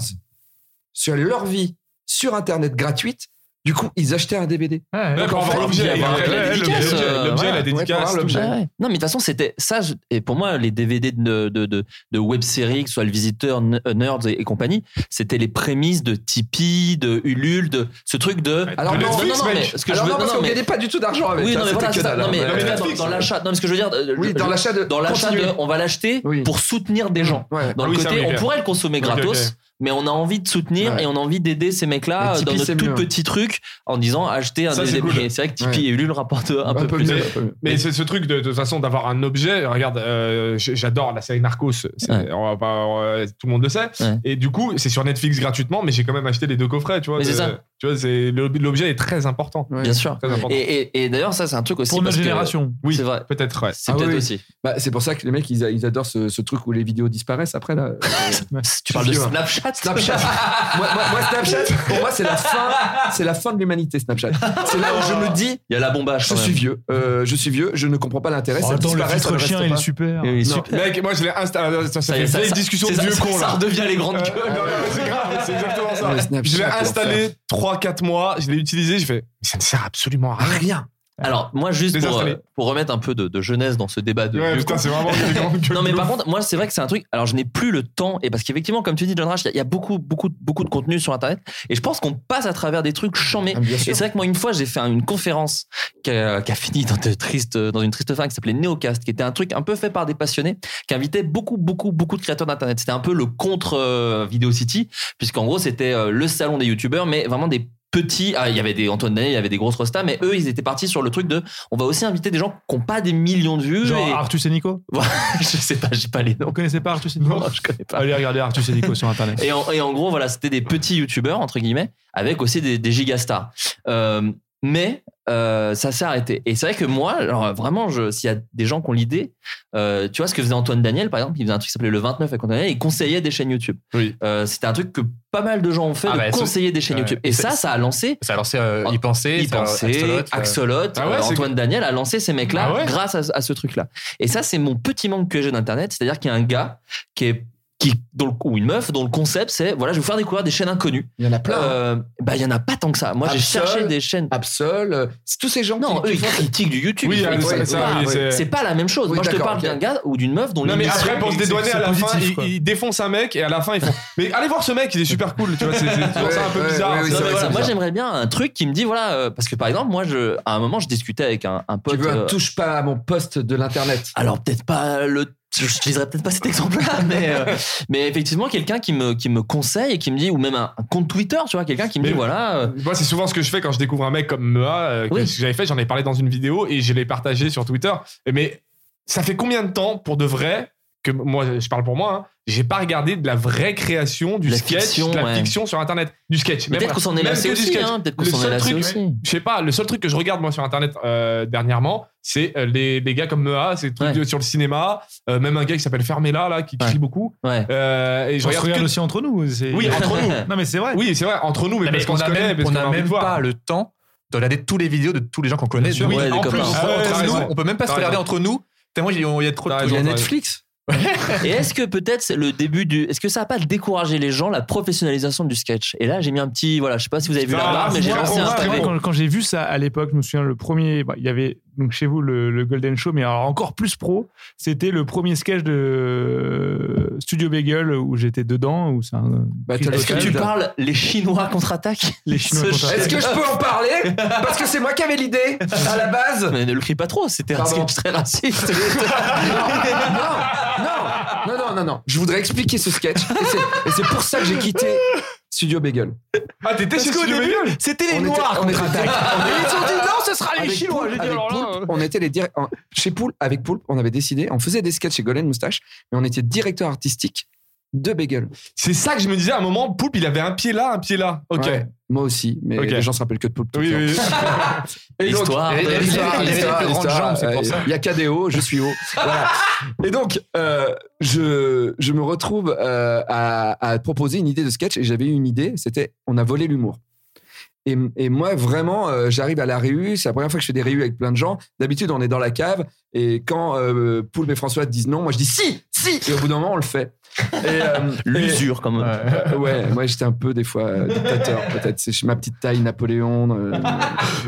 Speaker 4: sur leur vie sur Internet gratuite. Du coup, ils achetaient un DVD.
Speaker 8: Ouais,
Speaker 3: Ouais,
Speaker 8: ouais.
Speaker 3: pour avoir l'objet,
Speaker 6: il y a-
Speaker 3: ouais,
Speaker 6: la
Speaker 3: ouais,
Speaker 6: dédicace,
Speaker 3: l'objet,
Speaker 6: euh,
Speaker 3: l'objet,
Speaker 6: voilà.
Speaker 3: la
Speaker 4: Ouais, pour
Speaker 3: dédicace,
Speaker 4: avoir
Speaker 3: tout.
Speaker 4: l'objet.
Speaker 6: Ouais, ouais. Non, mais de toute façon, c'était ça. je- Et pour moi, les DVD de, de, de, de web-séries, que ce soit Le Visiteur, N- euh, Nerds et, et compagnie, c'était les prémices de Tipeee, de Ulule, de ce truc de.
Speaker 4: Alors
Speaker 3: De
Speaker 4: non,
Speaker 3: Netflix,
Speaker 6: non, non, mais
Speaker 3: mec.
Speaker 6: ce que
Speaker 4: Alors
Speaker 6: je veux
Speaker 4: non, parce
Speaker 6: non,
Speaker 4: qu'on
Speaker 6: mais-
Speaker 4: gagnait pas du tout d'argent avec
Speaker 6: oui,
Speaker 4: ça.
Speaker 6: non, mais
Speaker 4: c'était
Speaker 6: voilà,
Speaker 4: que
Speaker 6: ça,
Speaker 4: dalle,
Speaker 6: non,
Speaker 4: hein.
Speaker 6: mais,
Speaker 3: Non, mais
Speaker 6: dans-
Speaker 3: Netflix,
Speaker 6: dans,
Speaker 3: ouais.
Speaker 6: l'achat, non, mais ce que je veux dire, euh,
Speaker 4: Oui,
Speaker 6: je-
Speaker 4: dans
Speaker 6: je-
Speaker 4: l'achat de.
Speaker 6: dans l'achat de,
Speaker 4: Continuez.
Speaker 6: on va l'acheter
Speaker 4: Oui.
Speaker 6: pour soutenir des gens.
Speaker 4: Ouais.
Speaker 6: Dans
Speaker 3: Ah oui,
Speaker 6: le
Speaker 3: ça,
Speaker 6: côté,
Speaker 3: oui,
Speaker 6: on
Speaker 3: bien.
Speaker 6: pourrait le consommer
Speaker 3: Ok,
Speaker 6: gratos,
Speaker 3: ok.
Speaker 6: mais on a envie de soutenir
Speaker 4: Ouais.
Speaker 6: et on a envie d'aider ces mecs-là
Speaker 4: Et
Speaker 6: euh, dans
Speaker 4: Tipeee,
Speaker 6: notre
Speaker 4: c'est
Speaker 6: tout
Speaker 4: mieux. hein.
Speaker 6: petit truc en disant acheter un
Speaker 3: Ça, c'est
Speaker 6: DVD.
Speaker 3: cool.
Speaker 6: Et C'est vrai que Tipeee
Speaker 4: Ouais.
Speaker 6: et Ulule rapportent un, peu, plus.
Speaker 4: mieux,
Speaker 3: Mais-
Speaker 4: un peu mieux.
Speaker 3: Mais c'est ce truc de, de toute façon d'avoir un objet. Regarde, euh, j- j'adore la série Narcos. C'est-
Speaker 6: Ouais.
Speaker 3: on va pas- on va- tout le monde le sait.
Speaker 6: Ouais.
Speaker 3: Et du coup, c'est sur Netflix gratuitement, mais j'ai quand même acheté les deux coffrets. Tu vois,
Speaker 6: Mais c'est
Speaker 3: de-
Speaker 6: ça.
Speaker 3: Tu vois, c'est l'ob- l'objet est très important.
Speaker 4: Ouais.
Speaker 6: Bien sûr.
Speaker 3: Très important.
Speaker 6: Et, et- et d'ailleurs, ça, c'est un truc aussi.
Speaker 7: Pour notre
Speaker 6: parce que-
Speaker 7: génération.
Speaker 3: oui,
Speaker 6: c'est vrai.
Speaker 3: peut-être. Ouais.
Speaker 6: C'est
Speaker 4: Ah
Speaker 6: peut-être
Speaker 4: oui.
Speaker 6: aussi.
Speaker 4: Bah, c'est pour ça que les mecs, ils, a- ils adorent ce, ce truc où les vidéos disparaissent après, là.
Speaker 6: Tu parles de
Speaker 4: vieux, hein.
Speaker 6: Snapchat
Speaker 4: Snapchat. moi, moi- moi, Snapchat, pour moi, c'est la fin, c'est la fin de l'humanité, Snapchat. C'est là où je me dis,
Speaker 6: Il y a la bombage.
Speaker 4: je suis vieux, euh, je suis vieux, je ne comprends pas l'intérêt,
Speaker 3: Oh,
Speaker 4: ça
Speaker 7: attends, le
Speaker 4: disparaît, ça ne
Speaker 7: filtre
Speaker 4: reste
Speaker 7: chien, il est
Speaker 4: pas.
Speaker 7: super.
Speaker 4: Non.
Speaker 3: Mec, moi je l'ai installé. Ça, ça
Speaker 6: y est,
Speaker 3: fait
Speaker 6: euh, ça-
Speaker 3: vieille
Speaker 6: ça-
Speaker 3: discussion
Speaker 6: c'est
Speaker 3: de
Speaker 6: ça-
Speaker 3: vieux
Speaker 6: ça-
Speaker 3: con
Speaker 6: Ça
Speaker 3: là.
Speaker 6: redevient les
Speaker 3: Euh,
Speaker 6: grandes gueules.
Speaker 3: non, mais c'est grave, c'est exactement ça.
Speaker 4: Ouais, Snapchat,
Speaker 3: je l'ai
Speaker 4: l'enfer.
Speaker 3: installé 3-4 mois, je l'ai utilisé, je fais, mais ça ne sert absolument à rien.
Speaker 4: Rien.
Speaker 6: Alors, moi, juste pour,
Speaker 3: Désinstaller.
Speaker 6: euh, pour remettre un peu de, de jeunesse dans ce débat de
Speaker 3: Ouais,
Speaker 6: vieux
Speaker 3: putain,
Speaker 6: con.
Speaker 3: c'est vraiment des grandes gueules
Speaker 6: Non mais
Speaker 3: de
Speaker 6: par
Speaker 3: ouf.
Speaker 6: contre, moi c'est vrai que c'est un truc. Alors je n'ai plus le temps et parce qu'effectivement, comme tu dis, John Rash, il y a- il y, a beaucoup, beaucoup, beaucoup de contenu sur Internet et je pense qu'on passe à travers des trucs chambés.
Speaker 4: Ah, bien sûr.
Speaker 6: Et c'est vrai que moi, une fois, j'ai fait une conférence qui a, qui a fini dans, de triste, dans une triste fin qui s'appelait Neocast, qui était un truc un peu fait par des passionnés, qui invitait beaucoup, beaucoup, beaucoup de créateurs d'Internet. C'était un peu le contre euh, Video City, puisqu'en gros, c'était euh, le salon des YouTubeurs, mais vraiment des petits. Ah, il y avait des Antoine Daniel, il y avait des grosses rostas, mais eux, ils étaient partis sur le truc de on va aussi inviter des gens qui n'ont pas des millions de vues.
Speaker 7: Genre
Speaker 6: et-
Speaker 7: Artus et Nico.
Speaker 6: je sais pas, j'ai pas les
Speaker 7: Vous
Speaker 6: noms.
Speaker 7: connaissez pas Artus et Nico
Speaker 6: je connais pas.
Speaker 7: Allez regarder Artus et Nico sur internet.
Speaker 6: Et en, et en gros, voilà, c'était des petits youtubeurs, entre guillemets, avec aussi des, des gigastars. Euh, mais euh, ça s'est arrêté. Et c'est vrai que moi, alors, vraiment, je- s'il y a des gens qui ont l'idée, euh, tu vois ce que faisait Antoine Daniel, par exemple, il faisait un truc qui s'appelait le 29 avec Antoine Daniel, il conseillait des chaînes YouTube.
Speaker 8: Oui.
Speaker 6: Euh, c'était un truc que pas mal de gens ont fait,
Speaker 8: Ah
Speaker 6: de
Speaker 8: bah, ça-
Speaker 6: conseiller des chaînes
Speaker 8: ouais.
Speaker 6: YouTube. Et
Speaker 8: C'est-
Speaker 6: ça, ça a lancé
Speaker 8: Ça a lancé euh,
Speaker 6: Ah,
Speaker 8: Y penser,
Speaker 6: y
Speaker 8: ça a-
Speaker 6: penser,
Speaker 8: Axolot, euh,
Speaker 6: Axolot,
Speaker 3: Ah ouais,
Speaker 6: euh,
Speaker 3: c'est
Speaker 6: Antoine Daniel a lancé ces mecs-là
Speaker 3: Ah ouais
Speaker 6: grâce à, à ce truc-là. Et ça, c'est mon petit manque que j'ai d'internet, c'est-à-dire qu'il y a un gars qui est qui, dont le- ou une meuf dont le concept c'est voilà je vais vous faire découvrir des chaînes inconnues
Speaker 4: Il y en a plein. hein.
Speaker 6: Euh, bah il y en a pas tant que ça moi j'ai
Speaker 4: Absol.
Speaker 6: cherché des chaînes
Speaker 4: Absol, euh, c'est tous ces gens
Speaker 6: non
Speaker 4: qui,
Speaker 6: eux
Speaker 4: qui
Speaker 6: ils
Speaker 4: font-
Speaker 6: critiquent du YouTube
Speaker 3: Oui,
Speaker 6: ils font-
Speaker 3: ah,
Speaker 6: ils
Speaker 3: ça-
Speaker 6: font-
Speaker 3: ça, oui,
Speaker 6: voilà,
Speaker 3: c'est-
Speaker 6: c'est pas la même chose
Speaker 4: Oui,
Speaker 6: moi je te
Speaker 4: d'accord,
Speaker 6: parle
Speaker 4: ok.
Speaker 6: d'un gars ou d'une meuf dont
Speaker 3: Non mais
Speaker 6: l'émission-
Speaker 3: après pour se
Speaker 7: c'est-
Speaker 3: dédouaner
Speaker 7: c'est
Speaker 3: à la fin,
Speaker 7: positif,
Speaker 3: ils-
Speaker 7: quoi.
Speaker 3: ils défoncent un mec et à la fin ils font mais allez voir ce mec, il est super cool, tu vois, c'est c'est toujours ça un peu
Speaker 4: Ouais,
Speaker 3: bizarre.
Speaker 4: ouais, ouais,
Speaker 3: c'est
Speaker 6: Non, mais voilà,
Speaker 4: c'est vrai,
Speaker 3: vrai,
Speaker 4: c'est
Speaker 6: moi
Speaker 4: bizarre.
Speaker 6: j'aimerais bien un truc qui me dit voilà euh, parce que par exemple moi je à un moment je discutais avec un, un pote
Speaker 4: Tu veux un
Speaker 6: euh,
Speaker 4: touche pas à mon poste de l'internet.
Speaker 6: Alors peut-être pas le je n'utiliserai peut-être pas cet exemple-là, mais, euh, mais effectivement, quelqu'un qui me, qui me conseille et qui me dit, ou même un, un compte Twitter, tu vois, quelqu'un qui me
Speaker 3: Mais-
Speaker 6: dit, voilà, euh,
Speaker 3: Moi, c'est souvent ce que je fais quand je découvre un mec comme Mea. euh, que
Speaker 6: Oui.
Speaker 3: ce que j'avais fait, j'en ai parlé dans une vidéo et je l'ai partagé sur Twitter. Mais ça fait combien de temps, pour de vrai, que m- moi, je parle pour moi, hein, j'ai pas regardé de la vraie création, du
Speaker 6: La
Speaker 3: sketch,
Speaker 6: fiction,
Speaker 3: de la
Speaker 6: ouais.
Speaker 3: fiction sur Internet, du sketch. Même-
Speaker 6: peut-être qu'on s'en est
Speaker 3: bah, même
Speaker 6: lassé
Speaker 3: que du
Speaker 6: aussi,
Speaker 3: sketch.
Speaker 6: hein, peut-être qu'on
Speaker 3: Le
Speaker 6: s'en est
Speaker 3: seul
Speaker 6: lassé
Speaker 3: truc-
Speaker 6: aussi.
Speaker 3: Je sais pas, le seul truc que je regarde moi sur internet euh, dernièrement, c'est euh, les, les gars comme Mea, c'est des trucs
Speaker 6: Ouais.
Speaker 3: de- sur le cinéma, euh, même un gars qui s'appelle Fermela là, qui crie
Speaker 6: Ouais.
Speaker 3: beaucoup.
Speaker 6: Ouais.
Speaker 3: euh, et
Speaker 7: On
Speaker 3: je
Speaker 7: se
Speaker 3: regarde
Speaker 7: regarde
Speaker 3: que-
Speaker 7: aussi entre nous. c'est-
Speaker 3: Oui, entre nous.
Speaker 7: Non, mais c'est vrai.
Speaker 3: Oui, c'est vrai, entre nous, mais
Speaker 8: Non, Ah, mais
Speaker 3: parce qu'on
Speaker 8: on
Speaker 3: se
Speaker 8: a
Speaker 3: connaît,
Speaker 8: même,
Speaker 3: parce
Speaker 8: on
Speaker 3: qu'on
Speaker 8: a
Speaker 3: a envie
Speaker 8: même
Speaker 3: de voir.
Speaker 8: pas le temps de regarder tous les vidéos de tous les gens qu'on connaît.
Speaker 6: sûr,
Speaker 8: Oui,
Speaker 6: ouais,
Speaker 8: en
Speaker 6: des
Speaker 8: plus,
Speaker 6: copains.
Speaker 3: Ah ouais,
Speaker 8: entre
Speaker 3: t'as
Speaker 8: nous,
Speaker 3: raison.
Speaker 8: on peut même pas se
Speaker 3: T'as
Speaker 8: regarder
Speaker 3: raison.
Speaker 8: entre nous. Tellement il y a il y a trop de
Speaker 3: T'as
Speaker 8: trucs.
Speaker 4: Il y a
Speaker 3: raison,
Speaker 4: Netflix.
Speaker 6: Et est-ce que peut-être c'est le début du, est-ce que ça a pas découragé les gens, la professionnalisation du sketch? Et là, j'ai mis un petit, voilà, je sais pas si vous avez vu la
Speaker 3: Ah,
Speaker 6: barre, mais j'ai
Speaker 3: moi,
Speaker 6: lancé
Speaker 3: moi,
Speaker 6: un
Speaker 3: vraiment,
Speaker 6: pavé.
Speaker 3: bon.
Speaker 7: Quand, quand j'ai vu ça à l'époque, je me souviens le premier, bah, il y avait donc chez vous le, le Golden Show, mais alors encore plus pro, c'était le premier sketch de euh, Studio Bagel où j'étais dedans, où c'est un-
Speaker 3: Bah,
Speaker 4: Battle
Speaker 6: Est-ce que tu
Speaker 4: Hotel.
Speaker 6: parles les Chinois contre-attaque?
Speaker 7: les Chinois.
Speaker 6: Ce
Speaker 7: contre-
Speaker 6: geste-
Speaker 4: Est-ce que je peux en parler Parce que c'est moi qui avais l'idée à la base.
Speaker 6: Mais ne le crie pas trop, c'était un
Speaker 4: Pardon.
Speaker 6: sketch très raciste.
Speaker 4: non, non, non, non, non, non. Je voudrais expliquer ce sketch. Et c'est- Et c'est pour ça que j'ai quitté Studio Bagel.
Speaker 3: Ah, t'étais chez Studio Bagel
Speaker 6: C'était les
Speaker 4: On était-
Speaker 6: Noirs
Speaker 4: on était-
Speaker 6: contre-attaque.
Speaker 4: Ils ont dit non, ce sera
Speaker 7: les Chinois. J'ai dit,
Speaker 4: avec
Speaker 7: alors là,
Speaker 4: Poulpe,
Speaker 3: euh.
Speaker 4: on était les dir- en- chez Poulpe, avec Poulpe, on avait décidé, on faisait des sketchs chez Golden Moustache, mais on était directeur artistique de Bagel.
Speaker 3: C'est ça que je me disais à un moment, Poulpe, il avait un pied là, un pied là. Ok.
Speaker 4: Ouais, moi aussi, mais
Speaker 3: Ok.
Speaker 4: les gens se rappellent que de Poulpe. tout le
Speaker 3: Oui,
Speaker 4: temps.
Speaker 3: oui.
Speaker 4: Et donc,
Speaker 6: L'histoire.
Speaker 8: et-
Speaker 4: Il
Speaker 8: et-
Speaker 6: de-
Speaker 8: l'histoire. Il avait les plus grandes jambes, c'est pour ça.
Speaker 4: y a KDO, je suis haut. Voilà. Et donc, euh, je, je me retrouve euh, à, à proposer une idée de sketch et j'avais eu une idée, c'était on a volé l'humour. Et, et moi, vraiment, euh, j'arrive à la réu, c'est la première fois que je fais des réus avec plein de gens. D'habitude, on est dans la cave et quand euh, Poulpe et François disent non, moi je dis si, si Et au bout d'un moment, on le fait. Et, euh,
Speaker 6: L'usure, quand même.
Speaker 4: et- Euh, ouais, moi j'étais un peu des fois euh, dictateur peut-être. C'est ma petite taille Napoléon, euh,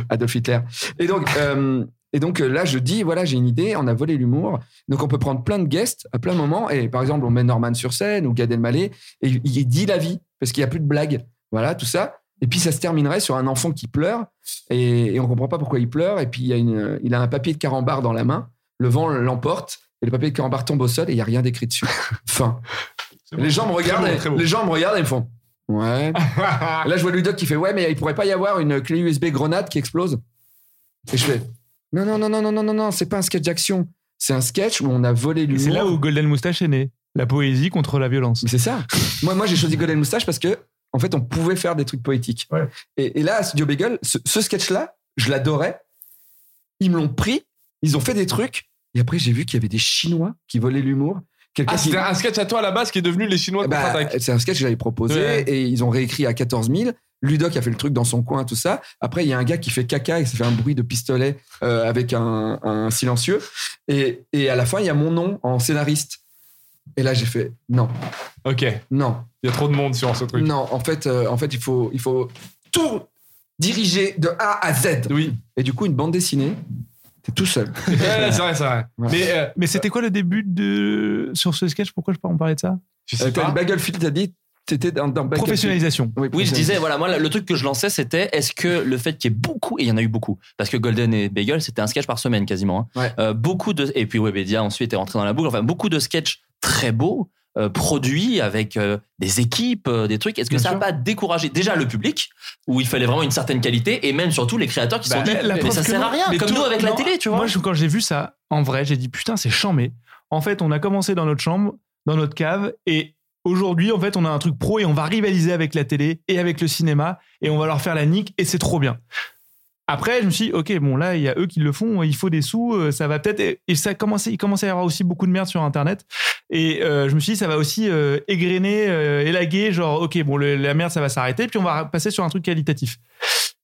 Speaker 4: Adolf Hitler. Et donc, euh, et donc euh, là je dis voilà j'ai une idée, on a volé l'humour, donc on peut prendre plein de guests à plein de moments. Et par exemple on met Norman sur scène ou Gad Elmaleh et il- il dit la vie parce qu'il n'y a plus de blagues. Voilà tout ça. Et puis ça se terminerait sur un enfant qui pleure et, et on comprend pas pourquoi il pleure. Et puis il, y a une, il a un papier de carambar dans la main. Le vent l'emporte et le papier de carambar tombe au sol et il y a rien d'écrit dessus. fin.
Speaker 3: C'est bon.
Speaker 4: Les gens me regardent,
Speaker 3: Très bon,
Speaker 4: et-
Speaker 3: très bon.
Speaker 4: les gens me regardent et me font. Ouais. Et là, je vois Ludoc qui fait ouais, mais il pourrait pas y avoir une clé USB grenade qui explose. Et je fais non, non, non, non, non, non, non, non, c'est pas un sketch d'action. C'est un sketch où on a volé
Speaker 7: Et c'est là
Speaker 4: l'humour.
Speaker 7: où Golden Moustache est né. La poésie contre la violence.
Speaker 4: Mais c'est ça. moi, moi, j'ai choisi Golden Moustache parce que, en fait, on pouvait faire des trucs poétiques.
Speaker 3: Ouais.
Speaker 4: Et, et là, à Studio Bagel, ce, ce sketch-là, je l'adorais. Ils me l'ont pris. Ils ont fait des trucs. Et après, j'ai vu qu'il y avait des Chinois qui volaient l'humour. Quelqu'un
Speaker 3: Ah,
Speaker 4: qui-
Speaker 3: c'était un sketch à toi à la base qui est devenu les Chinois
Speaker 4: Bah,
Speaker 3: contre-attaque.
Speaker 4: c'est un sketch que j'avais proposé
Speaker 3: Ouais.
Speaker 4: et ils ont réécrit à 14 000. Ludoc a fait le truc dans son coin, tout ça. Après, il y a un gars qui fait caca et ça fait un bruit de pistolet euh, avec un, un silencieux. Et, et à la fin, il y a mon nom en scénariste. Et là, j'ai fait non,
Speaker 3: Ok, il
Speaker 4: non,
Speaker 3: y a trop de monde sur ce truc.
Speaker 4: non. En fait, euh, en fait, il faut, il faut tout diriger de A à Z.
Speaker 3: Oui,
Speaker 4: Et du coup, une bande dessinée, t'es tout seul.
Speaker 3: Ouais, ouais, c'est vrai, c'est vrai.
Speaker 4: Ouais.
Speaker 3: Mais euh,
Speaker 7: Mais c'était quoi le début de sur ce sketch Pourquoi je peux en parler de ça
Speaker 3: je
Speaker 4: Euh,
Speaker 3: sais
Speaker 4: T'as
Speaker 3: pas.
Speaker 4: le Bagelfield, t'as dit, t'étais dans, dans Bagelfield.
Speaker 7: Professionnalisation.
Speaker 6: Oui, je
Speaker 4: professionnel.
Speaker 6: disais, voilà, moi, le truc que je lançais, c'était est-ce que le fait qu'il y ait beaucoup, et il y en a eu beaucoup, parce que Golden et Bagel, c'était un sketch par semaine quasiment, hein.
Speaker 4: Ouais.
Speaker 6: Euh, beaucoup de, et puis Webedia ensuite est rentré dans la boucle, enfin, beaucoup de sketchs très beaux, euh, produits avec euh, des équipes, euh, des trucs. Est-ce que
Speaker 4: Bien
Speaker 6: ça n'a
Speaker 4: sûr.
Speaker 6: pas découragé déjà le public, où il fallait vraiment une certaine qualité, et même surtout les créateurs qui se
Speaker 3: Bah,
Speaker 6: sont dit,
Speaker 7: Mais la
Speaker 6: mais
Speaker 7: preuve
Speaker 6: ça
Speaker 7: que
Speaker 6: sert
Speaker 7: non.
Speaker 6: à rien,
Speaker 7: Mais
Speaker 6: comme
Speaker 7: tout-
Speaker 6: nous avec la
Speaker 7: non,
Speaker 6: télé, tu vois.
Speaker 7: Moi, je- quand j'ai vu ça, en vrai, j'ai dit putain, c'est chambé. En fait, on a commencé dans notre chambre, dans notre cave, et aujourd'hui, en fait, on a un truc pro et on va rivaliser avec la télé et avec le cinéma et on va leur faire la nique et c'est trop bien. Après, je me suis dit, ok, bon, là, il y a eux qui le font, il faut des sous, euh, ça va peut-être. Et, et ça commençait, il commençait à y avoir aussi beaucoup de merde sur Internet. Et euh, je me suis dit, ça va aussi euh, égrener, euh, élaguer, genre, ok, bon, le- la merde, ça va s'arrêter, puis on va passer sur un truc qualitatif.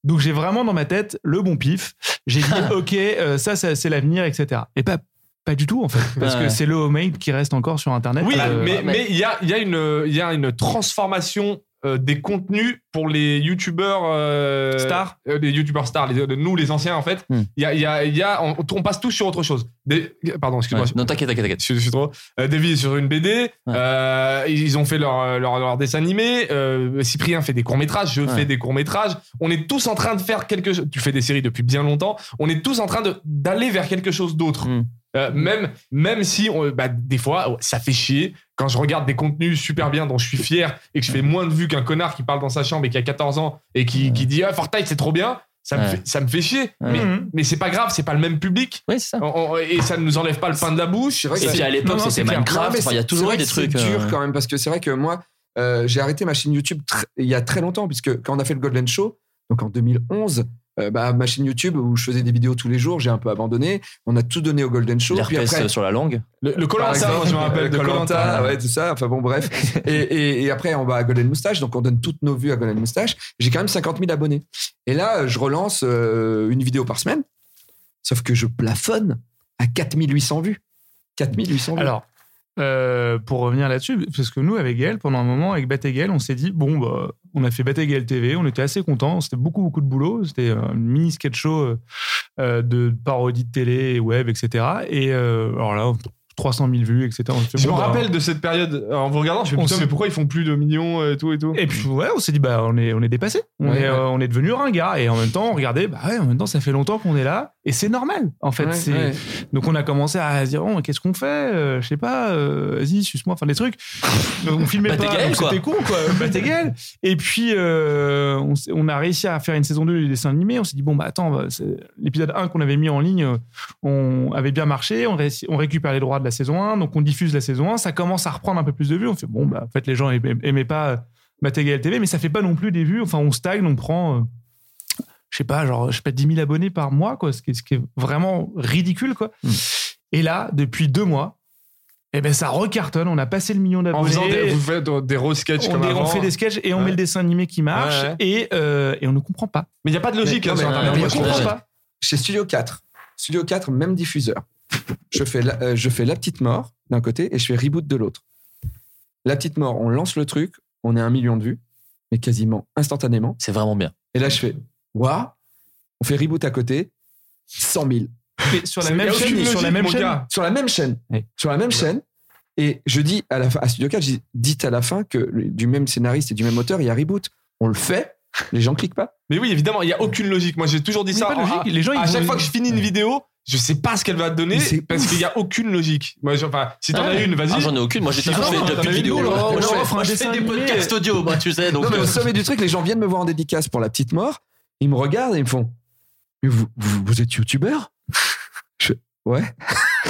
Speaker 7: Donc, j'ai vraiment dans ma tête le bon pif j'ai dit ok euh, ça, ça, c'est l'avenir etc et pas pas du tout en fait parce
Speaker 6: Ouais.
Speaker 7: que c'est le homemade qui reste encore sur internet
Speaker 3: Oui,
Speaker 7: Euh,
Speaker 3: mais
Speaker 6: ouais.
Speaker 3: mais il y a, il y a une il y a une transformation euh, des contenus pour les youtubeurs euh,
Speaker 7: Stars.
Speaker 3: euh, les youtubeurs stars, les- nous les anciens en fait.
Speaker 6: Hmm.
Speaker 3: Il y a, il y a, il y a- on, on passe tous sur autre chose. Des- pardon, excuse-moi.
Speaker 6: Ouais. Non, t'inquiète, t'inquiète, t'inquiète.
Speaker 3: Je suis, je suis trop. Euh, Davy est sur une BD.
Speaker 6: Ouais.
Speaker 3: euh, ils ont fait leur, leur, leur dessin animé. euh, Cyprien fait des courts-métrages. Je
Speaker 6: Ouais.
Speaker 3: fais des courts-métrages. On est tous en train de faire quelque chose. Tu fais des séries depuis bien longtemps. On est tous en train de- d'aller vers quelque chose d'autre.
Speaker 6: Mm.
Speaker 3: Euh, même, même si on- bah, des fois ça fait chier quand je regarde des contenus super bien dont je suis fier et que je fais
Speaker 6: Mm.
Speaker 3: moins de vues qu'un connard qui parle dans sa chambre et qui a 14 ans et qui, qui dit ah, Fortnite c'est trop bien ça, me
Speaker 6: Ouais.
Speaker 3: fait, ça me fait chier
Speaker 6: Ouais.
Speaker 3: mais, mais c'est pas grave c'est pas le même public
Speaker 6: Oui, c'est ça.
Speaker 3: On- on- et ça ne nous enlève pas le pain de la bouche
Speaker 4: C'est vrai que
Speaker 6: Et
Speaker 4: ça-
Speaker 6: puis à
Speaker 7: Non,
Speaker 6: l'époque,
Speaker 7: non, c'est
Speaker 6: c'était
Speaker 7: clair.
Speaker 4: Non,
Speaker 6: Minecraft,
Speaker 4: mais
Speaker 6: enfin, il y a
Speaker 4: c'est-
Speaker 6: toujours
Speaker 4: c'est
Speaker 6: eu des
Speaker 4: vrai que
Speaker 6: trucs.
Speaker 4: C'est dur
Speaker 6: euh,
Speaker 4: quand même parce que c'est vrai que moi, euh, j'ai arrêté ma chaîne YouTube tr- il y a très longtemps, puisque quand on a fait le Golden Show, donc en 2011, euh, bah, ma chaîne YouTube où je faisais des vidéos tous les jours, j'ai un peu abandonné. On a tout donné au Golden Show. Puis
Speaker 6: L'herpès
Speaker 4: après,
Speaker 6: euh, sur la langue.
Speaker 3: le, le
Speaker 4: par
Speaker 3: Koh-Lanta,
Speaker 4: exemple,
Speaker 3: moi, je me rappelle
Speaker 4: euh,
Speaker 3: de
Speaker 4: Koh-Lanta,
Speaker 3: Colanta
Speaker 4: ouais, tout ça. Enfin bon, bref. et, et- et après, on va à Golden Moustache, donc on donne toutes nos vues à Golden Moustache. J'ai quand même 50 000 abonnés. Et là, je relance euh, une vidéo par semaine, sauf que je plafonne à 4800 vues. 4800 vues.
Speaker 7: alors euh, pour revenir là-dessus parce que nous avec Gaël pendant un moment avec Bat et Gaël on s'est dit bon bah on a fait Bat et Gaël TV on était assez contents c'était beaucoup beaucoup de boulot c'était un mini sketch show euh, euh, de parodie de télé web etc et euh, alors là 300 000 vues etc On s'est fait,
Speaker 3: Je me
Speaker 7: bon, bah,
Speaker 3: rappelle de cette période en vous regardant, je me
Speaker 7: On
Speaker 3: putain,
Speaker 7: s'est-
Speaker 3: mais pourquoi ils font plus de millions et tout et tout
Speaker 7: Et puis ouais, on s'est dit bah on est on est dépassé, on
Speaker 4: Ouais,
Speaker 7: est
Speaker 4: ouais.
Speaker 7: euh, on est devenu ringard et en même temps on regardait bah ouais en même temps ça fait longtemps qu'on est là et c'est normal en fait
Speaker 4: Ouais,
Speaker 7: c'est
Speaker 4: ouais.
Speaker 7: donc on a commencé à se dire oh, qu'est-ce qu'on fait Euh, je sais pas euh, vas-y suce-moi enfin des trucs donc on filmait
Speaker 6: Bah,
Speaker 7: pas
Speaker 6: t'es gueule,
Speaker 7: donc
Speaker 6: quoi.
Speaker 7: c'était con quoi bah t'es gueule. et puis euh, on, s'est- on a réussi à faire une saison 2 du dessin animé on s'est dit bon bah attends bah, c'est- l'épisode 1 qu'on avait mis en ligne euh, on avait bien marché on, ré- on récupère les droits de la saison 1 donc on diffuse la saison 1 ça commence à reprendre un peu plus de vues on fait bon bah en fait les gens aim- aimaient pas euh, Matégal TV, mais ça fait pas non plus des vues. Enfin, on stagne, on prend, euh, je sais pas, genre, je sais pas, 10 000 abonnés par mois, quoi, ce qui est, ce qui est vraiment ridicule, quoi.
Speaker 3: Hmm.
Speaker 7: Et là, depuis deux mois, eh ben, ça recartonne. On a passé le million
Speaker 3: En faisant des,
Speaker 7: d'abonnés.
Speaker 3: vous faites des re-sketchs
Speaker 7: On,
Speaker 3: comme
Speaker 7: est- on
Speaker 3: avant.
Speaker 7: fait des sketchs et on
Speaker 3: Ouais.
Speaker 7: met le dessin animé qui marche
Speaker 3: Ouais, ouais.
Speaker 7: Et, euh, et on ne comprend pas.
Speaker 3: Mais il n'y a pas de logique
Speaker 4: Mais-
Speaker 3: hein,
Speaker 4: non,
Speaker 3: sur
Speaker 4: mais-
Speaker 3: Internet.
Speaker 4: mais
Speaker 3: moi,
Speaker 4: on
Speaker 3: je trouve.
Speaker 4: comprend
Speaker 7: Ouais.
Speaker 4: pas. chez Studio 4. Studio 4, même diffuseur. Je fais la, euh, je fais la petite mort d'un côté et je fais reboot de l'autre. La petite mort, on lance le truc, on est à un million de vues, mais quasiment instantanément.
Speaker 6: C'est vraiment bien.
Speaker 4: Et là, je fais, waouh, on fait reboot à côté, 100 000.
Speaker 7: Mais sur la
Speaker 3: Il y
Speaker 7: même
Speaker 3: a aucune
Speaker 7: chaîne, sur la
Speaker 3: logique,
Speaker 7: même
Speaker 3: mon
Speaker 7: chaîne.
Speaker 3: gars.
Speaker 4: Sur la même chaîne.
Speaker 7: Ouais.
Speaker 4: Sur la même chaîne. Et je dis à, la fin, à Studio 4, je dis, dites à la fin que le- du même scénariste et du même auteur, il y a reboot. On le fait, les gens cliquent pas.
Speaker 3: Mais oui, évidemment, il n'y a aucune logique. Moi, j'ai toujours dit
Speaker 7: Mais
Speaker 3: ça.
Speaker 7: pas
Speaker 3: en-
Speaker 7: logique, les gens, ils
Speaker 3: à chaque
Speaker 7: vont-
Speaker 3: fois que je finis une vidéo, je sais pas ce qu'elle va te donner
Speaker 4: Mais c'est
Speaker 3: parce
Speaker 4: ouf.
Speaker 3: qu'il n'y a aucune logique. Moi, je- enfin, si t'en
Speaker 6: Ah
Speaker 3: as
Speaker 6: ouais.
Speaker 3: une, vas-y.
Speaker 6: Ah, j'en ai aucune. Moi, j'ai
Speaker 3: Ah
Speaker 6: toujours
Speaker 3: non,
Speaker 6: fait
Speaker 3: t'en
Speaker 6: depuis
Speaker 3: avais
Speaker 6: vidéo.
Speaker 3: une,
Speaker 6: là.
Speaker 3: alors,
Speaker 6: Moi,
Speaker 3: on
Speaker 6: je
Speaker 3: offre
Speaker 6: fais-
Speaker 3: un
Speaker 6: moi, je
Speaker 7: dessin
Speaker 6: fais des
Speaker 7: animé.
Speaker 6: podcasts audio, moi, tu sais. Donc,
Speaker 4: non, mais
Speaker 6: euh,
Speaker 4: au sommet du truc, les gens viennent me voir en dédicace pour la petite mort. Ils me regardent et ils me font Mais vous, vous, vous êtes youtubeur Je fais, Ouais.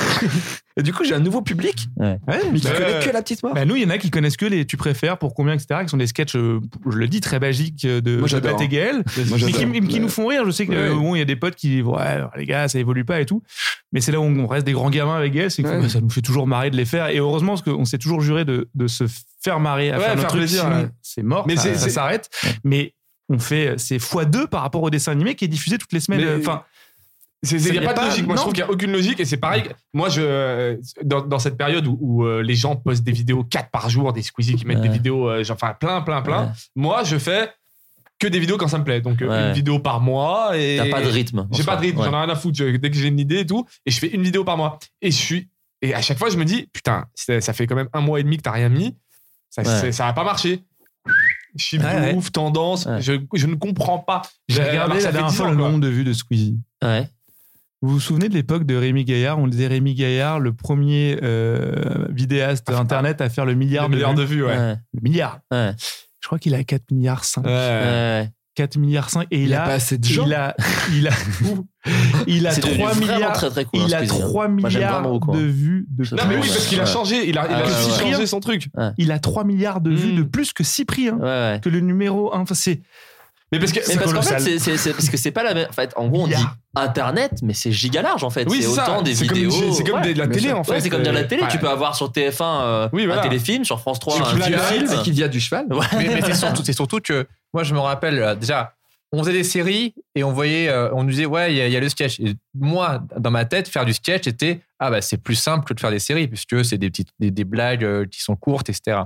Speaker 4: et du coup, j'ai un nouveau public, mais qui
Speaker 3: Ouais.
Speaker 4: connaît que la petite mort.
Speaker 7: Bah nous, il y en a qui connaissent que les tu préfères, pour combien, etc., qui sont des sketchs, euh, je le dis, très magiques euh, de,
Speaker 4: Moi,
Speaker 7: de
Speaker 4: j'adore.
Speaker 7: Bat et Gaël,
Speaker 4: Moi,
Speaker 7: mais qui,
Speaker 4: j'adore.
Speaker 7: qui nous font rire. Je sais que,
Speaker 4: Ouais.
Speaker 7: euh, bon, il y a des potes qui disent, ouais, alors, les gars, ça évolue pas et tout. Mais c'est là où on reste des grands gamins avec Gaël, c'est que
Speaker 4: Ouais.
Speaker 7: bah, ça nous fait toujours marrer de les faire. Et heureusement, parce qu'on s'est toujours juré de, de se faire marrer à
Speaker 3: Ouais,
Speaker 7: faire, notre
Speaker 3: faire
Speaker 7: truc,
Speaker 3: plaisir,
Speaker 7: sinon,
Speaker 3: ouais.
Speaker 7: c'est mort,
Speaker 3: Mais
Speaker 7: mais
Speaker 3: c'est-
Speaker 7: ça
Speaker 3: c'est-
Speaker 7: s'arrête. Mais on fait, c'est x2 par rapport au dessin animé qui est diffusé toutes les semaines.
Speaker 3: Mais-
Speaker 7: Enfin,
Speaker 3: C'est- c'est- Il n'y a,
Speaker 7: Ça, y
Speaker 3: pas, de logique. Moi, je
Speaker 7: non.
Speaker 3: trouve qu'il n'y a aucune logique. Et c'est pareil. Moi, je, dans, dans cette période où, où, euh, les gens postent des vidéos 4 par jour, des squeezies qui mettent
Speaker 6: Ouais.
Speaker 3: des vidéos, euh, genre, enfin, plein, plein, plein.
Speaker 6: Ouais.
Speaker 3: Moi, je fais que des vidéos quand ça me plaît. Donc, euh,
Speaker 6: Ouais.
Speaker 3: une vidéo par mois. Et
Speaker 6: T'as pas de rythme.
Speaker 3: J'ai pas de rythme. hein.
Speaker 6: Ouais.
Speaker 3: J'en ai rien à foutre. Je- dès que j'ai une idée et tout, et je fais une vidéo par mois. Et je suis. Et à chaque fois, je me dis, putain, c'est- ça fait quand même un mois et demi que t'as rien mis. Ça,
Speaker 6: Ouais.
Speaker 3: c'est- ça a pas marché. Chiffre
Speaker 7: Ouais,
Speaker 3: de
Speaker 7: ouais.
Speaker 3: ouf, tendance.
Speaker 6: Ouais.
Speaker 3: Je, je ne comprends pas.
Speaker 7: j'ai
Speaker 3: Euh,
Speaker 7: regardé
Speaker 3: ça
Speaker 7: la
Speaker 3: fait
Speaker 7: dernière
Speaker 3: 10
Speaker 7: fois
Speaker 3: ans,
Speaker 7: le
Speaker 3: quoi.
Speaker 7: nombre de vues de Squeezie.
Speaker 6: Ouais.
Speaker 7: Vous vous souvenez de l'époque de Rémi Gaillard On disait Rémi Gaillard, le premier euh, vidéaste
Speaker 3: Ah,
Speaker 7: internet à faire le milliard
Speaker 3: Milliards
Speaker 7: de, vues.
Speaker 3: de vues, ouais.
Speaker 6: Ouais.
Speaker 7: Le milliard.
Speaker 6: Ouais.
Speaker 7: Je crois qu'il a 4 milliards 5.
Speaker 3: Ouais.
Speaker 6: Ouais.
Speaker 7: 4 milliards 5 et il,
Speaker 4: Il a
Speaker 7: a,
Speaker 4: pas assez de gens.
Speaker 7: il a il a il a
Speaker 6: C'est devenu
Speaker 7: 3
Speaker 6: vraiment
Speaker 7: milliards
Speaker 6: très très cool. hein,
Speaker 7: il a
Speaker 6: Squeezie.
Speaker 7: 3
Speaker 6: Moi, j'aime
Speaker 7: milliards
Speaker 6: vraiment beaucoup, hein.
Speaker 7: de vues de
Speaker 6: Je
Speaker 3: Non, mais
Speaker 6: Ouais,
Speaker 3: oui,
Speaker 6: ouais,
Speaker 3: parce qu'il a
Speaker 6: ouais.
Speaker 3: changé. Il a, il a
Speaker 6: Ah,
Speaker 3: aussi
Speaker 6: ouais,
Speaker 3: changé
Speaker 7: ouais.
Speaker 3: son truc.
Speaker 7: Il a 3 milliards de vues
Speaker 3: Mm.
Speaker 7: de plus que Cyprien hein,
Speaker 6: Ouais, ouais.
Speaker 7: que le numéro 1 enfin c'est
Speaker 3: Mais parce que.
Speaker 6: Mais parce qu'en fait,
Speaker 7: colossal.
Speaker 6: c'est- c'est- c'est- parce que c'est pas la même. En fait, en gros, on dit
Speaker 7: Milliard.
Speaker 6: Internet, mais c'est giga large en fait.
Speaker 3: Oui,
Speaker 6: c'est
Speaker 3: c'est ça.
Speaker 6: autant des
Speaker 3: C'est comme-
Speaker 6: vidéos.
Speaker 3: c'est- C'est comme
Speaker 6: Ouais.
Speaker 3: des- de la
Speaker 4: Bien
Speaker 3: télé,
Speaker 4: sûr.
Speaker 3: en fait.
Speaker 6: Ouais, c'est comme dire la
Speaker 3: Euh,
Speaker 6: télé.
Speaker 3: ouais.
Speaker 6: Tu peux avoir sur TF1 euh,
Speaker 3: Oui, voilà.
Speaker 6: un téléfilm, sur France 3
Speaker 3: Sur
Speaker 6: un vieux
Speaker 3: Planète,
Speaker 6: film.
Speaker 4: C'est qu'il y a du cheval.
Speaker 6: Ouais.
Speaker 8: mais, mais c'est surtout, c'est surtout que moi je me rappelle euh, déjà on faisait des séries et on voyait euh, on nous disait ouais il y, a- il y a le sketch et moi dans ma tête faire du sketch c'était ah bah c'est plus simple que de faire des séries puisque c'est des petites des, des blagues euh, qui sont courtes etc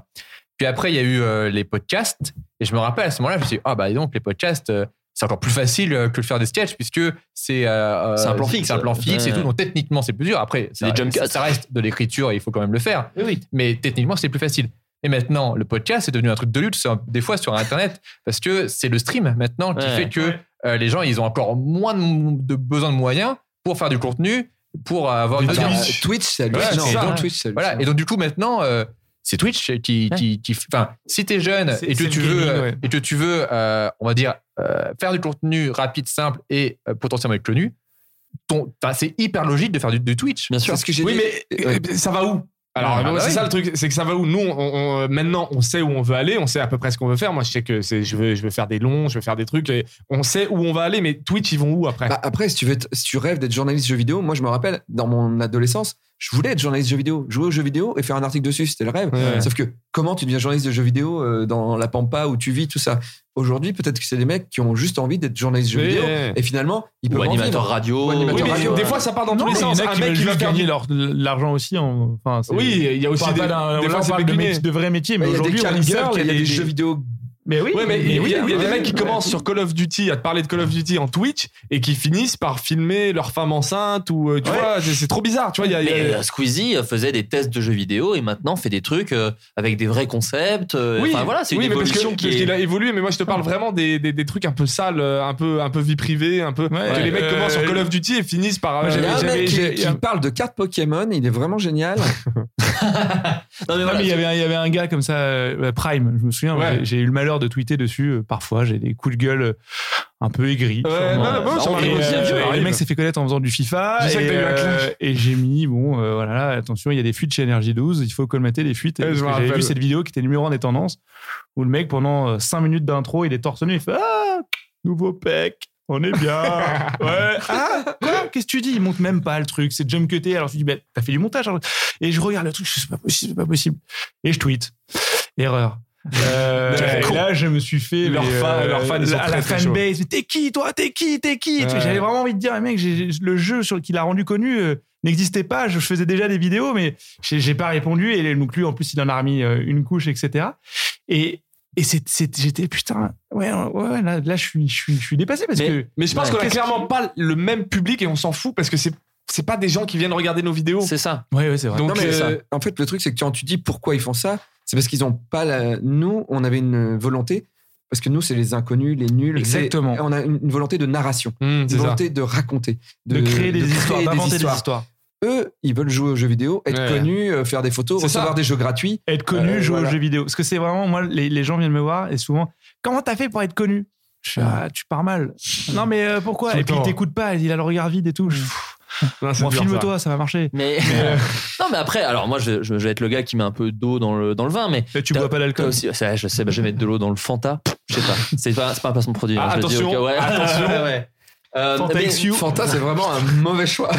Speaker 8: puis après il y a eu euh, les podcasts et je me rappelle à ce moment-là je me suis dit, ah bah dis donc les podcasts euh, c'est encore plus facile euh, que de faire des sketchs puisque c'est euh, euh,
Speaker 6: C'est un plan fixe.
Speaker 8: c'est un plan fixe et
Speaker 6: Ouais.
Speaker 8: tout donc techniquement c'est plus dur après ça,
Speaker 6: des jump cuts.
Speaker 8: ça reste de l'écriture et il faut quand même le faire mais techniquement, c'est plus facile. Et maintenant, le podcast, c'est devenu un truc de luxe, hein, des fois sur Internet, parce que c'est le stream maintenant qui
Speaker 6: Ouais.
Speaker 8: fait que euh, les gens, ils ont encore moins de, de besoin de moyens pour faire du contenu, pour avoir une
Speaker 4: Bah,
Speaker 8: audience.
Speaker 4: Twitch, c'est
Speaker 8: Ouais,
Speaker 4: hallucinant.
Speaker 8: c'est ça,
Speaker 4: Donc,
Speaker 8: ouais.
Speaker 4: Twitch, c'est
Speaker 8: Voilà. Et donc, du coup, maintenant, euh, c'est Twitch qui, qui, qui- enfin, si t'es jeune
Speaker 7: C'est-
Speaker 8: et que
Speaker 7: c'est le
Speaker 8: tu veux,
Speaker 7: gaming, ouais.
Speaker 8: et que tu veux, euh, on va dire, euh, faire du contenu rapide, simple et euh, potentiellement être connu, ton, enfin, bah, c'est hyper logique de faire du, du Twitch.
Speaker 6: Bien
Speaker 4: C'est
Speaker 6: sûr.
Speaker 4: ce que j'ai
Speaker 3: Oui,
Speaker 4: dit. Eh,
Speaker 3: mais
Speaker 4: Ouais.
Speaker 3: euh, ça va où alors
Speaker 8: Ah,
Speaker 3: moi,
Speaker 8: bah
Speaker 3: c'est
Speaker 8: oui.
Speaker 3: ça le truc, c'est que ça va où Nous, on- on- euh, maintenant, on sait où on veut aller, on sait à peu près ce qu'on veut faire. Moi, je sais que c'est, je veux, je veux faire des longs, je veux faire des trucs. Et on sait où on va aller, mais Twitch, ils vont où après
Speaker 4: Bah, après, si tu, veux t- si tu rêves d'être journaliste jeux vidéo, moi je me rappelle, dans mon adolescence, je voulais être journaliste jeux vidéo, jouer aux jeux vidéo et faire un article dessus, c'était le rêve.
Speaker 3: Ouais.
Speaker 4: Sauf que comment tu deviens journaliste de jeux vidéo euh, dans la pampa où tu vis, tout ça Aujourd'hui, peut-être que c'est des mecs qui ont juste envie d'être journaliste jeux
Speaker 3: Oui,
Speaker 4: vidéo
Speaker 3: ouais.
Speaker 4: et finalement, ils peuvent
Speaker 6: Ou
Speaker 4: en
Speaker 6: animateur
Speaker 4: vivre.
Speaker 6: radio.
Speaker 4: Ou animateur
Speaker 3: Oui, mais
Speaker 4: radio,
Speaker 3: des
Speaker 4: ouais.
Speaker 3: fois, ça part dans tous les
Speaker 7: il
Speaker 3: sens.
Speaker 7: y en a
Speaker 3: Un
Speaker 7: qui
Speaker 3: mec
Speaker 7: veulent
Speaker 3: qui va
Speaker 7: juste
Speaker 3: faire
Speaker 7: gagner
Speaker 3: du-
Speaker 7: leur- l'argent aussi en- enfin c'est-
Speaker 3: Oui, il y a
Speaker 7: on
Speaker 3: aussi
Speaker 7: parle
Speaker 3: des.
Speaker 7: pas d'un-
Speaker 3: des
Speaker 7: là,
Speaker 3: fois,
Speaker 7: on
Speaker 3: c'est
Speaker 7: parle de,
Speaker 3: pécunier.
Speaker 7: métiers- de vrais métiers mais
Speaker 4: Il y a des
Speaker 7: aujourd'hui on
Speaker 4: cam girls,
Speaker 7: observe qu'il
Speaker 4: il y a des jeux vidéo.
Speaker 7: mais oui
Speaker 3: Ouais, mais
Speaker 7: mais
Speaker 3: il y a-
Speaker 7: oui,
Speaker 3: il y a des
Speaker 7: ouais,
Speaker 3: mecs qui
Speaker 7: ouais.
Speaker 3: commencent sur Call of Duty à te parler de Call of Duty en Twitch et qui finissent par filmer leur femme enceinte ou euh, tu
Speaker 7: Ouais.
Speaker 3: vois, c'est c'est trop bizarre, tu vois. il y a- il y a-
Speaker 6: Mais euh, Squeezie euh, faisait des tests de jeux vidéo et maintenant fait des trucs euh, avec des vrais concepts. euh,
Speaker 3: Oui,
Speaker 6: enfin voilà, c'est une
Speaker 3: oui, mais parce que-
Speaker 6: évolution
Speaker 3: parce
Speaker 6: qui
Speaker 3: qu'il
Speaker 6: est.
Speaker 3: a évolué, mais moi je te parle vraiment des, des, des trucs un peu sales, euh, un peu, un peu vie privée, un peu.
Speaker 7: Ouais,
Speaker 3: que les mecs
Speaker 7: euh,
Speaker 3: commencent sur Call of Duty et finissent par.
Speaker 7: moi,
Speaker 4: Il y
Speaker 7: j'avais-
Speaker 4: a un
Speaker 7: j'avais-
Speaker 4: mec qui,
Speaker 7: j'avais-
Speaker 4: qui parle de cartes Pokémon, il est vraiment génial.
Speaker 6: Non
Speaker 7: Non,
Speaker 6: mais voilà.
Speaker 7: mais il y, avait, un- il y avait un gars comme ça, euh, Prime, je me souviens,
Speaker 3: Ouais.
Speaker 7: j'ai- j'ai eu le malheur de tweeter dessus. euh, parfois, j'ai des coups de gueule euh, un peu aigris.
Speaker 3: Ouais,
Speaker 7: sûrement.
Speaker 3: non, non, bon,
Speaker 6: ça
Speaker 7: Et,
Speaker 3: m'arrive
Speaker 6: arrive
Speaker 7: euh,
Speaker 3: aussi, ça
Speaker 7: et le
Speaker 3: m'arrive.
Speaker 7: mec s'est fait connaître en faisant du FIFA.
Speaker 3: Je sais que
Speaker 7: et,
Speaker 3: t'as eu la
Speaker 7: euh,
Speaker 3: claque.
Speaker 7: et j'ai mis, bon, euh, voilà, attention, il y a des fuites chez Energy 12, il faut colmater les fuites. Et
Speaker 3: Ouais, je
Speaker 7: parce
Speaker 3: me
Speaker 7: que J'avais
Speaker 3: rappelle.
Speaker 7: vu cette vidéo qui était numéro 1 des tendances, où le mec, pendant 5 minutes d'intro, il est torse nu, il fait Ah, nouveau pec. On est bien. Ouais. Ah, quoi Qu'est-ce que tu dis Il monte même pas le truc. C'est jump cuté. Alors tu dis, bah, t'as fait du montage. alors. Et je regarde le truc. je fais, C'est pas possible, c'est pas possible. Et je tweet. Erreur. Euh,
Speaker 3: Ouais.
Speaker 7: et là, je me suis fait.
Speaker 3: Leurs
Speaker 7: mais, euh,
Speaker 3: fans- leurs fans, ils sont
Speaker 7: la,
Speaker 3: très,
Speaker 7: la
Speaker 3: très
Speaker 7: fanbase. T'es qui, toi T'es qui T'es qui Tu sais,
Speaker 3: Ouais.
Speaker 7: J'avais vraiment envie de dire, mec, j'ai- j'ai- le jeu sur, qui l'a rendu connu euh, n'existait pas. Je faisais déjà des vidéos, mais j'ai j'ai pas répondu. Et donc, lui, en plus, il en a remis euh, une couche, etc. Et. Et c'est- c'est- j'étais putain, ouais, ouais, ouais, là, là je, suis, je, suis, je suis dépassé parce
Speaker 6: Mais-
Speaker 7: que.
Speaker 3: Mais je pense
Speaker 6: Ouais.
Speaker 3: qu'on a
Speaker 7: Qu'est-ce
Speaker 3: clairement pas le même public et on s'en fout parce que c'est c'est pas des gens qui viennent regarder nos vidéos.
Speaker 6: C'est ça.
Speaker 7: Ouais, ouais, c'est vrai.
Speaker 3: Donc,
Speaker 4: Non, mais
Speaker 3: euh,
Speaker 4: ça, en fait, le truc, c'est que quand tu dis pourquoi ils font ça, c'est parce qu'ils ont pas la. Nous, on avait une volonté, parce que nous, c'est les inconnus, les nuls.
Speaker 7: Exactement.
Speaker 4: c'est- On a une, une volonté de narration,
Speaker 3: Hmm,
Speaker 4: une
Speaker 3: c'est ça.
Speaker 4: volonté de raconter,
Speaker 7: de, créer des
Speaker 4: de
Speaker 7: histoires,
Speaker 4: créer des
Speaker 7: d'inventer des
Speaker 4: histoires.
Speaker 7: histoires.
Speaker 4: Eux, ils veulent jouer aux jeux vidéo, être
Speaker 3: Ouais.
Speaker 4: connus, euh, faire des photos,
Speaker 3: C'est
Speaker 4: recevoir
Speaker 3: ça.
Speaker 4: des jeux gratuits.
Speaker 7: être connu,
Speaker 4: Euh,
Speaker 7: jouer
Speaker 4: voilà.
Speaker 7: aux jeux vidéo. Parce que c'est vraiment, moi, les, les gens viennent me voir et souvent, comment t'as fait pour être connu Je fais, ah, tu pars mal. non, mais euh, pourquoi
Speaker 3: Tout
Speaker 7: Et
Speaker 3: le
Speaker 7: puis,
Speaker 3: temps. Mm.
Speaker 7: il t'écoute pas, il a le regard vide et tout. Je,
Speaker 3: Non, c'est
Speaker 7: Bon,
Speaker 3: dur, ça.
Speaker 7: filme-toi, ça va marcher.
Speaker 6: Mais
Speaker 3: euh,
Speaker 6: non, mais après, alors moi, je, je- je vais être le gars qui met un peu d'eau dans le, dans le vin, mais
Speaker 7: tu
Speaker 6: T'as-
Speaker 7: bois pas
Speaker 6: toi
Speaker 7: d'alcool.
Speaker 6: aussi, ça, je sais, bah, je vais mettre de l'eau dans le Fanta. Je sais pas. C'est pas, c'est pas un placement de produit. hein, je
Speaker 3: Ah,
Speaker 6: le dis au
Speaker 3: attention,
Speaker 6: cas- ouais.
Speaker 3: attention.
Speaker 6: Ouais. Euh,
Speaker 7: Fanta
Speaker 6: mais-
Speaker 7: X You.
Speaker 4: Fanta, c'est vraiment un mauvais choix.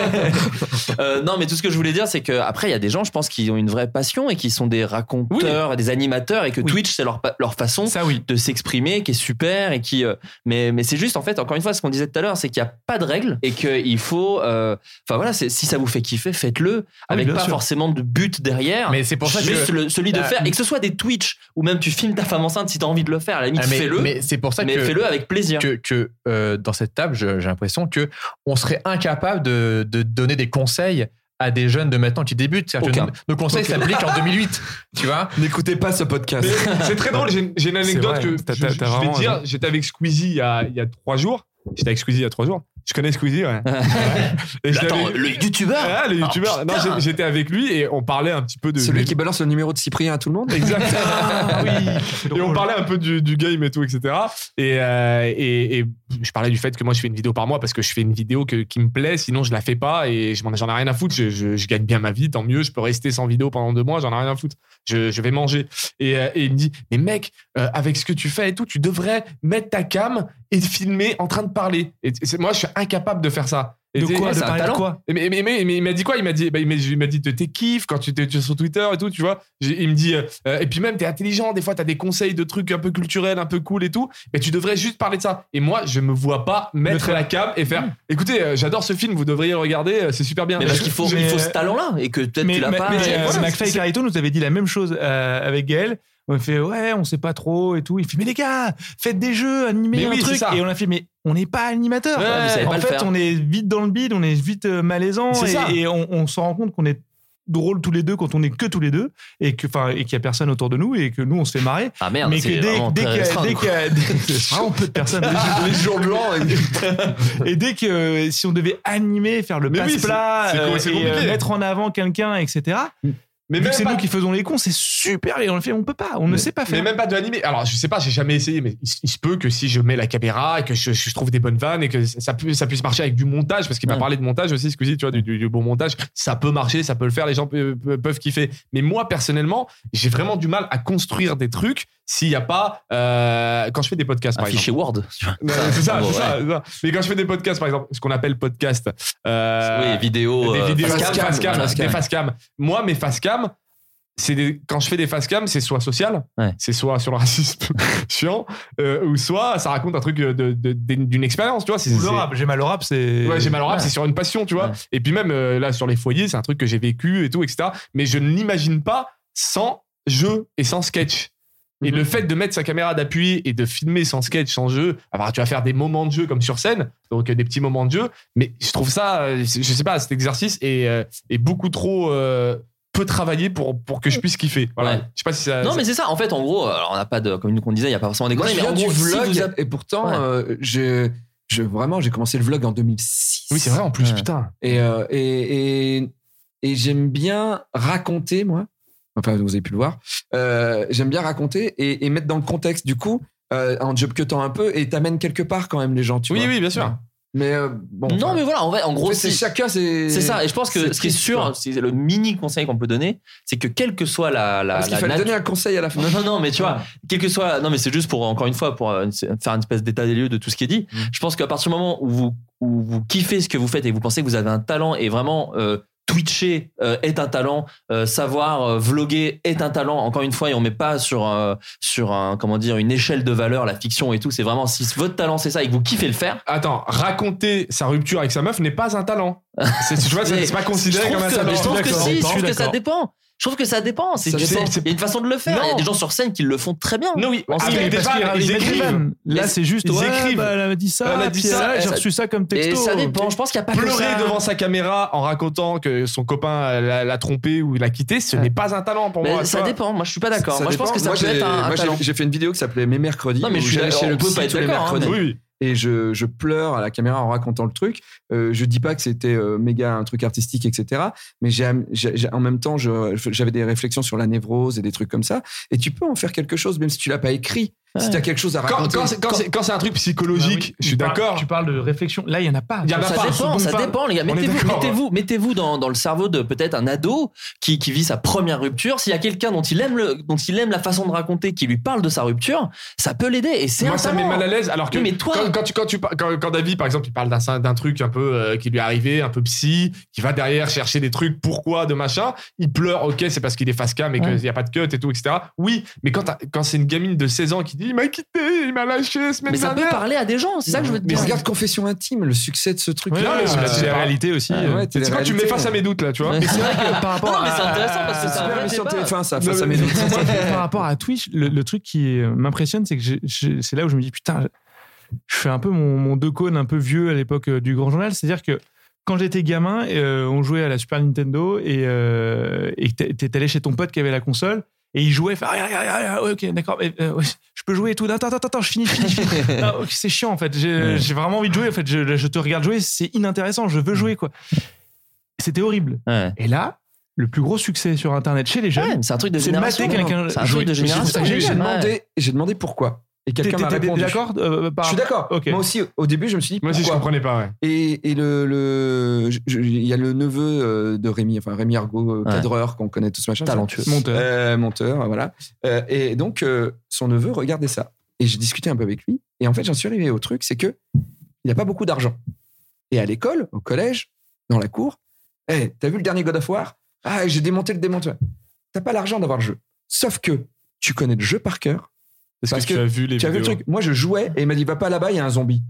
Speaker 6: Euh, non, mais tout ce que je voulais dire, c'est que après, il y a des gens, je pense, qui ont une vraie passion et qui sont des raconteurs, des animateurs, et que
Speaker 7: Oui.
Speaker 6: Twitch, c'est leur, pa- leur façon
Speaker 7: Ça, oui.
Speaker 6: de s'exprimer, qui est super et qui. euh, mais mais c'est juste en fait, encore une fois, ce qu'on disait tout à l'heure, c'est qu'il n'y a pas de règles et qu'il faut. euh, Enfin voilà, c'est- si ça vous fait kiffer, faites-le
Speaker 7: Ah oui,
Speaker 6: avec
Speaker 7: bien
Speaker 6: pas
Speaker 7: sûr.
Speaker 6: forcément de but derrière.
Speaker 8: Mais c'est pour ça que.
Speaker 6: juste le- celui de
Speaker 8: Ah.
Speaker 6: faire et que ce soit des Twitch ou même tu filmes ta femme enceinte si t'as envie de le faire à la limite
Speaker 8: Ah, mais
Speaker 6: fais-le mais,
Speaker 8: mais c'est pour ça que.
Speaker 6: fais-le avec plaisir
Speaker 8: que, que, euh, dans cette table, je- j'ai l'impression que on serait incapable de, de donner des conseils à des jeunes de maintenant qui débutent. C'est-à-dire que
Speaker 6: Aucun.
Speaker 8: Nos, nos conseils s'appliquent en 2008, tu vois.
Speaker 4: N'écoutez pas ce podcast.
Speaker 3: Mais C'est très drôle, j'ai une- j'ai une anecdote
Speaker 7: vrai,
Speaker 3: que
Speaker 7: t'as-
Speaker 3: je,
Speaker 7: t'as-
Speaker 3: je-
Speaker 7: t'as
Speaker 3: je vais
Speaker 7: vraiment
Speaker 3: te dire.
Speaker 7: raison.
Speaker 3: J'étais avec Squeezie il y, a, il y a trois jours. J'étais avec Squeezie il y a trois jours. Je connais Squeezie, ouais. Ouais. Et j'étais
Speaker 6: attends
Speaker 3: avec-
Speaker 6: le youtubeur
Speaker 3: Ah, le youtubeur. non,
Speaker 6: putain.
Speaker 3: j'ai- j'étais avec lui et on parlait un petit peu de.
Speaker 4: Celui qui balance le numéro de Cyprien à tout le monde.
Speaker 3: Exact.
Speaker 7: Ah, oui.
Speaker 3: Et on
Speaker 7: Drôle.
Speaker 3: parlait un peu du, du game et tout, etc. Et, euh, et, et je parlais du fait que moi, je fais une vidéo par mois parce que je fais une vidéo que- qui me plaît, sinon je la fais pas et je m'en- j'en ai rien à foutre. Je, je- je gagne bien ma vie, tant mieux. Je peux rester sans vidéo pendant deux mois, j'en ai rien à foutre. Je, je vais manger. Et, euh, et il me dit, mais mec, euh, avec ce que tu fais et tout, tu devrais mettre ta cam et filmer en train de parler. Et c'est- moi, je suis incapable de faire ça. Et
Speaker 7: De
Speaker 3: t'es-
Speaker 7: quoi
Speaker 3: c'est
Speaker 7: De
Speaker 3: un
Speaker 7: parler de
Speaker 3: talent.
Speaker 7: quoi
Speaker 3: Et Mais, mais- mais- mais il m'a dit quoi Il m'a dit, bah, il m'a- il m'a dit de tes kiffs quand tu t'es tu es sur Twitter et tout, tu vois. J'ai- Il me dit, euh, euh, et puis même, t'es intelligent, des fois, t'as des conseils de trucs un peu culturels, un peu cool et tout, mais tu devrais juste parler de ça. Et moi, je me vois pas mettre
Speaker 7: faire. Mmh.
Speaker 3: la cam et faire, écoutez, euh, j'adore ce film, vous devriez le regarder, euh, c'est super bien.
Speaker 6: mais parce qu'il faut,
Speaker 7: mais-
Speaker 6: il faut ce talent là et que peut-être
Speaker 7: Mais,
Speaker 6: tu l'as
Speaker 7: mais-
Speaker 6: pas
Speaker 7: mais,
Speaker 6: et
Speaker 7: euh,
Speaker 6: voilà.
Speaker 7: McFly et Carito nous avaient dit la même chose euh, avec Gaël. On a fait ouais, on sait pas trop et tout. Il fait mais les gars, faites des jeux, animez
Speaker 3: Mais
Speaker 7: un
Speaker 3: oui, c'est
Speaker 7: truc.
Speaker 3: ça.
Speaker 7: Et on a fait mais on n'est pas animateur.
Speaker 6: Ouais, vous savez
Speaker 7: en
Speaker 6: pas le
Speaker 7: fait,
Speaker 6: faire.
Speaker 7: on est vite dans le bide, on est vite euh, malaisant
Speaker 3: C'est ça.
Speaker 7: et, et on, on se rend compte qu'on est drôle tous les deux quand on est que tous les deux et que enfin et qu'il y a personne autour de nous et que nous on se fait marrer.
Speaker 6: ah merde
Speaker 7: mais que
Speaker 6: c'est
Speaker 7: dès,
Speaker 6: vraiment
Speaker 7: dès
Speaker 6: très
Speaker 7: qu'il y a,
Speaker 6: restreint,
Speaker 7: dès
Speaker 6: quoi.
Speaker 7: qu'il y a- dès- c'est vraiment peu de personnes.
Speaker 4: Les jours blancs.
Speaker 7: Et dès que euh, si on devait animer, faire le
Speaker 3: Mais oui,
Speaker 7: passe-plat,
Speaker 3: c'est- c'est-
Speaker 7: euh,
Speaker 3: c'est
Speaker 7: et, euh,
Speaker 3: compliqué.
Speaker 7: mettre en avant quelqu'un, etc.
Speaker 3: mais
Speaker 7: Vu
Speaker 3: même
Speaker 7: que c'est
Speaker 3: pas-
Speaker 7: nous qui faisons les cons, c'est super et on le fait, on peut pas, on ne sait pas
Speaker 3: Mais
Speaker 7: faire.
Speaker 3: même pas de animé. Alors, je sais pas, j'ai jamais essayé, mais il, se- il se peut que si je mets la caméra et que je, je trouve des bonnes vannes et que ça, pu- ça puisse marcher avec du montage, parce qu'il m'a
Speaker 6: Ouais.
Speaker 3: parlé de montage aussi, excusez, tu vois, du, du- du bon montage. Ça peut marcher, ça peut le faire, les gens pe- pe- peuvent kiffer. Mais moi, personnellement, j'ai vraiment du mal à construire des trucs s'il n'y a pas. euh, quand je fais des podcasts, par
Speaker 6: un
Speaker 3: exemple.
Speaker 6: fichier Word tu vois.
Speaker 3: Non, C'est ça,
Speaker 6: Ah, bon,
Speaker 3: c'est ça, c'est ça. Mais quand je fais des podcasts, par exemple, ce qu'on appelle podcast. euh,
Speaker 6: oui vidéo
Speaker 3: des
Speaker 6: euh,
Speaker 3: vidéos
Speaker 6: face
Speaker 3: face
Speaker 6: cam,
Speaker 3: cam,
Speaker 6: voilà.
Speaker 3: des face cam. Moi, mes face cam, c'est des- quand je fais des face cam, c'est soit social,
Speaker 6: Ouais.
Speaker 3: c'est soit sur le racisme chiant, euh, ou soit ça raconte un truc euh, de- de- de- d'une expérience, tu vois. c'est-
Speaker 7: Ou
Speaker 3: c'est-
Speaker 7: le rap, j'ai mal au rap, c'est.
Speaker 3: Ouais, j'ai mal au rap,
Speaker 6: Ouais.
Speaker 3: c'est sur une passion, tu vois.
Speaker 6: Ouais.
Speaker 3: Et puis même euh, là, sur les foyers, c'est un truc que j'ai vécu et tout, etc. Mais je ne l'imagine pas sans jeu et sans sketch. Et
Speaker 6: Mhm.
Speaker 3: le fait de mettre sa caméra d'appui et de filmer sans sketch, sans jeu, alors tu vas faire des moments de jeu comme sur scène, donc euh, des petits moments de jeu, mais je trouve ça, euh, je sais pas, cet exercice est, euh, est beaucoup trop euh, peu travaillé pour, pour que je puisse kiffer. Voilà.
Speaker 6: Ouais.
Speaker 3: Je sais pas si ça.
Speaker 6: non
Speaker 3: ça-
Speaker 6: mais c'est ça en fait en gros euh, alors on n'a pas de comme nous qu'on disait il n'y a pas forcément des
Speaker 4: Moi,
Speaker 6: conseils,
Speaker 4: je
Speaker 6: mais
Speaker 4: viens
Speaker 6: en
Speaker 4: du
Speaker 6: gros si
Speaker 4: vlog
Speaker 6: vous a-
Speaker 4: et pourtant,
Speaker 6: Ouais.
Speaker 4: euh, je, je- vraiment, j'ai commencé le vlog en 2006.
Speaker 3: Oui, c'est vrai en plus,
Speaker 6: Ouais.
Speaker 3: putain.
Speaker 4: Et, euh, et, et, et j'aime bien raconter, moi. Enfin, vous avez pu le voir. Euh, j'aime bien raconter et, et mettre dans le contexte. Du coup, euh, en job cutant un peu et t'amènes quelque part quand même les gens, tu
Speaker 3: oui,
Speaker 4: vois.
Speaker 3: oui, bien sûr.
Speaker 4: Mais euh, bon.
Speaker 6: non mais voilà en vrai en
Speaker 4: En
Speaker 6: gros
Speaker 4: fait, c'est
Speaker 6: si-
Speaker 4: chacun, c'est.
Speaker 6: C'est ça, et je pense que
Speaker 4: c'est
Speaker 6: ce qui est
Speaker 4: triste,
Speaker 6: sûr,
Speaker 4: quoi.
Speaker 6: c'est le mini conseil qu'on peut donner, c'est que quelle que soit la, la,
Speaker 4: Parce qu'il
Speaker 6: la
Speaker 4: fallait
Speaker 6: nat-
Speaker 4: donner un conseil à la fin.
Speaker 6: non, non, non, mais tu vois, quel que soit, non, mais c'est juste pour, encore une fois, pour euh, se- faire une espèce d'état des lieux de tout ce qui est dit.
Speaker 3: Mm.
Speaker 6: Je pense qu'à partir du moment où vous, où vous kiffez ce que vous faites et que vous pensez que vous avez un talent et vraiment euh, Twitcher euh, est un talent, euh, savoir euh, vloguer est un talent. Encore une fois, et on met pas sur un, sur un comment dire une échelle de valeur la fiction et tout. C'est vraiment si votre talent c'est ça et que vous kiffez le faire.
Speaker 3: Attends, raconter sa rupture avec sa meuf n'est pas un talent. C'est, tu vois, c'est c'est pas
Speaker 6: je
Speaker 3: considéré comme
Speaker 6: trouve
Speaker 3: un
Speaker 6: que- Je trouve
Speaker 3: talent.
Speaker 6: que
Speaker 3: D'accord.
Speaker 6: si, je
Speaker 3: D'accord.
Speaker 6: trouve que ça dépend. Je trouve que ça dépend. C'est
Speaker 3: Ça
Speaker 6: une-
Speaker 3: dépend.
Speaker 6: Il y a une façon de le faire. Il y a des gens sur scène qui le font très bien.
Speaker 3: Non, oui,
Speaker 6: Ah
Speaker 3: parce
Speaker 6: oui,
Speaker 3: qu'il y a des
Speaker 7: parce
Speaker 3: fans,
Speaker 7: qu'il y a-
Speaker 3: ils
Speaker 7: il y a des
Speaker 3: écrivent.
Speaker 7: vannes. Là, c'est juste.
Speaker 3: Ils
Speaker 7: ouais,
Speaker 3: écrivent.
Speaker 7: bah, elle a dit ça.
Speaker 3: Elle a
Speaker 7: puis
Speaker 3: dit ça,
Speaker 7: là,
Speaker 6: elle-
Speaker 7: J'ai reçu ça comme
Speaker 6: Et
Speaker 7: texto.
Speaker 6: ça dépend. Je pense qu'il n'y a pas que
Speaker 3: Pleurer
Speaker 6: ça.
Speaker 3: devant sa caméra en racontant que son copain l'a, l'a trompé ou l'a quitté, ce n'est pas un talent pour
Speaker 6: Mais
Speaker 3: moi. tu
Speaker 6: ça
Speaker 3: vois.
Speaker 6: dépend. Moi, je suis pas d'accord. Moi, je pense que ça
Speaker 4: Moi,
Speaker 6: peut
Speaker 4: j'ai-
Speaker 6: être un, un
Speaker 4: moi, j'ai-
Speaker 6: talent.
Speaker 4: J'ai fait une vidéo qui s'appelait Mes mercredis.
Speaker 6: Non, mais
Speaker 4: où
Speaker 6: je suis
Speaker 4: j'allais
Speaker 6: d'accord,
Speaker 4: chez le
Speaker 6: on peut
Speaker 4: psy
Speaker 6: pas être
Speaker 4: tous les
Speaker 6: d'accord, hein,
Speaker 4: mercredis.
Speaker 3: Oui, oui.
Speaker 4: et je, je pleure à la caméra en racontant le truc. Euh, je dis pas que c'était euh, méga un truc artistique, etc. Mais j'ai, j'ai- j'ai- en même temps, je- j'avais des réflexions sur la névrose et des trucs comme ça. Et tu peux en faire quelque chose, même si tu l'as pas écrit. Si
Speaker 6: Ouais.
Speaker 4: tu as quelque chose à
Speaker 3: Quand,
Speaker 4: raconter.
Speaker 3: quand c'est, quand c'est- quand c'est un truc
Speaker 7: Bah oui.
Speaker 3: psychologique, je
Speaker 7: Tu
Speaker 3: suis
Speaker 7: parles-
Speaker 3: d'accord.
Speaker 7: Tu parles de réflexion. Là, il n'y en a pas.
Speaker 3: Il y en a
Speaker 6: ça
Speaker 3: pas,
Speaker 6: dépend,
Speaker 3: surtout
Speaker 6: ça
Speaker 3: Ah bah, pas.
Speaker 6: dépend, les gars.
Speaker 3: On est
Speaker 6: Mettez-vous,
Speaker 3: d'accord.
Speaker 6: mettez-vous, mettez-vous dans, dans le cerveau de peut-être un ado qui, qui vit sa première rupture. S'il y a quelqu'un dont il aime le, dont il aime la façon de raconter, qui lui parle de sa rupture, ça peut l'aider. Et c'est
Speaker 3: Moi,
Speaker 6: un
Speaker 3: ça
Speaker 6: talent.
Speaker 3: met mal à l'aise. Alors que
Speaker 6: Oui, mais toi-
Speaker 3: quand, quand tu, quand, tu, par- quand, quand David, par exemple, il parle d'un, d'un truc un peu euh, qui lui est arrivé, un peu psy, qui va derrière chercher des trucs, pourquoi, de machin, il pleure, ok, c'est parce qu'il est face cam et qu'il n'y a pas de cut et tout, etc. Oui, mais quand, t'as- quand c'est une gamine de 16 ans qui dit il m'a quitté, il m'a lâché, semaine
Speaker 6: mais ça peut
Speaker 3: dernière.
Speaker 6: parler à des gens. C'est ça que je veux te
Speaker 4: Mais
Speaker 6: dire.
Speaker 4: regarde Confession intime, le succès de ce truc.
Speaker 3: Ouais,
Speaker 4: là
Speaker 3: ouais, c'est la Ah,
Speaker 4: c'est
Speaker 3: télé-réalité.
Speaker 7: aussi.
Speaker 4: Ah ouais,
Speaker 3: C'est quand tu mets
Speaker 4: télé-réalité.
Speaker 3: face à mes doutes, là, tu vois.
Speaker 6: Ouais.
Speaker 7: Mais c'est vrai que par rapport
Speaker 6: Non, mais
Speaker 7: à- Ah,
Speaker 6: c'est intéressant parce que
Speaker 7: à-
Speaker 6: ça-
Speaker 4: Super, mais sur
Speaker 6: débat.
Speaker 4: TF1, ça, face
Speaker 3: Non,
Speaker 4: à
Speaker 3: mais-
Speaker 4: mes doutes.
Speaker 7: Moi, par rapport à Twitch, le, le truc qui euh, m'impressionne, c'est que j'ai- j'ai- c'est là où je me dis putain, je fais un peu mon, mon deux cônes un peu vieux à l'époque euh, du grand journal. C'est-à-dire que quand j'étais gamin, euh, on jouait à la Super Nintendo et euh, et t'es t'es allé chez ton pote qui avait la console. Et il jouait, il fait, ah, ah, ah, ah, ouais, ok, d'accord, mais, euh, ouais, je peux jouer et tout. Non, Attends, attends, attends, je finis, je finis, je finis. Non, ok, c'est chiant en fait. J'ai j'ai vraiment envie de jouer. En fait, je, je te regarde jouer, c'est inintéressant. Je veux jouer quoi. C'était horrible.
Speaker 6: Ouais.
Speaker 7: Et là, le plus gros succès sur Internet chez les jeunes,
Speaker 6: Ouais, c'est un truc de
Speaker 7: C'est de mater
Speaker 6: génération. hein.
Speaker 7: quelqu'un
Speaker 6: C'est un
Speaker 7: jouer.
Speaker 6: truc de
Speaker 7: Mais c'est pour
Speaker 6: génération.
Speaker 7: ça que
Speaker 4: J'ai j'ai
Speaker 7: Génial.
Speaker 4: demandé, j'ai demandé pourquoi. Et quelqu'un m'a
Speaker 7: T'es- t'es- t'es
Speaker 4: répondu.
Speaker 7: d'accord euh, par-
Speaker 4: Je suis d'accord.
Speaker 7: Ok.
Speaker 4: Moi aussi, au début, je me suis dit.
Speaker 3: Moi aussi, je
Speaker 4: pourquoi
Speaker 3: comprenais pas, ouais.
Speaker 4: Et, et le, le- je- je- il y a le neveu euh, de Rémi, enfin Rémi Argot, euh,
Speaker 6: Ouais.
Speaker 4: cadreur qu'on connaît tous machin,
Speaker 6: Talentueux.
Speaker 7: Monteur.
Speaker 4: euh, monteur, voilà. Euh, et donc euh, son neveu regardait ça. Et j'ai discuté un peu avec lui. Et en fait, j'en suis arrivé au truc, c'est que il n'a pas beaucoup d'argent. Et à l'école, au collège, dans la cour, hey, t'as vu le dernier God of War Ah, j'ai démonté le démonteur. T'as pas l'argent d'avoir le jeu. Sauf que tu connais le jeu par cœur.
Speaker 3: Est-ce
Speaker 4: Parce
Speaker 3: que, Ah, tu
Speaker 4: que
Speaker 3: as vu les
Speaker 4: Tu as vu le
Speaker 3: vidéos
Speaker 4: truc Moi, je jouais et il m'a dit va pas là-bas, il y a un zombie.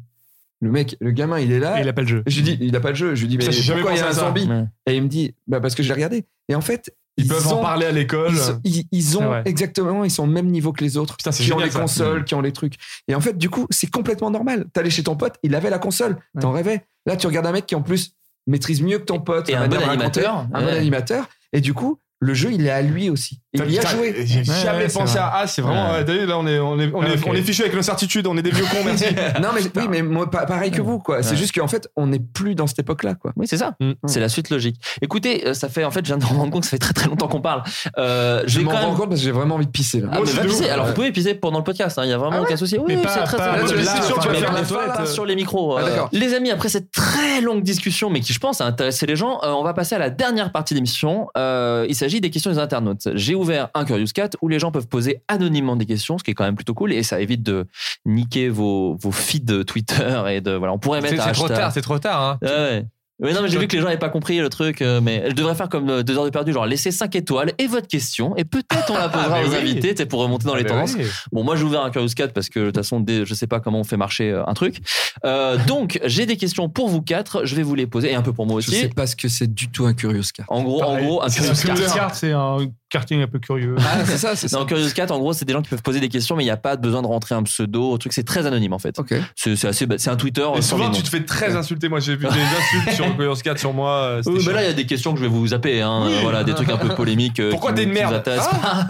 Speaker 4: Le mec, le gamin, il est là.
Speaker 7: Et il appelle le jeu.
Speaker 4: J'ai dit, il n'a pas de jeu. Je lui dis, mais
Speaker 3: Ça, j'ai jamais
Speaker 4: pourquoi il y a un
Speaker 3: pensé à ça.
Speaker 4: zombie
Speaker 6: Ouais.
Speaker 4: Et il me dit, bah parce que je l'ai regardé. Et en fait,
Speaker 3: Ils, peuvent
Speaker 4: ont,
Speaker 3: en parler à l'école.
Speaker 4: Ils, sont- ils- ils
Speaker 7: C'est
Speaker 4: ont
Speaker 7: vrai.
Speaker 4: exactement, ils sont au même niveau que les autres.
Speaker 3: Putain, c'est
Speaker 4: qui ont
Speaker 3: génial,
Speaker 4: les
Speaker 3: ça. Mm.
Speaker 4: consoles, qui ont les trucs. Et en fait, du coup, c'est complètement normal. T'allais chez ton pote, il avait la console, t'en rêvais. Là, tu regardes un mec qui en plus maîtrise mieux que ton pote.
Speaker 6: Et
Speaker 4: la
Speaker 6: un bon
Speaker 4: manière de raconter,
Speaker 6: animateur.
Speaker 4: un bon
Speaker 6: Ouais.
Speaker 4: animateur. Et du coup, le jeu, il est à lui aussi. Et il y a
Speaker 3: Putain,
Speaker 4: joué.
Speaker 3: J'ai
Speaker 7: Ouais,
Speaker 3: jamais
Speaker 7: ouais, c'est
Speaker 3: pensé
Speaker 7: vrai.
Speaker 3: à. Ah, c'est vraiment.
Speaker 6: Ouais.
Speaker 3: ouais, T'as vu, là, on est, on est, on
Speaker 7: Ah,
Speaker 3: est,
Speaker 7: ok.
Speaker 3: on est fichu avec nos certitudes, on est des vieux cons, merci.
Speaker 4: Non mais oui, mais moi, pa- pareil que vous quoi. C'est
Speaker 6: Ouais.
Speaker 4: juste qu'en fait, on n'est plus dans cette époque-là quoi.
Speaker 6: Oui, c'est ça.
Speaker 3: Mm.
Speaker 6: C'est la suite logique. Écoutez, euh, ça fait en fait, je viens de me rendre compte, que ça fait très très longtemps qu'on parle. Euh,
Speaker 4: Je
Speaker 6: vais
Speaker 4: m'en
Speaker 6: quand
Speaker 4: rends
Speaker 6: même.
Speaker 4: compte parce que j'ai vraiment envie de pisser là.
Speaker 6: Ah,
Speaker 3: Moi,
Speaker 6: mais
Speaker 3: c'est
Speaker 6: va
Speaker 3: de ouf.
Speaker 6: pisser. Alors, vous
Speaker 4: Ouais.
Speaker 6: pouvez pisser pendant le podcast, hein, il n'y a vraiment
Speaker 4: Ah ouais
Speaker 6: aucun souci. Oui,
Speaker 7: Mais
Speaker 6: oui,
Speaker 7: pas-
Speaker 6: c'est très
Speaker 7: pas-
Speaker 6: très
Speaker 3: là,
Speaker 6: très-
Speaker 3: là,
Speaker 6: très-
Speaker 3: sûr, tu vas
Speaker 6: mais
Speaker 3: faire
Speaker 6: on
Speaker 4: la
Speaker 6: est pas
Speaker 4: toilette.
Speaker 6: là sur les micros.
Speaker 4: Ah,
Speaker 6: Euh,
Speaker 4: d'accord.
Speaker 6: les amis, après cette très longue discussion, mais qui je pense a intéressé les gens, euh, on va passer à la dernière partie d'émission. Euh, il s'agit des questions des internautes. J'ai ouvert un Curious Cat où les gens peuvent poser anonymement des questions, ce qui est quand même plutôt cool et ça évite de niquer vos, vos feeds Twitter et de voilà. On pourrait
Speaker 8: C'est
Speaker 6: mettre un
Speaker 8: c'est trop
Speaker 6: hashtag.
Speaker 8: tard, c'est trop tard. hein.
Speaker 6: Ouais, ouais. Mais non, mais j'ai vu que les gens n'avaient pas compris le truc, euh, mais je devrais faire comme euh, deux heures de perdu, genre laisser 5 étoiles et votre question, et peut-être on la posera
Speaker 3: Ah, mais
Speaker 6: aux
Speaker 3: oui. Ah,
Speaker 6: invités, c'est pour remonter dans
Speaker 8: Ah,
Speaker 6: les
Speaker 3: Mais
Speaker 6: tendances.
Speaker 3: oui.
Speaker 6: Bon, moi j'ai ouvert un Curious 4 parce que de toute façon, dès- je sais pas comment on fait marcher euh, un truc. Euh, donc, j'ai des questions pour vous quatre, je vais vous les poser, et un peu pour moi
Speaker 4: Je
Speaker 6: aussi.
Speaker 4: sais pas ce que c'est du tout un curious car.
Speaker 6: En gros, en
Speaker 7: Pareil.
Speaker 6: gros, un Curious
Speaker 7: Parce que
Speaker 6: 4.
Speaker 7: le kart, c'est un karting un peu curieux.
Speaker 4: Ah, c'est ça, c'est ça.
Speaker 6: Non, Curious Cat, en gros, c'est des gens qui peuvent poser des questions, mais il n'y a pas besoin de rentrer un pseudo, un truc, c'est très anonyme en fait.
Speaker 4: Ok.
Speaker 6: C'est c'est assez, c'est un Twitter.
Speaker 3: Et
Speaker 6: sans les
Speaker 3: souvent,
Speaker 6: noms.
Speaker 3: tu te fais très insulter. Moi, j'ai vu des insultes sur Curious 4 sur moi. euh, c'était
Speaker 6: Oui, bah
Speaker 3: chiant.
Speaker 6: là, il y a des questions que je vais vous zapper, hein,
Speaker 3: Oui.
Speaker 6: euh, voilà, des trucs un peu polémiques. euh,
Speaker 3: Pourquoi
Speaker 6: qui-
Speaker 3: t'es une
Speaker 6: qui vous
Speaker 3: merde
Speaker 6: intéressent
Speaker 3: Ah,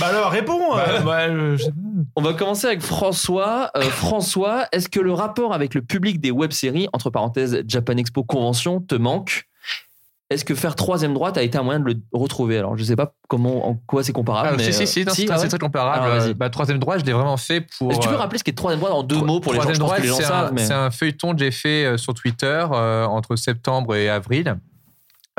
Speaker 7: bah alors, réponds euh, bah, euh, je sais pas.
Speaker 6: On va commencer avec François. Euh, François, est-ce que le rapport avec le public des web-séries, entre parenthèses Japan Expo Convention, te manque Est-ce que faire troisième droite a été un moyen de le retrouver Alors, je sais pas comment, en quoi c'est comparable.
Speaker 8: Ah,
Speaker 6: mais,
Speaker 8: si, si,
Speaker 6: euh,
Speaker 8: si, non, c'est
Speaker 6: ah
Speaker 8: très-
Speaker 6: ouais.
Speaker 8: c'est très comparable.
Speaker 6: Alors, vas-y.
Speaker 8: Euh, bah, troisième droit, je l'ai vraiment fait pour.
Speaker 6: Est-ce que tu peux
Speaker 8: euh,
Speaker 6: rappeler ce qu'est troisième droite en deux mots pour les gens
Speaker 8: Troisième
Speaker 6: Je pense
Speaker 8: droite,
Speaker 6: que les gens
Speaker 8: c'est un-
Speaker 6: savent, mais-
Speaker 8: C'est un feuilleton que j'ai fait euh, sur Twitter euh, entre septembre et avril,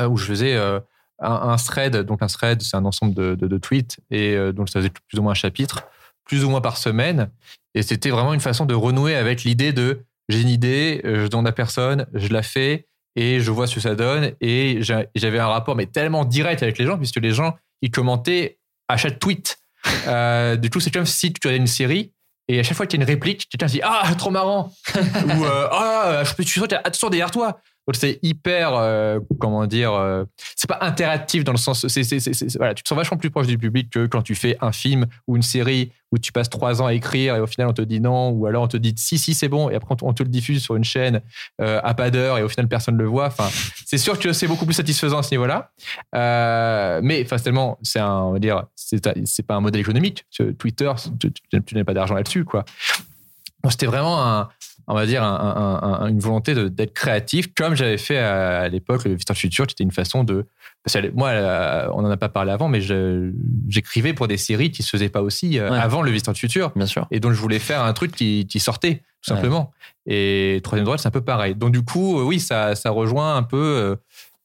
Speaker 8: euh, où je faisais euh, un, un thread. Donc un thread, c'est un ensemble de, de- de tweets, et euh, donc ça faisait plus ou moins un chapitre, plus ou moins par semaine. Et c'était vraiment une façon de renouer avec l'idée de j'ai une idée, euh, je donne à personne, je la fais,
Speaker 3: et je vois ce que ça donne. Et j'a- j'avais un rapport, mais tellement direct avec les gens, puisque les gens, ils commentaient à chaque tweet. Euh, du coup, c'est comme si tu avais une série. Et à chaque fois qu'il y a une réplique, quelqu'un se dit Ah, trop marrant Ou euh, Ah, je suis sûr que tu as attention derrière toi Donc c'est hyper, euh, comment dire, euh, c'est pas interactif dans le sens. c'est c'est- c'est- c'est- voilà, tu te sens vachement plus proche du public que quand tu fais un film ou une série où tu passes trois ans à écrire et au final on te dit non, ou alors on te dit si, si, c'est bon, et après on te- on te le diffuse sur une chaîne euh, à pas d'heure et au final personne ne le voit. Enfin, c'est sûr que c'est beaucoup plus satisfaisant à ce niveau-là. Euh, mais enfin, c'est tellement, c'est un, on va dire, c'est un- c'est pas un modèle économique. Ce Twitter, tu, tu- tu n'as pas d'argent là-dessus, quoi. Donc, C'était vraiment un- on va dire un- un- un- une volonté de- d'être créatif, comme j'avais fait à, à l'époque le Vista Future, qui était une façon de. parce que moi, euh, on en a pas parlé avant, mais je- j'écrivais pour des séries qui se faisaient pas aussi euh,
Speaker 6: Ouais.
Speaker 3: avant le Vista Future
Speaker 6: bien sûr.
Speaker 3: et donc je voulais faire un truc qui, qui sortait tout
Speaker 6: Ouais.
Speaker 3: simplement et troisième droite c'est un peu pareil donc du coup euh, oui ça, ça rejoint un peu euh,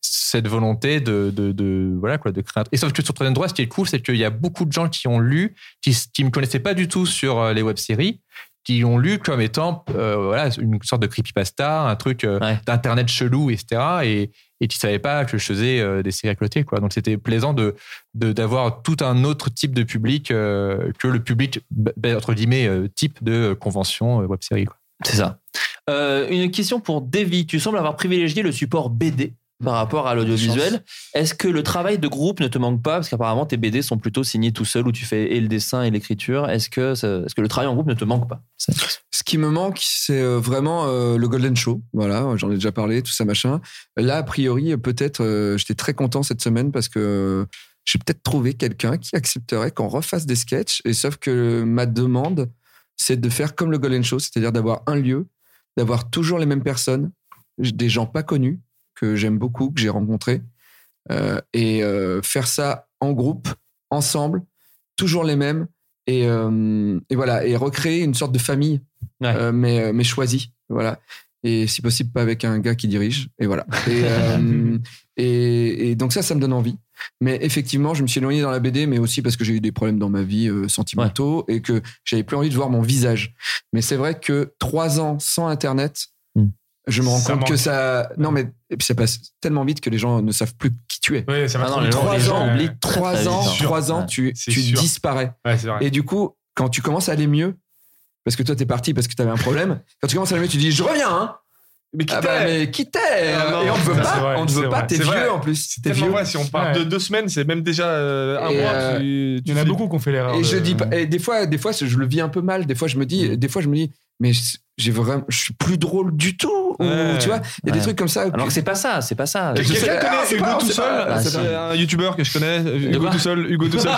Speaker 3: cette volonté de, de, de- voilà quoi de créer un- et sauf que sur troisième droite ce qui est cool c'est qu'il y a beaucoup de gens qui ont lu qui s- qui me connaissaient pas du tout sur euh, les web-séries qui ont lu comme étant euh, voilà une sorte de creepypasta un truc euh,
Speaker 6: Ouais.
Speaker 3: d'internet chelou etc et et qui savaient pas que je faisais euh, des séries à côté quoi donc c'était plaisant de de- d'avoir tout un autre type de public euh, que le public
Speaker 8: bah,
Speaker 3: b- b- entre guillemets euh, type de euh, convention web série
Speaker 6: C'est ça. Euh, une question pour Davy. Tu sembles avoir privilégié le support BD par rapport à l'audiovisuel. Est-ce que le travail de groupe ne te manque pas Parce qu'apparemment, tes BD sont plutôt signés tout seul où tu fais et le dessin et l'écriture. Est-ce que, ça- est-ce que le travail en groupe ne te manque pas
Speaker 4: Ce qui me manque, c'est euh, vraiment euh, le Golden Show. Voilà, j'en ai déjà parlé, tout ça, machin. Là, a priori, euh, peut-être, euh, j'étais très content cette semaine parce que euh, j'ai peut-être trouvé quelqu'un qui accepterait qu'on refasse des sketchs. Et sauf que euh, ma demande, c'est de faire comme le Golden Show, c'est-à-dire d'avoir un lieu, d'avoir toujours les mêmes personnes, j- des gens pas connus que j'aime beaucoup, que j'ai rencontrés, euh, et euh, faire ça en groupe, ensemble, toujours les mêmes. Et, euh, et voilà, et recréer une sorte de famille
Speaker 6: Ouais.
Speaker 4: euh, mais, euh, mais choisi. Voilà. Et si possible, pas avec un gars qui dirige. Et voilà. Et, euh, et, et donc ça, ça me donne envie. Mais effectivement, je me suis éloigné dans la BD, mais aussi parce que j'ai eu des problèmes dans ma vie euh, sentimentaux et que j'avais plus envie de voir mon visage. Mais c'est vrai que trois ans sans Internet,
Speaker 6: Hmm.
Speaker 4: je me rends
Speaker 7: Ça
Speaker 4: compte que
Speaker 7: manque.
Speaker 4: ça. Non, mais et puis ça passe tellement vite que les gens ne savent plus qui tu es.
Speaker 7: Ouais, ça va
Speaker 6: Ah non,
Speaker 7: trop vite.
Speaker 6: les gens-
Speaker 4: trois
Speaker 6: les gens
Speaker 4: ans,
Speaker 6: oublient très, très
Speaker 4: Trois
Speaker 6: vite,
Speaker 4: ans,
Speaker 6: hein.
Speaker 4: trois ans,
Speaker 6: Ouais.
Speaker 4: tu,
Speaker 7: C'est
Speaker 4: tu
Speaker 7: sûr.
Speaker 4: disparais.
Speaker 7: Ouais, c'est vrai.
Speaker 4: Et du coup, quand tu commences à aller mieux, parce que toi t'es parti parce que t'avais un problème, quand tu commences à aller mieux, tu dis je reviens, hein
Speaker 7: Mais qui
Speaker 4: Ah
Speaker 7: t'aime
Speaker 4: bah mais qui t'es
Speaker 7: Ah non,
Speaker 4: Et on ne veut
Speaker 7: ça, c'est
Speaker 4: pas,
Speaker 7: vrai,
Speaker 4: on ne
Speaker 7: c'est
Speaker 4: veut pas,
Speaker 7: vrai.
Speaker 4: t'es
Speaker 7: C'est
Speaker 4: vieux
Speaker 7: vrai.
Speaker 4: en plus,
Speaker 7: C'est
Speaker 4: t'es
Speaker 7: tellement
Speaker 4: vieux.
Speaker 7: vrai, si on parle
Speaker 12: Ouais.
Speaker 7: de deux semaines, c'est même déjà euh, un
Speaker 4: Et,
Speaker 7: mois.
Speaker 4: euh,
Speaker 7: tu- tu
Speaker 12: Il y en a
Speaker 7: flippes.
Speaker 12: beaucoup qui ont fait l'erreur.
Speaker 4: Et je
Speaker 12: de-
Speaker 4: dis pas, et des fois, des fois je le vis un peu mal, des fois je me
Speaker 7: Mm.
Speaker 4: dis, des fois je me dis, mais j'ai vraiment, je suis plus drôle du tout, ou,
Speaker 7: Ouais.
Speaker 4: tu vois, il y a des
Speaker 6: Ouais.
Speaker 4: trucs comme ça.
Speaker 6: Alors que c'est pas ça, c'est pas ça.
Speaker 4: Et
Speaker 6: Je
Speaker 4: qu'est-ce
Speaker 6: sais-
Speaker 7: Quelqu'un
Speaker 4: Ah,
Speaker 7: connaît
Speaker 4: c'est
Speaker 7: Hugo
Speaker 4: pas-
Speaker 7: tout
Speaker 4: c'est
Speaker 7: seul
Speaker 4: pas-
Speaker 6: Ah,
Speaker 7: C'est
Speaker 6: si.
Speaker 7: un youtubeur que je connais. euh, Hugo
Speaker 6: quoi
Speaker 7: tout seul. Hugo tout seul.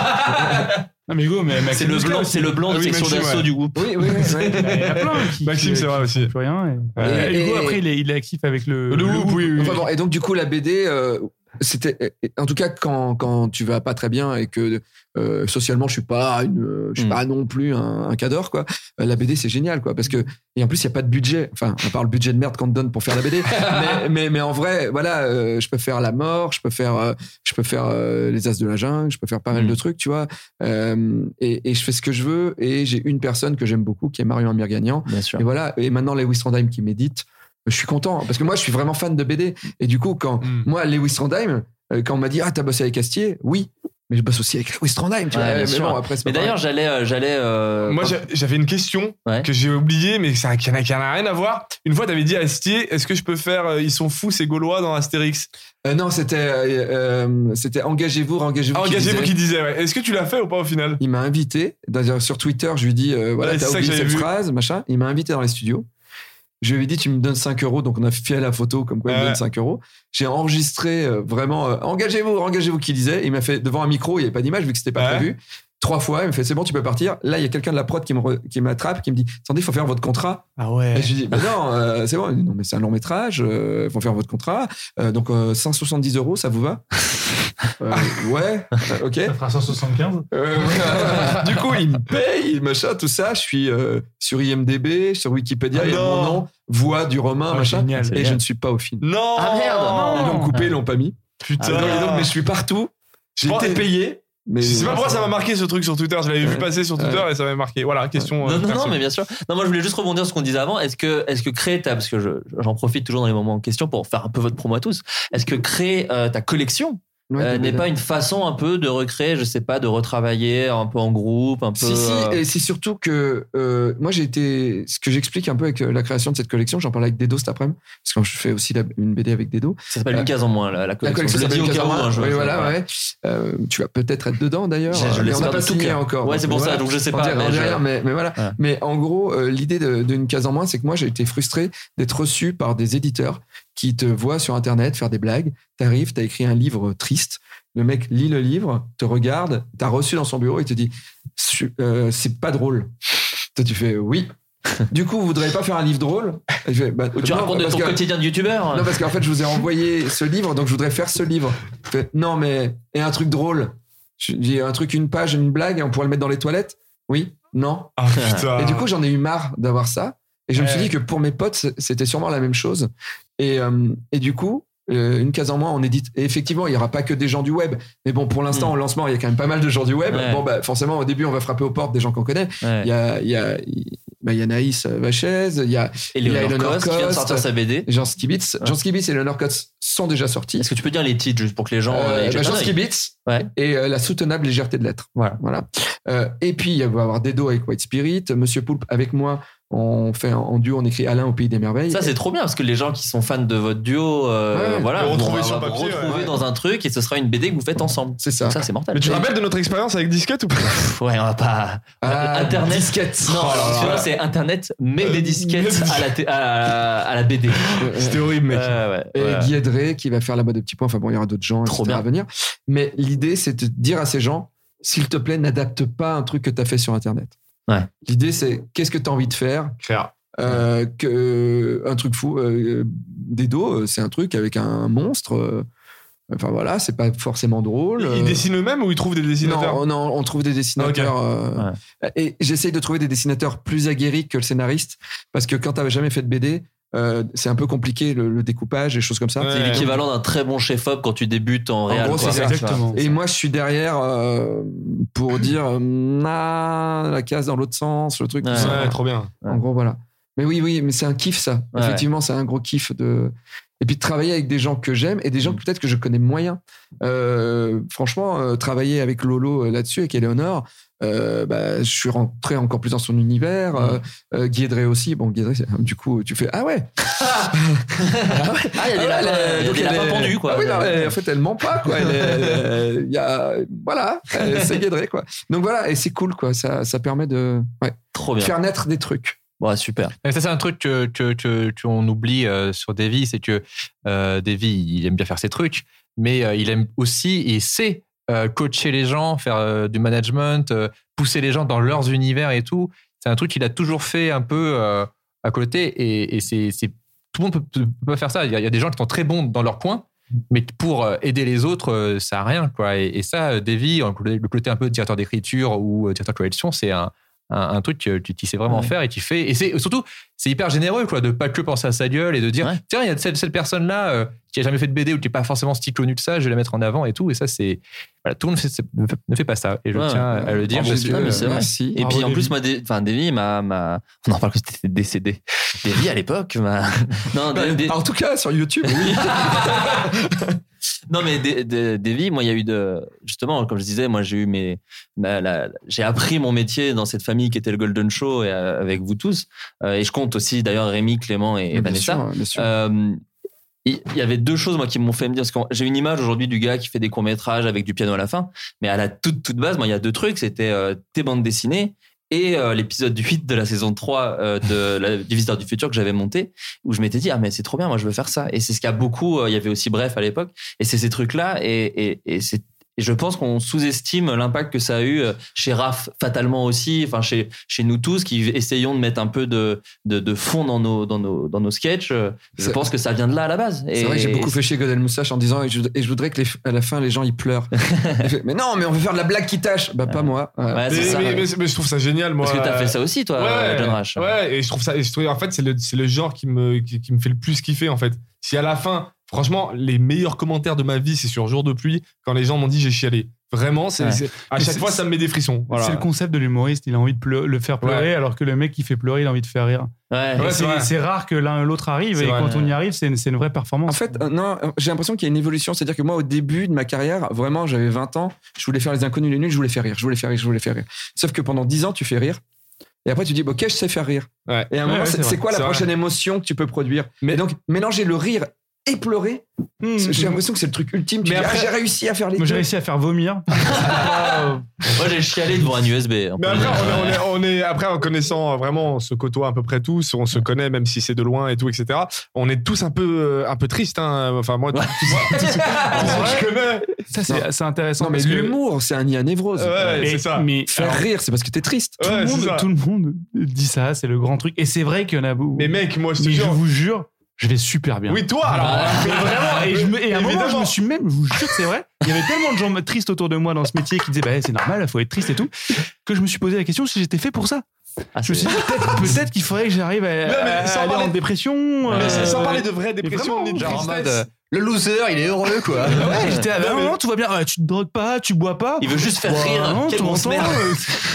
Speaker 12: Non, mais Hugo, mais
Speaker 6: C'est
Speaker 12: Maxime
Speaker 6: le
Speaker 12: Boucler
Speaker 6: blanc,
Speaker 12: aussi.
Speaker 6: c'est le blanc de
Speaker 7: Ah oui,
Speaker 6: section
Speaker 7: Maxime,
Speaker 6: d'assaut
Speaker 7: ouais.
Speaker 6: du groupe.
Speaker 4: Oui, oui, oui.
Speaker 12: Il y en a plein qui-
Speaker 7: Maxime,
Speaker 12: qui-
Speaker 7: c'est vrai aussi.
Speaker 12: qui font rien. et-
Speaker 7: Ouais.
Speaker 12: Et Hugo,
Speaker 4: Et-
Speaker 12: après, il est, il est actif avec le.
Speaker 7: Le
Speaker 12: Whoop.
Speaker 7: Whoop, oui, oui.
Speaker 4: Enfin bon, et donc du coup la BD, euh, c'était euh, en tout cas quand, quand tu vas pas très bien et que euh, socialement je suis pas une, euh, je
Speaker 6: Mm.
Speaker 4: suis pas non plus un, un cador quoi. euh, la BD c'est génial quoi parce que et en plus il y a pas de budget. Enfin à part le budget de merde qu'on te donne pour faire la BD, mais, mais mais en vrai voilà euh, je peux faire la mort, je peux faire euh, je peux faire euh, les as de la jungle, je peux faire pas mal
Speaker 6: Mm.
Speaker 4: de trucs tu vois. Euh, et, et je fais ce que je veux et j'ai une personne que j'aime beaucoup qui est Marion Amir Gagnant
Speaker 6: Bien sûr.
Speaker 4: et voilà, et maintenant Lewis Trondheim qui médite, je suis content parce que moi je suis vraiment fan de BD. Et du coup, quand
Speaker 6: Hmm.
Speaker 7: Mm.
Speaker 4: moi, Lewis Trondheim, euh, quand on m'a dit Ah, t'as bossé avec Astier, oui, mais je bosse aussi avec Lewis Trondheim, tu
Speaker 6: Ouais,
Speaker 4: vois.
Speaker 6: bien
Speaker 4: Mais
Speaker 6: sûr.
Speaker 4: bon, après, c'est
Speaker 6: Mais
Speaker 4: pas
Speaker 6: d'ailleurs, j'allais. euh, j'allais euh,
Speaker 7: Moi, j'a- j'avais une question
Speaker 6: Ouais.
Speaker 7: que j'ai oubliée, mais ça qui n'a rien à voir. Une fois, t'avais dit à Astier, est-ce que je peux faire euh, Ils sont fous, ces Gaulois dans Astérix
Speaker 4: pareil. Euh, non, c'était euh, euh, c'était Engagez-vous, engagez-vous.
Speaker 7: Ah,
Speaker 4: qui
Speaker 7: Engagez-vous
Speaker 4: disait.
Speaker 7: qui disait, ouais. Est-ce que tu l'as fait ou pas au final
Speaker 4: Il m'a invité, d'ailleurs sur Twitter, je lui dis euh, Voilà,
Speaker 7: Ouais, c'est
Speaker 4: t'as
Speaker 7: ça que
Speaker 4: oublié
Speaker 7: j'avais
Speaker 4: cette
Speaker 7: vu.
Speaker 4: phrase, machin. Il m'a invité dans les studios. Je lui ai dit, tu me donnes 5 euros, donc on a fait la photo comme quoi il me
Speaker 7: Ouais.
Speaker 4: donne 5 euros. J'ai enregistré euh, vraiment, euh, engagez-vous, engagez-vous qui disait. Il m'a fait devant un micro, il n'y avait pas d'image vu que c'était pas
Speaker 7: Ouais.
Speaker 4: prévu. Trois fois, il me fait, c'est bon, tu peux partir. Là, il y a quelqu'un de la prod qui me re- qui m'attrape, qui me dit, attendez, il faut faire votre contrat.
Speaker 7: Ah ouais.
Speaker 4: Et je lui dis, mais non, euh, c'est bon. Il dit, non, mais c'est un long métrage, euh, ils vont faire votre contrat. Euh, donc, euh, 170 euros, ça vous va Euh, Ouais, euh, ok.
Speaker 12: Ça fera 175.
Speaker 4: Euh, voilà. du coup, il me paye, machin, tout ça. Je suis euh, sur IMDB, sur Wikipédia,
Speaker 7: Ah
Speaker 4: il y a
Speaker 7: non.
Speaker 4: mon nom, voix du romain,
Speaker 12: Ah,
Speaker 4: machin.
Speaker 12: génial.
Speaker 4: Et je ne suis pas au film.
Speaker 7: Non
Speaker 6: Ah, merde.
Speaker 4: Ils l'ont coupé,
Speaker 6: Ah.
Speaker 4: ils l'ont pas mis.
Speaker 7: Putain
Speaker 4: Et donc- et donc, mais je suis partout. J'ai
Speaker 7: pense-
Speaker 4: été payé. Mais
Speaker 3: Je sais pas pourquoi ça m'a marqué ce truc sur Twitter. Je l'avais vu
Speaker 4: Ouais.
Speaker 3: passer sur Twitter et ça m'a marqué. Voilà, question. euh,
Speaker 6: Non, non, non,
Speaker 3: perso.
Speaker 6: mais bien sûr. Non, moi, je voulais juste rebondir sur ce qu'on disait avant. Est-ce que, est-ce que créer ta, parce que je- j'en profite toujours dans les moments en question pour faire un peu votre promo à tous. Est-ce que créer euh, ta collection euh,
Speaker 4: Ouais, t'as
Speaker 6: n'est
Speaker 4: raison.
Speaker 6: pas une façon un peu de recréer, je sais pas, de retravailler un peu en groupe, un peu.
Speaker 4: Si, si,
Speaker 6: euh,
Speaker 4: et c'est surtout que euh, moi j'ai été. Ce que j'explique un peu avec euh, la création de cette collection, j'en parlais avec Dedo cet après-midi, parce que je fais aussi la- une BD avec Dedo.
Speaker 6: Ça s'appelle
Speaker 4: euh,
Speaker 6: une case en moins, la, la
Speaker 4: La
Speaker 6: collection.
Speaker 4: collection
Speaker 6: je le dis
Speaker 4: s'appelle
Speaker 6: au cas où.
Speaker 4: Casama.
Speaker 6: hein, je-
Speaker 4: Oui,
Speaker 6: je-
Speaker 4: voilà,
Speaker 6: voilà.
Speaker 4: ouais. Euh, tu vas peut-être être dedans d'ailleurs.
Speaker 6: Je- je
Speaker 4: mais on
Speaker 6: l'espère
Speaker 4: n'a pas
Speaker 6: de tout
Speaker 4: signé
Speaker 6: cœur.
Speaker 4: encore.
Speaker 6: Ouais, c'est pour
Speaker 4: Donc,
Speaker 6: ça,
Speaker 4: voilà.
Speaker 6: donc je sais
Speaker 4: On
Speaker 6: pas,
Speaker 4: dira
Speaker 6: mais je-
Speaker 4: derrière, mais, mais voilà.
Speaker 6: Ouais.
Speaker 4: Mais en gros, euh, l'idée de- d'une case en moins, c'est que moi j'ai été frustré d'être reçu par des éditeurs qui te voient sur internet faire des blagues. T'arrives, t'as écrit un livre triste. Le mec lit le livre, te regarde, t'as reçu dans son bureau et te dit Su- euh, c'est pas drôle. Toi tu fais oui. du coup, vous voudriez pas faire un livre drôle Et je fais, Bah,
Speaker 6: Ou tu
Speaker 4: non,
Speaker 6: racontes de
Speaker 4: parce
Speaker 6: ton
Speaker 4: que-
Speaker 6: quotidien de youtubeur.
Speaker 4: non, parce qu'en fait, je vous ai envoyé ce livre, donc je voudrais faire ce livre. Il fait, non, mais. Et un truc drôle. Je dis un truc, une page, une blague, et on pourrait le mettre dans les toilettes Oui Non
Speaker 3: Ah putain.
Speaker 4: Et
Speaker 6: Euh.
Speaker 4: du coup, j'en ai eu marre d'avoir ça. Et je me suis
Speaker 3: Ouais.
Speaker 4: dit que pour mes potes, c- c'était sûrement la même chose. Et, euh, et du coup. euh, une case en moins, on édite. Et effectivement, il n'y aura pas que des gens du web. Mais bon, pour l'instant,
Speaker 6: Mm.
Speaker 4: au lancement, il y a quand même pas mal de gens du web.
Speaker 6: Ouais.
Speaker 4: Bon, bah, forcément, au début, on va frapper aux portes des gens qu'on connaît.
Speaker 6: Ouais.
Speaker 4: Il y a, il y, a, bah, il y a Naïs Vachez, il y a
Speaker 6: Et
Speaker 4: il y a
Speaker 6: Léonard
Speaker 4: Eleanor
Speaker 6: Cost qui vient de
Speaker 4: Coste.
Speaker 6: sortir sa BD.
Speaker 4: Jean Skibitz. Jean Skibitz et Leonard Coates sont déjà sortis.
Speaker 6: Est-ce que tu peux dire les titres juste pour que les gens. euh,
Speaker 4: Euh,
Speaker 6: y
Speaker 4: bah,
Speaker 6: jettent un
Speaker 4: Jean
Speaker 6: œil
Speaker 4: Skibitz
Speaker 6: Ouais.
Speaker 4: et euh, la soutenable légèreté de l'être.
Speaker 6: Voilà.
Speaker 4: Euh, et puis, il va y avoir Dedo avec White Spirit, Monsieur Poulpe avec moi. On fait en- en duo, on écrit Alain au pays des merveilles.
Speaker 6: Ça, c'est trop bien parce que les gens qui sont fans de votre duo, euh,
Speaker 4: Ouais,
Speaker 6: voilà,
Speaker 3: le
Speaker 6: vont-
Speaker 3: retrouver
Speaker 6: va-
Speaker 3: sur
Speaker 6: va
Speaker 3: papier,
Speaker 6: vous retrouver
Speaker 3: ouais.
Speaker 6: dans un truc et ce sera une BD que vous faites ensemble.
Speaker 4: C'est ça.
Speaker 6: Ça, c'est mortal.
Speaker 3: Mais tu te
Speaker 6: Et-
Speaker 3: rappelles de notre expérience avec Disquette ou pas
Speaker 6: Pff, Ouais, on va pas.
Speaker 4: Ah,
Speaker 6: Internet.
Speaker 4: disquette.
Speaker 6: Non,
Speaker 3: Oh
Speaker 6: alors,
Speaker 3: là
Speaker 6: celui-là,
Speaker 3: là.
Speaker 6: c'est Internet, mais
Speaker 3: Euh,
Speaker 6: des disquettes
Speaker 3: mais-
Speaker 6: à la, t- à, la- à la BD.
Speaker 3: C'était horrible, mec.
Speaker 6: Euh, ouais,
Speaker 4: Et
Speaker 6: ouais.
Speaker 4: Guy Edré qui va faire la mode de petits points. Enfin bon, il y aura d'autres gens
Speaker 6: Trop
Speaker 4: etc.,
Speaker 6: bien.
Speaker 4: à venir. Mais l'idée, c'est de dire à ces gens, s'il te plaît, n'adapte pas un truc que tu as fait sur Internet.
Speaker 6: Ouais.
Speaker 4: L'idée, c'est qu'est-ce que tu as envie de faire
Speaker 3: Frère.
Speaker 4: Euh, que un truc fou euh, Dedo euh, c'est un truc avec un monstre euh, enfin voilà c'est pas forcément drôle euh,
Speaker 3: Ils dessinent eux-mêmes ou ils trouvent des dessinateurs
Speaker 4: non, non, on trouve des dessinateurs. euh, Et j'essaye de trouver des dessinateurs plus aguerris que le scénariste, parce que quand t'avais jamais fait de BD, euh, c'est un peu compliqué le, le découpage et choses comme ça.
Speaker 6: C'est
Speaker 3: Ouais.
Speaker 6: l'équivalent d'un très bon chef-op quand tu débutes en réel.
Speaker 4: gros,
Speaker 6: quoi.
Speaker 4: c'est ça.
Speaker 7: Exactement.
Speaker 4: Et moi, je suis derrière euh, pour dire euh, ah, la case dans l'autre sens, le truc. tout
Speaker 6: Ouais.
Speaker 4: ça.
Speaker 3: Ouais, trop bien.
Speaker 4: En gros, voilà. Mais oui, oui, mais c'est un kiff, ça.
Speaker 6: Ouais.
Speaker 4: Effectivement, c'est un gros kiff de. Et puis de travailler avec des gens que j'aime et des gens que peut-être que je connais moyen. Euh, franchement, euh, travailler avec Lolo euh, là-dessus, avec Eleonore, euh, bah, je suis rentré encore plus dans son univers. Euh, euh, Guy Edré aussi. Bon, Guy Edré, c'est- du coup, tu fais Ah ouais
Speaker 6: Ah, il y a des
Speaker 4: Ah ouais,
Speaker 6: lapins,
Speaker 4: elle est-
Speaker 6: il y a
Speaker 4: donc
Speaker 6: des
Speaker 4: elle
Speaker 6: lapins
Speaker 4: est-
Speaker 6: pendus, quoi.
Speaker 4: Ah oui, non, elle- en fait, elle ment pas, quoi. Elle est- elle est- il y a, voilà, elle- c'est Guédré, quoi. Donc voilà, et c'est cool, quoi. Ça, ça permet de ouais,
Speaker 6: Trop bien.
Speaker 4: faire naître des trucs.
Speaker 6: Ouais, super.
Speaker 8: Mais ça, c'est un truc que, que, que- que on oublie euh, sur Davy, c'est que euh, Davy, il aime bien faire ses trucs, mais euh, il aime aussi et sait euh, coacher les gens, faire euh, du management, euh, pousser les gens dans leurs univers et tout. C'est un truc qu'il a toujours fait un peu euh, à côté et, et c'est, c'est- tout le monde peut, peut pas faire ça. Il y, a, il y a des gens qui sont très bons dans leur coin, mais pour euh, aider les autres, euh, ça a rien quoi. Et, et ça, euh, Davy, euh, le côté un peu directeur d'écriture ou euh, directeur de collection, c'est un, un, un truc que tu tu sais vraiment
Speaker 6: Ouais.
Speaker 8: faire et qui fait. Et c'est surtout c'est hyper généreux quoi de pas que penser à sa gueule et de dire
Speaker 6: Ouais.
Speaker 8: tiens il y a cette, cette personne là qui a jamais fait de BD ou qui est pas forcément si connue que ça je vais la mettre en avant et tout et ça c'est voilà tout le monde fait- c'est- ne fait- ne fait pas ça et je
Speaker 6: Ouais.
Speaker 8: tiens à le dire
Speaker 4: Bravo,
Speaker 8: parce
Speaker 4: Dieu,
Speaker 6: Non, mais c'est
Speaker 8: que
Speaker 6: vrai.
Speaker 4: Merci.
Speaker 6: Et puis
Speaker 7: Bravo,
Speaker 6: en
Speaker 7: Davy.
Speaker 6: plus, moi, Dé- enfin, Davy m'a, m'a- on en parle comme si t'étais décédé. Davy à l'époque, m'a, non, Dé- Dé-
Speaker 4: En tout cas, sur YouTube, oui.
Speaker 6: non, mais Dé- Dé- Davy, moi, il y a eu de, justement, comme je disais, moi, j'ai eu mes, ma- la- j'ai appris mon métier dans cette famille qui était le Golden Show et euh, avec vous tous. Euh, Et je compte aussi d'ailleurs Rémi, Clément et, et
Speaker 4: bien
Speaker 6: Vanessa.
Speaker 4: sûr, bien sûr.
Speaker 6: Euh, il il y avait deux choses moi qui m'ont fait me dire parce que j'ai une image aujourd'hui du gars qui fait des courts métrages avec du piano à la fin mais à la toute toute base moi il y a deux trucs c'était euh, tes bandes dessinées et euh, l'épisode 8 de la saison 3 euh, de la, du Visiteur du Futur que j'avais monté où je m'étais dit ah mais c'est trop bien moi je veux faire ça et c'est ce qu'il y a beaucoup euh, il y avait aussi Bref à l'époque et c'est ces trucs là et, et, et c'est et je pense qu'on sous-estime l'impact que ça a eu euh, chez Raph, fatalement aussi, enfin chez, chez nous tous qui essayons de mettre un peu de, de, de fond dans nos, dans nos, dans nos sketchs. euh, Je
Speaker 4: C'est-
Speaker 6: pense que ça vient de là à la base.
Speaker 4: C'est
Speaker 6: Et-
Speaker 4: vrai que j'ai beaucoup
Speaker 6: et-
Speaker 4: fait chier Godel Moustache en disant et je, et je voudrais que les, à la fin les gens ils pleurent. Il fait, mais non, mais on veut faire de la blague qui tâche. Bah pas moi. Ouais.
Speaker 6: Ouais, c'est
Speaker 3: Mais,
Speaker 6: ça.
Speaker 3: mais- mais- mais je trouve ça génial, moi. euh,
Speaker 6: Parce que t'as fait ça aussi, toi,
Speaker 3: ouais,
Speaker 6: John Rash.
Speaker 3: ouais, et je trouve ça. et je trouve- en fait, c'est le, c'est le genre qui me, qui, qui me fait le plus kiffer, en fait. Si à la fin, franchement, les meilleurs commentaires de ma vie, c'est sur Jour de pluie, quand les gens m'ont dit j'ai chialé. Vraiment, c'est
Speaker 6: Ouais.
Speaker 3: c'est- à
Speaker 7: Mais
Speaker 3: chaque
Speaker 7: c'est-
Speaker 3: fois, ça me met des frissons. Voilà.
Speaker 7: C'est le concept de l'humoriste. Il a envie de pleu- le faire pleurer, alors que le mec qui fait pleurer, il a envie de faire rire.
Speaker 6: Ouais.
Speaker 7: Et
Speaker 3: Ouais, c'est
Speaker 7: c'est
Speaker 3: vrai.
Speaker 7: c'est rare que l'un et l'autre arrivent,
Speaker 3: C'est
Speaker 7: et
Speaker 3: vrai.
Speaker 7: quand on y arrive, c'est une, c'est une vraie
Speaker 4: En
Speaker 7: performance.
Speaker 4: fait, euh, non, euh, j'ai l'impression qu'il y a une évolution. C'est-à-dire que moi, au début de ma carrière, vraiment, j'avais 20 ans, je voulais faire les inconnus les nuls, je voulais faire rire, je voulais faire rire, je voulais faire rire. Sauf que pendant 10 ans, tu fais rire. Et après, tu dis, ok, je sais faire rire.
Speaker 3: Ouais.
Speaker 4: Et à un
Speaker 7: Ouais,
Speaker 4: moment,
Speaker 7: ouais,
Speaker 4: c'est
Speaker 7: c'est
Speaker 4: c'est
Speaker 7: vrai.
Speaker 4: quoi la
Speaker 3: C'est vrai.
Speaker 4: prochaine émotion que tu peux produire
Speaker 3: Mais-
Speaker 4: Mais donc, mélanger le rire et pleurer,
Speaker 7: Hmm.
Speaker 4: j'ai l'impression que c'est le truc ultime. Tu
Speaker 3: Mais
Speaker 4: dis,
Speaker 3: après-
Speaker 4: ah, j'ai réussi à faire les
Speaker 7: Moi, j'ai
Speaker 4: deux.
Speaker 7: réussi à faire vomir. Ah,
Speaker 6: Moi, j'ai chialé devant un USB. hein,
Speaker 3: Mais
Speaker 6: pour
Speaker 3: après,
Speaker 6: le dire.
Speaker 3: on est, on est- on est- après, en connaissant euh, vraiment, on se côtoie à peu près tous, on se connaît même si c'est de loin et tout, etc. On est tous un peu, euh, un peu tristes. hein. Enfin, moi, tous- tous- tous- tous- je connais.
Speaker 7: euh, ça, c'est c'est intéressant.
Speaker 4: Non, mais
Speaker 7: parce que-
Speaker 4: l'humour, c'est un nid à névrose.
Speaker 3: Ouais,
Speaker 7: Et-
Speaker 3: c'est ça.
Speaker 7: Mais
Speaker 4: Faire rire, c'est parce que t'es triste.
Speaker 7: tout,
Speaker 3: Ouais,
Speaker 7: le
Speaker 3: c'est
Speaker 7: monde,
Speaker 3: ça.
Speaker 7: tout le monde dit ça, c'est le grand truc. Et c'est vrai qu'il y en a beaucoup.
Speaker 3: Mais mec, moi, je te
Speaker 7: Mais je
Speaker 3: jure.
Speaker 7: vous jure, je vais super bien.
Speaker 3: Oui, toi, alors.
Speaker 7: Mais vraiment, et, je me, et à un moment,
Speaker 3: Évidemment.
Speaker 7: je me suis même, je vous jure, c'est vrai, il y avait tellement de gens tristes autour de moi dans ce métier qui disaient, bah, c'est normal, il faut être triste et tout, que je me suis posé la question si j'étais fait pour ça.
Speaker 6: Ah,
Speaker 7: Je me suis
Speaker 6: c'est-
Speaker 7: dit, peut-être peut-être qu'il faudrait que j'arrive à,
Speaker 3: Non, mais
Speaker 7: à
Speaker 3: sans
Speaker 7: aller
Speaker 3: parler-
Speaker 7: en dépression.
Speaker 3: Mais
Speaker 7: euh,
Speaker 3: sans parler de vraie dépression,
Speaker 7: vraiment,
Speaker 3: ni de
Speaker 8: Genre en
Speaker 3: tristesse.
Speaker 8: mode, euh, le loser, il est heureux, quoi.
Speaker 7: Ouais, j'étais à
Speaker 3: Non,
Speaker 7: un
Speaker 3: mais-
Speaker 7: moment, tout va bien, Ouais, tu te drogues pas, tu bois pas.
Speaker 6: Il veut juste faire
Speaker 7: Ouais,
Speaker 6: rire.
Speaker 7: non,
Speaker 6: Quelle
Speaker 7: tu
Speaker 6: grosse
Speaker 7: m'entends,
Speaker 6: merde.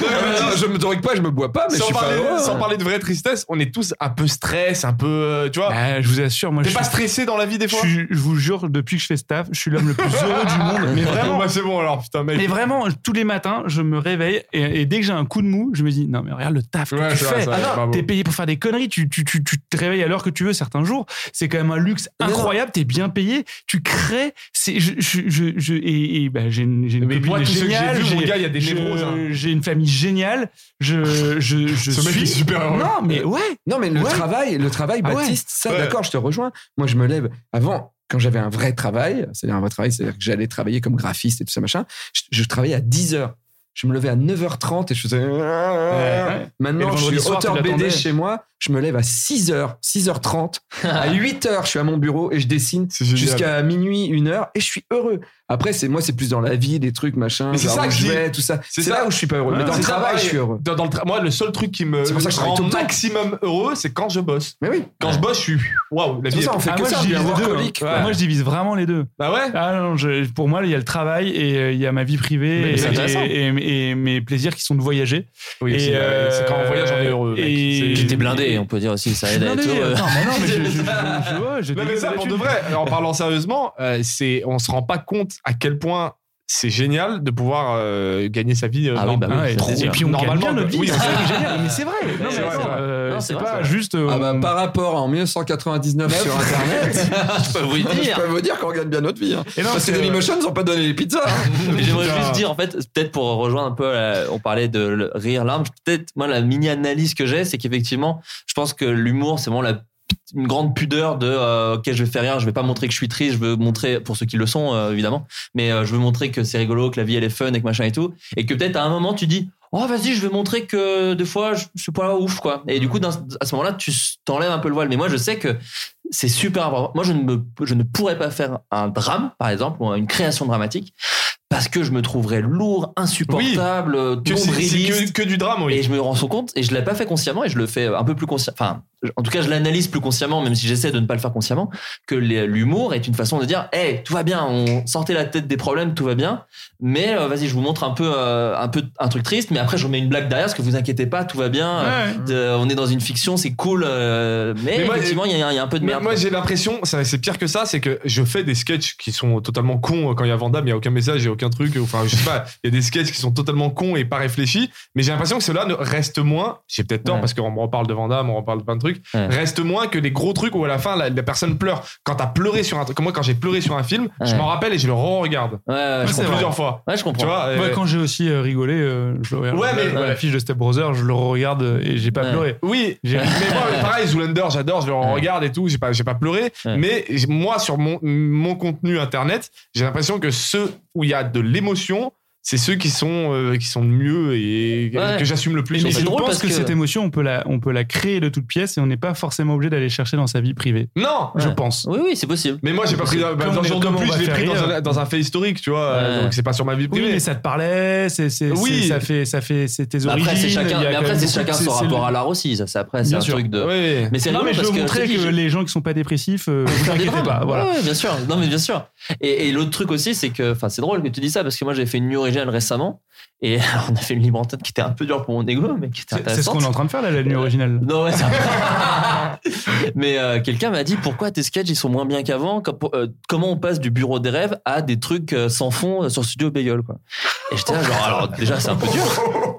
Speaker 7: euh,
Speaker 4: Non, non, je me drogue pas, je me bois pas, mais je
Speaker 3: sans,
Speaker 4: suis pas
Speaker 3: parler,
Speaker 4: heureux.
Speaker 3: sans parler de vraie tristesse, on est tous un peu stress, un peu. euh, Tu vois,
Speaker 7: Bah, je vous assure, moi, je,
Speaker 3: t'es pas
Speaker 7: suis-
Speaker 3: stressé dans la vie des
Speaker 7: je
Speaker 3: fois
Speaker 7: suis- je vous jure, depuis que je fais staff, je suis l'homme le plus heureux du monde. Mais vraiment,
Speaker 3: Bah, c'est bon alors, putain, mec.
Speaker 7: Mais vraiment, tous les matins, je me réveille et, et dès que j'ai un coup de mou, je me dis non mais regarde le taf que
Speaker 3: Ouais,
Speaker 7: tu
Speaker 3: c'est vrai,
Speaker 7: fais.
Speaker 3: c'est vrai,
Speaker 7: Ah non,
Speaker 3: bravo.
Speaker 7: T'es payé pour faire des conneries, tu, tu, tu, tu te réveilles à l'heure que tu veux certains jours. C'est quand même un luxe
Speaker 4: Non, non.
Speaker 7: incroyable. T'es bien payé, tu crées. C'est je, je, je, je- et, et, bah, j'ai une, j'ai une
Speaker 3: Mais
Speaker 7: copine
Speaker 3: moi, tous ceux que j'ai
Speaker 7: géniale.
Speaker 3: vus, mon
Speaker 7: j'ai-
Speaker 3: gars, il y a des
Speaker 7: je-
Speaker 3: névroses, hein.
Speaker 7: J'ai une famille géniale. Je je je
Speaker 3: Ce mec
Speaker 7: suis.
Speaker 3: est super heureux.
Speaker 7: non mais ouais.
Speaker 4: Non, mais le
Speaker 7: Ouais.
Speaker 4: travail, le travail,
Speaker 7: Ah ouais.
Speaker 4: Baptiste, ça,
Speaker 3: Ouais.
Speaker 4: d'accord, je te rejoins. Moi, je me lève avant, quand j'avais un vrai travail, c'est-à-dire un vrai travail, c'est-à-dire que j'allais travailler comme graphiste et tout ça, machin, je, je travaillais à 10 h Je me levais à 9h30 et je faisais.
Speaker 7: ouais. Et
Speaker 4: Maintenant,
Speaker 7: le
Speaker 4: je suis
Speaker 7: vendredi soir,
Speaker 4: auteur
Speaker 7: tu l'attendais.
Speaker 4: BD chez moi. Je me lève à 6h, 6h30. à 8h, je suis à mon bureau et je dessine
Speaker 3: C'est génial.
Speaker 4: jusqu'à minuit, 1h et je suis heureux. Après, c'est moi, c'est plus dans la vie, des trucs, machin,
Speaker 3: Mais c'est
Speaker 4: vers
Speaker 3: ça
Speaker 4: où
Speaker 3: que
Speaker 4: je
Speaker 3: je dis.
Speaker 4: vais, tout ça.
Speaker 3: C'est
Speaker 4: C'est
Speaker 3: ça.
Speaker 4: là où je suis pas heureux.
Speaker 3: Ouais.
Speaker 4: Mais
Speaker 7: Ah,
Speaker 4: dans le
Speaker 3: C'est ça,
Speaker 4: travail,
Speaker 3: pareil.
Speaker 4: je suis heureux.
Speaker 3: Dans, dans le tra- Moi, le seul truc qui me
Speaker 4: C'est pour ça que je travaille
Speaker 3: rend
Speaker 4: tout le temps.
Speaker 3: maximum heureux, c'est quand je bosse.
Speaker 4: Mais oui,
Speaker 3: Quand je bosse, je suis. Waouh, la
Speaker 4: c'est
Speaker 3: vie
Speaker 4: pour ça,
Speaker 3: est-
Speaker 4: on fait
Speaker 7: Ah,
Speaker 4: que
Speaker 7: moi,
Speaker 4: ça,
Speaker 7: je
Speaker 4: on devient
Speaker 7: divise les deux.
Speaker 4: workaholic.
Speaker 7: Moi je divise vraiment les deux.
Speaker 3: Bah ouais.
Speaker 7: Ah non, je- pour moi, il y a le travail et euh, il y a ma vie privée
Speaker 3: Mais
Speaker 7: et,
Speaker 3: c'est intéressant.
Speaker 7: et- et- et mes plaisirs qui sont de voyager.
Speaker 3: Oui, c'est-
Speaker 7: euh,
Speaker 3: c'est quand on voyage, on est heureux. mec.
Speaker 7: et-
Speaker 3: C'est-
Speaker 6: J'étais blindé,
Speaker 7: hein.
Speaker 6: on peut dire aussi, ça
Speaker 7: Je suis
Speaker 6: aide à
Speaker 7: blindé. hein.
Speaker 6: être heureux.
Speaker 7: Attends, mais euh, non, mais je- je- je- je- ouais, j'ai
Speaker 3: Non,
Speaker 7: des
Speaker 3: mais ça, pour de
Speaker 7: habitudes.
Speaker 3: vrai, en parlant sérieusement, euh, c'est, on se rend pas compte à quel point c'est génial de pouvoir euh, gagner sa vie. euh,
Speaker 6: Ah oui, bah
Speaker 7: Ah ouais,
Speaker 6: oui, ça, c'est
Speaker 7: et
Speaker 6: sûr.
Speaker 7: puis on gagne
Speaker 3: Normalement,
Speaker 7: bien notre vie. hein.
Speaker 3: oui,
Speaker 7: c'est
Speaker 3: c'est
Speaker 7: ça qui est génial. Mais c'est vrai. Non,
Speaker 3: c'est
Speaker 7: mais
Speaker 3: vrai,
Speaker 7: attends,
Speaker 3: c'est vrai.
Speaker 7: euh,
Speaker 6: Non, c'est
Speaker 7: C'est
Speaker 6: vrai,
Speaker 7: pas
Speaker 6: c'est vrai.
Speaker 7: juste. euh,
Speaker 4: Ah bah,
Speaker 7: on-
Speaker 4: par rapport à en 1999 sur Internet,
Speaker 6: Je peux vous le
Speaker 4: je
Speaker 6: dire.
Speaker 4: peux vous dire qu'on gagne bien notre vie. hein.
Speaker 7: Et non,
Speaker 4: Parce
Speaker 7: c'est-
Speaker 4: que Dailymotion, ils ont pas donné les pizzas. hein.
Speaker 6: Mais j'aimerais
Speaker 3: Putain.
Speaker 6: juste dire, en fait, peut-être pour rejoindre un peu, la- on parlait de le- rire larme. Peut-être, moi, la mini-analyse que j'ai, c'est qu'effectivement, je pense que l'humour, c'est vraiment la p- une grande pudeur de euh, ok je vais faire rire je vais pas montrer que je suis triste je veux montrer pour ceux qui le sont euh, évidemment mais euh, je veux montrer que c'est rigolo que la vie elle est fun et que machin et tout et que peut-être à un moment tu dis oh vas-y je vais montrer que des fois je, je suis pas ouf quoi et du coup dans- à ce moment là tu s- t'enlèves un peu le voile mais moi je sais que c'est super important moi je ne me, je ne pourrais pas faire un drame par exemple ou une création dramatique parce que je me trouverais lourd insupportable euh,
Speaker 3: que, c'est- c'est
Speaker 6: nombriliste
Speaker 3: que, que du drame,
Speaker 6: et
Speaker 3: oui.
Speaker 6: je me rends compte, et je l'ai pas fait consciemment, et je le fais un peu plus consciemment. Enfin, en tout cas, je l'analyse plus consciemment, même si j'essaie de ne pas le faire consciemment, que les- l'humour est une façon de dire, hey, tout va bien, on sortez la tête des problèmes, tout va bien, mais euh, vas-y, je vous montre un peu, euh, un peu un truc triste, mais après, je remets une blague derrière, parce que vous inquiétez pas, tout va bien.
Speaker 7: Ouais, ouais.
Speaker 6: euh, on est dans une fiction, c'est cool, euh, mais,
Speaker 3: Mais moi,
Speaker 6: effectivement, il y, a- il y a un peu de
Speaker 3: Mais
Speaker 6: merde.
Speaker 3: moi j'ai l'impression, ça, c'est pire que ça, c'est que je fais des sketchs qui sont totalement cons. euh, Quand il y a Vandame, il n'y a aucun message, il n'y a aucun truc. Enfin, je sais pas, il y a des sketchs qui sont totalement cons et pas réfléchis. Mais j'ai l'impression que cela ne reste moins, j'ai peut-être tort
Speaker 6: Ouais.
Speaker 3: parce qu'on me reparle de Vandame, on reparle de plein de trucs,
Speaker 6: Ouais.
Speaker 3: reste moins que les gros trucs où à la fin la, la personne pleure. Quand t'as pleuré sur un truc, comme moi quand j'ai pleuré sur un film, je
Speaker 6: Ouais.
Speaker 3: m'en rappelle et je le re-regarde.
Speaker 6: Ouais, ouais, je
Speaker 7: Ah, c'est
Speaker 6: comprends.
Speaker 7: vrai.
Speaker 3: Plusieurs fois.
Speaker 6: Ouais, je comprends.
Speaker 3: Tu vois,
Speaker 7: Moi,
Speaker 3: euh,
Speaker 7: quand j'ai aussi euh, rigolé, euh, je le regarde.
Speaker 3: Ouais, mais-
Speaker 7: Dans la fiche de Step Brother, je le regarde et j'ai pas
Speaker 6: Ouais.
Speaker 7: pleuré.
Speaker 3: Oui,
Speaker 7: J'ai-
Speaker 3: mais moi, pareil, Zoolander, j'adore, je le regarde et tout, j'ai pas, j'ai pas pleuré.
Speaker 6: Ouais.
Speaker 3: Mais j- moi, sur mon, mon contenu internet, j'ai l'impression que ceux où il y a de l'émotion, c'est ceux qui sont euh, qui sont le mieux et
Speaker 6: Ouais.
Speaker 3: que j'assume le plus.
Speaker 6: Mais
Speaker 3: en
Speaker 7: Et
Speaker 6: c'est
Speaker 3: fait.
Speaker 7: je
Speaker 6: drôle
Speaker 7: pense
Speaker 6: parce
Speaker 7: que,
Speaker 6: que-
Speaker 7: cette émotion, on peut, la, on peut la créer de toute pièce et on n'est pas forcément obligé d'aller chercher dans sa vie privée.
Speaker 3: Non.
Speaker 7: Je
Speaker 6: Ouais.
Speaker 7: pense.
Speaker 6: Oui, oui, c'est possible.
Speaker 3: Mais moi j'ai pas pris bah,
Speaker 7: Comme
Speaker 3: dans
Speaker 7: on est-
Speaker 3: Genre de
Speaker 7: comme on
Speaker 3: plus,
Speaker 7: va
Speaker 3: je l'ai
Speaker 7: faire
Speaker 3: pris dans
Speaker 7: rire.
Speaker 3: un, dans un fait historique, tu vois. euh,
Speaker 6: Ouais.
Speaker 3: Donc c'est pas sur ma vie
Speaker 7: Oui,
Speaker 3: privée.
Speaker 7: mais ça te parlait, c'est, c'est,
Speaker 3: Oui.
Speaker 7: c'est- ça fait, ça fait, c'est tes origines.
Speaker 6: Après, c'est chacun,
Speaker 7: il y a
Speaker 6: mais
Speaker 7: quand
Speaker 6: après,
Speaker 7: même
Speaker 6: c'est
Speaker 7: beaucoup-
Speaker 6: chacun son
Speaker 7: c'est le-
Speaker 6: rapport à l'art aussi. Ça, c'est après, Ah, c'est
Speaker 7: Bien
Speaker 6: un
Speaker 7: sûr.
Speaker 6: truc de.
Speaker 3: Ouais.
Speaker 6: Mais c'est
Speaker 7: Non,
Speaker 6: rigolo
Speaker 7: mais je veux
Speaker 6: parce
Speaker 7: vous montrer
Speaker 6: c'est-
Speaker 7: que les gens qui sont pas dépressifs, euh, vous
Speaker 6: Faire des
Speaker 7: inquiétez
Speaker 6: drames.
Speaker 7: pas. Voilà.
Speaker 6: Ouais, ouais, bien sûr. Non, mais bien sûr. Et, et l'autre truc aussi, c'est que, enfin, c'est drôle que tu dis ça parce que moi, j'ai fait une New Origin récemment et alors, on a fait une libre antenne qui était un peu dure pour mon ego, mais qui
Speaker 7: C'est,
Speaker 6: était
Speaker 7: c'est ce
Speaker 6: intéressante.
Speaker 7: qu'on est en train de faire là, la nuit originale.
Speaker 6: Non, ouais, c'est un peu- Mais euh, quelqu'un m'a dit pourquoi tes sketchs ils sont moins bien qu'avant comme- euh, Comment on passe du bureau des rêves à des trucs euh, sans fond euh, sur Studio Bagel quoi. Et j'étais là, genre, alors déjà c'est un peu dur.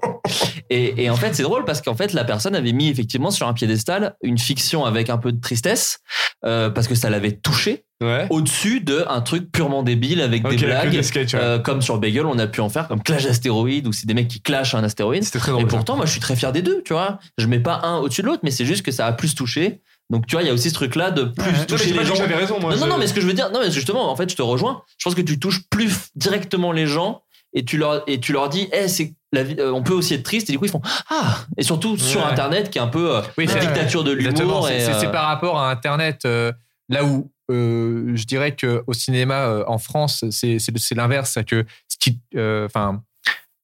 Speaker 6: Et, et en fait c'est drôle parce qu'en fait la personne avait mis effectivement sur un piédestal une fiction avec un peu de tristesse euh, parce que ça l'avait touché
Speaker 3: Ouais.
Speaker 6: au-dessus de un truc purement débile avec
Speaker 3: Ok,
Speaker 6: des
Speaker 3: la queue
Speaker 6: blagues.
Speaker 3: des sketchs. ouais.
Speaker 6: euh, comme sur Bagel, on a pu en faire comme clash d'astéroïdes, où c'est des mecs qui clashent un astéroïde.
Speaker 3: C'était très
Speaker 6: Et
Speaker 3: drôle. ça.
Speaker 6: pourtant, moi, je suis très fier des deux, tu vois. Je mets pas un au-dessus de l'autre, mais c'est juste que ça a plus touché. Donc, tu vois, il y a aussi ce truc-là de plus
Speaker 7: Ouais.
Speaker 3: Non, mais j'ai
Speaker 6: toucher les
Speaker 3: pas dit que
Speaker 6: gens.
Speaker 3: J'avais raison, moi.
Speaker 6: Non, non,
Speaker 3: je-
Speaker 6: non, mais ce que je veux dire, non, mais justement, en fait, je te rejoins. Je pense que tu touches plus f- directement les gens et tu leur, et tu leur dis, eh, c'est la vie, euh, on peut aussi être triste. Et du coup, ils font, ah, et surtout sur
Speaker 8: Ouais.
Speaker 6: Internet, qui est un peu euh,
Speaker 8: Oui,
Speaker 6: la
Speaker 8: c'est-
Speaker 6: dictature de l'humour.
Speaker 8: C'est
Speaker 6: et,
Speaker 8: c'est-
Speaker 6: euh,
Speaker 8: c'est par rapport à Internet, euh, là où euh, je dirais que au cinéma euh, en France, c'est c'est- c'est l'inverse, c'est que ce qui, euh, enfin,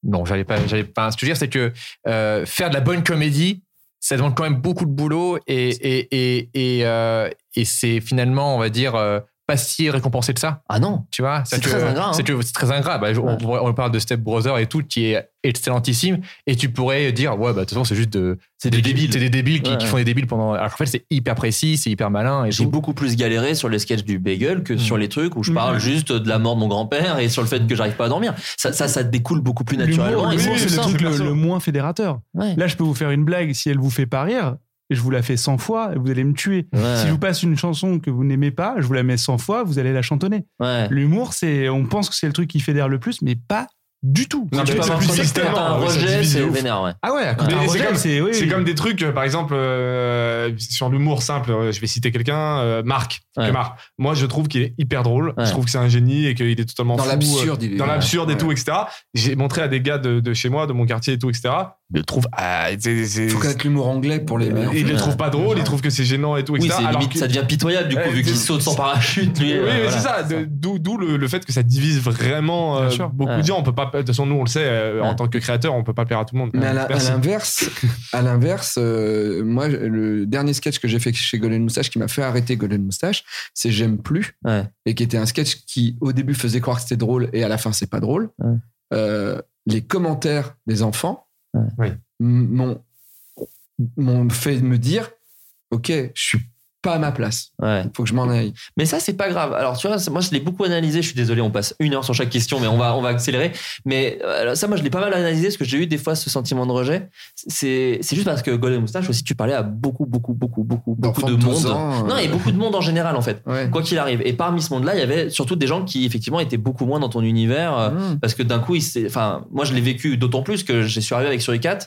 Speaker 8: non, j'allais pas, j'allais pas. Ce que je veux dire, c'est que euh, faire de la bonne comédie, ça demande quand même beaucoup de boulot et et et et, euh, et c'est finalement, on va dire. euh, pas si récompensé de ça,
Speaker 6: Ah non.
Speaker 8: tu vois.
Speaker 6: C'est
Speaker 8: que-
Speaker 6: très ingrat, hein.
Speaker 8: C'est que c'est très ingrat. Bah, je- on- on, parle de Step Brother et tout, qui est excellentissime. Et tu pourrais dire, ouais, bah, de toute façon, c'est juste de,
Speaker 6: C'est des
Speaker 8: C'est
Speaker 6: débiles.
Speaker 8: des débiles qui,
Speaker 6: Ouais.
Speaker 8: qui font des débiles pendant. Alors qu'en fait, c'est hyper précis, c'est hyper malin. Et
Speaker 6: J'ai
Speaker 8: tout.
Speaker 6: beaucoup plus galéré sur les sketchs du bagel que
Speaker 8: Mm.
Speaker 6: sur les trucs où je parle juste de la mort de mon grand-père et sur le fait que j'arrive pas à dormir. Ça, ça, ça découle beaucoup plus naturellement.
Speaker 7: L'humour,
Speaker 6: et
Speaker 7: l'humour,
Speaker 6: c'est
Speaker 7: c'est
Speaker 6: plus
Speaker 7: le
Speaker 6: simple.
Speaker 7: truc le,
Speaker 3: perso.
Speaker 7: le moins fédérateur.
Speaker 6: Ouais.
Speaker 7: Là, je peux vous faire une blague. Si elle vous fait pas rire, je vous la fais 100 fois, vous allez me tuer.
Speaker 6: Ouais.
Speaker 7: Si je vous passe une chanson que vous n'aimez pas, je vous la mets 100 fois, vous allez la chantonner.
Speaker 6: Ouais.
Speaker 7: L'humour, c'est, on pense que c'est le truc qui fédère le plus, mais pas du tout.
Speaker 3: Non,
Speaker 7: C'est
Speaker 3: mais
Speaker 7: le
Speaker 3: pas
Speaker 7: truc le
Speaker 3: marrant,
Speaker 7: plus
Speaker 3: c'est
Speaker 7: sectaire.
Speaker 3: extrêmement-
Speaker 6: T'as un
Speaker 3: ouais, ça
Speaker 6: rejet,
Speaker 3: divise de
Speaker 6: c'est
Speaker 3: ouf.
Speaker 6: vénère, ouais.
Speaker 7: Ah ouais, à
Speaker 3: Mais
Speaker 7: côté.
Speaker 3: c'est comme-
Speaker 7: c'est, oui,
Speaker 3: C'est
Speaker 7: oui.
Speaker 3: comme des trucs, euh, par exemple, euh, sur l'humour simple, euh, je vais citer quelqu'un, euh, Marc.
Speaker 6: Ouais.
Speaker 3: Que Marc. Moi, je trouve qu'il est hyper drôle.
Speaker 6: Ouais.
Speaker 3: Je trouve que c'est un génie et qu'il est totalement
Speaker 4: Dans
Speaker 3: fou,
Speaker 4: l'absurde, il
Speaker 3: euh,
Speaker 4: est-
Speaker 3: Dans l'absurde et
Speaker 4: Ouais.
Speaker 3: tout, etc. J'ai montré à des gars de, de chez moi, de mon quartier et tout, etc. Ils le trouvent. ah, c'est- c'est-
Speaker 4: Faut connaître l'humour anglais pour les mecs.
Speaker 3: euh, ils le
Speaker 6: Ouais.
Speaker 3: trouvent pas drôle, ils trouvent que c'est gênant et tout,
Speaker 6: Oui,
Speaker 3: etc.
Speaker 6: c'est
Speaker 3: Alors
Speaker 6: limite,
Speaker 3: que-
Speaker 6: ça devient pitoyable du coup,
Speaker 3: Ouais,
Speaker 6: vu qu'il
Speaker 3: c'est-
Speaker 6: saute sans parachute, lui.
Speaker 3: oui,
Speaker 6: euh,
Speaker 3: oui, mais
Speaker 6: voilà.
Speaker 3: c'est ça. de- D'où d'où le, le fait que ça divise vraiment euh,
Speaker 7: Bien sûr.
Speaker 3: beaucoup
Speaker 6: Ouais.
Speaker 3: de gens. On peut pas. De toute façon, nous, on le sait. euh, En
Speaker 6: Ouais.
Speaker 3: tant que créateur, on peut pas plaire à tout le monde.
Speaker 4: Mais à la- à
Speaker 3: Merci.
Speaker 4: l'inverse, à l'inverse, euh, moi, le dernier sketch que j'ai fait chez Golden Moustache qui m'a fait arrêter Golden Moustache, c'est J'aime plus,
Speaker 6: Ouais.
Speaker 4: et qui était un sketch qui au début faisait croire que c'était drôle et à la fin c'est pas drôle.
Speaker 6: Ouais.
Speaker 4: Euh, les commentaires des enfants
Speaker 6: Ouais.
Speaker 3: Oui.
Speaker 4: m- m'ont m'ont fait me dire, ok, je suis pas à ma place,
Speaker 6: Ouais.
Speaker 4: faut que je m'en aille.
Speaker 6: Mais ça, c'est pas grave. Alors, tu vois, c'est- moi, je l'ai beaucoup analysé. Je suis désolé, on passe une heure sur chaque question, mais on va, on va accélérer. Mais euh, ça, moi, je l'ai pas mal analysé parce que j'ai eu des fois ce sentiment de rejet. C'est c'est juste parce que Golden Moustache aussi, tu parlais à beaucoup, beaucoup, beaucoup, beaucoup, beaucoup
Speaker 4: D'enfants
Speaker 6: de
Speaker 4: 12
Speaker 6: monde.
Speaker 4: ans, euh,
Speaker 6: Non, et beaucoup de monde en général, en fait.
Speaker 4: Ouais.
Speaker 6: Quoi qu'il arrive. Et parmi ce monde-là, il y avait surtout des gens qui, effectivement, étaient beaucoup moins dans ton univers. euh,
Speaker 4: Mmh.
Speaker 6: parce que d'un coup, il s'est- enfin, moi je l'ai vécu d'autant plus que je suis arrivé avec Suricat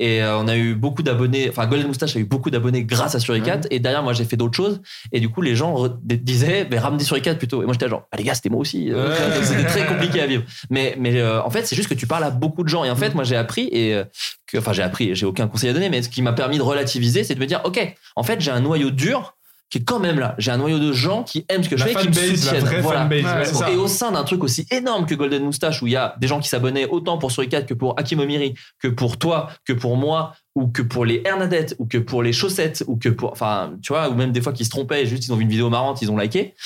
Speaker 6: et euh, on a eu beaucoup d'abonnés. Enfin, Golden Moustache a eu beaucoup d'abonnés grâce à Suricat et derrière moi j'ai fait d'autres choses et du coup les gens re- d- disaient mais ramenez Suricat plutôt et moi j'étais là, genre ah les gars c'était moi aussi Euh,
Speaker 3: Ouais.
Speaker 6: c'était très compliqué à vivre mais mais euh, en fait c'est juste que tu parles à beaucoup de gens et en fait moi j'ai appris et euh, que enfin j'ai appris j'ai aucun conseil à donner mais ce qui m'a permis de relativiser c'est de me dire ok en fait j'ai un noyau dur qui est quand même là j'ai un noyau de gens qui aiment ce que je
Speaker 3: La
Speaker 6: fais et qui me
Speaker 3: fanbase, la
Speaker 6: soutiennent
Speaker 3: vraie
Speaker 6: voilà
Speaker 3: fanbase. ouais, c'est ça.
Speaker 6: et au sein d'un truc aussi énorme que Golden Moustache, où il y a des gens qui s'abonnaient autant pour Suricat que pour Hakim Omiri, que pour toi, que pour moi, ou que pour les Hernadettes, ou que pour les chaussettes, ou que pour. Enfin, tu vois, ou même des fois qui se trompaient, juste ils ont vu une vidéo marrante, ils ont liké.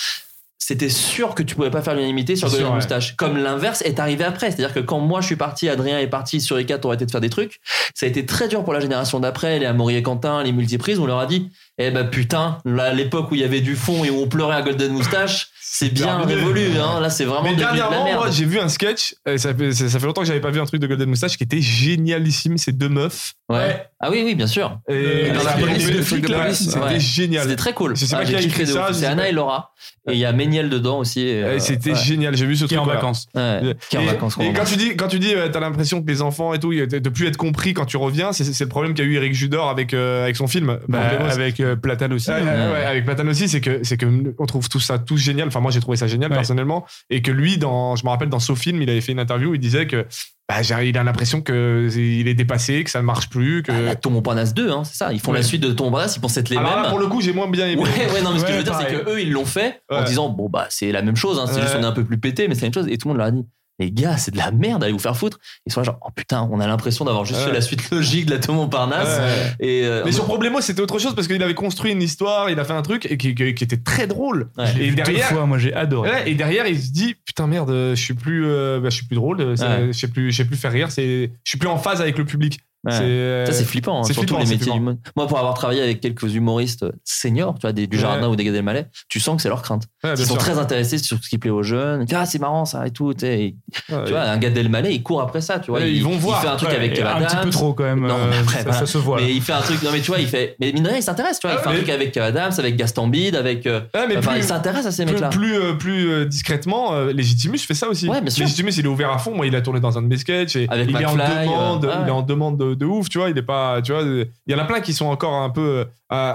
Speaker 6: C'était sûr que tu pouvais pas faire l'unanimité sur
Speaker 3: C'est
Speaker 6: Golden
Speaker 3: sûr, ouais.
Speaker 6: Moustache. Comme l'inverse est arrivé après. C'est-à-dire que quand moi je suis parti, Adrien est parti, E Suricat aurait été de faire des trucs. Ça a été très dur pour la génération d'après, les Amaury et Quentin, les multiprises, on leur a dit. Eh ben putain, là, à l'époque où il y avait du fond et où on pleurait à Golden Moustache, c'est bien
Speaker 3: terminé.
Speaker 6: révolu. Hein. Là, c'est vraiment devenu
Speaker 3: Mais
Speaker 6: de la
Speaker 3: dernièrement,
Speaker 6: merde.
Speaker 3: moi, j'ai vu un sketch. euh, ça, fait, ça- ça fait longtemps que j'avais pas vu un truc de Golden Moustache qui était génialissime. C'est deux meufs.
Speaker 6: Ouais. Ah oui, oui, bien sûr.
Speaker 3: Et
Speaker 6: Le-
Speaker 3: dans la
Speaker 6: le-
Speaker 3: police,
Speaker 6: le-
Speaker 3: le
Speaker 6: le-
Speaker 3: flic,
Speaker 4: le-
Speaker 3: là,
Speaker 4: le-
Speaker 3: C'était
Speaker 6: ouais. C'était
Speaker 3: génial.
Speaker 6: très cool.
Speaker 3: Je sais pas
Speaker 6: Ah, j'ai
Speaker 3: qui a
Speaker 6: kiffé
Speaker 3: écrit
Speaker 6: de
Speaker 3: ça,
Speaker 6: ouf.
Speaker 3: je
Speaker 6: C'est
Speaker 3: sais
Speaker 6: Anna
Speaker 3: pas.
Speaker 6: et Laura. Et il y a Méniel dedans aussi. et,
Speaker 3: Euh,
Speaker 6: euh,
Speaker 3: C'était
Speaker 6: ouais.
Speaker 3: génial. J'ai vu ce
Speaker 7: Qui est
Speaker 3: truc.
Speaker 7: en
Speaker 3: voilà.
Speaker 7: vacances.
Speaker 6: Ouais, qui est en
Speaker 3: Euh, et,
Speaker 6: vacances.
Speaker 3: et
Speaker 6: quoi.
Speaker 3: quand tu dis, quand tu dis, euh, t'as l'impression que les enfants et tout, y a- de plus être compris quand tu reviens, c'est c'est le problème qu'a eu Eric Judor avec euh, avec son film.
Speaker 7: Bah,
Speaker 3: Problemos.
Speaker 7: avec euh, Platane aussi.
Speaker 3: Ouais, ouais, ouais, avec Platane aussi, c'est que c'est que on trouve tout ça tous génial. Enfin, moi j'ai trouvé ça génial
Speaker 7: Ouais.
Speaker 3: personnellement, et que lui, dans, je me rappelle dans Sofilm, il avait fait une interview, où il disait que bah, j'ai- il a l'impression que il est dépassé, que ça ne marche plus, que.
Speaker 6: La Tom Montparnasse 2, hein, c'est ça. Ils font
Speaker 3: Ouais.
Speaker 6: la suite de Tom Montparnasse, ils pensent être les
Speaker 3: Alors là,
Speaker 6: mêmes.
Speaker 3: pour le coup, j'ai moins bien aimé.
Speaker 6: Ouais, ouais, non, mais ce que
Speaker 3: Ouais,
Speaker 6: je veux dire, c'est
Speaker 3: pareil.
Speaker 6: que eux, ils l'ont fait en
Speaker 3: Ouais.
Speaker 6: disant, bon, bah, c'est la même chose, hein, c'est juste
Speaker 3: Ouais.
Speaker 6: on est un peu plus pété, mais c'est la même chose. Et tout le monde leur a dit, les gars, c'est de la merde, allez vous faire foutre. Ils sont là, genre, oh putain, on a l'impression d'avoir juste
Speaker 3: Ouais.
Speaker 6: fait la suite logique de la Tom Montparnasse.
Speaker 3: Ouais.
Speaker 6: Et, euh,
Speaker 3: Mais sur Problemo, c'était autre chose parce qu'il avait construit une histoire, il a fait un truc et qui, qui- qui était très drôle.
Speaker 6: Ouais.
Speaker 7: Je l'ai
Speaker 3: Et
Speaker 7: vu
Speaker 3: derrière,
Speaker 7: deux fois, moi j'ai adoré.
Speaker 3: Ouais, et derrière, il se dit putain merde, euh, je suis plus, euh, bah, je suis plus drôle, euh, c'est-
Speaker 6: Ouais.
Speaker 3: je sais plus, je sais plus faire rire, c'est, je suis plus en phase avec le public.
Speaker 6: ouais.
Speaker 3: C'est, euh,
Speaker 6: Ça, c'est flippant, hein,
Speaker 3: c'est
Speaker 6: surtout
Speaker 3: flippant,
Speaker 6: les
Speaker 3: c'est
Speaker 6: métiers
Speaker 3: flippant.
Speaker 6: du monde. Moi, pour avoir travaillé avec quelques humoristes seniors, tu vois, des, du
Speaker 3: Ouais.
Speaker 6: Jardin ou des Gad Elmaleh, tu sens que c'est leur crainte.
Speaker 3: ouais, Ah, bien
Speaker 6: Ils sont
Speaker 3: sûr.
Speaker 6: très intéressés sur ce qui plaît aux jeunes. Ils disent, Ah, c'est marrant ça et tout. tu sais. Et
Speaker 3: Ouais,
Speaker 6: tu vois, un Gad Elmaleh, il court après ça. Tu vois,
Speaker 3: Ah Ouais, ils vont voir.
Speaker 6: Il fait un truc
Speaker 7: Ouais,
Speaker 6: avec
Speaker 7: et
Speaker 6: Kev
Speaker 7: Un petit peu
Speaker 6: Adams.
Speaker 7: trop quand même.
Speaker 6: Non,
Speaker 7: euh,
Speaker 6: mais après,
Speaker 7: ça,
Speaker 6: voilà.
Speaker 7: ça se voit. là.
Speaker 6: Mais il fait un truc, non mais tu vois, il fait. Mais mine de rien, il s'intéresse, tu vois. Il fait un
Speaker 3: Ah, mais-
Speaker 6: truc avec Kev Adams, avec Gastambide, avec. euh,
Speaker 3: Ouais, mais
Speaker 6: enfin,
Speaker 3: plus,
Speaker 6: il s'intéresse à ces
Speaker 3: plus,
Speaker 6: mecs-là.
Speaker 3: plus, euh, plus, euh, discrètement, euh, Legitimus fait ça aussi.
Speaker 6: Ouais, bien sûr.
Speaker 3: Legitimus, il est ouvert à fond. Moi, il a tourné dans un de mes sketchs et
Speaker 6: Avec
Speaker 3: il, est en
Speaker 6: McFly,
Speaker 3: demande,
Speaker 6: euh, ah
Speaker 3: il
Speaker 6: ouais.
Speaker 3: est en demande de, de ouf. Tu vois, il est pas, tu vois, euh, il y en a plein qui sont encore un peu, euh,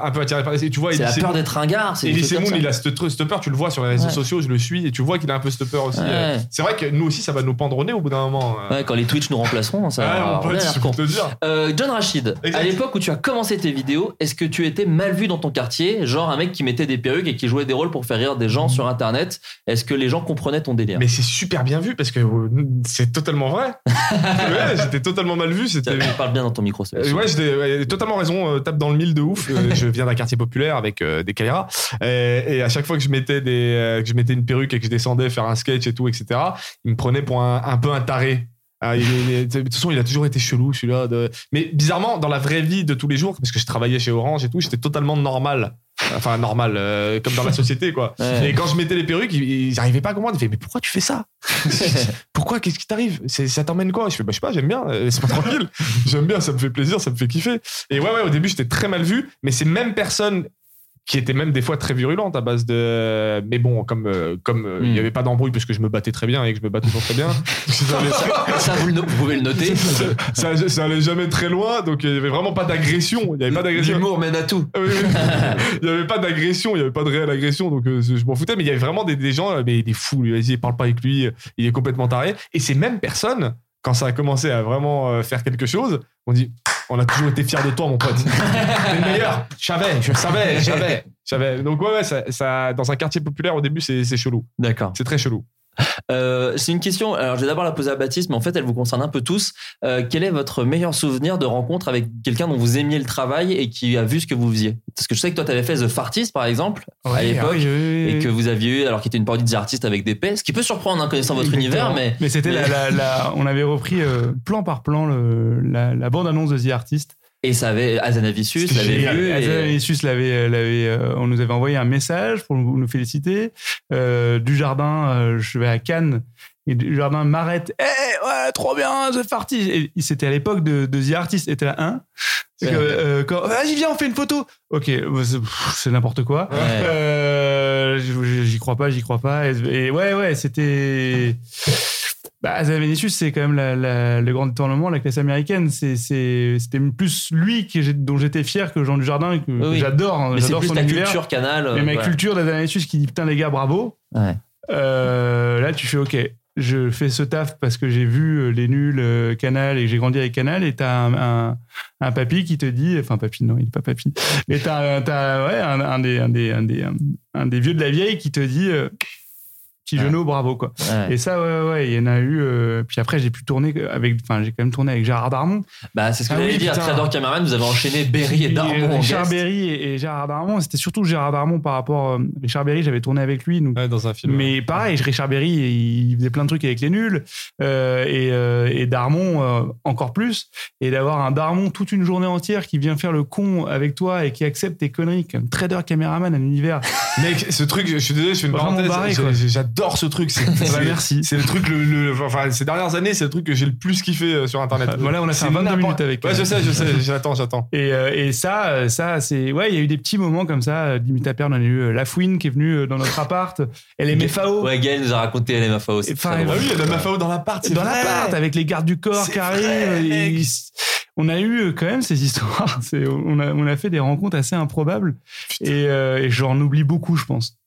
Speaker 3: un peu attirés par. Et tu vois,
Speaker 6: C'est
Speaker 3: il
Speaker 6: la
Speaker 3: s'est-
Speaker 6: peur d'être ringard. c'est des
Speaker 3: Elie
Speaker 6: trucs comme
Speaker 3: Semoun,
Speaker 6: ça.
Speaker 3: il a cette, tr- cette peur, tu le vois sur les réseaux
Speaker 6: Ouais.
Speaker 3: sociaux, je le suis, et tu vois qu'il a un peu cette peur aussi.
Speaker 6: Ouais.
Speaker 3: Euh, C'est vrai que nous aussi, ça va nous pendre au nez au bout d'un moment. euh.
Speaker 6: Ouais, quand les Twitch nous remplaceront, ça.
Speaker 3: Ouais,
Speaker 6: on
Speaker 3: mon
Speaker 6: a
Speaker 3: pote,
Speaker 6: l'air
Speaker 3: je peux
Speaker 6: con.
Speaker 3: te le dire.
Speaker 6: Euh, John Rachid,
Speaker 3: Exact.
Speaker 6: à l'époque où tu as commencé tes vidéos, est-ce que tu étais mal vu dans ton quartier, genre un mec qui mettait des perruques et qui jouait des rôles pour faire rire des gens
Speaker 3: Hmm.
Speaker 6: sur Internet Est-ce que les gens comprenaient ton délire
Speaker 3: Mais c'est super bien vu parce que euh, c'est totalement vrai. Ouais, j'étais totalement mal vu. C'était.
Speaker 6: Tiens, Parle bien dans ton micro. c'est
Speaker 3: Euh,
Speaker 6: possible.
Speaker 3: ouais, j'étais ouais, totalement raison. euh, tape dans le mille de ouf. Euh, je viens d'un quartier populaire avec euh, des caméras. Et, et à chaque fois que je mettais des, euh, que je mettais une perruque et que je descendais faire un sketch et tout, etc. Il me prenait pour un, un peu un taré. Ah, il est- il est- de toute façon, il a toujours été chelou, celui-là. de- Mais bizarrement, dans la vraie vie de tous les jours, parce que je travaillais chez Orange et tout, j'étais totalement normal. Enfin, normal, euh, comme dans la société, quoi.
Speaker 6: Ouais.
Speaker 3: Et quand je mettais les perruques, ils n'arrivaient pas à comprendre. Ils disaient, mais pourquoi tu fais ça Pourquoi Qu'est-ce qui t'arrive C'est- Ça t'emmène quoi Je fais, bah, je sais pas, j'aime bien, euh, laisse-moi tranquille. J'aime bien, ça me fait plaisir, ça me fait kiffer. Et ouais, ouais, au début, j'étais très mal vu, mais ces mêmes personnes qui étaient même des fois très virulentes à base de. Mais bon, comme euh, comme euh, il
Speaker 6: Hmm.
Speaker 3: n'y avait pas d'embrouille parce que je me battais très bien et que je me bats toujours très bien, ça allait-
Speaker 6: Ça, vous, le no- vous pouvez le noter.
Speaker 3: ça, ça- ça allait jamais très loin, donc il n'y avait vraiment pas d'agression. Il y avait pas d'agression.
Speaker 4: L'humour mène à tout.
Speaker 3: Ah oui, oui. il n'y avait pas d'agression, il n'y avait pas de réelle agression, donc euh, je m'en foutais. Mais il y avait vraiment des, des gens, euh, mais il est fou, lui, vas-y, parle pas avec lui, euh, il est complètement taré. Et ces mêmes personnes, quand ça a commencé à vraiment euh, faire quelque chose, on dit On a toujours été fiers de toi, mon pote. T'es le meilleur, je savais, je savais, je savais, je savais. Donc, ouais, ouais, ça, ça- dans un quartier populaire, au début, c'est c'est chelou.
Speaker 6: D'accord.
Speaker 3: C'est très chelou.
Speaker 6: Euh, c'est une question. Alors, je vais d'abord la poser à Baptiste, mais en fait, elle vous concerne un peu tous. Euh, quel est votre meilleur souvenir de rencontre avec quelqu'un dont vous aimiez le travail et qui a vu ce que vous faisiez Parce que je sais que toi, t'avais fait The Fartist, par exemple, à l'époque, et que vous aviez eu, alors qu'il était une parodie des artistes avec des paix, ce qui peut surprendre, hein, connaissant votre univers, mais
Speaker 7: Mais c'était
Speaker 6: mais-
Speaker 7: La, la- la- on avait repris euh, plan par plan le- la, la bande annonce de The Artist.
Speaker 6: et ça avait Azanavicius,
Speaker 3: C'était
Speaker 6: l'avait
Speaker 3: génial.
Speaker 6: vu. et-
Speaker 7: Azanavicius l'avait, l'avait, euh, on nous avait envoyé un message pour nous nous féliciter. Euh, du jardin, je vais à Cannes. Et du jardin m'arrête. Eh, ouais, trop bien, The Fartist. Et il- C'était à l'époque de, de The Artist. Était là, hein C'est que, euh, quand, Vas-y, viens, on fait une photo. Ok, bah, c'est- pff, c'est n'importe quoi.
Speaker 6: Ouais.
Speaker 7: Euh, j- j'y crois pas, j'y crois pas. Et, et ouais, ouais, c'était. Bah, Venetius, c'est quand même la- la- le grand détournement, la classe américaine. C'est- c'est- C'était plus lui que j'ai- dont j'étais fier que Jean Dujardin, que
Speaker 6: Oui, oui.
Speaker 7: j'adore. hein,
Speaker 6: Mais c'est
Speaker 7: j'adore
Speaker 6: plus
Speaker 7: son
Speaker 6: la
Speaker 7: univers.
Speaker 6: culture canal. euh,
Speaker 7: Mais ma
Speaker 6: voilà.
Speaker 7: culture d'Azanavicius qui dit putain, les gars, bravo.
Speaker 6: Ouais.
Speaker 7: Euh, là, tu fais OK. Je fais ce taf parce que j'ai vu euh, les nuls euh, Canal et que j'ai grandi avec Canal et t'as un, un, un papy qui te dit, enfin papy non, il est pas papy, mais t'as euh, t'as, ouais, un, un des, un, des, un, des, un, un des vieux de la vieille qui te dit, euh, petit
Speaker 6: Ouais.
Speaker 7: genou, bravo quoi.
Speaker 6: Ouais.
Speaker 7: Et ça, ouais, ouais, ouais, il y en a eu. euh, puis après, j'ai pu tourner avec, enfin j'ai quand même tourné avec Gérard Darmon.
Speaker 6: Bah, c'est ce que
Speaker 7: Ah
Speaker 6: j'allais
Speaker 7: oui,
Speaker 6: dire.
Speaker 7: putain.
Speaker 6: Trader Cameraman, vous avez enchaîné Berry et
Speaker 7: Puis,
Speaker 6: Darmon.
Speaker 7: euh,
Speaker 6: en
Speaker 7: Richard
Speaker 6: guest.
Speaker 7: Berry et, et Gérard Darmon, c'était surtout Gérard Darmon par rapport. euh, Richard Berry, j'avais tourné avec lui, donc
Speaker 3: dans un film.
Speaker 7: Mais pareil, Richard Berry, il faisait plein de trucs avec les nuls, euh, et, euh, et Darmon euh, encore plus. Et d'avoir un Darmon toute une journée entière qui vient faire le con avec toi et qui accepte tes conneries comme trader caméraman à l'univers.
Speaker 3: Mec, ce truc, je suis désolé, je fais une
Speaker 7: Vraiment
Speaker 3: parenthèse.
Speaker 7: barré, quoi.
Speaker 3: j'ai- J'adore ce truc. c'est-
Speaker 7: Bah,
Speaker 3: c'est-
Speaker 7: merci.
Speaker 3: C'est le truc, le, le- enfin, ces dernières années, c'est le truc que j'ai le plus kiffé euh, sur Internet.
Speaker 7: Ah, Voilà, on a
Speaker 3: C'est
Speaker 7: fait 22
Speaker 3: n'importe-
Speaker 7: minutes avec. euh,
Speaker 3: Ouais, je sais, je sais, j'attends, j'attends.
Speaker 7: Et, euh, et ça, euh, ça c'est ouais, il y a eu des petits moments comme ça. euh, Limite à perdre, on a eu euh, la fouine qui est venue euh, dans notre appart. Elle aimait FAO
Speaker 6: Ouais, Gaël nous a raconté LMFAO. c'est
Speaker 7: Enfin,
Speaker 6: très
Speaker 7: et
Speaker 3: Ah
Speaker 6: drôle.
Speaker 3: oui, il y a de la mafao dans l'appart, c'est
Speaker 7: dans
Speaker 3: vrai.
Speaker 7: l'appart avec les gardes du corps
Speaker 3: C'est
Speaker 7: qui
Speaker 3: vrai,
Speaker 7: arrivent.
Speaker 3: mec.
Speaker 7: ils- on a eu euh, quand même ces histoires. C'est- On a, on a fait des rencontres assez improbables. Et, euh, et j'en oublie beaucoup, je pense.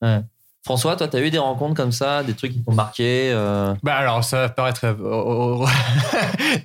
Speaker 6: François, toi, t'as eu des rencontres comme ça, des trucs qui t'ont marqué euh,
Speaker 4: Bah alors, ça va paraître. euh, oh, oh, oh.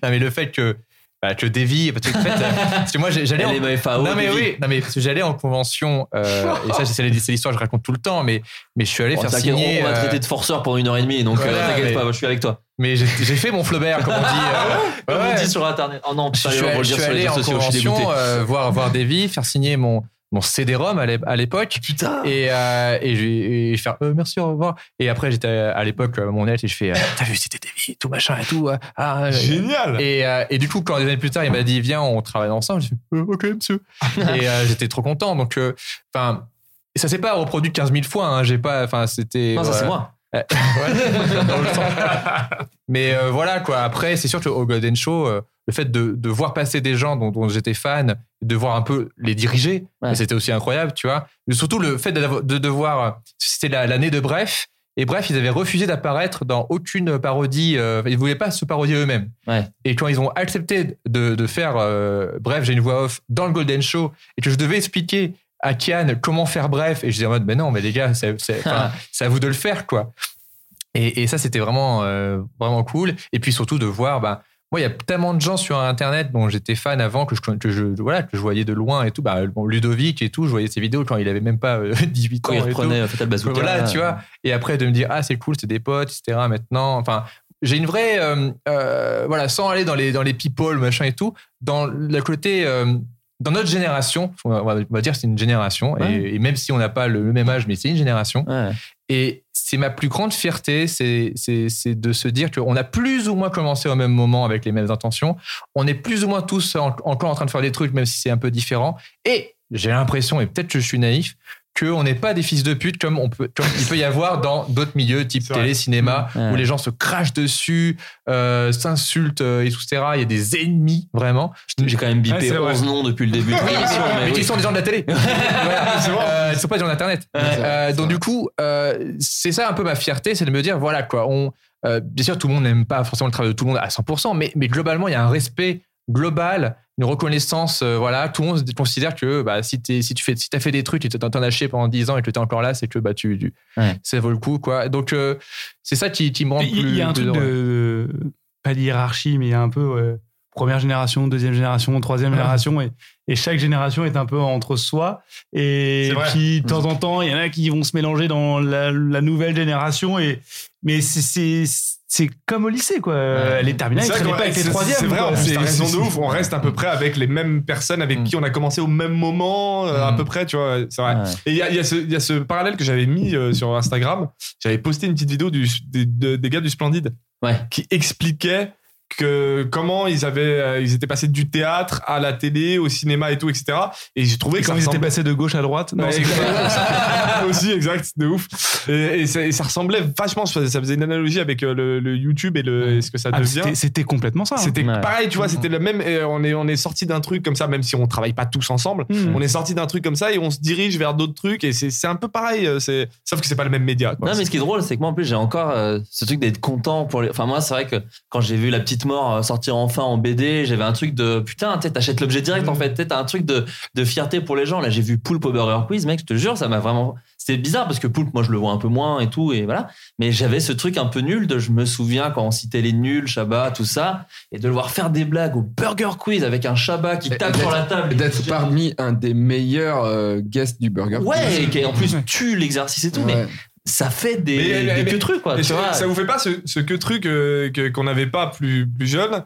Speaker 4: non, mais le fait que. Bah, que dévie, parce que, en fait, euh, parce que moi j'ai- j'allais. en-
Speaker 6: les MFAO,
Speaker 4: Non mais
Speaker 6: des vies.
Speaker 4: oui, non mais parce que j'allais en convention euh, et ça c'est c'est l'histoire que je raconte tout le temps, mais mais je suis allé
Speaker 6: Bon,
Speaker 4: faire
Speaker 6: Oh, t'inquiète,
Speaker 4: signer.
Speaker 6: on va
Speaker 4: euh,
Speaker 6: traiter de forceur pendant une heure et demie, donc euh,
Speaker 4: Voilà,
Speaker 6: t'inquiète
Speaker 4: mais-
Speaker 6: pas, je suis avec toi.
Speaker 4: Mais j'ai j'ai fait mon Flaubert, comme on dit. euh,
Speaker 6: Ah Comme
Speaker 4: ouais.
Speaker 6: on dit sur internet. Oh non,
Speaker 4: Je
Speaker 6: putain,
Speaker 4: suis,
Speaker 6: on va
Speaker 4: allé-
Speaker 6: le
Speaker 4: je
Speaker 6: dire
Speaker 4: suis
Speaker 6: sur les
Speaker 4: allé
Speaker 6: réseaux
Speaker 4: en
Speaker 6: sociaux, je suis
Speaker 4: convention
Speaker 6: dégoûté.
Speaker 4: euh, voir voir des vies, faire signer mon mon CD-ROM à l'ép- à l'époque
Speaker 6: Putain
Speaker 4: et euh, et, j'ai- et faire euh, merci au revoir et après j'étais à l'époque euh, mon ex et je fais euh, t'as vu c'était des vies tout machin et tout euh, ah, euh,
Speaker 3: Génial
Speaker 4: et, euh, et du coup, quand des années plus tard, il m'a dit Viens, on travaille ensemble. J'ai fait Euh, Ok, monsieur. et euh, j'étais trop content. Donc, enfin, ça s'est pas reproduit 15 000 fois. hein. J'ai pas. Enfin, c'était.
Speaker 6: Non, ça
Speaker 4: ouais.
Speaker 6: c'est moi.
Speaker 4: Ouais. Dans le sens. Mais euh, voilà, quoi. Après, c'est sûr qu'au Golden Show, euh, le fait de, de voir passer des gens dont, dont j'étais fan, de voir un peu les diriger,
Speaker 6: Ouais.
Speaker 4: c'était aussi incroyable, tu vois. Mais surtout le fait de, de devoir. C'était la- l'année de Bref. Et bref, ils avaient refusé d'apparaître dans aucune parodie. euh, ils voulaient pas se parodier eux-mêmes.
Speaker 6: Ouais.
Speaker 4: Et quand ils ont accepté de, de faire euh, Bref, j'ai une voix off dans le Golden Show et que je devais expliquer à Kian comment faire Bref, et je disais en mode, mais non, mais les gars, c'est c'est- enfin, c'est à vous de le faire, quoi. Et, et ça, c'était vraiment, euh, vraiment cool. Et puis surtout de voir, bah, moi, il y a tellement de gens sur Internet dont j'étais fan avant, que je, que je, voilà, que je voyais de loin et tout. Bah, bon, Ludovic et tout, je voyais ses vidéos quand il avait même pas euh, 18
Speaker 6: Quand
Speaker 4: ans.
Speaker 6: il
Speaker 4: et tout.
Speaker 6: reprenait euh, Fatal Bazooka.
Speaker 4: Voilà, tu
Speaker 6: euh,
Speaker 4: vois. Et après, de me dire, ah, c'est cool, c'est des potes, etc. Maintenant, enfin, j'ai une vraie. euh, euh, voilà, sans aller dans les, dans les people, machin et tout, dans le côté. euh, dans notre génération, on va, on va dire c'est une génération, et-
Speaker 6: Ouais.
Speaker 4: et, même si on n'a pas le, le même âge, mais c'est une génération.
Speaker 6: ouais.
Speaker 4: Et c'est ma plus grande fierté, c'est c'est- c'est de se dire qu'on a plus ou moins commencé au même moment avec les mêmes intentions. On est plus ou moins tous en- encore en train de faire des trucs, même si c'est un peu différent. Et j'ai l'impression, et peut-être que je suis naïf, qu'on n'est pas des fils de pute comme, on peut, comme il peut y avoir dans d'autres milieux, type
Speaker 3: C'est vrai.
Speaker 4: télé, cinéma,
Speaker 6: Ouais.
Speaker 4: où les gens se crachent dessus, euh, s'insultent, euh, etc. Il y a des ennemis, vraiment.
Speaker 6: J'ai quand même
Speaker 3: Ouais,
Speaker 6: bipé
Speaker 3: c'est vrai.
Speaker 6: 11 noms depuis le début de l'émission.
Speaker 4: Ah, mais qui
Speaker 6: oui.
Speaker 4: sont des gens de la télé. Voilà.
Speaker 3: C'est vrai.
Speaker 4: Euh, ils sont pas des gens d'Internet. Euh, donc du coup, euh, c'est ça un peu ma fierté, c'est de me dire voilà quoi. On, euh, bien sûr, tout le monde n'aime pas forcément le travail de tout le monde à 100%, mais, mais globalement, il y a un respect global, une reconnaissance. euh, voilà, tout le monde considère que bah, si, t'es- si tu fais, si as fait des trucs et que t'en t'en as chié pendant 10 ans et que tu es encore là, c'est que bah, tu, tu-
Speaker 6: Ouais.
Speaker 4: ça vaut le coup. Quoi. Donc euh, c'est ça qui, qui me rend
Speaker 7: Mais Il
Speaker 4: plus.
Speaker 7: il y a un
Speaker 4: plus
Speaker 7: truc de,
Speaker 4: heureux.
Speaker 7: de- pas d'hiérarchie, mais il y a un peu ouais, première génération, deuxième génération, troisième génération, et, et chaque génération est un peu entre soi. Et
Speaker 3: C'est vrai. Mm.
Speaker 7: puis de temps en temps, il y en a qui vont se mélanger dans la, la nouvelle génération. Et mais c'est- c'est c'est comme au lycée quoi. Les terminales, ils
Speaker 3: C'est
Speaker 7: traînaient
Speaker 3: vrai qu'on-
Speaker 7: pas avec les
Speaker 3: c'est-
Speaker 7: troisièmes.
Speaker 3: C'est vrai,
Speaker 7: quoi.
Speaker 3: en plus,
Speaker 7: C'est-
Speaker 3: t'as raison
Speaker 7: c'est-
Speaker 3: de ouf. On reste à peu près avec les mêmes personnes avec
Speaker 4: Mm.
Speaker 3: qui on a commencé au même moment, euh, à
Speaker 4: Mm.
Speaker 3: peu près, tu vois. C'est vrai.
Speaker 6: Ouais.
Speaker 3: Et il y a, il y a ce- il y a ce parallèle que j'avais mis euh, sur Instagram. J'avais posté une petite vidéo du, des, de- des gars du Splendide
Speaker 6: Ouais.
Speaker 3: qui expliquaient que comment ils avaient euh, ils étaient passés du théâtre à la télé au cinéma et tout etc et j'ai trouvé
Speaker 7: Et
Speaker 3: que ça
Speaker 7: quand ils étaient
Speaker 3: ressemblait
Speaker 7: passés de gauche à droite, non,
Speaker 3: Ouais,
Speaker 7: c'est-
Speaker 3: exact. aussi exact de ouf et, et ça, et ça ressemblait vachement ça ça faisait une analogie avec euh, le, le YouTube et le et ce que ça
Speaker 7: Ah, mais
Speaker 3: devient
Speaker 7: c'était c'était complètement ça. hein.
Speaker 3: c'était
Speaker 6: Ouais.
Speaker 3: pareil, tu vois, c'était le même. euh, on est, on est sorti d'un truc comme ça, même si on travaille pas tous ensemble.
Speaker 7: Hmm.
Speaker 3: On est sorti d'un truc comme ça et on se dirige vers d'autres trucs et c'est c'est un peu pareil. euh, c'est- Sauf que c'est pas le même média. quoi.
Speaker 6: Non, mais ce qui est drôle, c'est que moi, en plus, j'ai encore euh, ce truc d'être content pour les. Enfin, moi, c'est vrai que quand j'ai vu La Petite Mort euh, sortir enfin en BD, j'avais un truc de putain, tu sais, t'achètes l'objet
Speaker 13: Mm.
Speaker 6: direct, en fait. Tu sais, T'as un truc de, de fierté pour les gens. Là, j'ai vu Poulpe au Burger Quiz, mec, je te jure, ça m'a vraiment. C'est bizarre parce que Poulpe, moi, je le vois un peu moins et tout, et voilà. Mais j'avais ce truc un peu nul de je me souviens quand on citait les nuls, Shabbat, tout ça, et de le voir faire des blagues au Burger Quiz avec un Shabbat qui
Speaker 13: Et-
Speaker 6: tape
Speaker 13: et
Speaker 6: sur la table.
Speaker 13: D'être parmi un des meilleurs euh, guests du Burger
Speaker 6: Ouais, et
Speaker 13: King.
Speaker 6: qui en plus tue l'exercice et tout, mais
Speaker 13: Ouais.
Speaker 6: ça fait des,
Speaker 3: Mais- mais-
Speaker 6: des
Speaker 3: mais-
Speaker 6: que trucs, quoi.
Speaker 3: Et
Speaker 6: Tu
Speaker 3: ça,
Speaker 6: vois.
Speaker 3: ça vous fait pas ce, ce que truc euh, que- qu'on n'avait pas plus, plus jeune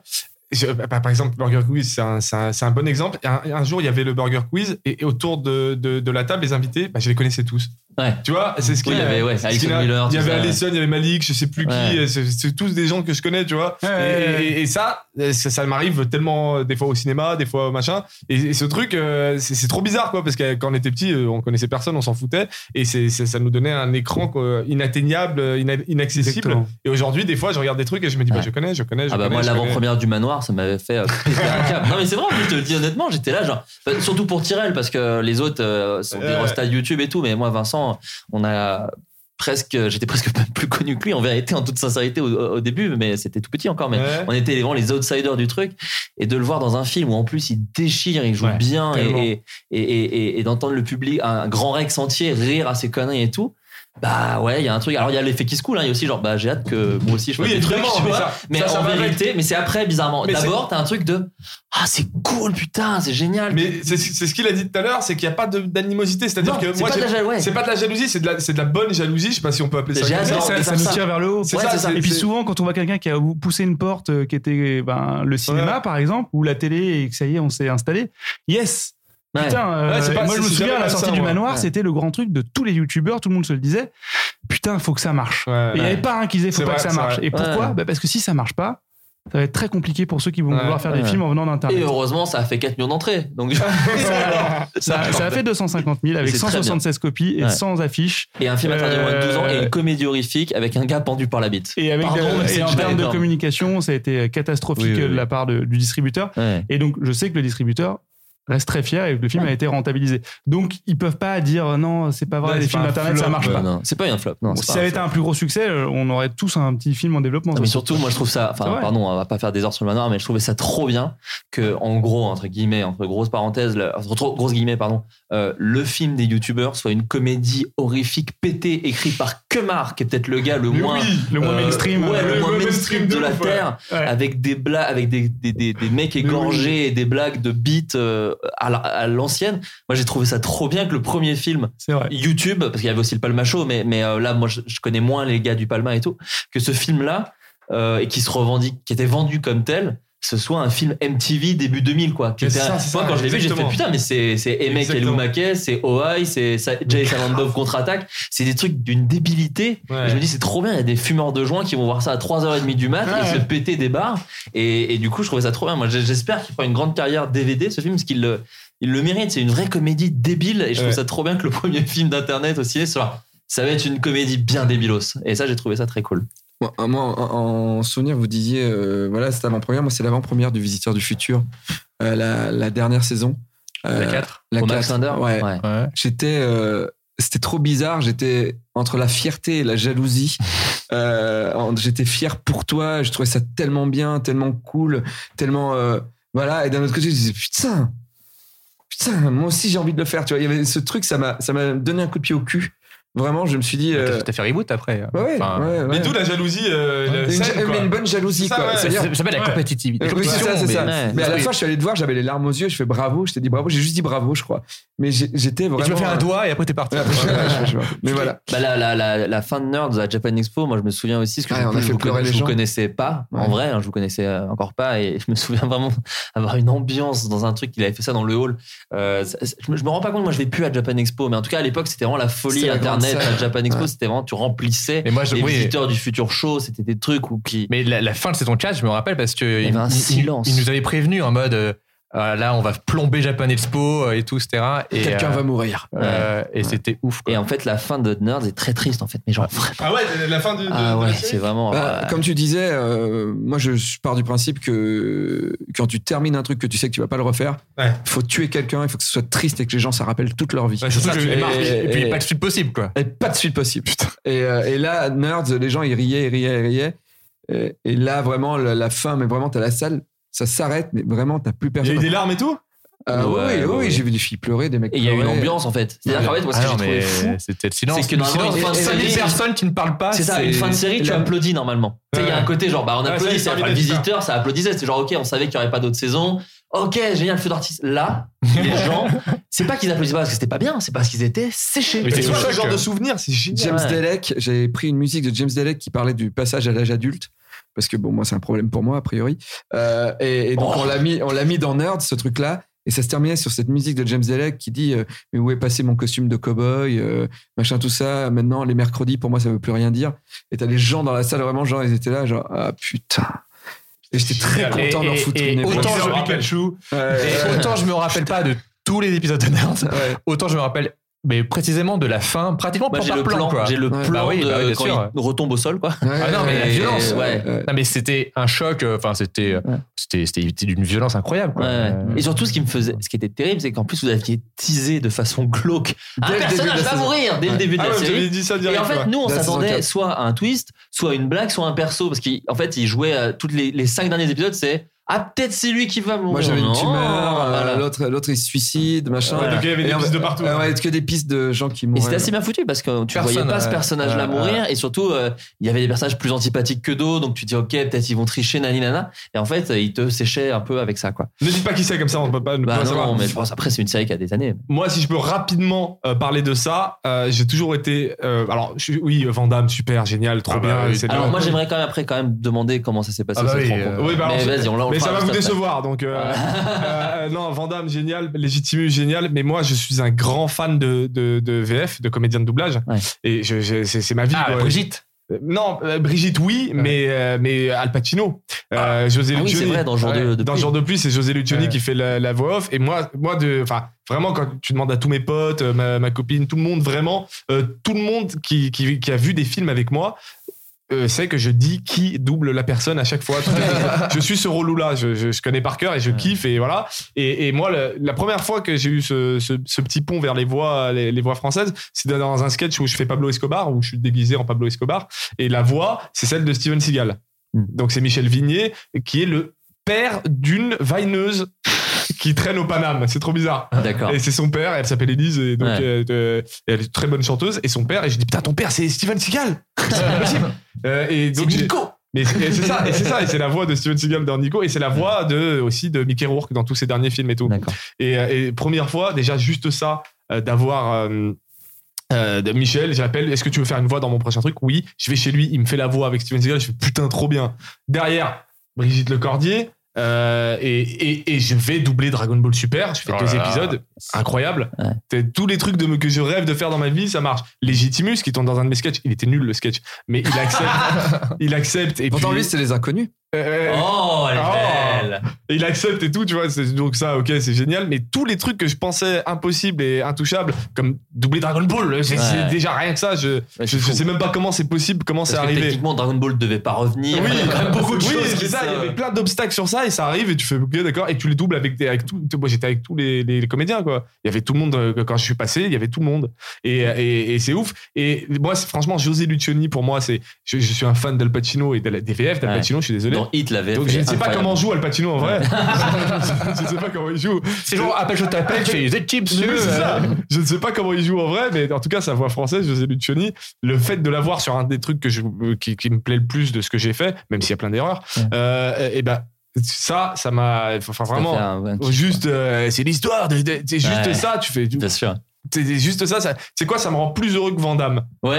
Speaker 3: Je- bah, par exemple, Burger Quiz, c'est un, c'est un- c'est un bon exemple. Un, un jour, il y avait le Burger Quiz et, et autour de, de- de la table, les invités, bah, je les connaissais tous.
Speaker 6: Ouais.
Speaker 3: Tu vois, c'est ce
Speaker 6: Oui,
Speaker 3: qu'il
Speaker 6: il y avait, ouais,
Speaker 3: c'est ce
Speaker 6: Alison
Speaker 3: qu'il a-
Speaker 6: Miller,
Speaker 3: Il y
Speaker 6: tout
Speaker 3: avait
Speaker 6: ça, ouais.
Speaker 3: Alison, il y avait Malik, je sais plus
Speaker 6: Ouais.
Speaker 3: qui. et C'est c'est tous des gens que je connais, tu vois.
Speaker 7: Ouais,
Speaker 3: Et-
Speaker 7: ouais,
Speaker 3: Et, et ça, ça, ça m'arrive tellement euh, des fois au cinéma, des fois au machin. Et, et ce truc, euh, c'est c'est trop bizarre, quoi, parce que quand on était petit, euh, on connaissait personne, on s'en foutait, et c'est c'est- ça nous donnait un écran quoi, inatteignable, euh, ina- inaccessible.
Speaker 7: Exactement.
Speaker 3: Et aujourd'hui, des fois, je regarde des trucs et je me dis, bah,
Speaker 6: Ouais.
Speaker 3: je connais, je connais, je
Speaker 6: Ah bah
Speaker 3: connais.
Speaker 6: moi
Speaker 3: je connais.
Speaker 6: l'avant-première du manoir ça m'avait fait euh, péter un câble. Non mais c'est vrai, je te le dis honnêtement, j'étais là genre enfin, surtout pour Tyrell parce que les autres euh, sont des
Speaker 3: Ouais.
Speaker 6: restats de YouTube et tout mais moi Vincent, on a presque, j'étais presque pas plus connu que lui en vérité, en toute sincérité au, au début, mais c'était tout petit encore. Mais
Speaker 3: Ouais.
Speaker 6: on était vraiment les outsiders du truc et de le voir dans un film où en plus il déchire, il joue
Speaker 3: Ouais,
Speaker 6: bien et,
Speaker 3: tellement.
Speaker 6: et, et, et- et d'entendre le public, un grand Rex entier rire à ses conneries et tout. Bah ouais, il y a un truc. Alors il y a l'effet qui se coule, hein, il y a aussi genre bah j'ai hâte que moi aussi je fasse
Speaker 3: Oui, il y
Speaker 6: des
Speaker 3: a des
Speaker 6: trucs,
Speaker 3: trucs,
Speaker 6: tu
Speaker 3: mais
Speaker 6: vois.
Speaker 3: ça-
Speaker 6: Mais
Speaker 3: ça, ça
Speaker 6: en
Speaker 3: va avec.
Speaker 6: vérité, mais c'est après bizarrement.
Speaker 3: Mais
Speaker 6: D'abord t'as un truc de ah c'est cool putain c'est génial.
Speaker 3: Mais c'est c'est ce qu'il a dit tout à l'heure, c'est qu'il n'y a pas de- d'animosité. C'est-à-dire
Speaker 6: Non,
Speaker 3: que
Speaker 6: c'est
Speaker 3: moi,
Speaker 6: pas de
Speaker 3: j'ai-
Speaker 6: la jalousie, ouais.
Speaker 3: c'est pas de la jalousie, c'est de la, c'est de la bonne jalousie. Je sais pas si on peut appeler ça.
Speaker 6: J'ai
Speaker 3: comme
Speaker 6: adoré.
Speaker 3: ça.
Speaker 7: ça,
Speaker 6: mais
Speaker 7: ça
Speaker 6: ça-
Speaker 7: nous
Speaker 6: ça-
Speaker 7: tire vers le haut.
Speaker 3: C'est
Speaker 6: Ouais,
Speaker 3: ça,
Speaker 6: c'est ça.
Speaker 3: c'est-
Speaker 7: Et puis
Speaker 3: c'est-
Speaker 7: souvent, quand on voit quelqu'un qui a poussé une porte euh, qui était ben, le cinéma, par exemple, ou la télé, et que ça y est, on s'est installé, yes
Speaker 6: Ouais.
Speaker 7: Putain, euh,
Speaker 3: Ouais, c'est pas-
Speaker 7: moi je me
Speaker 3: c'est- c'est
Speaker 7: souviens, à
Speaker 3: jamais
Speaker 7: la
Speaker 3: comme
Speaker 7: sortie
Speaker 3: ça,
Speaker 7: du
Speaker 3: moi.
Speaker 7: manoir,
Speaker 6: Ouais.
Speaker 7: c'était le grand truc de tous les youtubeurs, tout le monde se le disait. Putain, faut que ça marche.
Speaker 3: Ouais.
Speaker 7: Et Il n'y avait pas un qui disait faut
Speaker 3: C'est
Speaker 7: pas
Speaker 3: vrai,
Speaker 7: que ça
Speaker 3: c'est
Speaker 7: marche.
Speaker 3: vrai.
Speaker 7: Et pourquoi
Speaker 6: Ouais.
Speaker 7: Bah, Parce que si ça marche pas, ça va être très compliqué pour ceux qui vont
Speaker 3: Ouais.
Speaker 7: vouloir faire
Speaker 6: Ouais.
Speaker 7: des films en venant
Speaker 6: Et
Speaker 7: d'Internet.
Speaker 6: heureusement ça a fait 4 millions d'entrées donc.
Speaker 7: Ça, ça a fait 250 000 avec
Speaker 6: C'est très bien.
Speaker 7: 176 copies et
Speaker 6: Ouais.
Speaker 7: sans affiche.
Speaker 6: Et un film interdit aux moins de 12 ans et
Speaker 7: Euh,
Speaker 6: une comédie horrifique avec un gars pendu par la bite.
Speaker 7: Et, avec euh,
Speaker 6: Pardon, mais
Speaker 7: et
Speaker 6: c'est
Speaker 7: en
Speaker 6: déjà
Speaker 7: termes de
Speaker 6: énorme.
Speaker 7: communication, ça a été euh, catastrophique
Speaker 6: Oui, oui, oui.
Speaker 7: de la part de- du distributeur.
Speaker 6: Ouais.
Speaker 7: Et donc, je sais que le distributeur reste très fier et que le film a été rentabilisé. Donc, ils peuvent pas dire euh, non, c'est pas vrai,
Speaker 3: Ouais,
Speaker 7: les
Speaker 3: c'est
Speaker 7: films
Speaker 3: pas un
Speaker 7: d'internet, ça
Speaker 3: flop, euh,
Speaker 7: marche pas.
Speaker 6: Non, non, c'est pas un flop. Non, c'est
Speaker 7: si
Speaker 6: pas
Speaker 7: ça
Speaker 6: un
Speaker 7: avait
Speaker 6: flop.
Speaker 7: été un plus gros succès, euh, on aurait tous un petit film en développement.
Speaker 6: Non,
Speaker 7: ça.
Speaker 6: Ah, mais surtout, moi je trouve ça,
Speaker 7: C'est
Speaker 6: enfin,
Speaker 7: vrai.
Speaker 6: pardon, on va pas faire des heures sur le manoir, mais je trouvais ça trop bien que, en gros, entre guillemets, entre grosses parenthèses, le- entre trop- grosses guillemets, pardon, euh, le film des youtubeurs soit une comédie horrifique pétée écrite par Kemar, qui est peut-être le gars le
Speaker 3: Mais
Speaker 6: moins.
Speaker 3: oui.
Speaker 7: le moins
Speaker 6: euh,
Speaker 7: mainstream.
Speaker 6: ouais,
Speaker 7: euh,
Speaker 6: le moins
Speaker 3: le
Speaker 6: mainstream
Speaker 3: mainstream
Speaker 6: de
Speaker 3: de
Speaker 6: la
Speaker 3: ouf, ouais.
Speaker 6: terre,
Speaker 7: Ouais.
Speaker 6: avec des blagues, avec des, des, des, des mecs égorgés et des blagues de beats euh, à la- à l'ancienne. Moi, j'ai trouvé ça trop bien que le premier film
Speaker 7: C'est vrai.
Speaker 6: YouTube, parce qu'il y avait aussi le Palma Show, mais, mais euh, là, moi, je, je connais moins les gars du Palma et tout, que ce film-là, euh, et qui se revendique, qui était vendu comme tel, ce soit un film MTV début 2000, quoi. Qui
Speaker 3: Mais
Speaker 6: était
Speaker 3: c'est
Speaker 6: un-
Speaker 3: ça, c'est
Speaker 6: moi,
Speaker 3: ça,
Speaker 6: quand je l'ai vu, j'ai fait
Speaker 3: exactement.
Speaker 6: putain, mais c'est c'est Emek et
Speaker 3: Exactement.
Speaker 6: Maquet, c'est Oi, c'est Sa- Jay Salandov contre-attaque, c'est des trucs d'une débilité.
Speaker 3: Ouais.
Speaker 6: Et Je me dis, c'est trop bien, il y a des fumeurs de joint qui vont voir ça à 3h30 du mat et
Speaker 3: Ouais.
Speaker 6: se péter des barres. Et, et du coup, je trouvais ça trop bien. Moi, j'- j'espère qu'il fera une grande carrière DVD, ce film, parce qu'il le, il le mérite. C'est une vraie comédie débile. Et je trouve
Speaker 3: Ouais.
Speaker 6: ça trop bien que le premier film d'Internet au ciné soit. Ça va être une comédie bien débilos. Et ça, j'ai trouvé ça très cool.
Speaker 4: Moi, en- moi, en, en souvenir, vous disiez, euh, voilà, c'est avant-première. Moi, c'est l'avant-première du Visiteur du Futur, euh, la, la dernière saison. Euh,
Speaker 8: La 4
Speaker 4: la
Speaker 6: Au Max
Speaker 4: quatre.
Speaker 6: Linder,
Speaker 4: Ouais.
Speaker 6: ouais.
Speaker 8: Ouais.
Speaker 4: J'étais. euh, c'était trop bizarre. J'étais entre la fierté et la jalousie. Euh, en- j'étais fier pour toi. Je trouvais ça tellement bien, tellement cool, tellement. euh, voilà. Et d'un autre côté, je disais putain, putain, moi aussi j'ai envie de le faire. Tu vois, il y avait ce truc, ça m'a, ça m'a donné un coup de pied au cul. Vraiment, je me suis dit. euh,
Speaker 8: T'as- T'as fait reboot après. hein.
Speaker 4: ouais, ouais,
Speaker 8: Enfin,
Speaker 4: ouais,
Speaker 3: Mais
Speaker 4: ouais.
Speaker 3: d'où la jalousie euh, la
Speaker 4: Une ja-
Speaker 3: scène, quoi.
Speaker 4: mais une bonne jalousie,
Speaker 3: C'est ça,
Speaker 4: quoi.
Speaker 3: ouais.
Speaker 4: C'est-à-dire-
Speaker 8: Ça s'appelle la
Speaker 3: Ouais.
Speaker 8: compétitivité.
Speaker 4: oui, c'est ça, c'est ça.
Speaker 6: mais-
Speaker 4: Mais à la
Speaker 8: oui.
Speaker 4: fin, je suis allé te voir, j'avais les larmes aux yeux, je fais bravo, je t'ai dit bravo, j'ai juste dit bravo, je crois. Mais j'ai- j'étais vraiment.
Speaker 8: Et tu m'as fait un doigt et après t'es parti.
Speaker 4: Ouais, après, je- ouais, je- je- Mais voilà.
Speaker 6: Bah, la, la, la, la fin de Nerds à Japan Expo, moi je me souviens aussi, parce que
Speaker 4: Ouais,
Speaker 6: je-
Speaker 4: Ah, on a
Speaker 6: je,
Speaker 4: fait
Speaker 6: vous,
Speaker 4: pleurer
Speaker 6: je
Speaker 4: les
Speaker 6: vous
Speaker 4: gens.
Speaker 6: connaissais pas, en
Speaker 4: Ouais.
Speaker 6: vrai, hein, je vous connaissais euh, encore pas, et je me souviens vraiment avoir une ambiance dans un truc, il avait fait ça dans le hall. Euh, ça- ça- je, me, je me rends pas compte, moi je vais plus à Japan Expo, mais en tout cas à l'époque c'était vraiment la folie
Speaker 4: C'était la grande
Speaker 6: internet
Speaker 4: salle.
Speaker 6: à Japan Expo,
Speaker 4: Ouais.
Speaker 6: c'était vraiment, tu remplissais
Speaker 8: Mais moi, je,
Speaker 6: les
Speaker 8: oui.
Speaker 6: visiteurs du futur show, c'était des trucs où qui.
Speaker 8: Mais la, la fin de saison 4, je me rappelle parce que
Speaker 6: y
Speaker 8: il,
Speaker 6: avait un
Speaker 8: il-
Speaker 6: silence.
Speaker 8: il nous avait prévenu en mode euh, Ah, là, on va plomber Japan Expo euh, et tout, etc. Et,
Speaker 4: Quelqu'un
Speaker 8: euh,
Speaker 4: va mourir.
Speaker 8: euh, et c'était ouf. Quoi.
Speaker 6: Et en fait, la fin de Nerds est très triste, en fait, mais genre vraiment.
Speaker 3: Ah ouais, la fin du. de-
Speaker 6: Ah
Speaker 3: de la
Speaker 6: ouais,
Speaker 3: série.
Speaker 6: c'est vraiment.
Speaker 4: Bah,
Speaker 6: euh,
Speaker 4: Comme tu disais, euh, moi je je pars du principe que quand tu termines un truc que tu sais que tu vas pas le refaire,
Speaker 3: Ouais.
Speaker 4: faut tuer quelqu'un, il faut que ce soit triste et que les gens s'en rappellent toute leur vie.
Speaker 8: Ouais, surtout
Speaker 4: Ça,
Speaker 8: que-
Speaker 4: tu-
Speaker 8: et, et- et puis,
Speaker 4: et-
Speaker 8: pas de suite possible, quoi.
Speaker 4: et pas de suite possible. Et, euh, et là, Nerds, les gens ils riaient, ils riaient, ils riaient. Et, et là, vraiment, la, la fin, mais vraiment, t'as la salle, ça s'arrête, mais vraiment, t'as plus
Speaker 3: Il y a
Speaker 4: personne.
Speaker 3: eu des larmes et tout
Speaker 4: Ah
Speaker 6: Ouais,
Speaker 4: oui, oui,
Speaker 6: ouais,
Speaker 4: oui,
Speaker 6: ouais.
Speaker 4: j'ai vu des filles pleurer, des mecs
Speaker 6: Et il y a eu une
Speaker 4: pleurer.
Speaker 6: ambiance, en fait. C'est-à-dire qu'en fait, moi, ce
Speaker 8: Ah
Speaker 6: que
Speaker 8: non,
Speaker 6: j'ai trouvé
Speaker 8: mais
Speaker 6: fou,
Speaker 8: C'était le silence.
Speaker 6: c'est que normalement, une fin de
Speaker 8: Et- et-
Speaker 6: série-
Speaker 8: 5000 personnes qui ne parlent pas.
Speaker 6: C'est ça, une fin de série, tu
Speaker 4: la-
Speaker 6: applaudis normalement. Tu sais, il y a un
Speaker 3: Ah, Ouais.
Speaker 6: côté genre, bah on
Speaker 3: Ouais,
Speaker 6: applaudit,
Speaker 3: c'est-
Speaker 6: c'est
Speaker 3: c'est
Speaker 6: enfin, le
Speaker 3: l'univers.
Speaker 6: visiteur, ça applaudissait. C'est genre, ok, on savait qu'il n'y aurait pas d'autres saisons. Ok, génial, le feu d'artiste. Là, les gens, c'est pas qu'ils applaudissent pas parce que c'était pas bien, c'est parce qu'ils étaient séchés.
Speaker 8: Mais
Speaker 3: Mais
Speaker 8: c'est
Speaker 3: c'est
Speaker 8: sûr
Speaker 3: ce genre
Speaker 8: que-
Speaker 3: de souvenir, c'est génial.
Speaker 4: James
Speaker 6: Ouais.
Speaker 4: Delec, j'avais pris une musique de James Delec qui parlait du passage à l'âge adulte. Parce que bon, moi, c'est un problème pour moi, a priori. Euh, et, et donc,
Speaker 6: Oh.
Speaker 4: on l'a mis, on l'a mis dans Nerd, ce truc-là. Et ça se terminait sur cette musique de James Delec qui dit euh, Mais où est passé mon costume de cow-boy euh, Machin, tout ça. Maintenant, les mercredis, pour moi, ça veut plus rien dire. Et t'as les gens dans la salle, vraiment, genre, ils étaient là, genre, ah putain. Et j'étais très
Speaker 8: Et-
Speaker 4: content d'en
Speaker 8: et-
Speaker 4: foutre
Speaker 8: et
Speaker 4: une épaule.
Speaker 8: autant
Speaker 3: Genre
Speaker 8: je me
Speaker 3: Pikachu.
Speaker 8: rappelle- et autant je me rappelle pas de tous les épisodes de Nerds,
Speaker 4: Ouais.
Speaker 8: autant je me rappelle mais précisément de la fin, pratiquement
Speaker 6: Moi,
Speaker 8: plan
Speaker 6: j'ai
Speaker 8: par
Speaker 6: le
Speaker 8: plan.
Speaker 6: plan,
Speaker 8: quoi.
Speaker 6: j'ai le
Speaker 4: Ouais.
Speaker 6: plan
Speaker 8: Bah oui,
Speaker 6: de
Speaker 8: bah oui, bien
Speaker 6: quand
Speaker 8: sûr.
Speaker 6: il retombe au sol, quoi.
Speaker 8: Ah non, mais la violence,
Speaker 6: ouais.
Speaker 8: Non, mais c'était un choc, euh, enfin, c'était c'était c'était c'était d'une violence incroyable. Quoi.
Speaker 6: Ouais, ouais.
Speaker 8: Euh,
Speaker 6: Et surtout, ce qui me faisait, ce qui était terrible, c'est qu'en plus vous aviez teasé de façon glauque. Un
Speaker 4: Dès le début de la
Speaker 6: personnage va
Speaker 4: saison.
Speaker 6: mourir dès le
Speaker 4: Ouais.
Speaker 6: début de
Speaker 3: Ah
Speaker 6: la
Speaker 3: ouais, vous
Speaker 6: série.
Speaker 3: avez dit ça
Speaker 6: Et
Speaker 3: direct.
Speaker 6: en fait,
Speaker 3: ouais.
Speaker 6: nous, on
Speaker 4: La saison
Speaker 6: s'attendait
Speaker 4: quatre.
Speaker 6: soit à un twist, soit à une blague, soit à un perso, parce qu'en fait, il jouait à toutes les, les cinq derniers épisodes, c'est ah peut-être c'est lui qui va mourir.
Speaker 4: Moi, j'avais une
Speaker 8: Oh.
Speaker 6: Non,
Speaker 4: tumeur, euh,
Speaker 6: voilà.
Speaker 4: l'autre, l'autre, il se suicide, machin.
Speaker 6: Voilà.
Speaker 3: Donc, il y avait des
Speaker 4: Et on-
Speaker 3: pistes de partout. hein.
Speaker 4: Ah ouais, que des pistes de gens qui
Speaker 6: Et
Speaker 4: mourraient.
Speaker 6: c'était assez bien foutu parce que tu
Speaker 8: Personne,
Speaker 6: voyais pas ce
Speaker 8: ouais.
Speaker 6: personnage-là
Speaker 8: Ouais,
Speaker 6: mourir et surtout euh, il y avait des personnages plus antipathiques que d'autres donc tu dis ok peut-être ils vont tricher nani nana et en fait euh, ils te séchaient un peu avec ça quoi.
Speaker 3: Ne dites pas qui c'est comme ça, on ne peut pas ne
Speaker 6: Bah
Speaker 3: pas
Speaker 6: non,
Speaker 3: savoir.
Speaker 6: non, mais je pense après c'est une série qui a des années.
Speaker 3: Moi, si je peux rapidement euh, parler de ça, euh, j'ai toujours été. euh, alors, je suis- oui, Van Damme, super, génial, trop
Speaker 8: Ah bah
Speaker 3: bien.
Speaker 8: oui.
Speaker 3: c'est
Speaker 6: Alors
Speaker 3: bien.
Speaker 6: moi j'aimerais quand même après quand même demander comment ça s'est passé
Speaker 8: Ah bah
Speaker 6: cette
Speaker 8: oui,
Speaker 6: rencontre.
Speaker 8: euh,
Speaker 3: Oui, bah,
Speaker 6: mais
Speaker 3: alors,
Speaker 6: vas-y on l'a- on
Speaker 3: mais
Speaker 6: fera
Speaker 3: ça va vous
Speaker 6: juste après.
Speaker 3: décevoir. Donc, euh,
Speaker 6: Ouais.
Speaker 3: euh, non, Van Damme, génial. Légitimus, génial. Mais moi, je suis un grand fan de, de, de VF, de comédien de doublage.
Speaker 6: Ouais.
Speaker 3: Et je, je- c'est c'est ma vie.
Speaker 8: ah,
Speaker 3: quoi.
Speaker 8: Brigitte.
Speaker 3: Euh, Non, euh, Brigitte, oui, mais, euh, mais Al Pacino. Euh, José
Speaker 6: Ah oui,
Speaker 3: Luciani.
Speaker 6: c'est vrai, dans Jour de- de
Speaker 3: Dans
Speaker 6: pluie.
Speaker 3: Jour de pluie, c'est José Luciani
Speaker 8: Ouais.
Speaker 3: qui fait la, la voix off. Et moi, moi de, enfin, vraiment, quand tu demandes à tous mes potes, euh, ma, ma copine, tout le monde, vraiment, euh, tout le monde qui, qui, qui a vu des films avec moi, euh, sait que je dis qui double la personne à chaque fois. je suis ce relou-là, je, je, je connais par cœur et je kiffe et voilà. Et, et moi, le- la première fois que j'ai eu ce, ce, ce petit pont vers les voix, les, les voix françaises, c'est dans un sketch où je fais Pablo Escobar, où je suis déguisé en Pablo Escobar, et la voix, c'est celle de Steven Seagal.
Speaker 6: Hmm.
Speaker 3: Donc c'est Michel Vignier qui est le père d'une vineuse qui traîne au Paname. C'est trop bizarre.
Speaker 6: D'accord.
Speaker 3: Et c'est son père, elle s'appelle Elise, et donc
Speaker 6: Ouais.
Speaker 3: euh, euh, elle est très bonne chanteuse. Et son père, et je dis putain, ton père, c'est Steven Seagal. C'est pas possible. Euh, et donc j'ai- mais c'est et c'est ça, et c'est ça, et c'est la voix de Steven Seagal dans Nico, et c'est la voix de aussi de Mickey Rourke dans tous ses derniers films et tout.
Speaker 6: D'accord.
Speaker 3: Et, euh, et première fois, déjà juste ça, euh, d'avoir euh, euh, de Michel, j'appelle, est-ce que tu veux faire une voix dans mon prochain truc Oui, je vais chez lui, il me fait la voix avec Steven Seagal, je fais putain trop bien. Derrière, Brigitte Lecordier, euh, et, et, et je vais doubler Dragon Ball Super, je fais
Speaker 8: Oh
Speaker 3: deux
Speaker 8: là là.
Speaker 3: épisodes, incroyable.
Speaker 6: Ouais.
Speaker 3: T'as Tous les trucs de, que je rêve de faire dans ma vie, ça marche. Legitimus qui tombe dans un de mes sketchs, il était nul le sketch, mais il accepte, il accepte. Et
Speaker 4: Pourtant,
Speaker 3: puis-
Speaker 4: lui, c'est les inconnus.
Speaker 3: euh,
Speaker 6: Oh elle est
Speaker 3: Oh.
Speaker 6: belle.
Speaker 3: et il accepte et tout, tu vois. c'est- Donc ça, ok, c'est génial. Mais tous les trucs que je pensais impossibles et intouchables, comme doubler Dragon Ball, c'est
Speaker 6: Ouais.
Speaker 3: c'est déjà rien que ça. Je,
Speaker 6: Ouais,
Speaker 3: je,
Speaker 6: c'est
Speaker 3: je
Speaker 6: fou.
Speaker 3: sais même pas comment c'est possible, comment
Speaker 6: Parce
Speaker 3: c'est
Speaker 6: que
Speaker 3: arrivé.
Speaker 6: Techniquement Dragon Ball devait pas revenir. il y a quand même beaucoup de
Speaker 3: Oui,
Speaker 6: choses
Speaker 3: c'est
Speaker 6: qui
Speaker 3: ça,
Speaker 6: se-
Speaker 3: il y avait plein d'obstacles sur ça et ça arrive et tu fais ok d'accord et tu les doubles avec des, avec tout moi j'étais avec tous les, les- les comédiens quoi il y avait tout le monde euh, quand je suis passé il y avait tout le monde et, et- et c'est ouf et moi c'est- franchement José Luciani pour moi c'est je, je suis un fan d'Al Pacino et de la- des VF d'Al
Speaker 6: Ouais.
Speaker 3: Pacino je suis désolé
Speaker 6: Dans Hit l'avait.
Speaker 3: donc je ne sais pas comment joue Al Pacino en vrai je ne sais pas comment il joue
Speaker 8: C'est genre, appelle, je t'appelle, tu fais des chips,
Speaker 3: Oui, c'est ça. Je ne sais pas comment il joue en vrai, mais en tout cas, sa voix française, José Luciani, le fait de l'avoir sur un des trucs que je, euh, qui, qui me plaît le plus de ce que j'ai fait, même s'il y a plein d'erreurs,
Speaker 6: Ouais.
Speaker 3: et ben ça, ça m'a. Enfin, vraiment. Juste, euh, c'est l'histoire. de- de- C'est juste
Speaker 6: Ouais.
Speaker 3: ça. Tu fais.
Speaker 6: Bien sûr.
Speaker 3: C'est juste ça. ça c'est quoi Ça me rend plus heureux que Vandamme.
Speaker 6: Ah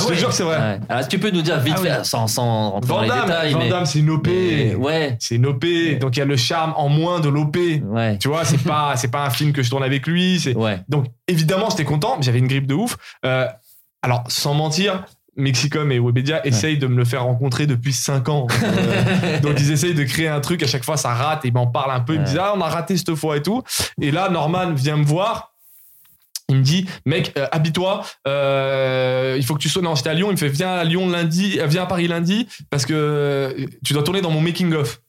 Speaker 6: Ouais.
Speaker 3: je te jure, c'est vrai.
Speaker 6: Ouais. Alors, est-ce que tu peux nous dire vite
Speaker 7: Ah
Speaker 6: fait,
Speaker 7: oui.
Speaker 6: sans, sans rentrer dans les
Speaker 3: Vandamme,
Speaker 6: détails, mais-
Speaker 3: Vandamme, c'est une OP.
Speaker 6: mais- ouais,
Speaker 3: C'est une OP. Donc il y a le charme en moins de l'OP.
Speaker 6: ouais,
Speaker 3: Tu vois, c'est pas, c'est pas un film que je tourne avec lui. C'est
Speaker 6: ouais.
Speaker 3: Donc, évidemment, j'étais content, mais j'avais une grippe de ouf. Euh, alors, sans mentir, Mexicom et Webedia essayent de me le faire rencontrer depuis 5 ans. Euh, donc, ils essayent de créer un truc. À chaque fois, ça rate. Et ils m'en parlent un peu. Ils me disent, ah, on a raté cette fois et tout. Et là, Norman vient me voir. Il me dit, mec, euh, habille-toi. euh, il faut que tu sois. Non, j'étais à Lyon. Il me fait, viens à Lyon lundi. euh, Viens à Paris lundi parce que euh, tu dois tourner dans mon making-of.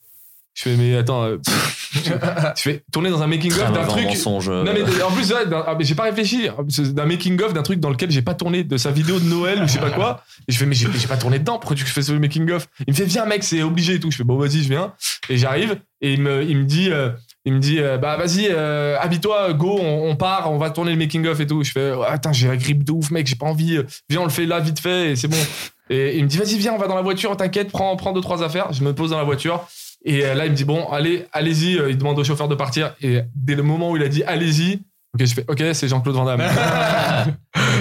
Speaker 3: Je fais, mais attends. euh, je fais tourner dans un
Speaker 6: Très
Speaker 3: making-of d'un
Speaker 6: mauvais
Speaker 3: truc.
Speaker 6: mensonge. euh,
Speaker 3: Non mais en plus ouais, d'un- ah, mais j'ai pas réfléchi C'est d'un making of d'un truc dans lequel j'ai pas tourné de sa vidéo de Noël ou je sais pas quoi et je fais mais j'ai j'ai pas tourné dedans pourquoi tu fais ce making of il me fait viens mec c'est obligé et tout je fais bon vas-y je viens et j'arrive et il me, il me dit euh, il me dit euh, bah vas-y euh, habille-toi go on, on part on va tourner le making of et tout je fais ouais, attends j'ai la grippe de ouf mec j'ai pas envie euh, viens on le fait là vite fait et c'est bon et il me dit vas-y viens on va dans la voiture t'inquiète prends prends deux trois affaires je me pose dans la voiture et euh, là, il me dit bon, allez, allez-y. Euh, Il demande au chauffeur de partir. Et dès le moment où il a dit allez-y, ok, je fais ok, c'est Jean-Claude Van Damme.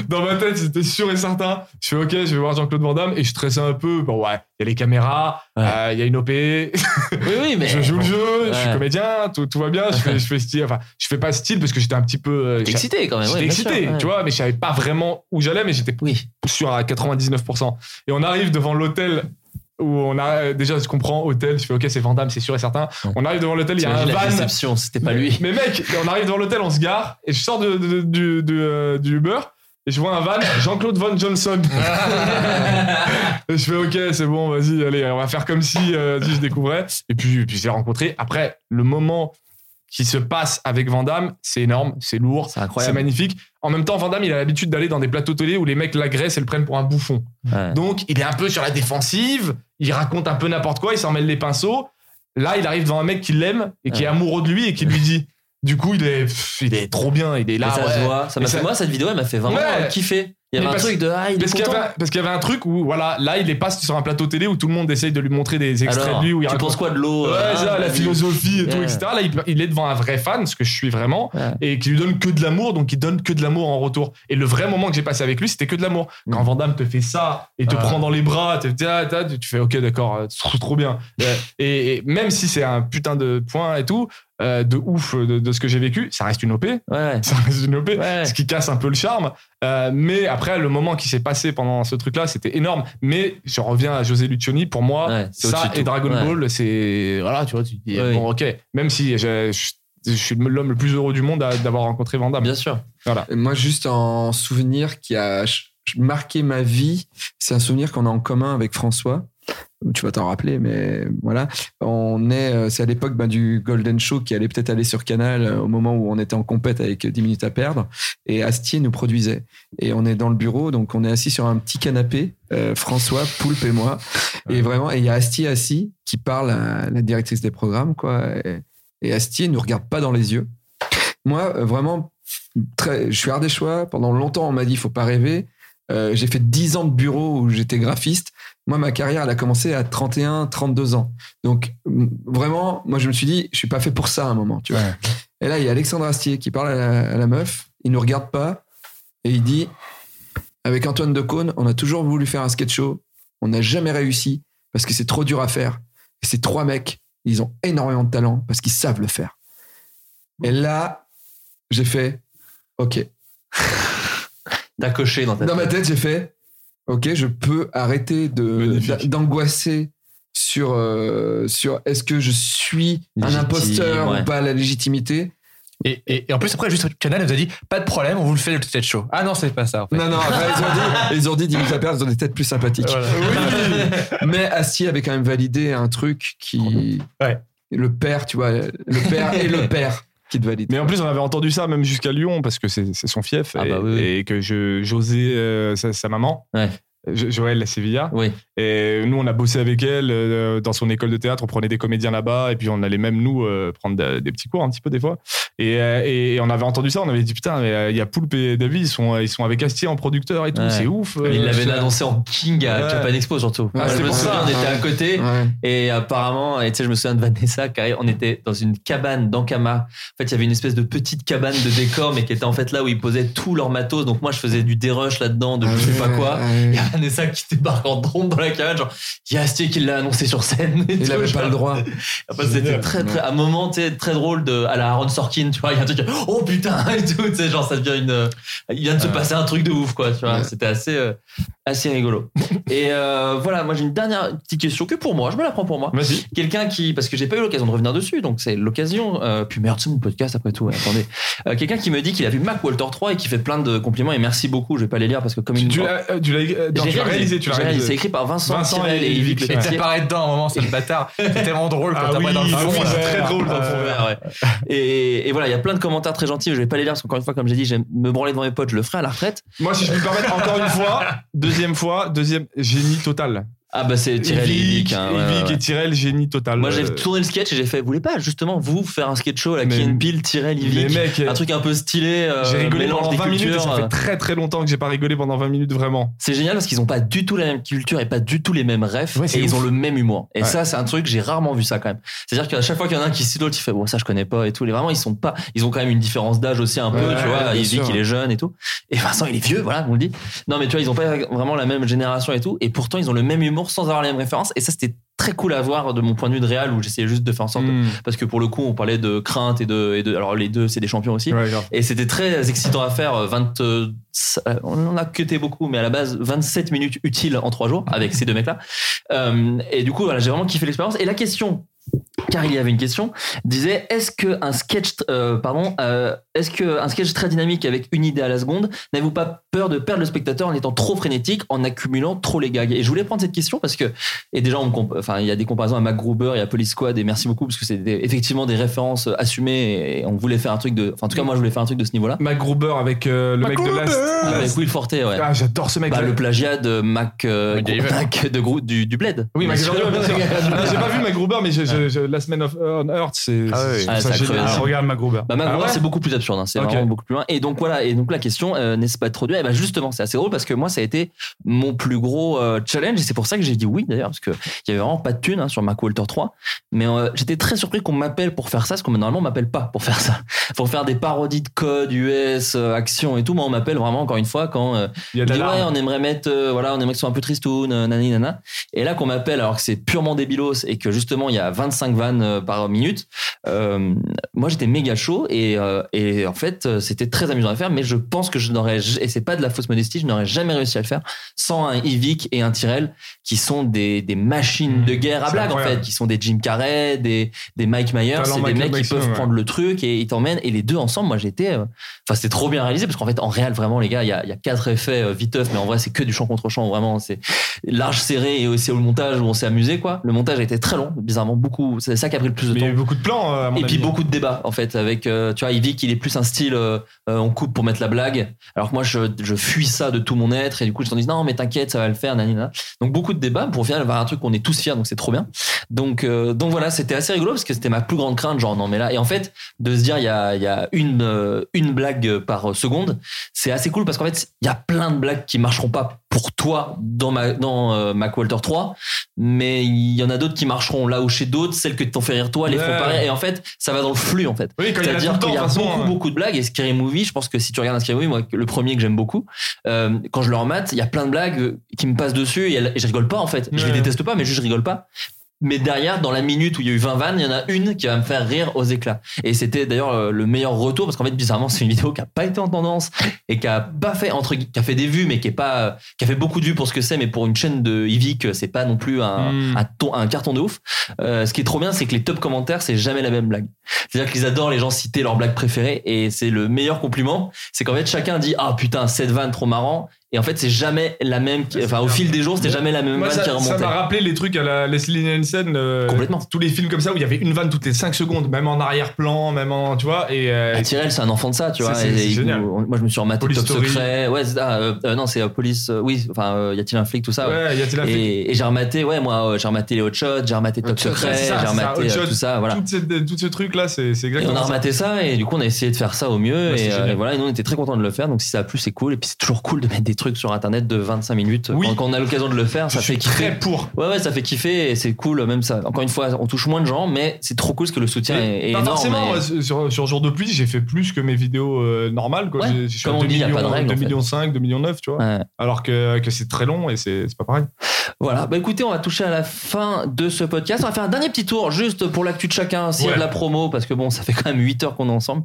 Speaker 3: Dans ma tête, c'était sûr et certain. Je fais ok, je vais voir Jean-Claude Van Damme et je stressais un peu. Bon ouais, il y a les caméras, euh,
Speaker 6: Ouais.
Speaker 3: il y a une OP,
Speaker 6: Oui, oui, mais.
Speaker 3: je joue le jeu, je suis
Speaker 6: Ouais.
Speaker 3: comédien, tout, tout va bien. Je fais, je fais style, enfin, je fais pas style parce que j'étais un petit peu, euh,
Speaker 6: T'es
Speaker 3: j'étais
Speaker 6: excité quand même. ouais, bien
Speaker 3: excité,
Speaker 6: sûr, ouais.
Speaker 3: tu vois, mais je savais pas vraiment où j'allais, mais j'étais
Speaker 6: Oui.
Speaker 3: sûr à 99%. Et on arrive devant l'hôtel où on a euh, déjà je comprends hôtel je fais ok c'est Vandame c'est sûr et certain on arrive devant l'hôtel il y a un
Speaker 6: T'imagines la
Speaker 3: van
Speaker 6: déception, c'était pas lui.
Speaker 3: mais mec on arrive devant l'hôtel on se gare et je sors de, de- du, de, euh, du Uber et je vois un van Jean-Claude Van Johnson
Speaker 6: Ah.
Speaker 3: et je fais ok c'est bon vas-y allez on va faire comme si, euh, si je découvrais et puis, et puis je l'ai rencontré après le moment qui se passe avec Vandame c'est énorme c'est lourd
Speaker 6: C'est
Speaker 3: c'est
Speaker 6: incroyable.
Speaker 3: magnifique en même temps Vandame il a l'habitude d'aller dans des plateaux télé où les mecs l'agressent et le prennent pour un bouffon
Speaker 6: Ouais.
Speaker 3: donc, il est un peu sur la défensive, il raconte un peu n'importe quoi, il s'en mêle les pinceaux. Là, il arrive devant un mec qui l'aime et qui est amoureux de lui et qui lui dit. Du coup, il est, pff, il est trop bien, il est là.
Speaker 6: Et ça se
Speaker 3: ouais.
Speaker 6: voit. Ça m'a
Speaker 3: Et
Speaker 6: fait-
Speaker 3: ça-
Speaker 6: Moi, cette vidéo, elle m'a fait vraiment
Speaker 3: Ouais.
Speaker 6: euh, kiffer. Il y
Speaker 3: Mais
Speaker 6: avait un
Speaker 3: parce-
Speaker 6: truc de ah, il est
Speaker 3: Parce qu'il y,
Speaker 6: content.
Speaker 3: avait, parce qu'il y avait un truc où, voilà, là, il est pas sur un plateau télé où tout le monde essaye de lui montrer des extraits
Speaker 6: Alors,
Speaker 3: de lui. Où il
Speaker 6: tu
Speaker 3: raconte-
Speaker 6: penses quoi de l'eau
Speaker 3: Ouais,
Speaker 6: euh,
Speaker 3: ça,
Speaker 6: hein,
Speaker 3: la
Speaker 6: vas-y.
Speaker 3: philosophie et tout,
Speaker 6: Ouais.
Speaker 3: etc. Là, il, il est devant un vrai fan, ce que je suis vraiment,
Speaker 6: Ouais.
Speaker 3: et qui lui donne que de l'amour, donc il donne que de l'amour en retour. Et le vrai moment que j'ai passé avec lui, c'était que de l'amour. Quand Vandame te fait ça et te prend dans les bras, te, dit, ah, t'as- tu fais ok, d'accord, euh, trop, trop bien. Euh, et, et même si c'est un putain de point et tout, euh, de ouf euh, de, de ce que j'ai vécu, ça reste une OP,
Speaker 6: Ouais.
Speaker 3: ça reste une OP,
Speaker 6: Ouais.
Speaker 3: ce qui casse un peu le charme. Euh, mais après, le moment qui s'est passé pendant ce truc-là, c'était énorme. Mais je reviens à José Lucioni, pour moi,
Speaker 6: Ouais, c'est
Speaker 3: ça
Speaker 6: au-dessus de
Speaker 3: et
Speaker 6: tout.
Speaker 3: Dragon
Speaker 6: Ouais.
Speaker 3: Ball, c'est. Voilà, tu vois, tu te dis,
Speaker 6: Oui.
Speaker 3: bon, ok, même si je, je- je suis l'homme le plus heureux du monde à- d'avoir rencontré
Speaker 6: Ah,
Speaker 3: Vandame.
Speaker 6: Bien sûr.
Speaker 4: Moi, juste en souvenir qui a ch- marqué ma vie, c'est un souvenir qu'on a en commun avec François. Tu vas t'en rappeler, mais voilà. On est, euh, c'est à l'époque ben, du Golden Show qui allait peut-être aller sur Canal euh, au moment où on était en compète avec 10 minutes à perdre. Et Astier nous produisait. Et on est dans le bureau, donc on est assis sur un petit canapé, euh, François, Poulpe et moi. Et vraiment, et il y a Astier assis qui parle à la directrice des programmes, quoi. Et, et Astier nous regarde pas dans les yeux. Moi, euh, vraiment, très, je suis ardéchois. Pendant longtemps, on m'a dit, faut pas rêver. Euh, j'ai fait 10 ans de bureau où j'étais graphiste. Moi, ma carrière, elle a commencé à 31, 32 ans. Donc, m- vraiment, moi, je me suis dit, je suis pas fait pour ça à un moment, tu vois. Et là, il y a Alexandre Astier qui parle à la, à la meuf. Il nous regarde pas et il dit, avec Antoine Decaune, on a toujours voulu faire un sketch show. On n'a jamais réussi parce que c'est trop dur à faire. Et ces trois mecs, ils ont énormément de talent parce qu'ils savent le faire. Et là, j'ai fait, OK.
Speaker 6: T'as coché dans ta
Speaker 4: Dans ma tête, j'ai fait OK, je peux arrêter de
Speaker 3: Magnifique.
Speaker 4: d'a- d'angoisser sur euh, sur est-ce que je suis un
Speaker 6: Légitime,
Speaker 4: imposteur
Speaker 6: ouais.
Speaker 4: ou pas la légitimité.
Speaker 8: Et, et- et en plus, après, juste Canal elle nous a dit pas de problème, on vous le fait le sketch show. Ah non, c'est pas ça. En fait.
Speaker 4: Non non, après, ils ont dit ils ont dit 10 minutes à perdre, ils ont des têtes plus sympathiques. Mais Astier avait quand même validé un truc qui
Speaker 3: Ouais.
Speaker 4: le père, tu vois, le père et le père qui te valide.
Speaker 3: Mais en plus, on avait entendu ça même jusqu'à Lyon, parce que c'est c'est son fief,
Speaker 6: Ah
Speaker 3: et,
Speaker 6: bah oui, oui.
Speaker 3: et que je, José, euh, sa, sa maman,
Speaker 6: Ouais.
Speaker 3: Jo- Joël, la Sevilla,
Speaker 6: Oui.
Speaker 3: Et nous, on a bossé avec elle euh, dans son école de théâtre. On prenait des comédiens là-bas et puis on allait même nous euh, prendre de- des petits cours un petit peu des fois. Et, euh, et- et on avait entendu ça. On avait dit putain, mais euh, il y a Poulpe et David, ils sont, euh, ils sont avec Astier en producteur et tout.
Speaker 6: Ouais.
Speaker 3: C'est ouf. euh,
Speaker 6: Il l'avait
Speaker 3: je-
Speaker 6: annoncé en king à
Speaker 3: Ouais.
Speaker 6: Japan Expo surtout.
Speaker 4: Ah,
Speaker 6: je
Speaker 4: c'est
Speaker 6: me
Speaker 4: pour ça.
Speaker 6: souviens, on était à
Speaker 4: Ouais.
Speaker 6: côté
Speaker 4: Ouais.
Speaker 6: et apparemment, et tu sais, je me souviens de Vanessa, car on était dans une cabane d'Ankama. En fait, il y avait une espèce de petite cabane de décor, mais qui était en fait là où ils posaient tout leur matos. Donc moi, je faisais du dérush là-dedans, de
Speaker 4: Ah
Speaker 6: je sais pas quoi. Il y a Vanessa qui débarque en trompe dans la cabane, genre, il y a Astier qui l'a annoncé sur scène. et
Speaker 4: Il
Speaker 6: tout,
Speaker 4: avait
Speaker 6: genre.
Speaker 4: pas le droit.
Speaker 6: Après, c'était
Speaker 3: Génial.
Speaker 6: très, très, à un moment, tu sais, très drôle de, à la Aaron Sorkin, tu vois, il y a un truc, oh putain, et tout, tu sais, genre, ça devient une, euh, il vient de se passer un truc de ouf, quoi, tu vois,
Speaker 4: Ouais.
Speaker 6: c'était assez, euh, assez rigolo. et euh, voilà, moi, j'ai une dernière petite question que pour moi, je me la prends pour moi.
Speaker 3: Vas-y.
Speaker 6: Quelqu'un qui, parce que j'ai pas eu l'occasion de revenir dessus, donc c'est l'occasion, euh, puis merde, c'est mon podcast après tout, ouais, attendez. Euh, Quelqu'un qui me dit qu'il a vu Mac Walter 3 et qui fait plein de compliments et merci beaucoup, je vais pas les lire parce que comme
Speaker 3: Tu,
Speaker 6: il
Speaker 3: tu
Speaker 6: me-
Speaker 3: l'as euh, tu l'as- euh, non,
Speaker 6: J'ai
Speaker 3: tu l'as réalisé, tu l'as
Speaker 6: j'ai
Speaker 3: réalisé.
Speaker 6: C'est écrit par Vincent,
Speaker 3: Vincent
Speaker 6: Tirel
Speaker 3: et
Speaker 6: et Yvick
Speaker 3: Yvick
Speaker 6: Le
Speaker 8: Et
Speaker 6: Tissier.
Speaker 8: t'apparais dedans à un moment, c'est le bâtard. C'est tellement drôle quand
Speaker 3: Ah
Speaker 8: t'apparais
Speaker 3: oui,
Speaker 8: dans le
Speaker 3: ah
Speaker 8: fond.
Speaker 3: oui,
Speaker 8: là.
Speaker 3: c'est très drôle dans le fond.
Speaker 6: Ouais, ouais. Et, et voilà, il y a plein de commentaires très gentils, mais je vais pas les lire parce qu'encore une fois, comme j'ai dit, j'aime me branler devant mes potes, je le ferai à la retraite.
Speaker 3: Moi, si je peux me permettre, encore une fois, deuxième fois, deuxième génie total.
Speaker 6: Ah bah c'est Tirel et Yvick. hein, ouais,
Speaker 3: Yvick
Speaker 6: ouais, ouais.
Speaker 3: et Tirel, génie total.
Speaker 6: Moi
Speaker 3: Euh,
Speaker 6: j'ai tourné le sketch et j'ai fait, vous voulez pas justement vous faire un sketch show, la
Speaker 3: Mais-
Speaker 6: Ken Peel, Tirel,
Speaker 3: mais
Speaker 6: Yvick
Speaker 3: mec,
Speaker 6: un truc un peu stylé, euh,
Speaker 3: j'ai rigolé
Speaker 6: mélange
Speaker 3: pendant
Speaker 6: des
Speaker 3: 20 minutes et
Speaker 6: cultures. euh.
Speaker 3: ça fait très très longtemps que j'ai pas rigolé pendant 20 minutes vraiment.
Speaker 6: C'est génial parce qu'ils ont pas du tout la même culture et pas du tout les mêmes refs
Speaker 3: Ouais,
Speaker 6: et
Speaker 3: c'est
Speaker 6: ils
Speaker 3: ouf.
Speaker 6: ont le même humour. Et
Speaker 3: Ouais.
Speaker 6: ça, c'est un truc, j'ai rarement vu ça quand même. C'est-à-dire qu'à chaque fois qu'il y en a un qui cite l'autre, il fait bon, ça je connais pas et tout. Les vraiment, ils sont pas, ils ont quand même une différence d'âge aussi un peu,
Speaker 4: Ouais,
Speaker 6: tu vois.
Speaker 4: bien
Speaker 6: Il dit
Speaker 4: sûr.
Speaker 6: qu'il est jeune et tout. Et Vincent, il est vieux, voilà, on le dit. Non, mais tu vois, ils ont pas vraiment la même génération et tout. Et pourtant, ils ont le même humour sans avoir les mêmes références. Et ça, c'était très cool à voir de mon point de vue de réal où j'essayais juste de faire en sorte
Speaker 3: Mm.
Speaker 6: parce que pour le coup on parlait de crainte et de, et de- alors les deux c'est des champions aussi
Speaker 3: Ouais, grave.
Speaker 6: et c'était très excitant à faire euh, 20 euh, on en a cuté beaucoup mais à la base 27 minutes utiles en 3 jours avec ces deux mecs là et du coup voilà, j'ai vraiment kiffé l'expérience et la question car il y avait une question disait est-ce que un sketch euh, pardon euh, est-ce que un sketch très dynamique avec une idée à la seconde n'avez-vous pas peur de perdre le spectateur en étant trop frénétique en accumulant trop les gags et je voulais prendre cette question parce que et déjà, on me comp- enfin, il y a des comparaisons à Mac Gruber et à Police Squad, et merci beaucoup, parce que c'est des- effectivement des références euh, assumées, et on voulait faire un truc de. Enfin, en tout cas, moi, je voulais faire un truc de ce niveau-là.
Speaker 3: Mac Gruber avec euh, le mec de Last.
Speaker 6: Avec
Speaker 3: Last-
Speaker 6: Will Forte, ouais.
Speaker 3: Ah, j'adore ce mec.
Speaker 6: Bah, le plagiat de Mac, euh,
Speaker 8: Mac Gallagher.
Speaker 6: Mac de Grou- du, du Bled.
Speaker 3: Oui, Mac
Speaker 6: Bien sûr.
Speaker 3: Gruber. bien sûr. Non, J'ai pas vu Mac Gruber, mais je- je- je- Last Man of on Earth, c'est.
Speaker 8: Ah oui.
Speaker 3: c'est-
Speaker 6: Ah,
Speaker 3: c'est
Speaker 6: ça
Speaker 3: génial.
Speaker 6: crevait.
Speaker 7: Ah, regarde ma Gruber.
Speaker 6: Bah, Mac
Speaker 3: Ah
Speaker 6: Gruber,
Speaker 3: ouais
Speaker 6: c'est beaucoup plus absurde, hein, c'est
Speaker 3: Ok.
Speaker 6: vraiment beaucoup plus loin. Et donc, voilà, et donc la question, euh, n'est-ce pas trop dur Et bah, justement, c'est assez drôle parce que moi, ça a été mon plus gros euh, challenge, et c'est pour ça que j'ai dit oui d'ailleurs, parce qu'il y avait vraiment pas de thune hein, sur Mac Walter 3. Mais euh, j'étais très surpris qu'on m'appelle pour faire ça, parce qu'on normalement on m'appelle pas pour faire ça. Pour faire des parodies de code US, euh, action et tout, moi on m'appelle vraiment encore une fois quand euh,
Speaker 3: Il y a
Speaker 6: on
Speaker 3: de
Speaker 6: dit,
Speaker 3: la
Speaker 6: ouais,
Speaker 3: larme.
Speaker 6: on aimerait mettre, euh, voilà, on aimerait que ce soit un peu tristoun, euh, nani nana. Et là qu'on m'appelle alors que c'est purement débilos et que justement il y a 25 vannes euh, par minute, euh, moi j'étais méga chaud et, euh, et en fait euh, c'était très amusant à faire, mais je pense que je n'aurais, j- et c'est pas de la fausse modestie, je n'aurais jamais réussi à le faire sans un Ivic et un Tyrell qui sont des, des machines de guerre à
Speaker 3: Mmh. C'est
Speaker 6: blague en
Speaker 3: incroyable.
Speaker 6: fait, qui sont des Jim Carrey, des, des Mike Myers,
Speaker 3: Talent
Speaker 6: c'est des
Speaker 3: Michael
Speaker 6: mecs qui
Speaker 3: Jackson,
Speaker 6: peuvent
Speaker 3: ouais.
Speaker 6: prendre le truc et ils t'emmènent. Et les deux ensemble, moi j'étais. euh, Enfin, c'était trop bien réalisé parce qu'en fait, en réel, vraiment, les gars, il y a, il y a quatre effets euh, viteuf, mais en vrai, c'est que du champ contre champ. Vraiment, c'est large, serré et aussi au montage où on s'est amusé quoi. Le montage a été très long, bizarrement, beaucoup. C'est ça qui a pris le plus de
Speaker 3: Mais il y a eu
Speaker 6: temps.
Speaker 3: beaucoup de plans, euh, à mon
Speaker 6: Et puis
Speaker 3: avis.
Speaker 6: beaucoup de débats en fait avec euh, tu vois Yvick il est plus un style euh, euh, on coupe pour mettre la blague alors que moi je, je fuis ça de tout mon être et du coup je t'en dis non mais t'inquiète ça va le faire nanina donc beaucoup de débats pour au final avoir un truc qu'on est tous fiers, donc c'est trop bien. Donc, euh, donc voilà, c'était assez rigolo parce que c'était ma plus grande crainte, genre non mais là. Et en fait, de se dire il y a, il y a une, euh, une blague par seconde, c'est assez cool parce qu'en fait, il y a plein de blagues qui marcheront pas pour toi dans, ma, dans euh, MacWalter 3, mais il y en a d'autres qui marcheront là où chez d'autres, celles que t'ont fait rire toi, les
Speaker 3: Ouais.
Speaker 6: font pas rire. Et en fait, ça va dans le flux en fait.
Speaker 3: Oui, quand il y en a tout
Speaker 6: C'est-à-dire
Speaker 3: le temps,
Speaker 6: qu'il
Speaker 3: de
Speaker 6: y a
Speaker 3: toute façon,
Speaker 6: beaucoup,
Speaker 3: hein.
Speaker 6: beaucoup de blagues. Et Scary Movie, je pense que si tu regardes un Scary Movie, moi, le premier que j'aime beaucoup, euh, quand je le remate, il y a plein de blagues euh, qui me passent dessus et, elles- et je rigole pas en fait. Je les
Speaker 3: Ouais.
Speaker 6: déteste pas, mais juste je rigole pas. Mais derrière, dans la minute où il y a eu 20 vannes, il y en a une qui va me faire rire aux éclats. Et c'était d'ailleurs euh, le meilleur retour parce qu'en fait, bizarrement, c'est une vidéo qui a pas été en tendance et qui a pas fait entre gui- qui a fait des vues, mais qui est pas euh, qui a fait beaucoup de vues pour ce que c'est, mais pour une chaîne de Yvick, euh, c'est pas non plus un,
Speaker 3: Mm.
Speaker 6: un, ton- un carton de ouf. Euh, ce qui est trop bien, c'est que les top commentaires, c'est jamais la même blague. C'est-à-dire qu'ils adorent les gens citer leur blague préférée et c'est le meilleur compliment. C'est qu'en fait, chacun dit Ah putain, cette vanne trop marrant. Et en fait, c'est jamais la même. qui- Enfin, au fil des jours, c'était jamais la même
Speaker 3: euh, Moi,
Speaker 6: vanne qui
Speaker 3: ça, ça
Speaker 6: remontait.
Speaker 3: m'a rappelé les trucs à la Leslie Nielsen. euh,
Speaker 6: Complètement.
Speaker 3: Tous les films comme ça où il y avait une vanne toutes les 5 secondes, même en arrière-plan, même en. Tu vois, et. euh,
Speaker 6: Ah, Tyrell, c'est un enfant de ça, tu
Speaker 3: C'est-
Speaker 6: vois.
Speaker 3: c'est-
Speaker 6: et-
Speaker 3: c'est
Speaker 6: et
Speaker 3: génial.
Speaker 6: nous, on- moi, je me suis rematé
Speaker 3: Police
Speaker 6: Top
Speaker 3: Story.
Speaker 6: Secret. Ouais, c'est- ah, euh, euh, non, c'est euh, Police. euh, oui, enfin, euh, y a-t-il un flic, tout ça. ouais.
Speaker 3: ouais, il y a Tila Fey.
Speaker 6: Et, et j'ai rematé, ouais, moi, euh, j'ai rematé les hot shots, j'ai rematé Top
Speaker 3: Hot Shots,
Speaker 6: Secret,
Speaker 3: ouais, c'est ça,
Speaker 6: j'ai
Speaker 3: c'est ça,
Speaker 6: rematé
Speaker 3: Hot
Speaker 6: euh,
Speaker 3: Shots,
Speaker 6: tout ça, voilà.
Speaker 3: Tout, cette- tout ce truc-là, c'est c'est
Speaker 6: Et on
Speaker 3: exactement
Speaker 6: a
Speaker 3: ça.
Speaker 6: rematé ça et du coup on a essayé de faire ça au mieux
Speaker 3: Bah, c'est
Speaker 6: et, euh,
Speaker 3: génial.
Speaker 6: et voilà et nous on était très contents de le faire donc si ça a plu c'est cool et puis c'est toujours cool de mettre des trucs sur internet de 25 minutes
Speaker 3: Oui.
Speaker 6: quand, quand on a l'occasion de le faire ça
Speaker 3: Je
Speaker 6: fait
Speaker 3: suis
Speaker 6: kiffer
Speaker 3: très pour.
Speaker 6: ouais ouais ça fait kiffer et c'est cool même ça encore une fois on touche moins de gens mais c'est trop cool parce que le soutien est, est
Speaker 3: Pas
Speaker 6: énorme
Speaker 3: forcément,
Speaker 6: et-
Speaker 3: moi, sur, sur Jour de pluie, j'ai fait plus que mes vidéos euh, normales. Quoi.
Speaker 6: Ouais,
Speaker 3: J'ai- je suis
Speaker 6: comme
Speaker 3: à
Speaker 6: on
Speaker 3: 2
Speaker 6: dit, y a
Speaker 3: millions,
Speaker 6: pas de règle,
Speaker 3: 2
Speaker 6: en fait.
Speaker 3: millions 5, 2 millions 9, tu vois.
Speaker 6: Ouais.
Speaker 3: Alors que, que c'est très long et c'est c'est pas pareil.
Speaker 6: Voilà, bah écoutez, on va toucher à la fin de ce podcast. On va faire un dernier petit tour juste pour l'actu de chacun, s'il y a
Speaker 3: Ouais.
Speaker 6: de la promo, parce que bon, ça fait quand même 8 heures qu'on est ensemble.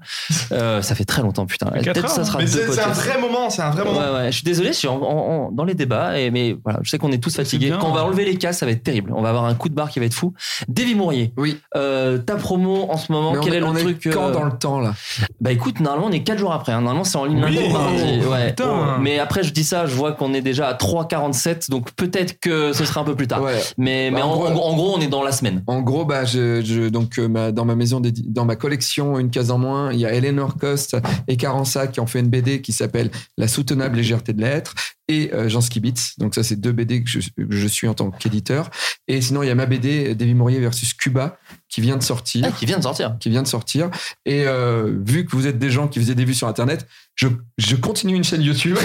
Speaker 6: Euh, ça fait très longtemps, putain.
Speaker 7: quatre
Speaker 6: Peut-être
Speaker 7: heures,
Speaker 6: ça sera
Speaker 3: hein.
Speaker 6: deux
Speaker 3: Mais c'est c'est un
Speaker 6: podcasts.
Speaker 3: vrai moment, c'est un vrai moment.
Speaker 6: Ouais, ouais, je suis désolé, je suis en- en- en- dans les débats, et, mais voilà, je sais qu'on est tous fatigués.
Speaker 7: bien.
Speaker 6: Quand
Speaker 4: hein.
Speaker 6: on va enlever les casques, ça va être terrible. On va avoir un coup de barre qui va être fou. Davy Mourier,
Speaker 4: Oui.
Speaker 6: euh, ta promo en ce moment,
Speaker 4: Mais on
Speaker 6: quel
Speaker 4: est-
Speaker 6: est, le
Speaker 4: on est
Speaker 6: truc
Speaker 4: quand
Speaker 6: euh,
Speaker 4: dans le temps là
Speaker 6: Bah écoute, normalement on est 4 jours après. hein. Normalement c'est en ligne
Speaker 3: Oui.
Speaker 6: lundi ou mardi.
Speaker 3: Oh,
Speaker 6: Ouais.
Speaker 7: putain.
Speaker 6: Mais après je dis ça, je vois qu'on est déjà à 3,47, donc peut-être que ce sera un peu plus tard.
Speaker 4: Ouais.
Speaker 6: Mais,
Speaker 4: Bah,
Speaker 6: mais
Speaker 4: en
Speaker 6: en,
Speaker 4: gros-
Speaker 6: en gros, en gros, on est dans la semaine.
Speaker 4: En gros, bah, je, je- donc, euh, ma- dans ma maison, d'édi- dans ma collection, une case en moins, il y a Eleanor Coste et Carença qui ont fait une BD qui s'appelle La soutenable légèreté de l'être et euh, Jean Skibitz. Donc, ça, c'est deux BD que je, que je suis en tant qu'éditeur. Et sinon, il y a ma BD, Davy Mourier versus Cuba, qui vient de sortir.
Speaker 6: Ah, qui vient de sortir.
Speaker 4: qui vient de sortir. Et euh, vu que vous êtes des gens qui faisaient des vues sur Internet, je, je continue une chaîne YouTube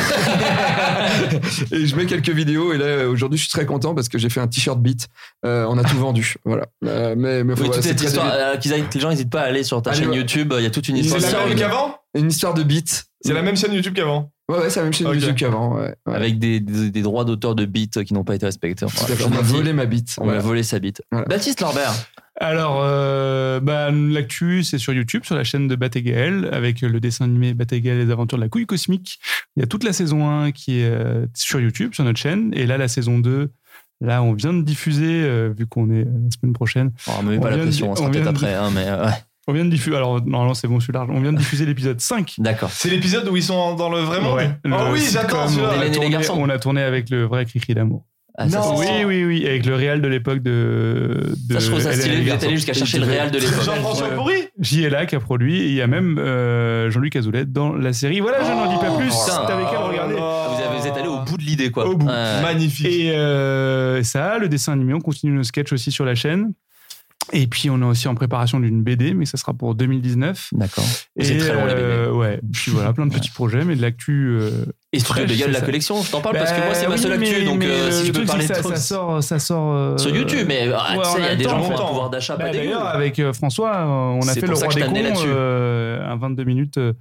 Speaker 4: et je mets quelques vidéos. Et là, aujourd'hui, je suis très content parce que j'ai fait un t-shirt beat. Euh, on a tout vendu. Voilà. Euh, mais mais faut-
Speaker 6: Oui,
Speaker 4: voilà,
Speaker 6: toute
Speaker 4: c'est
Speaker 6: cette
Speaker 4: très
Speaker 6: histoire,
Speaker 4: débile.
Speaker 6: euh, qu'ils aillent- que les gens n'hésitent pas à aller sur ta
Speaker 4: Allez,
Speaker 6: chaîne
Speaker 4: ouais.
Speaker 6: YouTube, euh, il y a toute une
Speaker 4: Ils
Speaker 6: histoire.
Speaker 3: C'est
Speaker 4: C'est
Speaker 3: la
Speaker 4: ça,
Speaker 3: même
Speaker 4: oui.
Speaker 3: qu'avant
Speaker 4: Une histoire de beat.
Speaker 3: C'est la même chaîne YouTube qu'avant.
Speaker 4: Ouais, ouais, c'est la même chaîne
Speaker 3: Ok.
Speaker 4: YouTube qu'avant. Ouais, ouais.
Speaker 6: Avec des, des- des droits d'auteur de beats qui n'ont pas été respectés. Enfin,
Speaker 4: Tout à fait.
Speaker 6: je
Speaker 4: on m'a
Speaker 6: me dis,
Speaker 4: volé ma bite.
Speaker 6: on m'a
Speaker 4: Voilà.
Speaker 6: volé sa bite.
Speaker 4: Voilà.
Speaker 6: Baptiste Lambert.
Speaker 7: Alors, euh, bah, l'actu, c'est sur YouTube, sur la chaîne de Batégaël, avec euh, le dessin animé Batégaël et les aventures de la couille cosmique. Il y a toute la saison 1 qui est euh, sur YouTube, sur notre chaîne. Et là, la saison 2, là, on vient de diffuser, euh, vu qu'on est euh, la semaine prochaine.
Speaker 6: Oh, On ne met
Speaker 7: On
Speaker 6: pas la
Speaker 7: vient de-
Speaker 6: pression, on sera
Speaker 7: on
Speaker 6: peut-être
Speaker 7: vient de-
Speaker 6: après. hein, mais euh, ouais.
Speaker 7: On vient de diffuser, alors normalement, c'est bon, je suis large. On vient de diffuser l'épisode 5.
Speaker 6: D'accord.
Speaker 3: C'est l'épisode où ils sont en- dans le vrai monde.
Speaker 7: Ouais.
Speaker 3: Oh
Speaker 7: Le
Speaker 3: oui,
Speaker 7: sitcom
Speaker 3: j'attends
Speaker 7: où on
Speaker 3: celui-là.
Speaker 7: a
Speaker 6: Hélène et les
Speaker 7: tourné-
Speaker 6: garçons.
Speaker 7: On a tourné avec le vrai Cricri d'amour.
Speaker 6: Ah, ça,
Speaker 3: Non.
Speaker 7: Oui,
Speaker 6: c'est-
Speaker 7: oui, oui, avec le réal de l'époque de, de.
Speaker 6: Ça, je trouve ça
Speaker 7: Hélène et les
Speaker 6: stylé. Vous êtes
Speaker 7: garçons.
Speaker 6: allé jusqu'à chercher le réel de l'époque.
Speaker 3: Jean-François
Speaker 7: Ouais.
Speaker 3: Pourri
Speaker 7: JLA qui a produit et il y a même euh, Jean-Luc Azoulay dans la série. Voilà, je n'en dis pas plus. C'est
Speaker 6: Oh, putain.
Speaker 7: avec elle, regardez.
Speaker 6: Ah, Vous avez- vous êtes allé au bout de l'idée, quoi.
Speaker 3: Au bout.
Speaker 6: Ouais.
Speaker 3: Oh, Magnifique.
Speaker 7: Et euh, ça, le dessin animé, on continue nos sketchs aussi sur la chaîne. Et puis on est aussi en préparation d'une BD, mais ça sera pour 2019.
Speaker 6: D'accord. C'est
Speaker 7: et
Speaker 6: très long, la
Speaker 7: euh, ouais. Puis voilà, plein de petits projets, mais de l'actu. euh,
Speaker 6: Et Studio
Speaker 7: Fraîche,
Speaker 6: de gueule
Speaker 7: c'est
Speaker 6: la
Speaker 7: ça.
Speaker 6: collection, je t'en parle Ah, parce que
Speaker 7: bah,
Speaker 6: moi, c'est ma
Speaker 7: oui,
Speaker 6: seule
Speaker 7: mais-
Speaker 6: actu. Donc,
Speaker 7: mais
Speaker 6: euh,
Speaker 7: le
Speaker 6: si tu peux
Speaker 7: truc, c'est
Speaker 6: parler
Speaker 7: que ça,
Speaker 6: trop.
Speaker 7: ça sort, ça sort euh,
Speaker 6: Sur YouTube, mais ah,
Speaker 7: ouais,
Speaker 6: tu
Speaker 7: en
Speaker 6: sais, il y a
Speaker 7: même
Speaker 6: des
Speaker 7: temps,
Speaker 6: gens qui ont un
Speaker 3: longtemps.
Speaker 6: pouvoir d'achat
Speaker 7: Bah,
Speaker 6: pas dégueu.
Speaker 7: D'ailleurs, avec euh, François, euh, on a fait
Speaker 6: C'est pour
Speaker 7: le
Speaker 6: ça que
Speaker 7: roi
Speaker 6: je
Speaker 7: des
Speaker 6: t'amenais
Speaker 7: cons,
Speaker 6: là-dessus.
Speaker 7: euh, un 22 minutes. euh,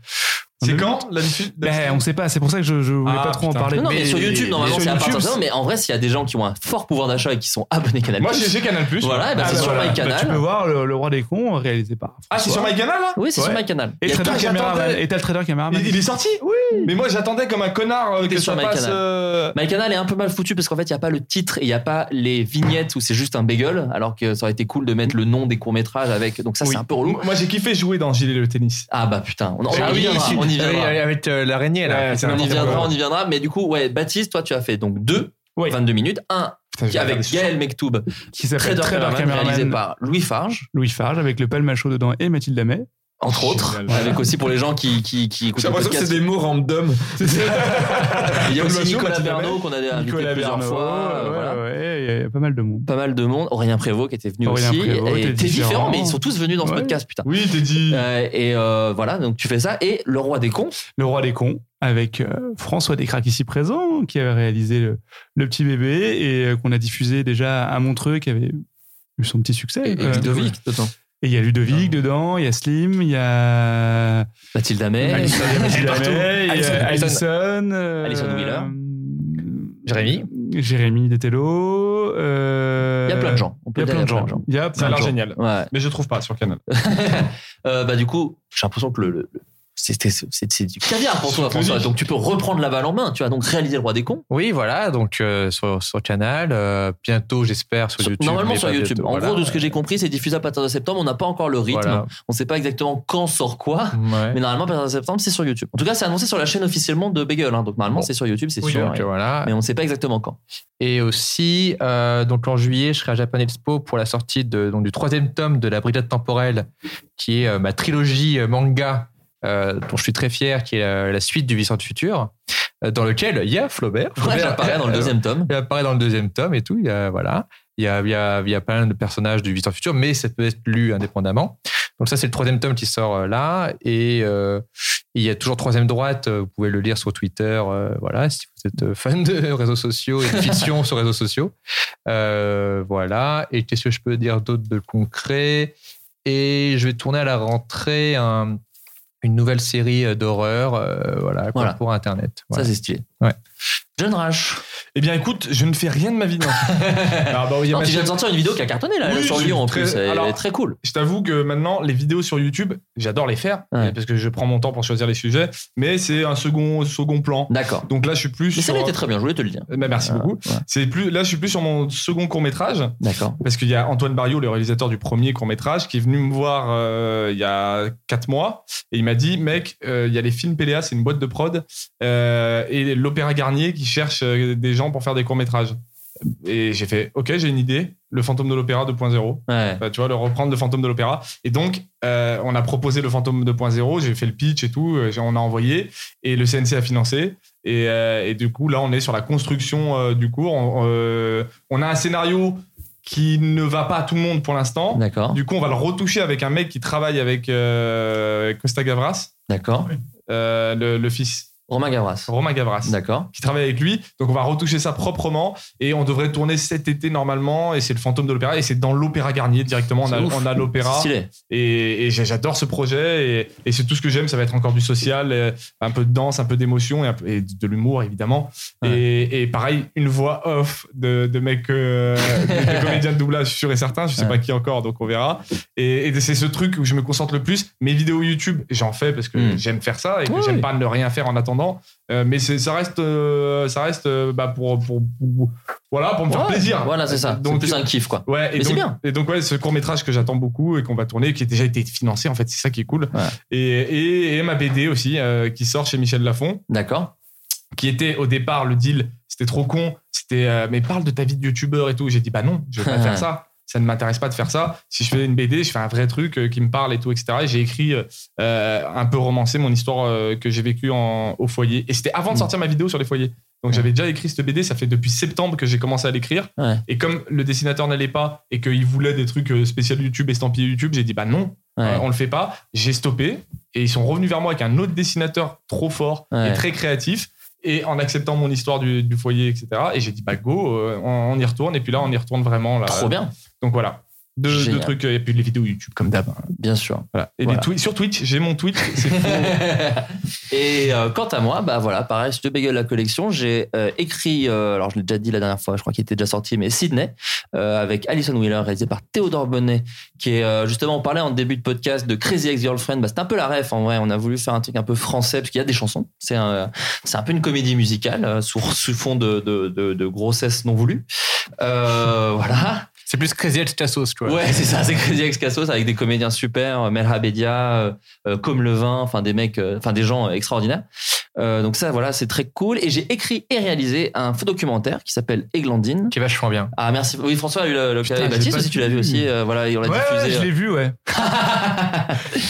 Speaker 3: C'est
Speaker 7: 22
Speaker 3: quand l'habitude
Speaker 7: Ben, on sait pas, c'est pour ça que je, je voulais
Speaker 3: Ah,
Speaker 7: pas trop
Speaker 3: putain.
Speaker 7: en parler.
Speaker 6: Non, non, mais,
Speaker 3: Mais-
Speaker 6: sur YouTube,
Speaker 3: mais
Speaker 6: normalement,
Speaker 7: sur
Speaker 6: c'est à partir
Speaker 7: YouTube,
Speaker 6: de ça. Mais en vrai, s'il y a des gens qui ont un fort pouvoir d'achat et qui sont abonnés Canal
Speaker 3: Moi, j'ai chez Canal Plus.
Speaker 6: Voilà, eh ben,
Speaker 7: Ah,
Speaker 6: c'est
Speaker 7: bah,
Speaker 6: sur
Speaker 7: voilà.
Speaker 6: My
Speaker 7: Bah, tu peux
Speaker 6: Canal.
Speaker 7: voir le, Le roi des cons euh, réalisé par.
Speaker 3: Ah, c'est sur
Speaker 7: François.
Speaker 3: My Canal là
Speaker 6: Oui, c'est sur
Speaker 7: Ouais.
Speaker 6: My Canal.
Speaker 7: Et le
Speaker 3: Putain,
Speaker 7: trader caméraman.
Speaker 3: j'attendais.
Speaker 7: Et t'as le trader caméraman.
Speaker 3: Il, il est sorti Oui. Mais moi, j'attendais comme un connard euh,
Speaker 6: C'était
Speaker 3: que
Speaker 6: sur hein.
Speaker 3: ça
Speaker 6: My
Speaker 3: passe.
Speaker 6: Canal.
Speaker 3: euh,
Speaker 6: My Canal est un peu mal foutu parce qu'en fait, il n'y a pas le titre et il n'y a pas les vignettes où c'est juste un bagel, alors que ça aurait été cool de mettre le nom des courts-métrages avec. Donc, ça,
Speaker 3: oui.
Speaker 6: c'est un peu relou.
Speaker 3: Moi, j'ai kiffé jouer dans Gilet le tennis.
Speaker 6: Ah bah putain, on, on
Speaker 3: Ah
Speaker 6: y
Speaker 3: oui,
Speaker 6: viendra,
Speaker 3: si.
Speaker 6: on y viendra.
Speaker 8: avec euh, l'araignée, là.
Speaker 3: Ouais, c'est
Speaker 6: On y
Speaker 3: n'importe
Speaker 6: viendra,
Speaker 3: quoi.
Speaker 6: on y viendra. Mais du coup, ouais, Baptiste, toi, tu as fait donc deux,
Speaker 7: Oui.
Speaker 6: 22 minutes. Un
Speaker 3: Putain,
Speaker 6: qui
Speaker 3: j'ai
Speaker 6: est avec
Speaker 3: regardé ce
Speaker 6: Gaël Mektoub,
Speaker 7: Qui s'appelle
Speaker 6: Trader
Speaker 7: Trader
Speaker 6: Cameraman, réalisé
Speaker 7: Cameraman.
Speaker 6: par Louis Farge,
Speaker 7: Louis Farge avec le palmacho dedans et Mathilde Amet.
Speaker 6: entre autres.
Speaker 3: Génial.
Speaker 6: Avec aussi pour les gens qui, qui, qui écoutent
Speaker 4: J'ai
Speaker 6: le
Speaker 4: l'impression que
Speaker 6: podcast.
Speaker 4: c'est des mots random.
Speaker 6: Il y a aussi
Speaker 3: Palmacho,
Speaker 6: Nicolas
Speaker 3: Mathilde
Speaker 6: Bernot qu'on a invité plusieurs
Speaker 7: Bernot,
Speaker 6: fois. euh,
Speaker 7: ouais,
Speaker 6: voilà.
Speaker 7: ouais, il y a- il y a pas mal de monde.
Speaker 6: Pas mal de monde. Aurélien Prévost qui était venu
Speaker 7: Aurélien
Speaker 6: aussi.
Speaker 7: Prévost,
Speaker 6: et
Speaker 7: t'es
Speaker 6: t'es différent,
Speaker 7: différent.
Speaker 6: mais ils sont tous venus dans ce
Speaker 7: Ouais.
Speaker 6: podcast, putain.
Speaker 3: Oui, t'es dit.
Speaker 6: Euh, et euh, voilà, donc tu fais ça. Et Le Roi des Cons,
Speaker 7: Le roi des cons avec euh, François Descraques ici présent qui avait réalisé le, le petit bébé et euh, qu'on a diffusé déjà à Montreux qui avait eu son petit succès.
Speaker 6: et, et
Speaker 7: quand
Speaker 8: euh,
Speaker 7: même.
Speaker 6: Ludovic, dedans.
Speaker 7: Et il y a Ludovic dedans, il y a Slim, il y a
Speaker 6: Mathilde Amet,
Speaker 8: Alison.
Speaker 7: Mathilde Amet, il y a
Speaker 8: Alison.
Speaker 7: Alison, euh,
Speaker 6: Alison Wheeler.
Speaker 8: Jérémy.
Speaker 7: Jérémy Detello. euh,
Speaker 6: il y a plein de gens. On
Speaker 7: Il
Speaker 6: peut
Speaker 7: y a
Speaker 6: dire,
Speaker 7: plein de gens. Il y a
Speaker 3: Ça
Speaker 7: plein
Speaker 3: a
Speaker 7: de
Speaker 3: l'air
Speaker 7: gens.
Speaker 3: génial.
Speaker 6: Ouais.
Speaker 3: Mais je trouve pas sur Canal.
Speaker 6: Euh, bah du coup, j'ai l'impression que le, le- le- c'était c'est c'est du caviar pour toi, François. Donc tu peux reprendre la balle en main. Tu as donc réalisé le roi des cons.
Speaker 8: Oui, voilà, donc euh, sur, sur Canal. euh, bientôt, j'espère, sur
Speaker 6: Sur-
Speaker 8: YouTube.
Speaker 6: normalement
Speaker 8: mais
Speaker 6: sur
Speaker 8: pas
Speaker 6: YouTube.
Speaker 8: bientôt,
Speaker 6: en
Speaker 8: voilà.
Speaker 6: gros, de ce que j'ai compris, c'est diffusé à partir de septembre. On n'a pas encore le rythme.
Speaker 8: Voilà.
Speaker 6: On ne sait pas exactement quand sort quoi.
Speaker 8: Ouais.
Speaker 6: Mais normalement, à partir de septembre, c'est sur YouTube. En tout cas, c'est annoncé sur la chaîne officiellement de Bagel. hein. Donc normalement,
Speaker 8: Bon.
Speaker 6: c'est sur YouTube, c'est
Speaker 8: Oui,
Speaker 6: sûr.
Speaker 8: donc, voilà.
Speaker 6: Mais on ne sait pas exactement quand.
Speaker 8: Et aussi, euh, donc en juillet, je serai à Japan Expo pour la sortie de, donc, du troisième tome de La Brigade Temporelle, qui est euh, ma trilogie euh, manga, euh, dont je suis très fier, qui est euh, la suite du Vissant du Futur, euh, dans lequel il y a Flaubert.
Speaker 6: Ouais,
Speaker 8: Flaubert
Speaker 6: j'apparais dans le
Speaker 8: euh,
Speaker 6: deuxième tome.
Speaker 8: Il apparaît dans le deuxième tome et tout. Il y a, voilà. Il y a, il y a- il y a plein de personnages du Visiteur Futur, mais ça peut être lu indépendamment. Donc ça, c'est le troisième tome qui sort euh, là. Et euh, il y a toujours troisième droite. euh, Vous pouvez le lire sur Twitter. euh, voilà, si vous êtes euh, fan de réseaux sociaux et de fiction sur réseaux sociaux. Euh, voilà. Et qu'est-ce que je peux dire d'autre de concret Et je vais tourner à la rentrée un- une nouvelle série euh, d'horreur euh, voilà, quoi,
Speaker 6: Voilà.
Speaker 8: pour Internet.
Speaker 6: Ça,
Speaker 8: Voilà.
Speaker 6: c'est stylé.
Speaker 8: Ouais.
Speaker 6: John Rash.
Speaker 3: Eh bien, écoute, je ne fais rien de ma vie. Non. Ah, bah oui, il y a
Speaker 6: Alors,
Speaker 3: ma
Speaker 6: tu viens
Speaker 3: chaîne-
Speaker 6: de sortir une vidéo qui a cartonné là,
Speaker 3: Oui,
Speaker 6: sur
Speaker 3: je-
Speaker 6: Lyon en
Speaker 3: très-
Speaker 6: plus. Elle est
Speaker 3: alors-
Speaker 6: très cool.
Speaker 3: Je t'avoue que maintenant, les vidéos sur YouTube, j'adore les faire
Speaker 6: Ouais.
Speaker 3: parce que je prends mon temps pour choisir les sujets, mais c'est un second, second plan.
Speaker 6: D'accord.
Speaker 3: Donc là, je suis plus
Speaker 6: Mais
Speaker 3: sur.
Speaker 6: celle-là était très bien, je voulais te le dire.
Speaker 3: Eh ben, merci
Speaker 6: Ah,
Speaker 3: beaucoup.
Speaker 6: ouais.
Speaker 3: C'est plus là, je suis plus sur mon second court métrage
Speaker 6: D'accord.
Speaker 3: parce qu'il y a Antoine Barriot, le réalisateur du premier court métrage, qui est venu me voir euh, il y a quatre mois et il m'a dit, mec, euh, il y a les films PLA, c'est une boîte de prod euh, et l'Opéra Garnier qui cherche euh, des gens pour faire des courts métrages. Et j'ai fait, ok, j'ai une idée, le fantôme de l'opéra 2.0.
Speaker 6: Ouais.
Speaker 3: Bah, tu vois, le reprendre le fantôme de l'opéra. Et donc, euh, on a proposé le fantôme 2.0, j'ai fait le pitch et tout, euh, j'ai- on a envoyé, et le CNC a financé. Et, euh, et du coup, là, on est sur la construction euh, du cours. On, euh, on a un scénario qui ne va pas à tout le monde pour l'instant.
Speaker 6: D'accord.
Speaker 3: Du coup, on va le retoucher avec un mec qui travaille avec euh, Costa Gavras,
Speaker 6: D'accord.
Speaker 3: euh, le, le fils.
Speaker 6: Romain Gavras.
Speaker 3: Romain Gavras.
Speaker 6: D'accord.
Speaker 3: qui travaille avec lui. Donc on va retoucher ça proprement et on devrait tourner cet été normalement. Et c'est le fantôme de l'opéra et c'est dans l'opéra Garnier directement. On a,
Speaker 6: C'est ouf.
Speaker 3: on a l'opéra
Speaker 6: Stylé.
Speaker 3: et, et j'a- j'adore ce projet et, et c'est tout ce que j'aime. Ça va être encore du social, euh, un peu de danse, un peu d'émotion et, un peu- et de l'humour évidemment.
Speaker 6: Ouais.
Speaker 3: Et, et pareil, une voix off de, de mecs, euh, de, de comédiens de doublage sûr et certain. Je sais
Speaker 6: Ouais.
Speaker 3: pas qui encore, donc on verra. Et, et c'est ce truc où je me concentre le plus. Mes vidéos YouTube, j'en fais parce que
Speaker 6: Mm.
Speaker 3: j'aime faire ça et que
Speaker 6: Oui,
Speaker 3: j'aime
Speaker 6: oui.
Speaker 3: pas ne rien faire en attendant. Euh, mais c'est- ça reste, euh, ça reste euh, bah, pour, pour, pour- voilà, pour me faire
Speaker 6: Ouais,
Speaker 3: plaisir.
Speaker 6: Voilà, c'est ça. C'est
Speaker 3: Donc,
Speaker 6: plus un kiff, quoi.
Speaker 3: Ouais, et
Speaker 6: Mais c'est
Speaker 3: donc,
Speaker 6: bien.
Speaker 3: Et donc, ouais, ce court métrage que j'attends beaucoup et qu'on va tourner, qui a déjà été financé, en fait, c'est ça qui est cool.
Speaker 6: Ouais.
Speaker 3: Et, et, et ma BD aussi, euh, qui sort chez Michel Lafon,
Speaker 6: D'accord.
Speaker 3: qui était au départ le deal, c'était trop con, c'était euh, mais parle de ta vie de youtubeur et tout. J'ai dit, bah non, je vais pas faire ça. Ça ne m'intéresse pas de faire ça. Si je fais une BD, je fais un vrai truc euh, qui me parle et tout, etc. Et J'ai écrit euh, euh, un peu romancé mon histoire euh, que j'ai vécue en- au foyer. Et c'était avant de sortir ma vidéo sur les foyers. Donc j'avais déjà écrit cette BD, ça fait depuis septembre que j'ai commencé à l'écrire.
Speaker 6: Ouais.
Speaker 3: Et comme le dessinateur n'allait pas et qu'il voulait des trucs euh, spécial YouTube, estampillés YouTube, j'ai dit bah non,
Speaker 6: Ouais.
Speaker 3: euh, on le fait pas. J'ai stoppé et ils sont revenus vers moi avec un autre dessinateur trop fort
Speaker 6: Ouais.
Speaker 3: et très créatif et en acceptant mon histoire du, du foyer, etc. Et j'ai dit bah go, euh, on, on y retourne et puis là on y retourne vraiment là.
Speaker 6: Trop bien,
Speaker 3: Donc voilà. Deux,
Speaker 6: Génial.
Speaker 3: deux trucs euh, et puis les vidéos YouTube comme d'hab. hein.
Speaker 6: bien sûr.
Speaker 3: Voilà. Et
Speaker 6: Voilà.
Speaker 3: les tweets- sur Twitch, j'ai mon Twitch, c'est fou.
Speaker 6: et euh, quant à moi, bah voilà, pareil, je te bégueule la collection. J'ai euh, écrit, euh, alors je l'ai déjà dit la dernière fois, je crois qu'il était déjà sorti, mais Sydney, euh, avec Alison Wheeler, réalisé par Théodore Bonnet, qui est euh, justement, on parlait en début de podcast de Crazy Ex-Girlfriend, bah, c'est un peu la ref en vrai, on a voulu faire un truc un peu français, parce qu'il y a des chansons, c'est un, c'est un peu une comédie musicale, euh, sous, sous fond de, de, de- de grossesse non voulue. Euh, voilà.
Speaker 8: C'est plus Crazy Edge Tassos, tu vois.
Speaker 6: Ouais, c'est ça, c'est Crazy Ex-Cassos avec des comédiens super, euh, Melha Bedia, euh, euh, Comme Levin, enfin des mecs, euh, enfin des gens euh, extraordinaires. Euh, donc ça, voilà, c'est très cool. Et j'ai écrit et réalisé un faux documentaire qui s'appelle Eglandine.
Speaker 8: Qui est vachement bien.
Speaker 6: Ah merci. Oui, François a eu le, le
Speaker 7: Putain,
Speaker 6: et
Speaker 7: j'ai
Speaker 6: Baptiste
Speaker 7: pas
Speaker 6: aussi, tu l'as vu
Speaker 7: vu.
Speaker 6: aussi. euh, voilà, et on l'a
Speaker 7: Ouais, ouais,
Speaker 6: diffusé.
Speaker 7: je l'ai vu, ouais.
Speaker 6: Oh,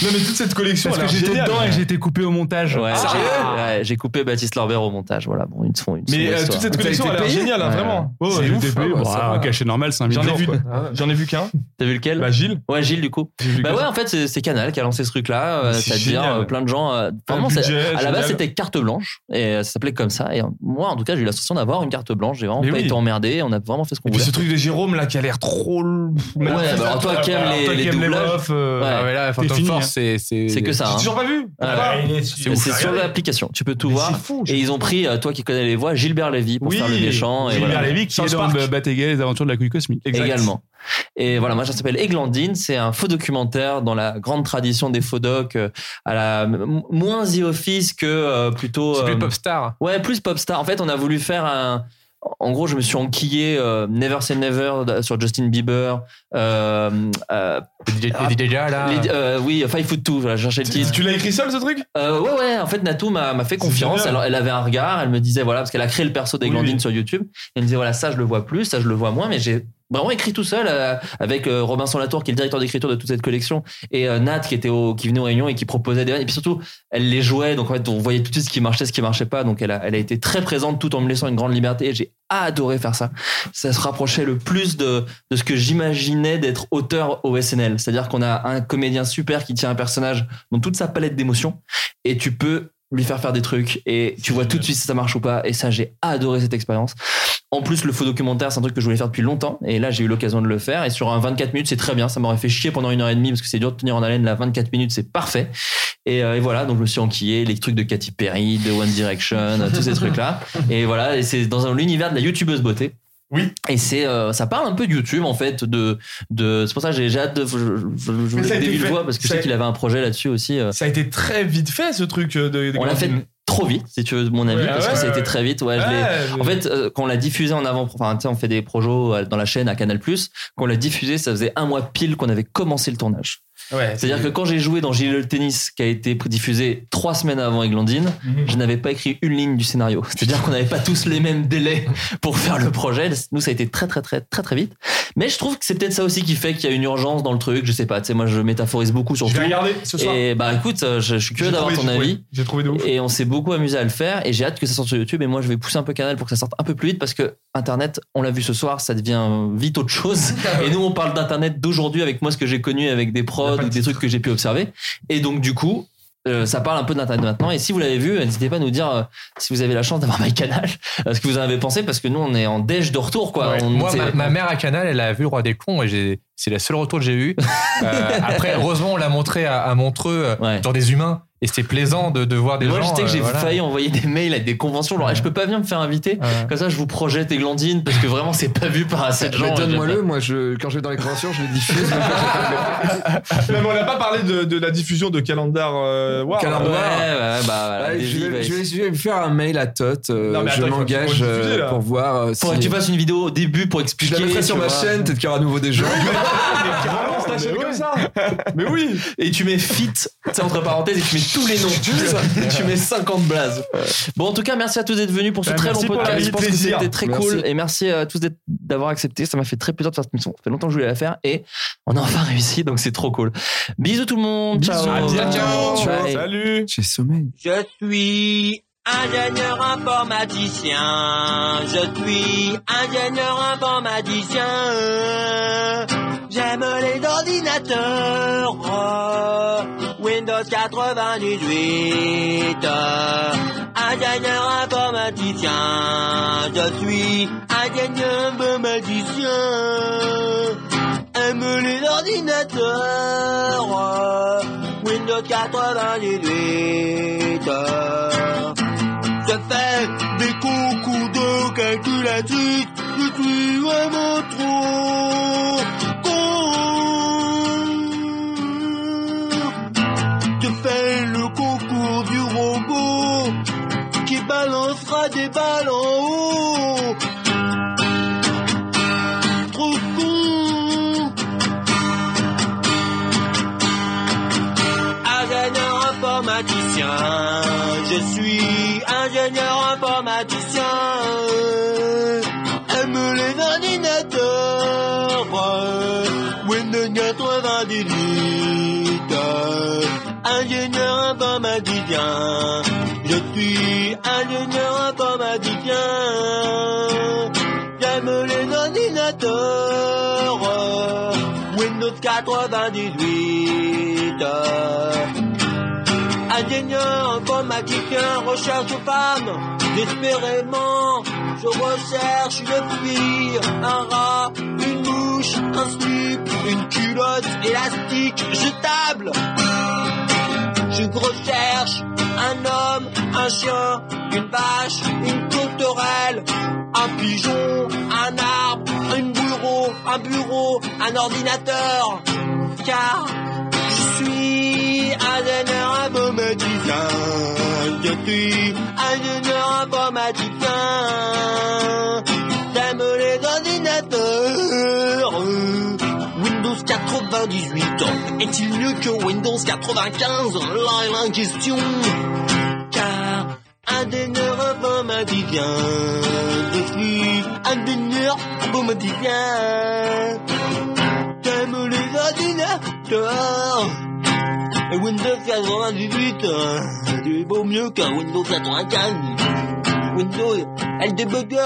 Speaker 3: non mais toute cette collection,
Speaker 7: Parce
Speaker 3: elle
Speaker 7: que
Speaker 3: a l'air
Speaker 7: j'étais
Speaker 3: géniale.
Speaker 7: dedans et j'ai été coupé au montage.
Speaker 6: Ouais,
Speaker 3: Ah, Sérieux
Speaker 6: ouais, j'ai coupé Baptiste Lorbert au montage. Voilà, bon, ils se font une
Speaker 3: Mais
Speaker 6: sombre
Speaker 3: euh, toute
Speaker 6: histoire.
Speaker 3: cette collection, elle a l'air géniale, hein,
Speaker 6: Ouais.
Speaker 3: vraiment.
Speaker 7: Ouais, Oh,
Speaker 3: C'est
Speaker 7: j'ai
Speaker 3: ouf.
Speaker 7: été payé.
Speaker 4: Ah, bah,
Speaker 7: Bon,
Speaker 4: ça
Speaker 7: un
Speaker 4: va.
Speaker 7: cachet normal, 5000
Speaker 3: J'en ai
Speaker 7: jours.
Speaker 3: vu
Speaker 7: quoi. Ah
Speaker 3: J'en ai vu qu'un,
Speaker 6: T'as vu lequel
Speaker 3: bah Gilles.
Speaker 6: Ouais, Gilles du coup.
Speaker 3: J'ai vu
Speaker 6: Bah
Speaker 3: que
Speaker 6: ouais,
Speaker 3: ça. Ah,
Speaker 6: en fait, c'est c'est Canal qui a lancé ce truc-là. euh,
Speaker 3: Mais c'est
Speaker 6: C'est-à-dire
Speaker 3: génial.
Speaker 6: euh, plein de gens. euh, Vraiment,
Speaker 3: Un
Speaker 6: c'est-
Speaker 3: budget,
Speaker 6: à la base,
Speaker 3: génial.
Speaker 6: c'était carte blanche et euh, ça s'appelait comme ça. Et euh, moi, en tout cas, j'ai eu l'impression d'avoir une carte blanche. J'ai vraiment
Speaker 3: Mais
Speaker 6: pas
Speaker 3: oui.
Speaker 6: été emmerdé. On a vraiment fait ce qu'on
Speaker 3: Et puis
Speaker 6: voulait.
Speaker 3: ce truc de Jérôme là qui a l'air trop. Ouais,
Speaker 6: bah, alors, toi qui aimes les- les doublages. Ouais.
Speaker 8: Ah, mais là, Phantom
Speaker 7: fini,
Speaker 8: Force, c'est. C'est
Speaker 6: C'est que ça.
Speaker 3: J'ai
Speaker 6: hein.
Speaker 3: euh, toujours pas vu.
Speaker 6: Ah,
Speaker 3: Ah, il est-
Speaker 6: C'est c'est sur l'application. Tu peux tout
Speaker 3: Mais
Speaker 6: voir.
Speaker 3: C'est fou.
Speaker 6: Et ils ont pris, euh, toi qui connais les voix, Gilbert Lévy pour
Speaker 3: Oui,
Speaker 6: faire le méchant. Et
Speaker 3: Gilbert
Speaker 6: voilà.
Speaker 7: Pierre Lévy qui
Speaker 3: South
Speaker 7: est dans
Speaker 3: Park.
Speaker 7: Batéga, les aventures de la couille cosmique.
Speaker 3: Exact.
Speaker 6: Également. Et voilà, moi, ça s'appelle Églantine. C'est un faux documentaire dans la grande tradition des faux docs, euh, à la m- moins The Office que euh, plutôt.
Speaker 8: C'est plus
Speaker 6: euh,
Speaker 8: Popstar.
Speaker 6: Ouais, plus popstar. En fait, on a voulu faire un. En gros, je me suis enquillé euh, Never Say Never de- sur Justin Bieber. euh, euh,
Speaker 8: Le DJ,
Speaker 6: Ah,
Speaker 8: le DJ là.
Speaker 6: les- euh, oui, Five Foot Two, voilà, je cherchais le
Speaker 3: Tu-
Speaker 6: titre.
Speaker 3: Tu l'as écrit seul ce truc
Speaker 6: Euh, ouais, ouais, en fait, Natou m'a m'a fait confiance.
Speaker 3: génial.
Speaker 6: Alors, elle avait un regard, elle me disait, voilà, parce qu'elle a créé le perso d'Eglandine
Speaker 3: Oui.
Speaker 6: sur YouTube. Elle me disait, voilà, ça, je le vois plus, ça, je le vois moins, mais j'ai vraiment écrit tout seul euh, avec euh, Robinson Latour, qui est le directeur d'écriture de toute cette collection, et euh, Nat, qui, était au, qui venait aux réunions et qui proposait des vannes. Et puis surtout, elle les jouait, donc en fait, on voyait tout de suite ce qui marchait, ce qui marchait pas. Donc, elle a, elle a été très présente tout en me laissant une grande liberté. Et j'ai adoré faire ça. Ça se rapprochait le plus de, de ce que j'imaginais d'être auteur au SNL. C'est-à-dire qu'on a un comédien super qui tient un personnage dans toute sa palette d'émotions et tu peux lui faire faire des trucs et tu vois tout de suite si ça marche ou pas et ça j'ai adoré cette expérience en plus le faux documentaire c'est un truc que je voulais faire depuis longtemps et là j'ai eu l'occasion de le faire et sur un 24 minutes c'est très bien ça m'aurait fait chier pendant une heure et demie parce que c'est dur de tenir en haleine la 24 minutes c'est parfait et, euh, et voilà donc je me suis enquillé les trucs de Katy Perry de One Direction euh, tous ces trucs là et voilà et c'est dans un- l'univers de la youtubeuse beauté
Speaker 3: Oui.
Speaker 6: Et c'est, euh, ça parle un peu de YouTube en fait. De, de, c'est pour ça que j'ai j'ai hâte de. Je, je, je voulais
Speaker 3: ça a
Speaker 6: que
Speaker 3: été
Speaker 6: David
Speaker 3: fait.
Speaker 6: voit parce que je
Speaker 3: Ça
Speaker 6: sais
Speaker 3: a-
Speaker 6: qu'il avait un projet là-dessus aussi. euh,
Speaker 3: Ça a été très vite fait ce truc euh, de. de-
Speaker 6: on l'a fait trop vite, si tu veux mon avis,
Speaker 3: Ouais,
Speaker 6: parce que
Speaker 3: ouais,
Speaker 6: ça a été
Speaker 3: ouais.
Speaker 6: très vite. Ouais,
Speaker 3: Ouais,
Speaker 6: je l'ai-
Speaker 3: je-
Speaker 6: En fait, euh, quand on l'a diffusé en avant, enfin, tu sais, on fait des projos euh, dans la chaîne à Canal+. Quand on l'a diffusé, ça faisait un mois pile qu'on avait commencé le tournage.
Speaker 3: ouais,
Speaker 6: C'est-à-dire que quand j'ai joué dans Gilles le tennis, qui a été diffusé trois semaines avant Eglantine,
Speaker 3: Mhm.
Speaker 6: je n'avais pas écrit une ligne du scénario. C'est-à-dire qu'on n'avait pas tous les mêmes délais pour faire le projet. Nous, ça a été très, très, très, très, très vite. Mais je trouve que c'est peut-être ça aussi qui fait qu'il y a une urgence dans le truc. Je sais pas. Tu sais, moi, je métaphorise beaucoup sur
Speaker 3: Je
Speaker 6: tout.
Speaker 3: vais regarder ce soir.
Speaker 6: Et bah, écoute, euh, je, je suis
Speaker 3: J'ai
Speaker 6: curieux d'avoir
Speaker 3: trouvé-
Speaker 6: ton
Speaker 3: j'ai
Speaker 6: avis.
Speaker 3: trouvé- J'ai trouvé de ouf.
Speaker 6: Et on s'est beaucoup amusé à le faire et j'ai hâte que ça sorte sur YouTube et moi je vais pousser un peu Canal pour que ça sorte un peu plus vite parce que Internet, on l'a vu ce soir, ça devient vite autre chose et nous on parle d'Internet d'aujourd'hui avec moi ce que j'ai connu avec des prods ou des trucs que j'ai pu observer et donc du coup Euh, ça parle un peu d'Internet maintenant. Et si vous l'avez vu, n'hésitez pas à nous dire euh, si vous avez la chance d'avoir My Canal, euh, ce que vous en avez pensé, parce que nous, on est en déj de retour, quoi.
Speaker 8: Ouais.
Speaker 6: On-
Speaker 8: Moi,
Speaker 6: c'est-
Speaker 8: ma, ma mère à Canal, elle a vu Roi des cons et j'ai- c'est le seul retour que j'ai eu. Euh, après, heureusement, on l'a montré à, à Montreux, euh,
Speaker 6: Ouais.
Speaker 8: genre des humains, et c'était plaisant de, de voir des
Speaker 6: Moi,
Speaker 8: gens.
Speaker 6: je sais que
Speaker 8: euh,
Speaker 6: j'ai
Speaker 8: voilà.
Speaker 6: failli envoyer des mails à des conventions, genre,
Speaker 8: Ouais.
Speaker 6: Eh, je peux pas venir me faire inviter.
Speaker 8: Euh,
Speaker 6: Comme ça, je vous projette Églantine, parce que vraiment, c'est pas vu par assez de gens.
Speaker 4: Mais
Speaker 6: et
Speaker 4: donne-moi
Speaker 6: j'aime
Speaker 4: le, moi, je, quand je vais dans les conventions, je le diffuse.
Speaker 3: Non, mais on n'a pas parlé de, de la diffusion de Calendar euh, War.
Speaker 6: pas.
Speaker 4: Calendar
Speaker 6: Ouais,
Speaker 4: War.
Speaker 6: ouais, bah, voilà,
Speaker 4: Ouais,
Speaker 6: des
Speaker 4: je, vais,
Speaker 6: vies,
Speaker 4: je
Speaker 6: ouais.
Speaker 4: vais- je vais me faire un mail à Tot. euh,
Speaker 3: Non, mais
Speaker 4: je
Speaker 3: attends, il faut-
Speaker 4: m'engage
Speaker 3: faut le diffuser,
Speaker 4: euh,
Speaker 3: là.
Speaker 4: pour voir euh, si.
Speaker 6: Faudrait que tu fasses une vidéo au début pour
Speaker 4: je
Speaker 6: expliquer.
Speaker 4: la mettrai sur
Speaker 6: tu
Speaker 4: ma
Speaker 6: vois.
Speaker 4: chaîne, peut-être qu'il y aura à nouveau des gens.
Speaker 3: Mais carrément,
Speaker 6: Ah,
Speaker 3: c'est un chaîne comme ça. Mais oui.
Speaker 6: Et tu mets fit, tu sais, entre parenthèses, et tu mets tous les noms. tu mets 50 blazes. Bon, en tout cas, merci à tous d'être venus pour ce
Speaker 3: Bah,
Speaker 6: très long
Speaker 3: merci pour
Speaker 6: podcast.
Speaker 3: l'invite,
Speaker 6: Je pense que
Speaker 3: plaisir.
Speaker 6: c'était très
Speaker 4: Merci.
Speaker 6: cool. Et merci à tous d'être- d'avoir accepté. Ça m'a fait très plaisir de faire cette mission. Ça fait longtemps que je voulais la faire. Et on a enfin réussi, donc c'est trop cool. Bisous tout le monde. Ciao.
Speaker 3: À bientôt.
Speaker 6: Bye.
Speaker 3: Salut.
Speaker 4: J'ai sommeil.
Speaker 14: Je suis ingénieur informaticien. Je suis ingénieur informaticien. J'aime les ordinateurs. euh, Windows 98. euh, Ingénieur informaticien. Je suis ingénieur informaticien. Aime les ordinateurs. euh, Windows 98. euh. Je fais des concours de calculatrice. Je suis vraiment trop con. Je fais le concours du robot qui balancera des balles en haut. Trop con. ingénieur informaticien. Je suis ingénieur informaticien. Aime les ordinateurs. euh, Windows 98. euh, Ingénieur informaticien. Je suis ingénieur informaticien. J'aime les ordinateurs. euh, Windows 98. euh. Ingénieur informaticien, recherche femme. Désespérément, je recherche une fille, un rat, une mouche, un slip, une culotte élastique jetable. Je recherche un homme, un chien, une vache, une tourterelle, un pigeon, un arbre, un bureau, un bureau, un ordinateur. Car je suis ingénieur informaticien. Je suis ingénieur informaticien. J'aime les ordinateurs. Euh, Windows 98 est-il mieux que Windows 95 Là est la question. Car ingénieur informaticien, je suis ingénieur informaticien. J'aime les ordinateurs. Et Windows 98, euh, c'est beau mieux qu'un Windows 95. Windows, elle débugger.